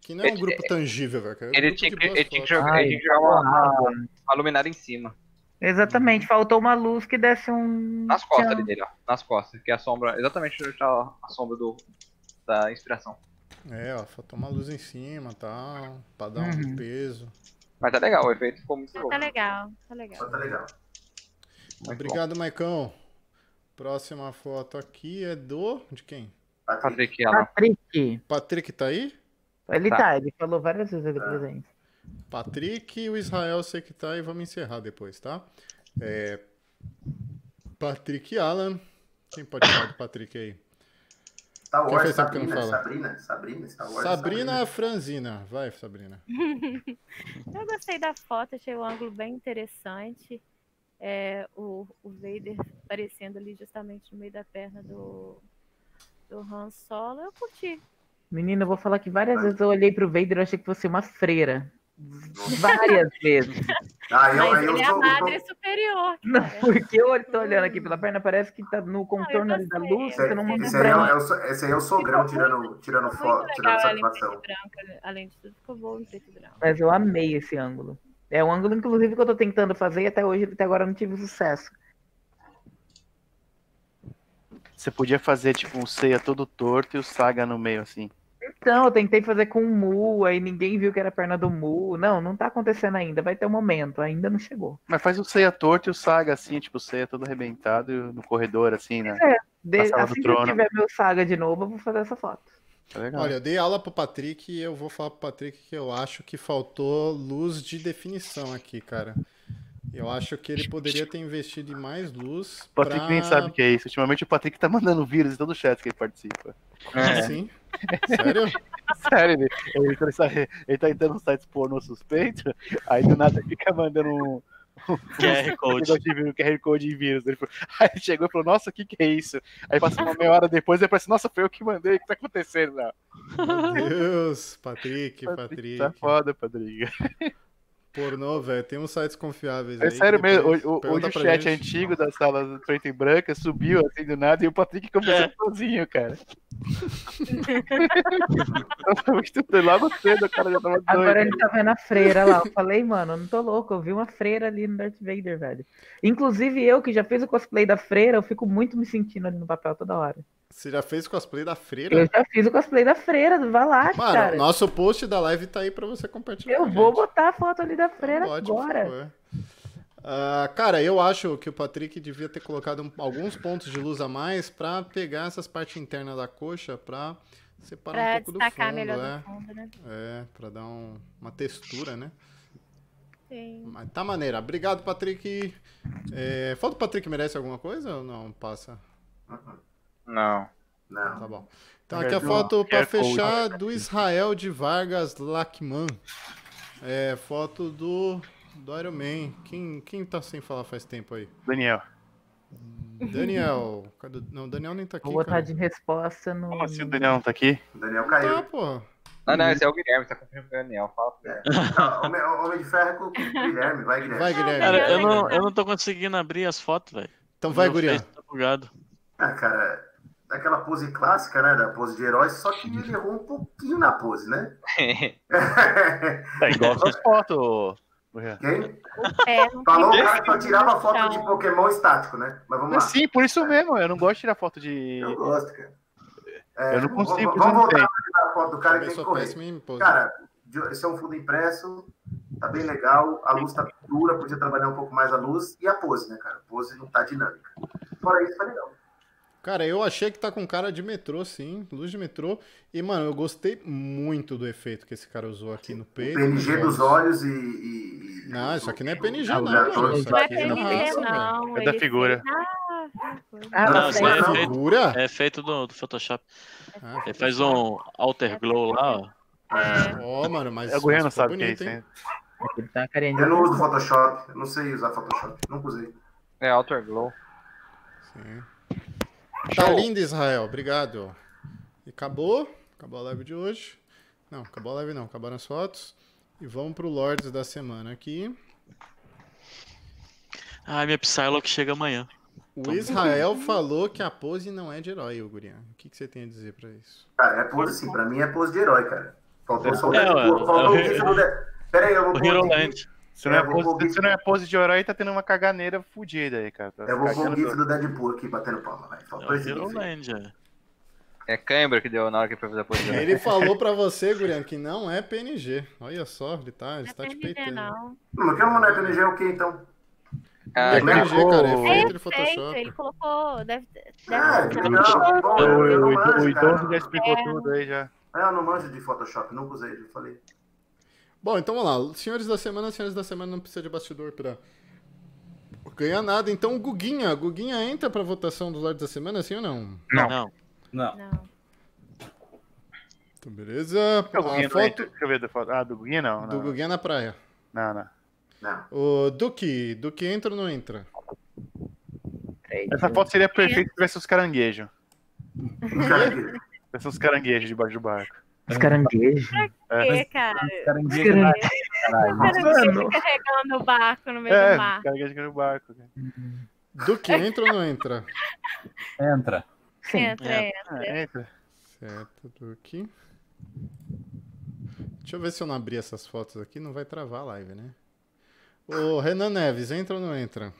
[SPEAKER 8] Que não é um grupo tangível, velho. cara. É um
[SPEAKER 7] Ele
[SPEAKER 8] grupo
[SPEAKER 7] tinha
[SPEAKER 8] de
[SPEAKER 7] que,
[SPEAKER 8] boas
[SPEAKER 7] ele tinha que
[SPEAKER 8] fotos.
[SPEAKER 7] jogar, ele tinha que jogar uma, uma, uma luminária em cima.
[SPEAKER 2] Exatamente, faltou uma luz que desse um.
[SPEAKER 7] Nas costas
[SPEAKER 2] tchan.
[SPEAKER 7] ali dele, ó. Nas costas. Que é a sombra. Exatamente onde tá a sombra do, da inspiração.
[SPEAKER 8] É, ó, faltou uma luz em cima e tal, pra dar um
[SPEAKER 2] Uhum.
[SPEAKER 8] peso.
[SPEAKER 7] Mas tá legal, o efeito ficou muito bom.
[SPEAKER 1] Tá legal, tá legal.
[SPEAKER 6] Só tá legal.
[SPEAKER 7] Muito
[SPEAKER 8] Obrigado, Maicão. Próxima foto aqui é do. De quem?
[SPEAKER 7] bom.
[SPEAKER 6] Patrick,
[SPEAKER 7] Patrick, ela.
[SPEAKER 2] Patrick.
[SPEAKER 8] Patrick tá aí?
[SPEAKER 2] Ele
[SPEAKER 7] Tá.
[SPEAKER 2] tá. ele falou várias vezes aqui
[SPEAKER 6] Tá.
[SPEAKER 2] presente.
[SPEAKER 8] Patrick e o Israel sei que tá e vamos encerrar depois, tá? É... Patrick e Alan. Quem pode falar do Patrick aí?
[SPEAKER 6] Star
[SPEAKER 8] Quem
[SPEAKER 6] Wars,
[SPEAKER 8] fez tempo que não
[SPEAKER 6] Sabrina,
[SPEAKER 8] fala?
[SPEAKER 6] Sabrina, Sabrina, Star
[SPEAKER 4] é
[SPEAKER 6] Wars.
[SPEAKER 8] Sabrina Franzina. Vai, Sabrina.
[SPEAKER 1] Eu gostei da foto, achei o ângulo bem interessante. É, o, o Vader aparecendo ali justamente no meio da perna do, do Han Solo. Eu curti.
[SPEAKER 2] Menina, eu vou falar que várias vezes eu olhei pro Vader e achei que fosse uma freira. Várias vezes.
[SPEAKER 6] Ah, eu,
[SPEAKER 1] Mas
[SPEAKER 6] eu
[SPEAKER 1] ele é a
[SPEAKER 9] um
[SPEAKER 6] sou, eu
[SPEAKER 1] madre superior.
[SPEAKER 2] Não,
[SPEAKER 1] cara.
[SPEAKER 2] porque eu tô olhando aqui pela perna, parece que tá no contorno ali da
[SPEAKER 1] gostei.
[SPEAKER 2] luz,
[SPEAKER 6] sou-
[SPEAKER 2] você não
[SPEAKER 6] esse,
[SPEAKER 2] mostra
[SPEAKER 6] aí é,
[SPEAKER 2] pra mim.
[SPEAKER 6] é o so- esse aí é o sogrão
[SPEAKER 1] Ficou
[SPEAKER 6] tirando, tirando
[SPEAKER 1] Ficou
[SPEAKER 6] foto,
[SPEAKER 1] muito
[SPEAKER 6] tirando
[SPEAKER 1] legal ela em preto e
[SPEAKER 6] satisfação.
[SPEAKER 1] branco. né? Além de tudo, ficou bom em preto e
[SPEAKER 8] um
[SPEAKER 1] branco.
[SPEAKER 2] Mas eu amei esse ângulo. É um ângulo, inclusive, que eu tô tentando fazer e até hoje, até agora eu não tive sucesso.
[SPEAKER 4] Você podia fazer, tipo, um ceia todo torto e o Saga no meio, assim.
[SPEAKER 2] Então, eu tentei fazer com o Mu, aí ninguém viu que era a perna do Mu. Não, não tá acontecendo ainda, vai ter um momento, ainda não chegou.
[SPEAKER 4] Mas faz o ceia torto e o Saga, assim, tipo, o ceia todo arrebentado e no corredor, assim, né?
[SPEAKER 2] De-
[SPEAKER 4] Na sala do
[SPEAKER 2] assim que eu
[SPEAKER 4] trono.
[SPEAKER 2] tiver meu saga de novo, eu vou fazer essa foto.
[SPEAKER 4] Tá legal.
[SPEAKER 8] Olha, eu dei aula pro Patrick e eu vou falar pro Patrick que eu acho que faltou luz de definição aqui, cara. Eu acho que ele poderia ter investido em mais luz.
[SPEAKER 4] o Patrick nem sabe o que é isso. Ultimamente o Patrick tá mandando vírus em todo o chat que ele participa.
[SPEAKER 8] é. Sim. Sério?
[SPEAKER 4] Sério, ele, ele, tá- ele tá tentando sites pornô suspeito, aí do nada ele fica mandando um.
[SPEAKER 12] QR Code.
[SPEAKER 4] negócio de vírus, QR Code em vírus. Ele falou- aí ele chegou e falou, nossa, o que, que é isso? Aí passa uma meia hora depois e parece, nossa, foi eu que mandei, o que tá acontecendo? Não,
[SPEAKER 8] Meu Deus, Patrick, Patrick.
[SPEAKER 4] Tá foda, Patrick.
[SPEAKER 8] Pornô, velho. Tem uns sites confiáveis
[SPEAKER 4] É
[SPEAKER 8] aí.
[SPEAKER 4] sério
[SPEAKER 8] que
[SPEAKER 4] mesmo,
[SPEAKER 8] depois
[SPEAKER 4] hoje, hoje
[SPEAKER 8] pergunta
[SPEAKER 4] o
[SPEAKER 8] pra
[SPEAKER 4] chat
[SPEAKER 8] gente.
[SPEAKER 4] antigo da sala preta e branca subiu assim do nada e o Patrick começou
[SPEAKER 12] É.
[SPEAKER 4] sozinho, cara. Tava estudando logo cedo, o cara já tava doido.
[SPEAKER 2] Agora ele tá vendo a freira lá. Eu falei, mano, eu não tô louco, eu vi uma freira ali no Darth Vader, velho. Inclusive eu, que já fiz o cosplay da freira, eu fico muito me sentindo ali no papel toda hora.
[SPEAKER 8] Você já fez o cosplay da freira?
[SPEAKER 2] Eu já fiz o cosplay da freira, vai lá,
[SPEAKER 8] Mano,
[SPEAKER 2] cara.
[SPEAKER 8] nosso post da live tá aí pra você compartilhar.
[SPEAKER 2] Eu
[SPEAKER 8] com a
[SPEAKER 2] vou
[SPEAKER 8] gente. Tá
[SPEAKER 2] botar a foto ali da freira
[SPEAKER 8] Pode, por
[SPEAKER 2] agora.
[SPEAKER 8] favor. Ah, cara, eu acho que o Patrick devia ter colocado um- alguns pontos de luz a mais pra pegar essas partes internas da coxa pra separar
[SPEAKER 1] Pra
[SPEAKER 8] um pouco do
[SPEAKER 1] destacar
[SPEAKER 8] fundo,
[SPEAKER 1] melhor
[SPEAKER 8] é.
[SPEAKER 1] do fundo, né?
[SPEAKER 8] É, pra dar um- uma textura, né?
[SPEAKER 1] Sim.
[SPEAKER 8] Mas tá maneira. Obrigado, Patrick. É, falta o Patrick merece alguma coisa ou não? Passa.
[SPEAKER 7] Não.
[SPEAKER 9] Não.
[SPEAKER 8] Tá bom. Então aqui a
[SPEAKER 4] Quer
[SPEAKER 8] foto pra
[SPEAKER 4] quer coisa?
[SPEAKER 8] fechar do Israel de Vargas Lachman. É, foto do, do Iron Man. Quem, quem tá sem falar faz tempo aí?
[SPEAKER 4] Daniel.
[SPEAKER 8] Daniel. Cadê- Não, Daniel nem tá aqui.
[SPEAKER 2] Vou botar
[SPEAKER 8] cara.
[SPEAKER 2] de resposta no.
[SPEAKER 4] Como assim o Daniel não tá aqui?
[SPEAKER 9] O Daniel
[SPEAKER 8] Tá,
[SPEAKER 9] caiu.
[SPEAKER 8] pô.
[SPEAKER 7] Ah, não, esse é o Guilherme, tá confundindo com o Daniel. Fala pra ele.
[SPEAKER 8] então.
[SPEAKER 9] Não, Homem, Homem de Ferro é com o Guilherme, vai Guilherme.
[SPEAKER 8] Vai, Guilherme.
[SPEAKER 6] Cara, eu não, eu não tô conseguindo abrir as fotos, velho.
[SPEAKER 8] Então vai,
[SPEAKER 6] Meu
[SPEAKER 8] Guria.
[SPEAKER 6] Face tá bugado.
[SPEAKER 9] Ah, cara, aquela pose clássica, né? Da pose de herói, só que ele errou um pouquinho na pose, né?
[SPEAKER 4] Tá igual as suas fotos. Burra.
[SPEAKER 9] Quem?
[SPEAKER 1] É, não
[SPEAKER 9] Falou o
[SPEAKER 1] tem
[SPEAKER 9] cara que só tirava foto
[SPEAKER 1] noção.
[SPEAKER 9] de Pokémon estático, né? Mas vamos lá.
[SPEAKER 4] Mas É sim, por isso mesmo. Eu não gosto de tirar foto de.
[SPEAKER 9] Eu gosto, cara. É,
[SPEAKER 4] Eu não consigo,
[SPEAKER 9] Vamos, vamos
[SPEAKER 4] não tem.
[SPEAKER 9] voltar pra foto do cara que tem que
[SPEAKER 8] Começou
[SPEAKER 9] correr.
[SPEAKER 8] péssimo em pose.
[SPEAKER 9] Cara, esse é um fundo impresso, tá bem legal, a luz tá bem dura, podia trabalhar um pouco mais a luz e a pose, né, cara? A pose não tá dinâmica. Fora isso, tá legal.
[SPEAKER 8] Cara, eu achei que tá com cara de metrô, sim. Luz de metrô. E, mano, eu gostei muito do efeito que esse cara usou aqui no
[SPEAKER 9] O
[SPEAKER 8] peito. nos
[SPEAKER 9] PNG dos olhos e. e- e-
[SPEAKER 8] Não, isso aqui não é PNG,
[SPEAKER 9] Ah,
[SPEAKER 8] não,
[SPEAKER 9] já tô-
[SPEAKER 8] mano. Isso
[SPEAKER 1] Não é
[SPEAKER 8] aqui é
[SPEAKER 1] PNG,
[SPEAKER 8] massa, velho.
[SPEAKER 9] né?
[SPEAKER 1] não.
[SPEAKER 4] É da
[SPEAKER 1] ele
[SPEAKER 4] figura.
[SPEAKER 1] fez- Ah, que coisa.
[SPEAKER 2] Ah,
[SPEAKER 9] Não,
[SPEAKER 2] não,
[SPEAKER 9] isso
[SPEAKER 2] tem.
[SPEAKER 9] aí não.
[SPEAKER 8] Figura?
[SPEAKER 6] É feito do, do Photoshop.
[SPEAKER 8] Ah,
[SPEAKER 6] Ele faz um alter glow lá, ó.
[SPEAKER 1] É.
[SPEAKER 8] Ó, mano, mas.
[SPEAKER 4] A Goiânia não
[SPEAKER 8] mas
[SPEAKER 4] sabe o
[SPEAKER 8] ficou
[SPEAKER 4] que é
[SPEAKER 8] bonito,
[SPEAKER 4] isso,
[SPEAKER 8] hein?
[SPEAKER 4] hein?
[SPEAKER 2] Ele tá uma carinha de-
[SPEAKER 9] Eu não uso Photoshop, eu não sei usar Photoshop, nunca usei.
[SPEAKER 7] É, Outer Glow.
[SPEAKER 8] Sim. Tá lindo, Israel. Obrigado. E acabou. Acabou a live de hoje. Não, acabou a live não. Acabaram as fotos. E vamos pro Lords da semana aqui.
[SPEAKER 6] Ai, minha Psylocke chega amanhã.
[SPEAKER 8] O Israel falou que a pose não é de herói, ô, Gurian. O que, que você tem a dizer pra isso?
[SPEAKER 9] Cara, é pose sim, pra mim é pose de herói, cara. Faltou só o
[SPEAKER 6] É,
[SPEAKER 9] Deadpool,
[SPEAKER 6] ué,
[SPEAKER 9] faltou o
[SPEAKER 6] é o-
[SPEAKER 9] vídeo do Deadpool. Pera aí, eu vou
[SPEAKER 6] O
[SPEAKER 9] pôr o GIF.
[SPEAKER 6] Heroland.
[SPEAKER 4] Se não é,
[SPEAKER 9] Eu vou-
[SPEAKER 4] pose, se não é pose de herói, tá tendo uma caganeira fudida aí, cara. Tá
[SPEAKER 9] Eu vou pôr o
[SPEAKER 4] cagando
[SPEAKER 9] GIF
[SPEAKER 4] todo.
[SPEAKER 9] do Deadpool aqui batendo palma, vai.
[SPEAKER 6] É
[SPEAKER 9] Faltou
[SPEAKER 6] o
[SPEAKER 9] esse GIF.
[SPEAKER 6] Heroland, é.
[SPEAKER 7] É cãibra que deu na hora que foi fazer a pose dele.
[SPEAKER 8] Ele falou pra você, Gurian, que não é PNG. Olha só, ele tá,
[SPEAKER 1] é
[SPEAKER 8] ele tá te
[SPEAKER 1] PNG,
[SPEAKER 8] peitando.
[SPEAKER 1] não.
[SPEAKER 9] Não, mas que é uma PNG é o quê então?
[SPEAKER 7] Ah,
[SPEAKER 8] É PNG, cara, é
[SPEAKER 4] Ele
[SPEAKER 8] feito de
[SPEAKER 1] Feito,
[SPEAKER 8] Photoshop.
[SPEAKER 1] ele colocou. Deve, deve
[SPEAKER 9] Ah,
[SPEAKER 1] ser
[SPEAKER 9] não, bom,
[SPEAKER 4] O,
[SPEAKER 9] eu, eu
[SPEAKER 4] o,
[SPEAKER 9] não
[SPEAKER 4] ido- o
[SPEAKER 9] manjo,
[SPEAKER 4] idoso já
[SPEAKER 9] cara.
[SPEAKER 4] explicou
[SPEAKER 1] É.
[SPEAKER 4] tudo aí já.
[SPEAKER 9] Ah, Eu não manjo de Photoshop, nunca usei, já falei.
[SPEAKER 8] Bom, então vamos lá. Senhores da semana, senhores da semana não precisa de bastidor pra ganhar nada. Então, Guguinha, Guguinha entra pra votação dos Lords da semana, sim ou não?
[SPEAKER 6] Não.
[SPEAKER 5] Não.
[SPEAKER 1] Não.
[SPEAKER 8] Então, beleza.
[SPEAKER 4] É O Guguinha
[SPEAKER 8] A
[SPEAKER 4] não
[SPEAKER 8] foto
[SPEAKER 4] entra. Deixa eu ver da foto. Ah, do Guguinha não.
[SPEAKER 8] do
[SPEAKER 4] Não,
[SPEAKER 8] Guguinha na praia.
[SPEAKER 4] não. não.
[SPEAKER 9] Não.
[SPEAKER 8] O Duque, Duque entra ou não entra?
[SPEAKER 2] Peraí,
[SPEAKER 4] Essa foto seria perfeita se tivesse os caranguejos.
[SPEAKER 9] Cara, que-
[SPEAKER 4] Tivesse uns caranguejos debaixo do barco.
[SPEAKER 2] Os caranguejos.
[SPEAKER 1] Que, cara?
[SPEAKER 5] Caranguejo
[SPEAKER 4] né?
[SPEAKER 5] na caralho.
[SPEAKER 1] Cara, não
[SPEAKER 2] Mano.
[SPEAKER 1] fica carregando o barco no meio
[SPEAKER 4] É,
[SPEAKER 1] do mar.
[SPEAKER 4] caranguejo no barco. cara.
[SPEAKER 8] Duque entra ou não entra?
[SPEAKER 5] Entra.
[SPEAKER 2] Sim.
[SPEAKER 1] Entra,
[SPEAKER 6] É.
[SPEAKER 1] entra.
[SPEAKER 4] Ah, entra.
[SPEAKER 8] Certo, Duque. Deixa eu ver se eu não abrir essas fotos aqui, não vai travar a live, né? O Renan Neves, entra ou não entra?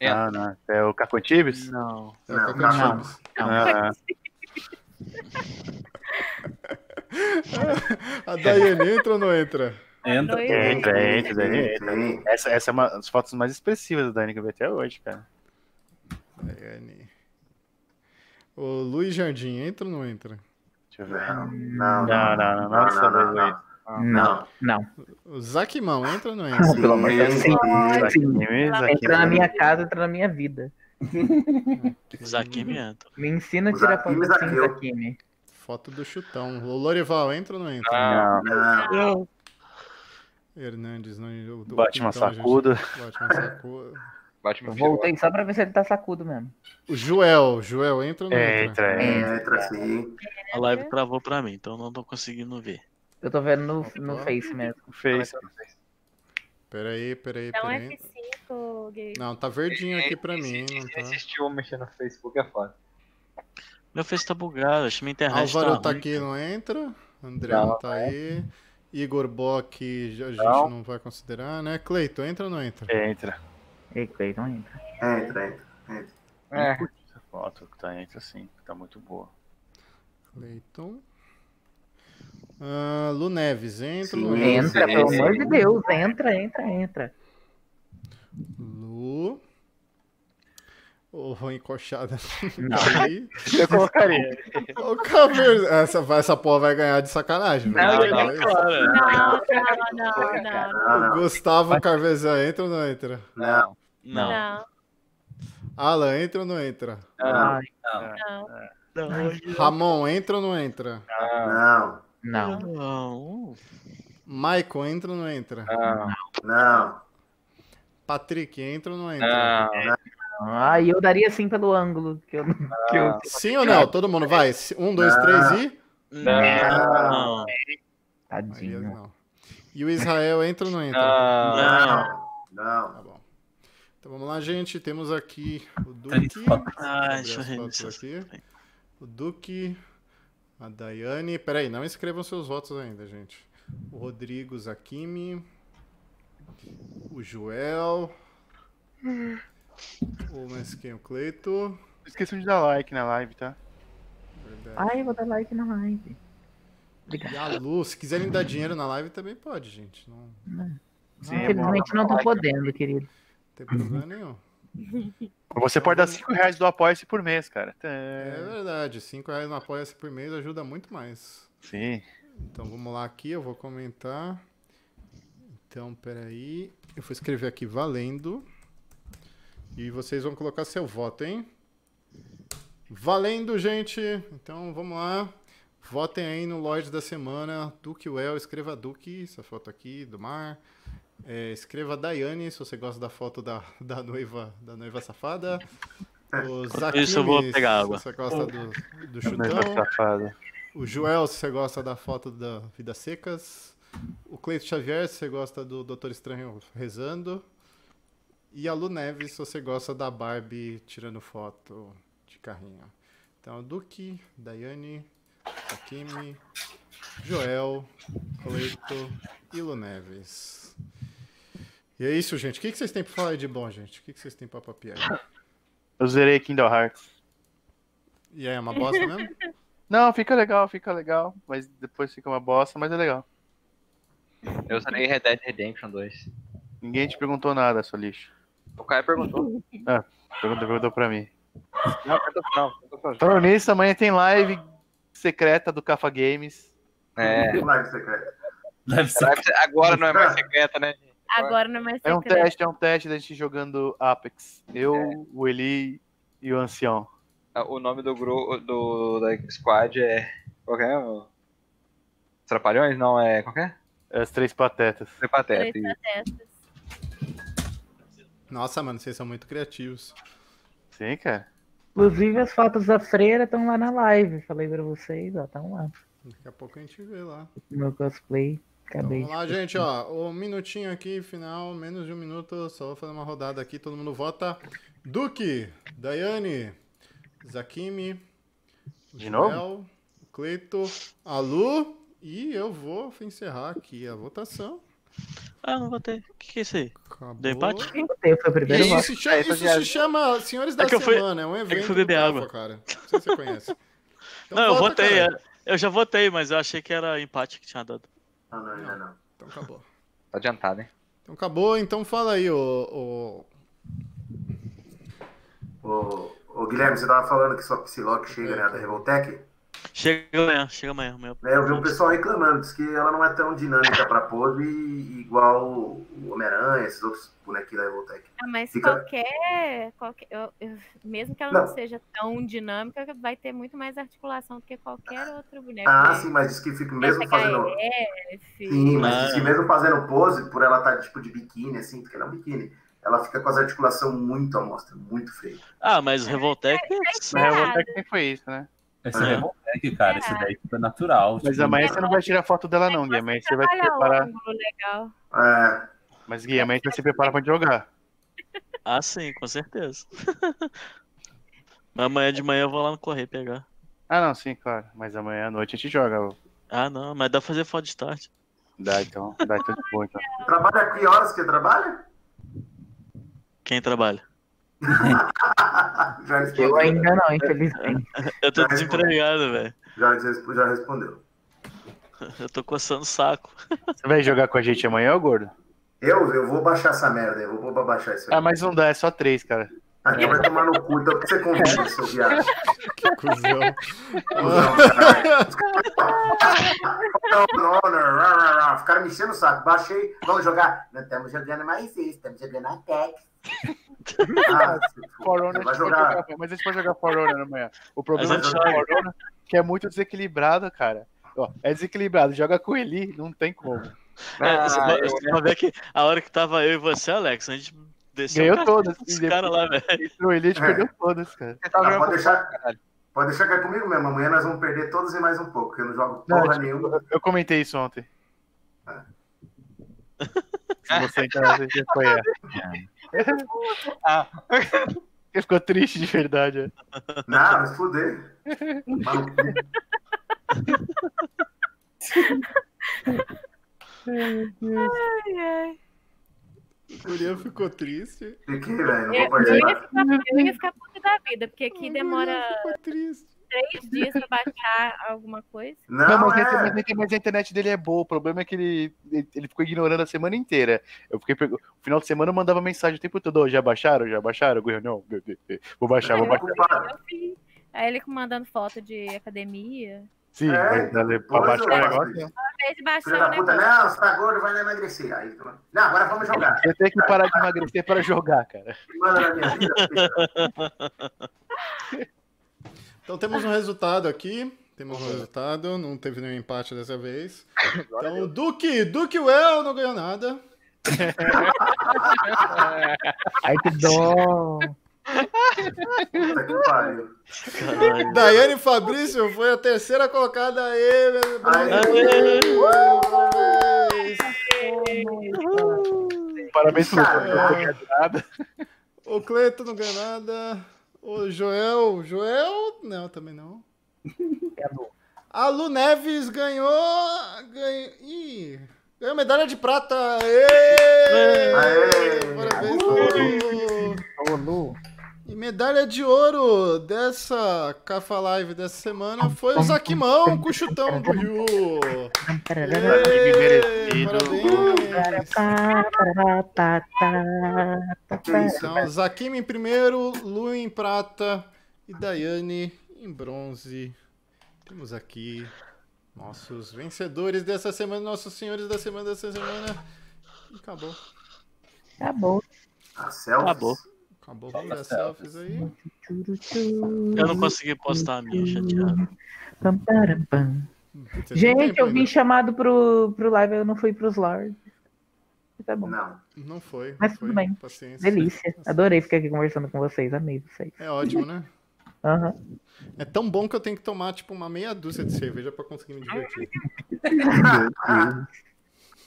[SPEAKER 7] Entra.
[SPEAKER 4] Não, não. É o Cacotibes?
[SPEAKER 6] Não.
[SPEAKER 8] É o
[SPEAKER 9] Não,
[SPEAKER 8] Cacau
[SPEAKER 9] não.
[SPEAKER 8] Chaves.
[SPEAKER 4] Ah,
[SPEAKER 8] A Daiane entra ou não entra?
[SPEAKER 5] Entra.
[SPEAKER 4] entra, entra,
[SPEAKER 9] Sim,
[SPEAKER 4] Dani. entra.
[SPEAKER 9] sim.
[SPEAKER 4] Essa, essa é uma das fotos mais expressivas da Dani que eu vi até hoje, cara.
[SPEAKER 8] Daiane. O Luiz Jardim, entra ou não entra?
[SPEAKER 4] Deixa eu ver.
[SPEAKER 9] Não, não,
[SPEAKER 4] Não,
[SPEAKER 9] não.
[SPEAKER 4] não, não.
[SPEAKER 9] Não,
[SPEAKER 4] Nossa,
[SPEAKER 9] não, não,
[SPEAKER 4] velho.
[SPEAKER 9] não.
[SPEAKER 2] Não, não.
[SPEAKER 8] O Zaquimão, entra ou não entra?
[SPEAKER 2] Pelo amor de Deus, sim.
[SPEAKER 9] Sim,
[SPEAKER 4] Isso
[SPEAKER 2] Sim.
[SPEAKER 4] aqui, isso aqui. né?
[SPEAKER 2] Entra na minha casa, entra na minha vida.
[SPEAKER 6] Zaquim entra.
[SPEAKER 2] Me ensina a
[SPEAKER 9] Os
[SPEAKER 2] tirar foto
[SPEAKER 9] Aquiles
[SPEAKER 2] assim,
[SPEAKER 9] Zaqueu.
[SPEAKER 2] Zakimi.
[SPEAKER 8] Foto do chutão. O Lorival, entra ou não entra?
[SPEAKER 7] Não.
[SPEAKER 9] Não,
[SPEAKER 6] Não.
[SPEAKER 8] Hernandes, não. O, o
[SPEAKER 4] Batman
[SPEAKER 8] Quintão, gente.
[SPEAKER 4] sacudo.
[SPEAKER 8] Batman sacudo.
[SPEAKER 7] Bate meu
[SPEAKER 2] Eu
[SPEAKER 7] filho.
[SPEAKER 2] voltei só pra ver se ele tá sacudo mesmo.
[SPEAKER 8] O Joel, Joel, entra ou não
[SPEAKER 4] É,
[SPEAKER 8] entra?
[SPEAKER 4] entra, entra.
[SPEAKER 9] entra sim.
[SPEAKER 6] A live travou pra mim, então não tô conseguindo ver.
[SPEAKER 2] Eu tô vendo no, no Face mesmo.
[SPEAKER 4] Fez.
[SPEAKER 8] Peraí, peraí,
[SPEAKER 1] Dá um
[SPEAKER 8] peraí.
[SPEAKER 1] F5, Gui.
[SPEAKER 8] Não, tá verdinho aqui pra mim, hein? Não tá.
[SPEAKER 7] Insistiu mexer no Facebook, é foda.
[SPEAKER 6] Meu Face tá bugado, acho que minha internet
[SPEAKER 8] Álvaro
[SPEAKER 6] tá
[SPEAKER 8] tá
[SPEAKER 6] ruim.
[SPEAKER 8] aqui, não entra. André não, tá aí. Igor Bock, já- a gente não.
[SPEAKER 7] Não.
[SPEAKER 8] vai considerar, né? Cleito, entra ou não entra?
[SPEAKER 4] Entra.
[SPEAKER 2] Ei, Cleiton, entra.
[SPEAKER 9] Entra, entra.
[SPEAKER 7] É.
[SPEAKER 11] Foto que tá entre assim, que tá muito boa.
[SPEAKER 8] Leiton. Ah, Lu Neves, entra, Lu Neves.
[SPEAKER 2] Entra, pelo amor de Deus, entra, entra, entra.
[SPEAKER 8] Lu. Ô, encoxada. Aí.
[SPEAKER 4] Eu colocaria.
[SPEAKER 8] Ô, Caver- Essa, vai- essa porra vai ganhar de sacanagem.
[SPEAKER 11] Não,
[SPEAKER 8] velho.
[SPEAKER 11] não, claro.
[SPEAKER 1] Não, não, não,
[SPEAKER 9] Não, não.
[SPEAKER 8] Gustavo Carvezan, entra ou não entra?
[SPEAKER 9] Não,
[SPEAKER 1] não,
[SPEAKER 6] Não.
[SPEAKER 1] não,
[SPEAKER 8] Alan, entra ou não entra?
[SPEAKER 7] Ah,
[SPEAKER 2] Ai,
[SPEAKER 1] não.
[SPEAKER 6] Não.
[SPEAKER 8] Ramon, entra ou não entra?
[SPEAKER 9] não,
[SPEAKER 2] Não.
[SPEAKER 6] Não.
[SPEAKER 8] Michael, entra ou não entra?
[SPEAKER 7] não,
[SPEAKER 9] não.
[SPEAKER 8] Patrick, entra ou não entra?
[SPEAKER 7] não.
[SPEAKER 2] Ai, eu daria sim pelo ângulo. Que eu, que eu...
[SPEAKER 8] Sim ou não? Todo mundo vai? Um, dois, três e.
[SPEAKER 6] Não.
[SPEAKER 8] Aí,
[SPEAKER 2] Tadinho.
[SPEAKER 8] não. E o Israel entra ou não entra?
[SPEAKER 6] Não.
[SPEAKER 9] Não.
[SPEAKER 8] Tá bom. Então vamos lá, gente. Temos aqui o Duque.
[SPEAKER 5] Três fotos.
[SPEAKER 6] Ai,
[SPEAKER 8] Deixa
[SPEAKER 6] deixa
[SPEAKER 8] eu
[SPEAKER 6] eu
[SPEAKER 8] abrir as
[SPEAKER 6] revisar
[SPEAKER 8] fotos
[SPEAKER 6] isso
[SPEAKER 8] aqui. O Duque, a Daiane. Peraí, não escrevam seus votos ainda, gente. O Rodrigo Zakimi. O Joel. O Mesquinho Cleito.
[SPEAKER 4] Não Esqueçam de dar like na live, tá?
[SPEAKER 8] verdade.
[SPEAKER 2] Ai, eu vou dar like na live.
[SPEAKER 8] E a Lu. Se quiserem dar dinheiro na live, também pode, gente. Não
[SPEAKER 7] Sim, é bom.
[SPEAKER 2] Infelizmente não tô podendo, querido.
[SPEAKER 8] tem problema nenhum.
[SPEAKER 4] Você pode dar 5 reais do Apoia-se por mês, cara.
[SPEAKER 8] É
[SPEAKER 4] É.
[SPEAKER 8] verdade. Cinco reais no Apoia-se por mês ajuda muito mais.
[SPEAKER 11] Sim.
[SPEAKER 8] Então vamos lá aqui, eu vou comentar. Então, peraí. Eu vou escrever aqui valendo. E vocês vão colocar seu voto, hein? Valendo, gente! Então vamos lá. Votem aí no Lloyd da semana. Duke Well, escreva Duke, essa foto aqui do mar. É, escreva Daiane, se você gosta da foto da, da noiva da noiva safada. O Zakimi,
[SPEAKER 6] isso eu vou pegar
[SPEAKER 8] se
[SPEAKER 6] água.
[SPEAKER 8] você gosta do, do
[SPEAKER 11] Mas
[SPEAKER 8] chutão.
[SPEAKER 11] tá safado.
[SPEAKER 8] O Joel, se você gosta da foto da Vidas Secas. O Cleito Xavier, se você gosta do Doutor Estranho rezando. E a Lu Neves, se você gosta da Barbie tirando foto de carrinho. Então, Duque, Daiane, Hakimi, Joel, Cleito e Lu Neves. E é isso, gente. O que que vocês têm pra falar aí de bom, gente? O que que vocês têm pra papiar?
[SPEAKER 4] Eu zerei Kindle Hearts.
[SPEAKER 8] E aí, é uma bosta mesmo?
[SPEAKER 4] Não, fica legal, fica legal. Mas depois fica uma bosta, mas é legal.
[SPEAKER 7] Eu usarei Red Dead Redemption 2.
[SPEAKER 4] Ninguém te perguntou nada, seu lixo.
[SPEAKER 7] O Caio perguntou.
[SPEAKER 4] Pergunta, perguntou pra mim.
[SPEAKER 7] Não, perguntou não. perguntou pra-
[SPEAKER 4] Falando nisso, amanhã tem live secreta do Cafa Games.
[SPEAKER 7] É.
[SPEAKER 9] Live secreta.
[SPEAKER 5] Deve ser.
[SPEAKER 7] Será que agora não é mais secreta, né? gente?
[SPEAKER 1] Agora não é mais
[SPEAKER 4] É um
[SPEAKER 1] secreto.
[SPEAKER 4] teste, é um teste da gente jogando Apex. Eu, o Eli e o Ancião.
[SPEAKER 7] O nome do grupo do da squad é. Qual que é? o- Os Trapalhões? Não, é. Qual que é?
[SPEAKER 4] As três patetas.
[SPEAKER 7] Trepateta.
[SPEAKER 1] Três patetas.
[SPEAKER 8] Nossa, mano, vocês são muito criativos.
[SPEAKER 4] Sim, cara.
[SPEAKER 2] Inclusive, as fotos da freira estão lá na live. Falei pra vocês, ó, estão lá.
[SPEAKER 8] Daqui a pouco a gente vê lá.
[SPEAKER 2] Meu cosplay. Acabei.
[SPEAKER 8] Vamos lá, gente, ó. Um minutinho aqui, final, menos de um minuto. Só vou fazer uma rodada aqui, todo mundo vota. Duque, Daiane, Zakimi,
[SPEAKER 4] De novo?
[SPEAKER 8] Joel, Cleito, Alu. E eu vou encerrar aqui a votação.
[SPEAKER 6] Ah, não botei. O que, que é isso aí?
[SPEAKER 8] Acabou.
[SPEAKER 6] Deu empate?
[SPEAKER 2] Quem botei foi o primeiro
[SPEAKER 8] Isso,
[SPEAKER 2] voto.
[SPEAKER 8] se chama,
[SPEAKER 7] É, isso
[SPEAKER 8] isso
[SPEAKER 7] já-
[SPEAKER 8] se chama Senhores da
[SPEAKER 6] É que eu fui-
[SPEAKER 8] Semana, é um evento.
[SPEAKER 6] que eu fui beber
[SPEAKER 8] do
[SPEAKER 6] água.
[SPEAKER 8] Rafa, cara. Não sei se você conhece. Então
[SPEAKER 6] não, eu
[SPEAKER 8] vota,
[SPEAKER 6] votei.
[SPEAKER 8] cara.
[SPEAKER 6] é. Eu já votei, mas eu achei que era empate que tinha dado.
[SPEAKER 9] Não, não, ainda não.
[SPEAKER 8] Então acabou.
[SPEAKER 7] Tá adiantado, hein?
[SPEAKER 8] Então acabou, então fala aí, ô. ô-
[SPEAKER 9] Ô, ô, Guilherme, você tava falando que só Psylocke chega, né? Da Revoltec.
[SPEAKER 6] Chega amanhã, chega amanhã. amanhã.
[SPEAKER 9] Né, eu vi um pessoal reclamando, diz que ela não é tão dinâmica pra pose igual o Homem-Aranha, esses outros bonequinhos da Revoltec.
[SPEAKER 1] Ah, mas
[SPEAKER 9] Fica-
[SPEAKER 1] qualquer. qualquer eu- eu- mesmo que ela não.
[SPEAKER 9] Não.
[SPEAKER 1] seja tão dinâmica, vai ter muito mais articulação do que qualquer outro
[SPEAKER 6] É.
[SPEAKER 1] boneco.
[SPEAKER 9] Ah, sim, mas diz que fica mesmo fazendo.
[SPEAKER 1] SHF.
[SPEAKER 9] Sim,
[SPEAKER 6] Ah.
[SPEAKER 9] mas
[SPEAKER 5] é?
[SPEAKER 9] diz que mesmo fazendo pose, por ela
[SPEAKER 5] tá,
[SPEAKER 9] estar tipo de biquíni, assim, porque ela é um biquíni, ela fica com as articulações muito à mostra, muito feia.
[SPEAKER 6] Ah, mas Revoltec.
[SPEAKER 4] É, eu vou até que nem foi isso, né?
[SPEAKER 5] Esse é Revoltec, cara. Esse daí fica natural.
[SPEAKER 4] Mas
[SPEAKER 5] tipo,
[SPEAKER 4] amanhã você não vai tirar foto dela, não, Gui. Amanhã você vai se
[SPEAKER 1] Trabalhar o
[SPEAKER 4] preparar.
[SPEAKER 1] ângulo legal.
[SPEAKER 9] É,
[SPEAKER 4] Mas, Gui, amanhã você vai se preparar pra jogar.
[SPEAKER 6] Ah, sim, com certeza. amanhã de manhã eu vou lá no correr pegar.
[SPEAKER 4] Ah, não, sim, claro. Mas amanhã à noite a gente joga.
[SPEAKER 6] Ah, não, mas dá pra fazer foto de tarde.
[SPEAKER 4] Dá, então. Dá, então de boa, então.
[SPEAKER 9] trabalha que horas que trabalha?
[SPEAKER 6] Quem trabalha?
[SPEAKER 5] já respondeu.
[SPEAKER 2] Eu ainda não, infelizmente.
[SPEAKER 6] Eu tô
[SPEAKER 5] Já respondeu.
[SPEAKER 6] desempregado, velho.
[SPEAKER 5] Já, des- já respondeu.
[SPEAKER 6] Eu tô coçando o saco.
[SPEAKER 4] Você vai jogar com a gente amanhã, ô gordo?
[SPEAKER 5] Eu, eu vou baixar essa merda, eu vou, vou baixar isso aí.
[SPEAKER 4] Ah, mas não dá, é só três, cara.
[SPEAKER 5] Ah, então vai tomar no cu, então por que você convida, seu viado?
[SPEAKER 8] Que cuzão.
[SPEAKER 5] Cusão, caralho. Não, não, não, não, não, não. Ficaram me enchendo o saco. Baixei, vamos jogar. Não estamos jogando mais isso, estamos jogando a Tech. Ah, se Você
[SPEAKER 4] For
[SPEAKER 5] vai
[SPEAKER 4] Honor, a gente pode
[SPEAKER 5] jogar.
[SPEAKER 4] jogar, mas a gente pode jogar For Honor amanhã. O problema
[SPEAKER 6] Mas
[SPEAKER 4] é
[SPEAKER 6] a
[SPEAKER 4] que
[SPEAKER 6] gente
[SPEAKER 4] o For Honor que é muito desequilibrado, cara. Ó, é desequilibrado, joga com ele, não tem como.
[SPEAKER 6] É, você
[SPEAKER 7] Ah,
[SPEAKER 6] pode- você pode ver que a hora que tava eu e você, Alex, a gente desceu
[SPEAKER 4] Ganhou
[SPEAKER 6] o cacete
[SPEAKER 4] todas.
[SPEAKER 6] desse cara lá, velho.
[SPEAKER 4] Entrou ele, a gente
[SPEAKER 5] É.
[SPEAKER 4] perdeu todas, cara.
[SPEAKER 7] Você tava
[SPEAKER 5] Não,
[SPEAKER 7] jogando
[SPEAKER 5] pode
[SPEAKER 7] com
[SPEAKER 5] deixar.
[SPEAKER 7] caralho.
[SPEAKER 5] Pode deixar que é comigo mesmo. Amanhã nós vamos perder todos e mais um pouco, porque eu não jogo
[SPEAKER 4] Não,
[SPEAKER 5] porra
[SPEAKER 4] tipo,
[SPEAKER 5] nenhuma.
[SPEAKER 4] eu- eu comentei isso ontem. Se você entrar, você já conhece.
[SPEAKER 7] Ah,
[SPEAKER 4] Ele ficou triste de verdade. é.
[SPEAKER 5] Não, mas fuder. Maluco.
[SPEAKER 1] Ai, ai.
[SPEAKER 8] O Uriel ficou triste.
[SPEAKER 5] Fiquei, velho. Não
[SPEAKER 1] Eu,
[SPEAKER 5] vou
[SPEAKER 1] eu ia
[SPEAKER 5] participar.
[SPEAKER 1] ficar, eu ia ficar puta da vida, porque aqui
[SPEAKER 8] O
[SPEAKER 1] demora
[SPEAKER 8] Uriel ficou triste.
[SPEAKER 1] três dias pra baixar alguma coisa.
[SPEAKER 5] Não,
[SPEAKER 4] Não, mas, a inter- mas a
[SPEAKER 5] é.
[SPEAKER 4] inter- mas a internet dele é boa. O problema é que ele, ele, ele ficou ignorando a semana inteira. Eu fiquei pego- no final de semana eu mandava mensagem o tempo todo: "Ô, já baixaram? Já baixaram? Guilherme, Não, be- be- be. vou baixar, vou
[SPEAKER 5] Não,
[SPEAKER 4] baixar.
[SPEAKER 5] culpado.
[SPEAKER 1] Eu fiz. Aí ele mandando foto de academia.
[SPEAKER 4] Sim,
[SPEAKER 5] É,
[SPEAKER 4] mas dá- pra
[SPEAKER 5] pois
[SPEAKER 4] baixar
[SPEAKER 5] é,
[SPEAKER 4] o negócio. né?
[SPEAKER 1] Uma vez
[SPEAKER 5] Filho
[SPEAKER 1] baixar o
[SPEAKER 5] da puta,
[SPEAKER 1] negócio.
[SPEAKER 5] não, você tá gordo, vai emagrecer. Aí, tu- não, agora vamos jogar.
[SPEAKER 4] Eu tenho que parar de emagrecer para jogar, cara.
[SPEAKER 5] Mano, na minha vida, filho.
[SPEAKER 8] Então temos um resultado aqui. Temos um resultado. Não teve nenhum empate dessa vez. Então o Duque, Duque Well não ganhou nada.
[SPEAKER 2] Ai, que dó.
[SPEAKER 5] Puta que pariu.
[SPEAKER 6] Caralho.
[SPEAKER 8] Daiane Fabrício foi a terceira colocada aí, meu
[SPEAKER 5] Aê!
[SPEAKER 8] Brasil!
[SPEAKER 4] Parabéns pro
[SPEAKER 5] Cara,
[SPEAKER 8] O Cleiton não ganhou nada. O Joel. Joel? Não, também não. É A Lu Neves ganhou. Ganhou. Ih, ganhou medalha de prata. Aê!
[SPEAKER 5] Aê!
[SPEAKER 8] Parabéns, Lu. E medalha de ouro dessa Cafa Live dessa semana foi o Zaquimão com o chutão do Rio.
[SPEAKER 4] Prêmio
[SPEAKER 8] Aê,
[SPEAKER 4] merecido.
[SPEAKER 8] Parabéns.
[SPEAKER 2] Tá,
[SPEAKER 5] que isso?
[SPEAKER 8] Então, Zaquim em primeiro, Lu em prata e Daiane em bronze. Temos aqui nossos vencedores dessa semana, nossos senhores da semana dessa semana. E acabou.
[SPEAKER 2] Acabou.
[SPEAKER 5] A selfie.
[SPEAKER 6] Acabou.
[SPEAKER 8] Acabou. Vamos ver as selfies aí.
[SPEAKER 6] Eu não consegui postar a minha, chateado.
[SPEAKER 2] Pam, param, pam.
[SPEAKER 8] Putz, tem
[SPEAKER 2] Gente,
[SPEAKER 8] tempo
[SPEAKER 2] eu vim
[SPEAKER 8] ainda.
[SPEAKER 2] chamado pro, pro live, eu não fui pros lords. Tá bom.
[SPEAKER 5] Não.
[SPEAKER 8] Não foi.
[SPEAKER 2] Mas
[SPEAKER 8] não
[SPEAKER 2] tudo
[SPEAKER 8] foi.
[SPEAKER 2] bem.
[SPEAKER 8] Paciência.
[SPEAKER 2] Delícia. Adorei ficar aqui conversando com vocês. Amei vocês.
[SPEAKER 8] É ótimo, né?
[SPEAKER 2] Aham.
[SPEAKER 8] É tão bom que eu tenho que tomar, tipo, uma meia dúzia de cerveja pra conseguir me divertir.
[SPEAKER 5] Ah, é.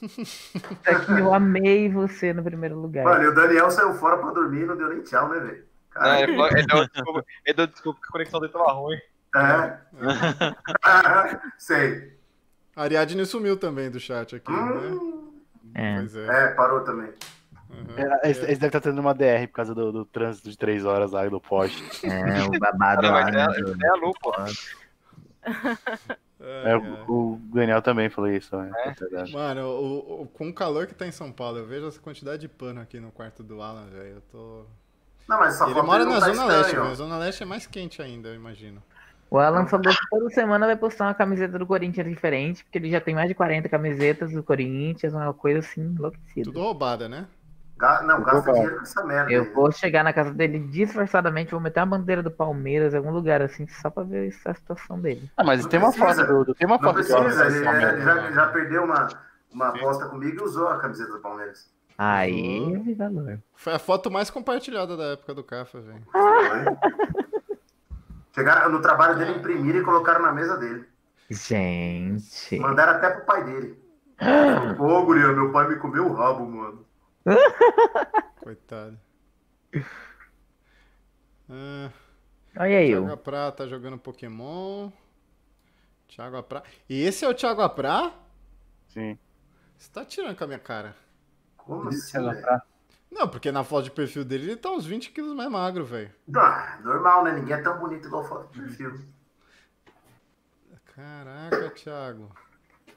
[SPEAKER 2] Isso Tá aqui, Eu amei você no primeiro lugar.
[SPEAKER 5] Mano, e o Daniel saiu fora pra dormir e não deu nem tchau, né, velho?
[SPEAKER 7] Não,
[SPEAKER 5] Cara,
[SPEAKER 7] é, ele, falou- ele deu desculpa, ele deu desculpa que a conexão dele tava ruim.
[SPEAKER 5] é. Sei.
[SPEAKER 8] A Ariadne sumiu também do chat aqui, né?
[SPEAKER 2] É.
[SPEAKER 8] Pois é.
[SPEAKER 5] É, parou também.
[SPEAKER 8] Aham.
[SPEAKER 4] É, Eles eles devem estar tendo uma DR por causa do, do trânsito de três horas lá do poste.
[SPEAKER 2] é, o babado
[SPEAKER 7] Não,
[SPEAKER 2] lá.
[SPEAKER 7] mas é,
[SPEAKER 2] né?
[SPEAKER 7] é a Lu, pô.
[SPEAKER 8] Ai,
[SPEAKER 4] É,
[SPEAKER 8] ai.
[SPEAKER 4] o, o Daniel também falou isso. né?
[SPEAKER 7] É?
[SPEAKER 4] É verdade.
[SPEAKER 8] Mano, o, o- com o calor que tá em São Paulo, eu vejo essa quantidade de pano aqui no quarto do Alan, velho. Eu tô.
[SPEAKER 5] Não, mas essa
[SPEAKER 8] Ele
[SPEAKER 5] foto
[SPEAKER 8] mora
[SPEAKER 5] não
[SPEAKER 8] na
[SPEAKER 5] tá
[SPEAKER 8] Zona Leste,
[SPEAKER 5] estranho.
[SPEAKER 8] velho. A Zona Leste é mais quente ainda, eu imagino.
[SPEAKER 2] O Alan falou que toda semana vai postar uma camiseta do Corinthians diferente, porque ele já tem mais de 40 camisetas do Corinthians, uma coisa assim, enlouquecida.
[SPEAKER 8] Tudo roubada, né?
[SPEAKER 5] Ga- Não, gasta
[SPEAKER 4] Opa.
[SPEAKER 5] dinheiro com essa merda. aí.
[SPEAKER 2] Eu vou chegar na casa dele disfarçadamente, vou meter a bandeira do Palmeiras em algum lugar assim, só pra ver a situação dele.
[SPEAKER 4] Ah, mas
[SPEAKER 5] Não
[SPEAKER 4] tem uma
[SPEAKER 5] precisa.
[SPEAKER 4] foto do. do- Tem uma
[SPEAKER 5] Não
[SPEAKER 4] foto do
[SPEAKER 5] precisa,
[SPEAKER 4] Alan
[SPEAKER 5] ele,
[SPEAKER 4] nessa
[SPEAKER 5] ele-
[SPEAKER 4] merda.
[SPEAKER 5] ele já, ele já perdeu uma, uma aposta comigo e usou a camiseta do Palmeiras.
[SPEAKER 2] Aí,
[SPEAKER 8] Uhum.
[SPEAKER 2] vi valor.
[SPEAKER 8] Foi a foto mais compartilhada da época do Cafa, velho.
[SPEAKER 5] Né? Chegaram no trabalho dele, imprimiram e colocaram na mesa dele.
[SPEAKER 2] Gente.
[SPEAKER 5] Mandaram até pro pai dele. Ô, guria, meu pai me comeu o rabo, mano.
[SPEAKER 8] Coitado. Ah,
[SPEAKER 2] Olha aí,
[SPEAKER 8] Thiago
[SPEAKER 2] eu.
[SPEAKER 8] Aprá tá jogando Pokémon. Thiago Aprá. E esse é o Thiago Aprá?
[SPEAKER 4] Sim.
[SPEAKER 8] Você tá tirando com a minha cara.
[SPEAKER 5] Como
[SPEAKER 7] Esse
[SPEAKER 5] assim,
[SPEAKER 7] é lá
[SPEAKER 5] velho?
[SPEAKER 7] pra-
[SPEAKER 8] Não, porque na foto de perfil dele ele tá uns 20 quilos mais magro, velho.
[SPEAKER 5] Ah, normal, né? Ninguém é tão bonito igual foto de perfil.
[SPEAKER 8] Caraca, Thiago.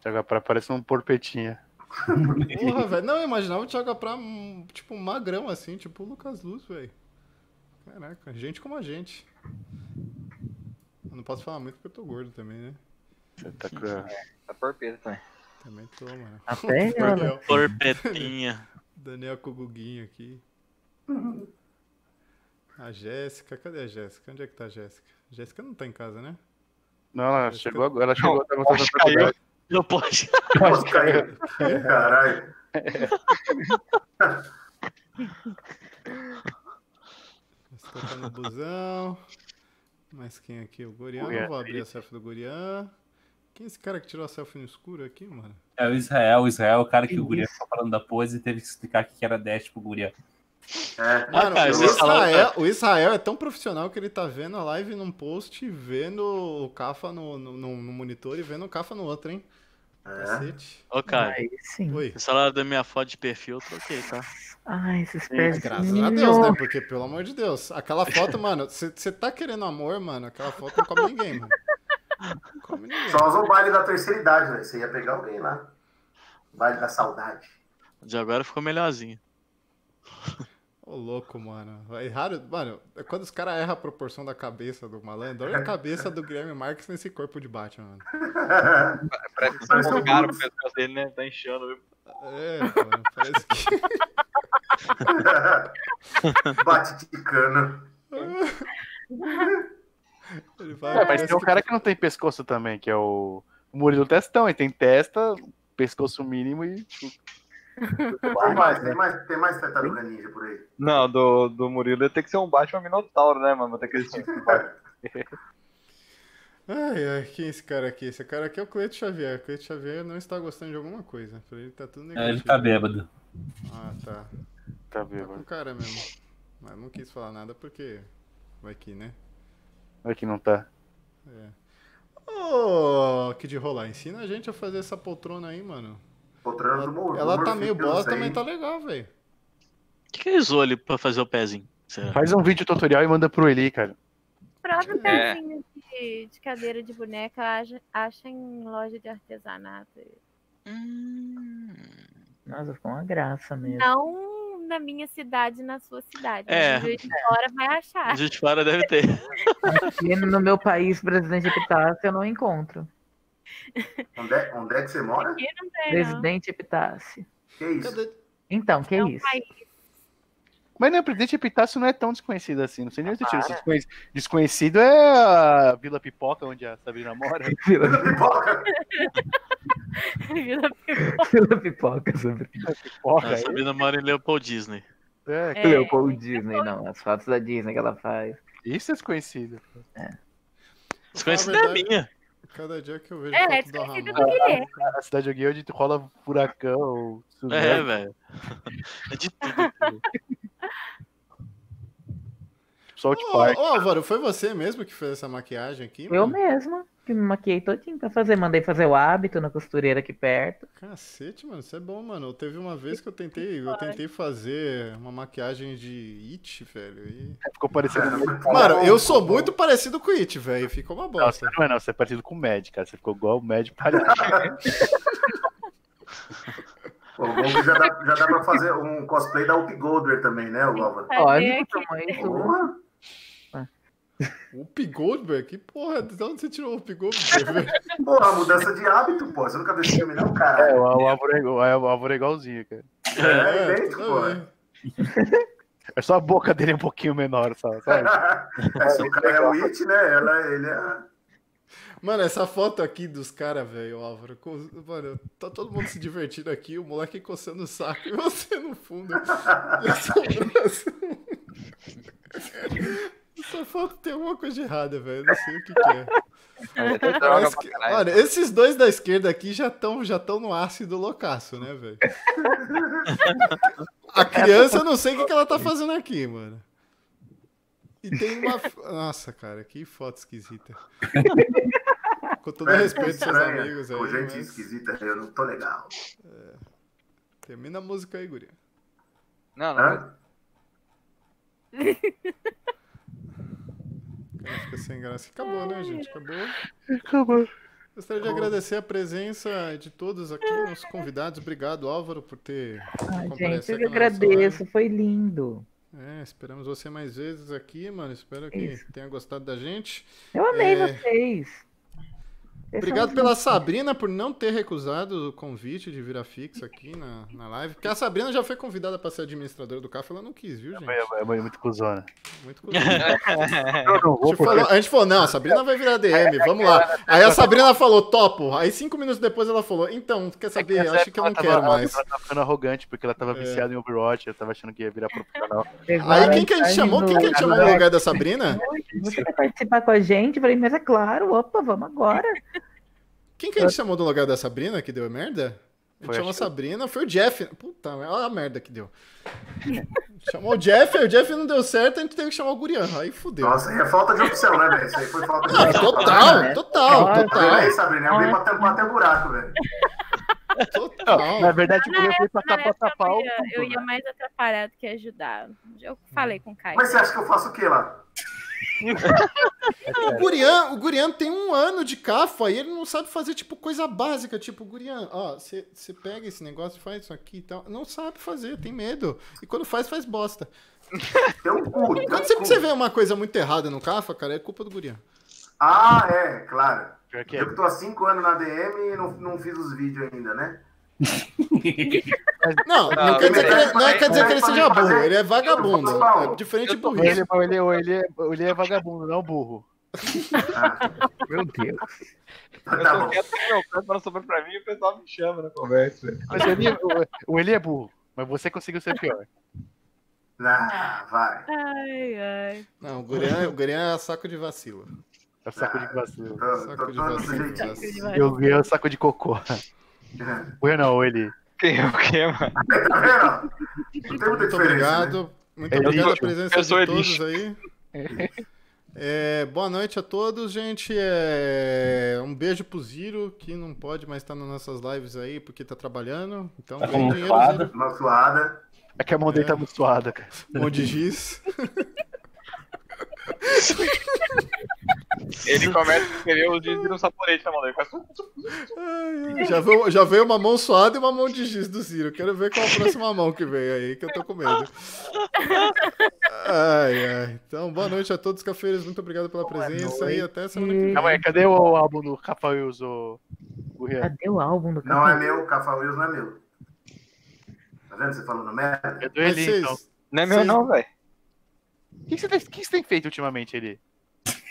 [SPEAKER 4] Thiago Apra parece um porpetinha.
[SPEAKER 8] Porra, velho. Não, eu imaginava o Thiago Apra, hum, tipo, magrão assim, tipo o Lucas Luz, velho. Caraca, gente como a gente. Eu não posso falar muito porque eu tô gordo também, né?
[SPEAKER 4] Você tá com
[SPEAKER 7] Tá porpeiro também.
[SPEAKER 8] Também tô, mano.
[SPEAKER 2] tá Até,
[SPEAKER 8] Daniel,
[SPEAKER 6] Porpetinha.
[SPEAKER 8] Daniel com o Guguinho aqui. A Jéssica, cadê a Jéssica? Onde é que tá a Jéssica? Jéssica não tá em casa, né?
[SPEAKER 4] Não, ela
[SPEAKER 8] Esse
[SPEAKER 4] chegou agora. Ela chegou tá até voltar pra
[SPEAKER 7] caiu.
[SPEAKER 4] faculdade.
[SPEAKER 6] Não pode.
[SPEAKER 5] Nossa, caiu. Caralho.
[SPEAKER 8] Jéssica tá no busão. Mas quem aqui? O Gorian.
[SPEAKER 4] Gurian.
[SPEAKER 8] Não vou abrir a selfie do Gorian. Quem é esse cara que tirou a selfie no escuro aqui, mano?
[SPEAKER 13] É o Israel, o Israel, é o cara que o Guria ficou falando da pose e teve que explicar que era dash pro Guria.
[SPEAKER 5] É.
[SPEAKER 6] Ah, cara,
[SPEAKER 8] O
[SPEAKER 6] vocês falaram-
[SPEAKER 8] Israel, o Israel é tão profissional que ele tá vendo a live num post e vendo o Cafa no, no, no- no monitor e vendo o Cafa no outro, hein?
[SPEAKER 5] É.
[SPEAKER 8] Cacete.
[SPEAKER 6] Ô, cara,
[SPEAKER 2] Aí sim.
[SPEAKER 8] Oi.
[SPEAKER 6] o salário da minha foto de perfil eu troquei, tá?
[SPEAKER 2] Ai, esses
[SPEAKER 8] É,
[SPEAKER 2] pés.
[SPEAKER 8] graças a Deus, né? Porque, pelo amor de Deus, aquela foto, mano, você tá querendo amor, mano, aquela foto não come ninguém, mano. Não come ninguém.
[SPEAKER 5] Só usa o baile da terceira idade, velho. Você ia pegar alguém lá. Baile da saudade.
[SPEAKER 6] De agora ficou melhorzinho.
[SPEAKER 8] Ô, louco, mano. É raro, mano, é quando os caras erram a proporção da cabeça do malandro, olha a cabeça do Guilherme Marques nesse corpo de Batman, mano.
[SPEAKER 7] Parece
[SPEAKER 5] Parece
[SPEAKER 7] que tá só
[SPEAKER 5] um
[SPEAKER 7] colocaram o
[SPEAKER 5] Lux.
[SPEAKER 7] pescoço dele, né? Tá inchando, viu?
[SPEAKER 8] É, mano, parece que.
[SPEAKER 5] Bate de cana.
[SPEAKER 8] Ele vai,
[SPEAKER 4] É, mas
[SPEAKER 8] parece
[SPEAKER 4] tem um
[SPEAKER 8] que-
[SPEAKER 4] cara que não tem pescoço também, que é o o Murilo Testão. Ele tem testa, pescoço mínimo e. tipo,
[SPEAKER 5] Tem mais, tem mais, tem mais tartaruga ninja por aí.
[SPEAKER 7] Não, do, do Murilo ia ter que ser um Batman Minotauro, né, mano? Tem aquele tipo de Batman.
[SPEAKER 8] Ai, ai, quem é esse cara aqui? Esse cara aqui é o Cleito Xavier. O Cleito Xavier não está gostando de alguma coisa. Pra ele tá tudo
[SPEAKER 13] É,
[SPEAKER 8] negativo.
[SPEAKER 13] ele tá bêbado.
[SPEAKER 8] Ah, tá.
[SPEAKER 4] Tá
[SPEAKER 8] Tá
[SPEAKER 4] vendo?
[SPEAKER 8] com cara mesmo. Mas não quis falar nada porque vai que, né?
[SPEAKER 4] Olha que não tá.
[SPEAKER 8] É. Ô, que de rolar. Ensina a gente a fazer essa poltrona aí, mano.
[SPEAKER 5] Poltrona do Mor- do
[SPEAKER 8] Ela tá
[SPEAKER 5] Morfeu,
[SPEAKER 8] meio
[SPEAKER 5] não
[SPEAKER 8] bosta,
[SPEAKER 5] sei.
[SPEAKER 8] mas tá legal, velho.
[SPEAKER 6] O que, que ele usou ali pra fazer o pezinho?
[SPEAKER 8] tá-
[SPEAKER 6] Será?
[SPEAKER 4] Faz um vídeo tutorial e manda pro Eli, cara.
[SPEAKER 1] Prova um
[SPEAKER 7] É.
[SPEAKER 1] pezinho de, de cadeira de boneca, acha, acha em loja de artesanato.
[SPEAKER 6] Hum,
[SPEAKER 2] Nossa, ficou uma graça mesmo.
[SPEAKER 1] Não na minha cidade, na sua cidade.
[SPEAKER 6] É.
[SPEAKER 1] mas De fora vai
[SPEAKER 6] a
[SPEAKER 1] achar.
[SPEAKER 6] gente fora deve ter.
[SPEAKER 2] E no meu país, presidente Epitácio, eu não encontro.
[SPEAKER 5] Onde é, onde é que você mora?
[SPEAKER 1] Aqui não tem, não.
[SPEAKER 2] Presidente Epitácio.
[SPEAKER 5] Que isso?
[SPEAKER 8] Cadê?
[SPEAKER 2] Então, que
[SPEAKER 1] Não,
[SPEAKER 2] isso?
[SPEAKER 1] mas
[SPEAKER 4] Mas né, o presidente Epitácio não é tão desconhecido assim. Não sei nem onde
[SPEAKER 5] Ah,
[SPEAKER 4] você tira.
[SPEAKER 5] é.
[SPEAKER 4] esse desconhe- Desconhecido é a Vila Pipoca, onde a Sabrina mora.
[SPEAKER 2] Fila,
[SPEAKER 5] Pipoca.
[SPEAKER 1] Vila
[SPEAKER 2] fila pipoca sobre.
[SPEAKER 4] Pipoca.
[SPEAKER 6] A Sabina Tá mora em Leopold Disney.
[SPEAKER 4] É,
[SPEAKER 1] É.
[SPEAKER 2] Leopold Disney, não. As fotos da Disney que ela faz.
[SPEAKER 4] Isso é desconhecido.
[SPEAKER 6] Desconhecida é
[SPEAKER 8] verdade-
[SPEAKER 6] minha.
[SPEAKER 8] Cada dia que eu vejo
[SPEAKER 1] É,
[SPEAKER 8] foto
[SPEAKER 1] é
[SPEAKER 8] do
[SPEAKER 1] desconhecido
[SPEAKER 8] Ramon.
[SPEAKER 1] do Guilherme.
[SPEAKER 4] A cidade de onde rola furacão, tsunami.
[SPEAKER 6] É, velho. É de tudo.
[SPEAKER 4] Salt
[SPEAKER 8] Ô,
[SPEAKER 4] Park.
[SPEAKER 8] ô, Álvaro, foi você mesmo que fez essa maquiagem aqui?
[SPEAKER 2] Eu
[SPEAKER 8] mano?
[SPEAKER 2] mesma, que me maquiei todinho pra fazer. Mandei fazer o hábito na costureira aqui perto.
[SPEAKER 8] Cacete, mano, isso é bom, mano. Teve uma vez que eu tentei, eu tentei fazer uma maquiagem de It, velho. e-
[SPEAKER 4] Ficou parecendo. um
[SPEAKER 8] Mano,
[SPEAKER 5] é um
[SPEAKER 8] eu sou muito parecido com o It, velho. Ficou uma
[SPEAKER 4] Não, você
[SPEAKER 8] bosta.
[SPEAKER 4] não é, não. Você é parecido com o Mad, cara. Você ficou igual o Mad palhaço.
[SPEAKER 5] Pô, o Gogo já, dá, já dá pra fazer um cosplay da Up Golder também, né, o Álvaro?
[SPEAKER 2] Olha é
[SPEAKER 1] Cadê
[SPEAKER 2] o
[SPEAKER 1] Tá aqui?
[SPEAKER 2] tamanho do.
[SPEAKER 5] Porra,
[SPEAKER 8] O P. Goldberg? Que porra, de onde você tirou o P. Goldberg, velho?
[SPEAKER 5] porra, mudança de hábito, pô. Você nunca viu esse filme, não, cara?
[SPEAKER 4] É, o o Álvaro é igual- é, o Álvaro é igualzinho, cara.
[SPEAKER 5] É,
[SPEAKER 8] tudo
[SPEAKER 5] idêntico, pô.
[SPEAKER 8] bem.
[SPEAKER 4] É só a boca dele é um pouquinho menor, só, sabe?
[SPEAKER 5] É, se o cara é o It, né? Ela, ele é.
[SPEAKER 8] Mano, essa foto aqui dos caras, velho, Álvaro. com- Mano, tá todo mundo se divertindo aqui, o moleque coçando o saco e você no fundo. um Essa, essa- essa foto tem alguma coisa de errada, velho. eu Não sei o que, que é. Parece que- Mano, esses dois da esquerda aqui já estão já tão no ácido loucaço, né, velho?
[SPEAKER 5] É,
[SPEAKER 8] A criança, eu não sei o que, que ela tá fazendo aqui, mano. E tem uma. f- Nossa, cara, que foto esquisita. Com todo respeito aos seus
[SPEAKER 5] Estranha,
[SPEAKER 8] amigos aí.
[SPEAKER 5] Com gente
[SPEAKER 8] mas-
[SPEAKER 5] esquisita, eu não tô legal.
[SPEAKER 8] Termina a música aí, guria.
[SPEAKER 7] Não, não.
[SPEAKER 5] Hã?
[SPEAKER 8] Cara, fica sem graça. Acabou, né, gente? Acabou.
[SPEAKER 6] Acabou.
[SPEAKER 8] Gostaria de agradecer a presença de todos aqui, os convidados. Obrigado, Álvaro, por ter
[SPEAKER 2] Ai, gente,
[SPEAKER 8] comparecido
[SPEAKER 2] eu
[SPEAKER 8] aqui
[SPEAKER 2] que
[SPEAKER 8] na nossa
[SPEAKER 2] agradeço, foi lindo.
[SPEAKER 8] live. É, esperamos você mais vezes aqui, mano. Espero que
[SPEAKER 2] Isso.
[SPEAKER 8] tenha gostado da gente.
[SPEAKER 2] Eu amei
[SPEAKER 8] É.
[SPEAKER 2] vocês. Vocês são
[SPEAKER 8] Obrigado
[SPEAKER 2] muito
[SPEAKER 8] pela
[SPEAKER 2] lindos.
[SPEAKER 8] Sabrina por não ter recusado o convite de virar fixo aqui na, na live. Porque a Sabrina já foi convidada para ser administradora do café, ela não quis, viu, gente?
[SPEAKER 4] Minha mãe- minha mãe é muito cuzona.
[SPEAKER 8] Muito curioso.
[SPEAKER 1] É.
[SPEAKER 4] Eu não
[SPEAKER 8] A gente, falou, a gente falou, não, a Sabrina vai virar DM, vamos lá. Aí a Sabrina falou, topo. Aí cinco minutos depois ela falou, então, quer saber? Acho que eu não quero mais. É.
[SPEAKER 4] Ela tava ficando arrogante porque ela tava viciada em Overwatch, ela tava achando que ia virar profissional.
[SPEAKER 8] Aí quem que
[SPEAKER 2] Tá
[SPEAKER 8] a gente chamou? Quem que a gente chamou no lugar da Sabrina?
[SPEAKER 2] Você quer participar com a gente? Eu Falei, mas é claro, opa, vamos agora.
[SPEAKER 8] Quem que a gente chamou no lugar da Sabrina que deu merda? A gente
[SPEAKER 4] Foi,
[SPEAKER 8] chamou a
[SPEAKER 4] acho que-
[SPEAKER 8] Sabrina, foi o Jeff. Puta, olha a merda que deu. Chamou o Jeff, aí o Jeff não deu certo, a gente teve que chamar o Gurian. Aí fudeu.
[SPEAKER 5] Nossa, é falta de opção, né, velho? Isso aí foi falta de
[SPEAKER 8] Não, é
[SPEAKER 5] opção.
[SPEAKER 8] total, total,
[SPEAKER 2] Claro.
[SPEAKER 5] Tá vendo
[SPEAKER 8] total,
[SPEAKER 5] aí, Sabrina? Eu
[SPEAKER 14] É.
[SPEAKER 5] vim pra tampar até o buraco, velho.
[SPEAKER 4] Na
[SPEAKER 8] total.
[SPEAKER 4] verdade, o
[SPEAKER 1] Na
[SPEAKER 4] Guri foi
[SPEAKER 1] época,
[SPEAKER 4] passar
[SPEAKER 1] na época
[SPEAKER 4] pau.
[SPEAKER 1] eu, ia, eu ia mais atrapalhar do que ajudar. Eu falei com o Caio.
[SPEAKER 5] Mas você acha que eu faço o quê lá?
[SPEAKER 8] O Gurian, o Gurian tem um ano de cafa aí ele não sabe fazer, tipo, coisa básica. Tipo, Gurian, ó, você pega esse negócio, faz isso aqui e tal. Não sabe fazer, tem medo. E quando faz, faz bosta.
[SPEAKER 5] Teu um cu, teu
[SPEAKER 8] Quando sempre
[SPEAKER 5] cu.
[SPEAKER 8] você vê uma coisa muito errada no cafa cara, é culpa do Gurian.
[SPEAKER 5] Ah, é, claro.
[SPEAKER 4] Pior que é.
[SPEAKER 5] Eu que tô há cinco anos na DM e não, não fiz os vídeos ainda, né?
[SPEAKER 8] Não, não,
[SPEAKER 7] Não,
[SPEAKER 8] quer dizer que ele, não é quer dizer que ele
[SPEAKER 5] mas-
[SPEAKER 8] seja
[SPEAKER 5] mas-
[SPEAKER 8] burro, ele é
[SPEAKER 5] Eu
[SPEAKER 8] vagabundo.
[SPEAKER 5] tô falando.
[SPEAKER 8] É diferente de
[SPEAKER 7] Eu tô
[SPEAKER 4] Ele,
[SPEAKER 8] burrice.
[SPEAKER 4] ele, ele, ele, ele é vagabundo, não burro.
[SPEAKER 2] Meu Deus.
[SPEAKER 7] Eu
[SPEAKER 5] Tá
[SPEAKER 7] tô
[SPEAKER 5] bom.
[SPEAKER 7] quieto no meu canto, quando sobra pra mim, o pessoal me chama na conversa.
[SPEAKER 4] Mas o Eli, o, o Eli é burro, mas você conseguiu ser pior.
[SPEAKER 8] Tá
[SPEAKER 5] Ah, vai.
[SPEAKER 1] Ai, ai.
[SPEAKER 8] Não, o Gurian, o Gurian é saco de vacilo.
[SPEAKER 4] É o saco de
[SPEAKER 8] Ah.
[SPEAKER 4] vacilo.
[SPEAKER 5] Tô,
[SPEAKER 8] Saco
[SPEAKER 5] tô
[SPEAKER 8] de
[SPEAKER 5] tá todo
[SPEAKER 8] vacilo.
[SPEAKER 5] sujeitinho.
[SPEAKER 8] vacilo.
[SPEAKER 4] Eu vi o saco de cocô. O Renan, o Eli.
[SPEAKER 15] Quem é o que, mano?
[SPEAKER 5] Tá vendo? Não tem muita
[SPEAKER 8] Muito
[SPEAKER 5] diferença. né?
[SPEAKER 8] obrigado. Muito
[SPEAKER 14] É
[SPEAKER 4] Eu
[SPEAKER 8] obrigado
[SPEAKER 4] sou-
[SPEAKER 8] a presença
[SPEAKER 15] eu
[SPEAKER 8] de
[SPEAKER 15] sou
[SPEAKER 8] todos aí. É, boa noite a todos, gente. É, um beijo pro Ziro, que não pode mais estar nas nossas lives aí, porque tá trabalhando. Então,
[SPEAKER 14] Tá
[SPEAKER 8] ganha
[SPEAKER 14] com
[SPEAKER 8] dinheiro,
[SPEAKER 14] fada.
[SPEAKER 8] Ziro.
[SPEAKER 5] Uma suada.
[SPEAKER 4] É que a mão dele tá muito suada, cara.
[SPEAKER 8] Um monte de giz.
[SPEAKER 7] Ele começa a escrever os dias e um saborete na mão dele. Faz um-
[SPEAKER 8] Ai, ai. Já veio, já veio uma mão suada e uma mão de giz do Ziro. Quero ver qual a próxima mão que vem aí, que eu tô com medo. Ai, ai. Então, boa noite a todos, cafeiros. Muito obrigado pela presença e até semana que vem.
[SPEAKER 4] Calma aí, cadê o álbum do Rafael e o o Renan?
[SPEAKER 2] Cadê o álbum do
[SPEAKER 5] Não é
[SPEAKER 2] Capitão?
[SPEAKER 5] meu, o Cafá Wills não é meu. Tá vendo? Você falando merda?
[SPEAKER 4] É do
[SPEAKER 8] Mas
[SPEAKER 4] Eli,
[SPEAKER 8] vocês-
[SPEAKER 4] então.
[SPEAKER 15] Não é meu, não, velho.
[SPEAKER 4] O que, que, você tem, o que você tem feito ultimamente, Eli?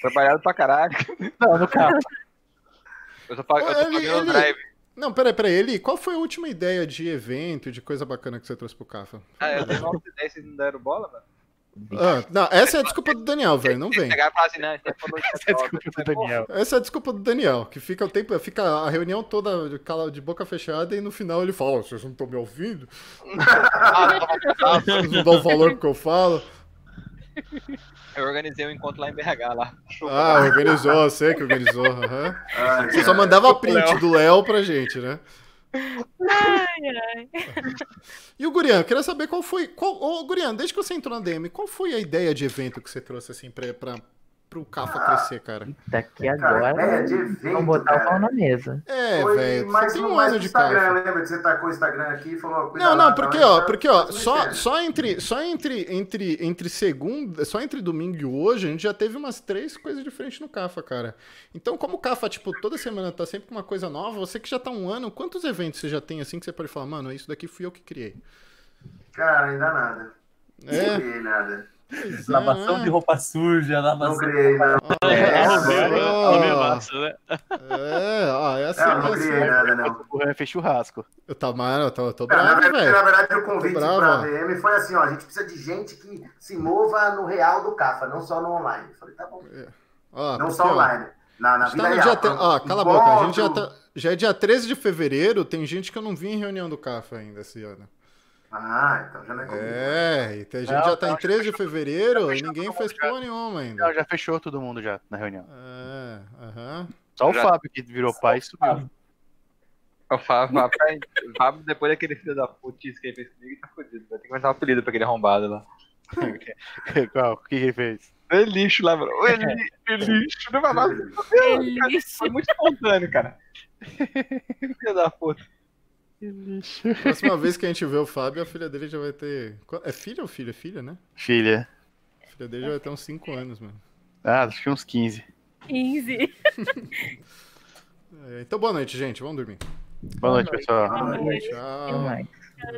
[SPEAKER 7] Trabalhado pra caralho.
[SPEAKER 4] Não, no carro.
[SPEAKER 7] Eu tô, pag- eu tô
[SPEAKER 8] Ele-
[SPEAKER 7] pagando o
[SPEAKER 8] ele-
[SPEAKER 7] drive.
[SPEAKER 8] Não, peraí, peraí. Eli, qual foi a última ideia de evento, de coisa bacana que você trouxe pro Cafa?
[SPEAKER 7] Ah, eu tenho 9 e 10, vocês não deram bola, mano?
[SPEAKER 8] Ah, não, essa é a desculpa do Daniel, velho. Não vem.
[SPEAKER 7] Pegaram e falaram assim, não, a gente tá falando de
[SPEAKER 4] Você descobriu o Daniel.
[SPEAKER 8] Essa é a desculpa do Daniel, que fica o tempo, fica a reunião toda de cala- de boca fechada e no final ele fala: "Ó, vocês não estão me ouvindo? Ah, Vocês não dão o valor pro que eu falo.
[SPEAKER 7] Eu organizei um encontro lá em BH, lá.
[SPEAKER 8] Ah, organizou, eu sei que organizou. aham.
[SPEAKER 5] Ai,
[SPEAKER 8] Você só
[SPEAKER 5] cara.
[SPEAKER 8] mandava print do Léo pra gente, né? E o Gurian, eu queria saber qual foi. Qual, ô, Gurian, desde que você entrou na DM, qual foi a ideia de evento que você trouxe assim pra, pra, pro Cafa crescer, cara?
[SPEAKER 2] Daqui
[SPEAKER 5] Cara,
[SPEAKER 2] Tá agora.
[SPEAKER 5] ideia de
[SPEAKER 2] Vamos
[SPEAKER 5] evento,
[SPEAKER 2] botar o pau
[SPEAKER 5] cara.
[SPEAKER 2] na mesa.
[SPEAKER 8] É,
[SPEAKER 5] Foi
[SPEAKER 8] velho, você
[SPEAKER 5] mais
[SPEAKER 8] tem
[SPEAKER 5] no-
[SPEAKER 8] um
[SPEAKER 5] mais
[SPEAKER 8] ano
[SPEAKER 5] no
[SPEAKER 8] de
[SPEAKER 5] Instagram,
[SPEAKER 8] Cafa.
[SPEAKER 5] lembra que você tacou o Instagram aqui e falou, ó, cuida
[SPEAKER 8] Não,
[SPEAKER 5] lá,
[SPEAKER 8] não,
[SPEAKER 5] tá
[SPEAKER 8] porque
[SPEAKER 5] lá,
[SPEAKER 8] ó,
[SPEAKER 5] tá-
[SPEAKER 8] porque ó,
[SPEAKER 5] tá
[SPEAKER 8] só,
[SPEAKER 5] mexendo.
[SPEAKER 8] só entre, só entre, entre, entre segunda, só entre domingo e hoje, a gente já teve umas três coisas diferentes no Cafa, cara. Então, como o Cafa, tipo, toda semana tá sempre com uma coisa nova, você que já tá um ano, quantos eventos você já tem assim que você pode falar, mano, isso daqui fui eu que criei?
[SPEAKER 5] Cara, ainda nada. Não
[SPEAKER 8] É,
[SPEAKER 5] criei nada.
[SPEAKER 8] pois é,
[SPEAKER 14] Lavação
[SPEAKER 8] né?
[SPEAKER 14] de roupa suja,
[SPEAKER 5] Não
[SPEAKER 14] lavação.
[SPEAKER 5] criei nada.
[SPEAKER 8] Olha
[SPEAKER 6] É,
[SPEAKER 8] só.
[SPEAKER 6] meu, né? O meu massa, né?
[SPEAKER 8] É, ó, é assim,
[SPEAKER 5] Não,
[SPEAKER 8] é
[SPEAKER 5] não
[SPEAKER 8] assim.
[SPEAKER 5] criei nada, não.
[SPEAKER 4] O Renan fez churrasco.
[SPEAKER 8] Eu tá, mano, eu tô, eu tô
[SPEAKER 5] Cara, na,
[SPEAKER 8] bravo,
[SPEAKER 5] verdade,
[SPEAKER 8] velho.
[SPEAKER 5] na verdade, o convite
[SPEAKER 8] bravo,
[SPEAKER 5] pra
[SPEAKER 8] ó.
[SPEAKER 5] VM foi assim, ó, a gente precisa de gente que se mova no real do Cafa, não só no online. Eu falei, tá bom.
[SPEAKER 8] Ó,
[SPEAKER 5] Não
[SPEAKER 8] porque,
[SPEAKER 5] só
[SPEAKER 8] Ah, ó,
[SPEAKER 5] online. Na, na
[SPEAKER 8] A gente
[SPEAKER 5] vida
[SPEAKER 8] tá no
[SPEAKER 5] real.
[SPEAKER 8] dia tre-
[SPEAKER 5] tá?
[SPEAKER 8] Ó, cala a boca, a gente já,
[SPEAKER 5] Encontro.
[SPEAKER 8] tá... já é dia 13 de fevereiro, tem gente que eu não vi em reunião do CAFA ainda esse ano.
[SPEAKER 5] Ah, então já não é comigo.
[SPEAKER 8] É, e tem- a gente
[SPEAKER 4] Não,
[SPEAKER 8] já tá
[SPEAKER 4] não,
[SPEAKER 8] em 13 de fevereiro e
[SPEAKER 4] fechou
[SPEAKER 8] ninguém
[SPEAKER 4] todo
[SPEAKER 8] fez
[SPEAKER 4] mundo tá já.
[SPEAKER 8] porra nenhuma ainda.
[SPEAKER 4] Não, já fechou todo mundo já na reunião.
[SPEAKER 8] É, aham.
[SPEAKER 4] Só o
[SPEAKER 7] Já-
[SPEAKER 4] Fábio que virou pai e subiu.
[SPEAKER 7] Eu falo, falo, "Vai- Fábio, depois daquele filho da putice que ele fez comigo, tá fudido. Vai ter que inventar um apelido pra aquele arrombado lá.
[SPEAKER 4] Qual? O que ele fez?
[SPEAKER 7] É lixo lá, mano. É, li- é lixo. Não vai lá. Cara, É Foi muito espontâneo, cara. Filho da puta.
[SPEAKER 8] Próxima vez que a gente vê o Fábio, a filha dele já vai ter. Qual- É filha ou filha? Filha, né?
[SPEAKER 4] Filha.
[SPEAKER 8] A filha dele já vai ter uns 5 anos, mano.
[SPEAKER 4] Ah, acho que uns 15.
[SPEAKER 1] 15.
[SPEAKER 8] É, então boa noite, gente. Vamos dormir.
[SPEAKER 4] Boa noite, pessoal.
[SPEAKER 8] Boa noite. Tchau.
[SPEAKER 1] Boa noite.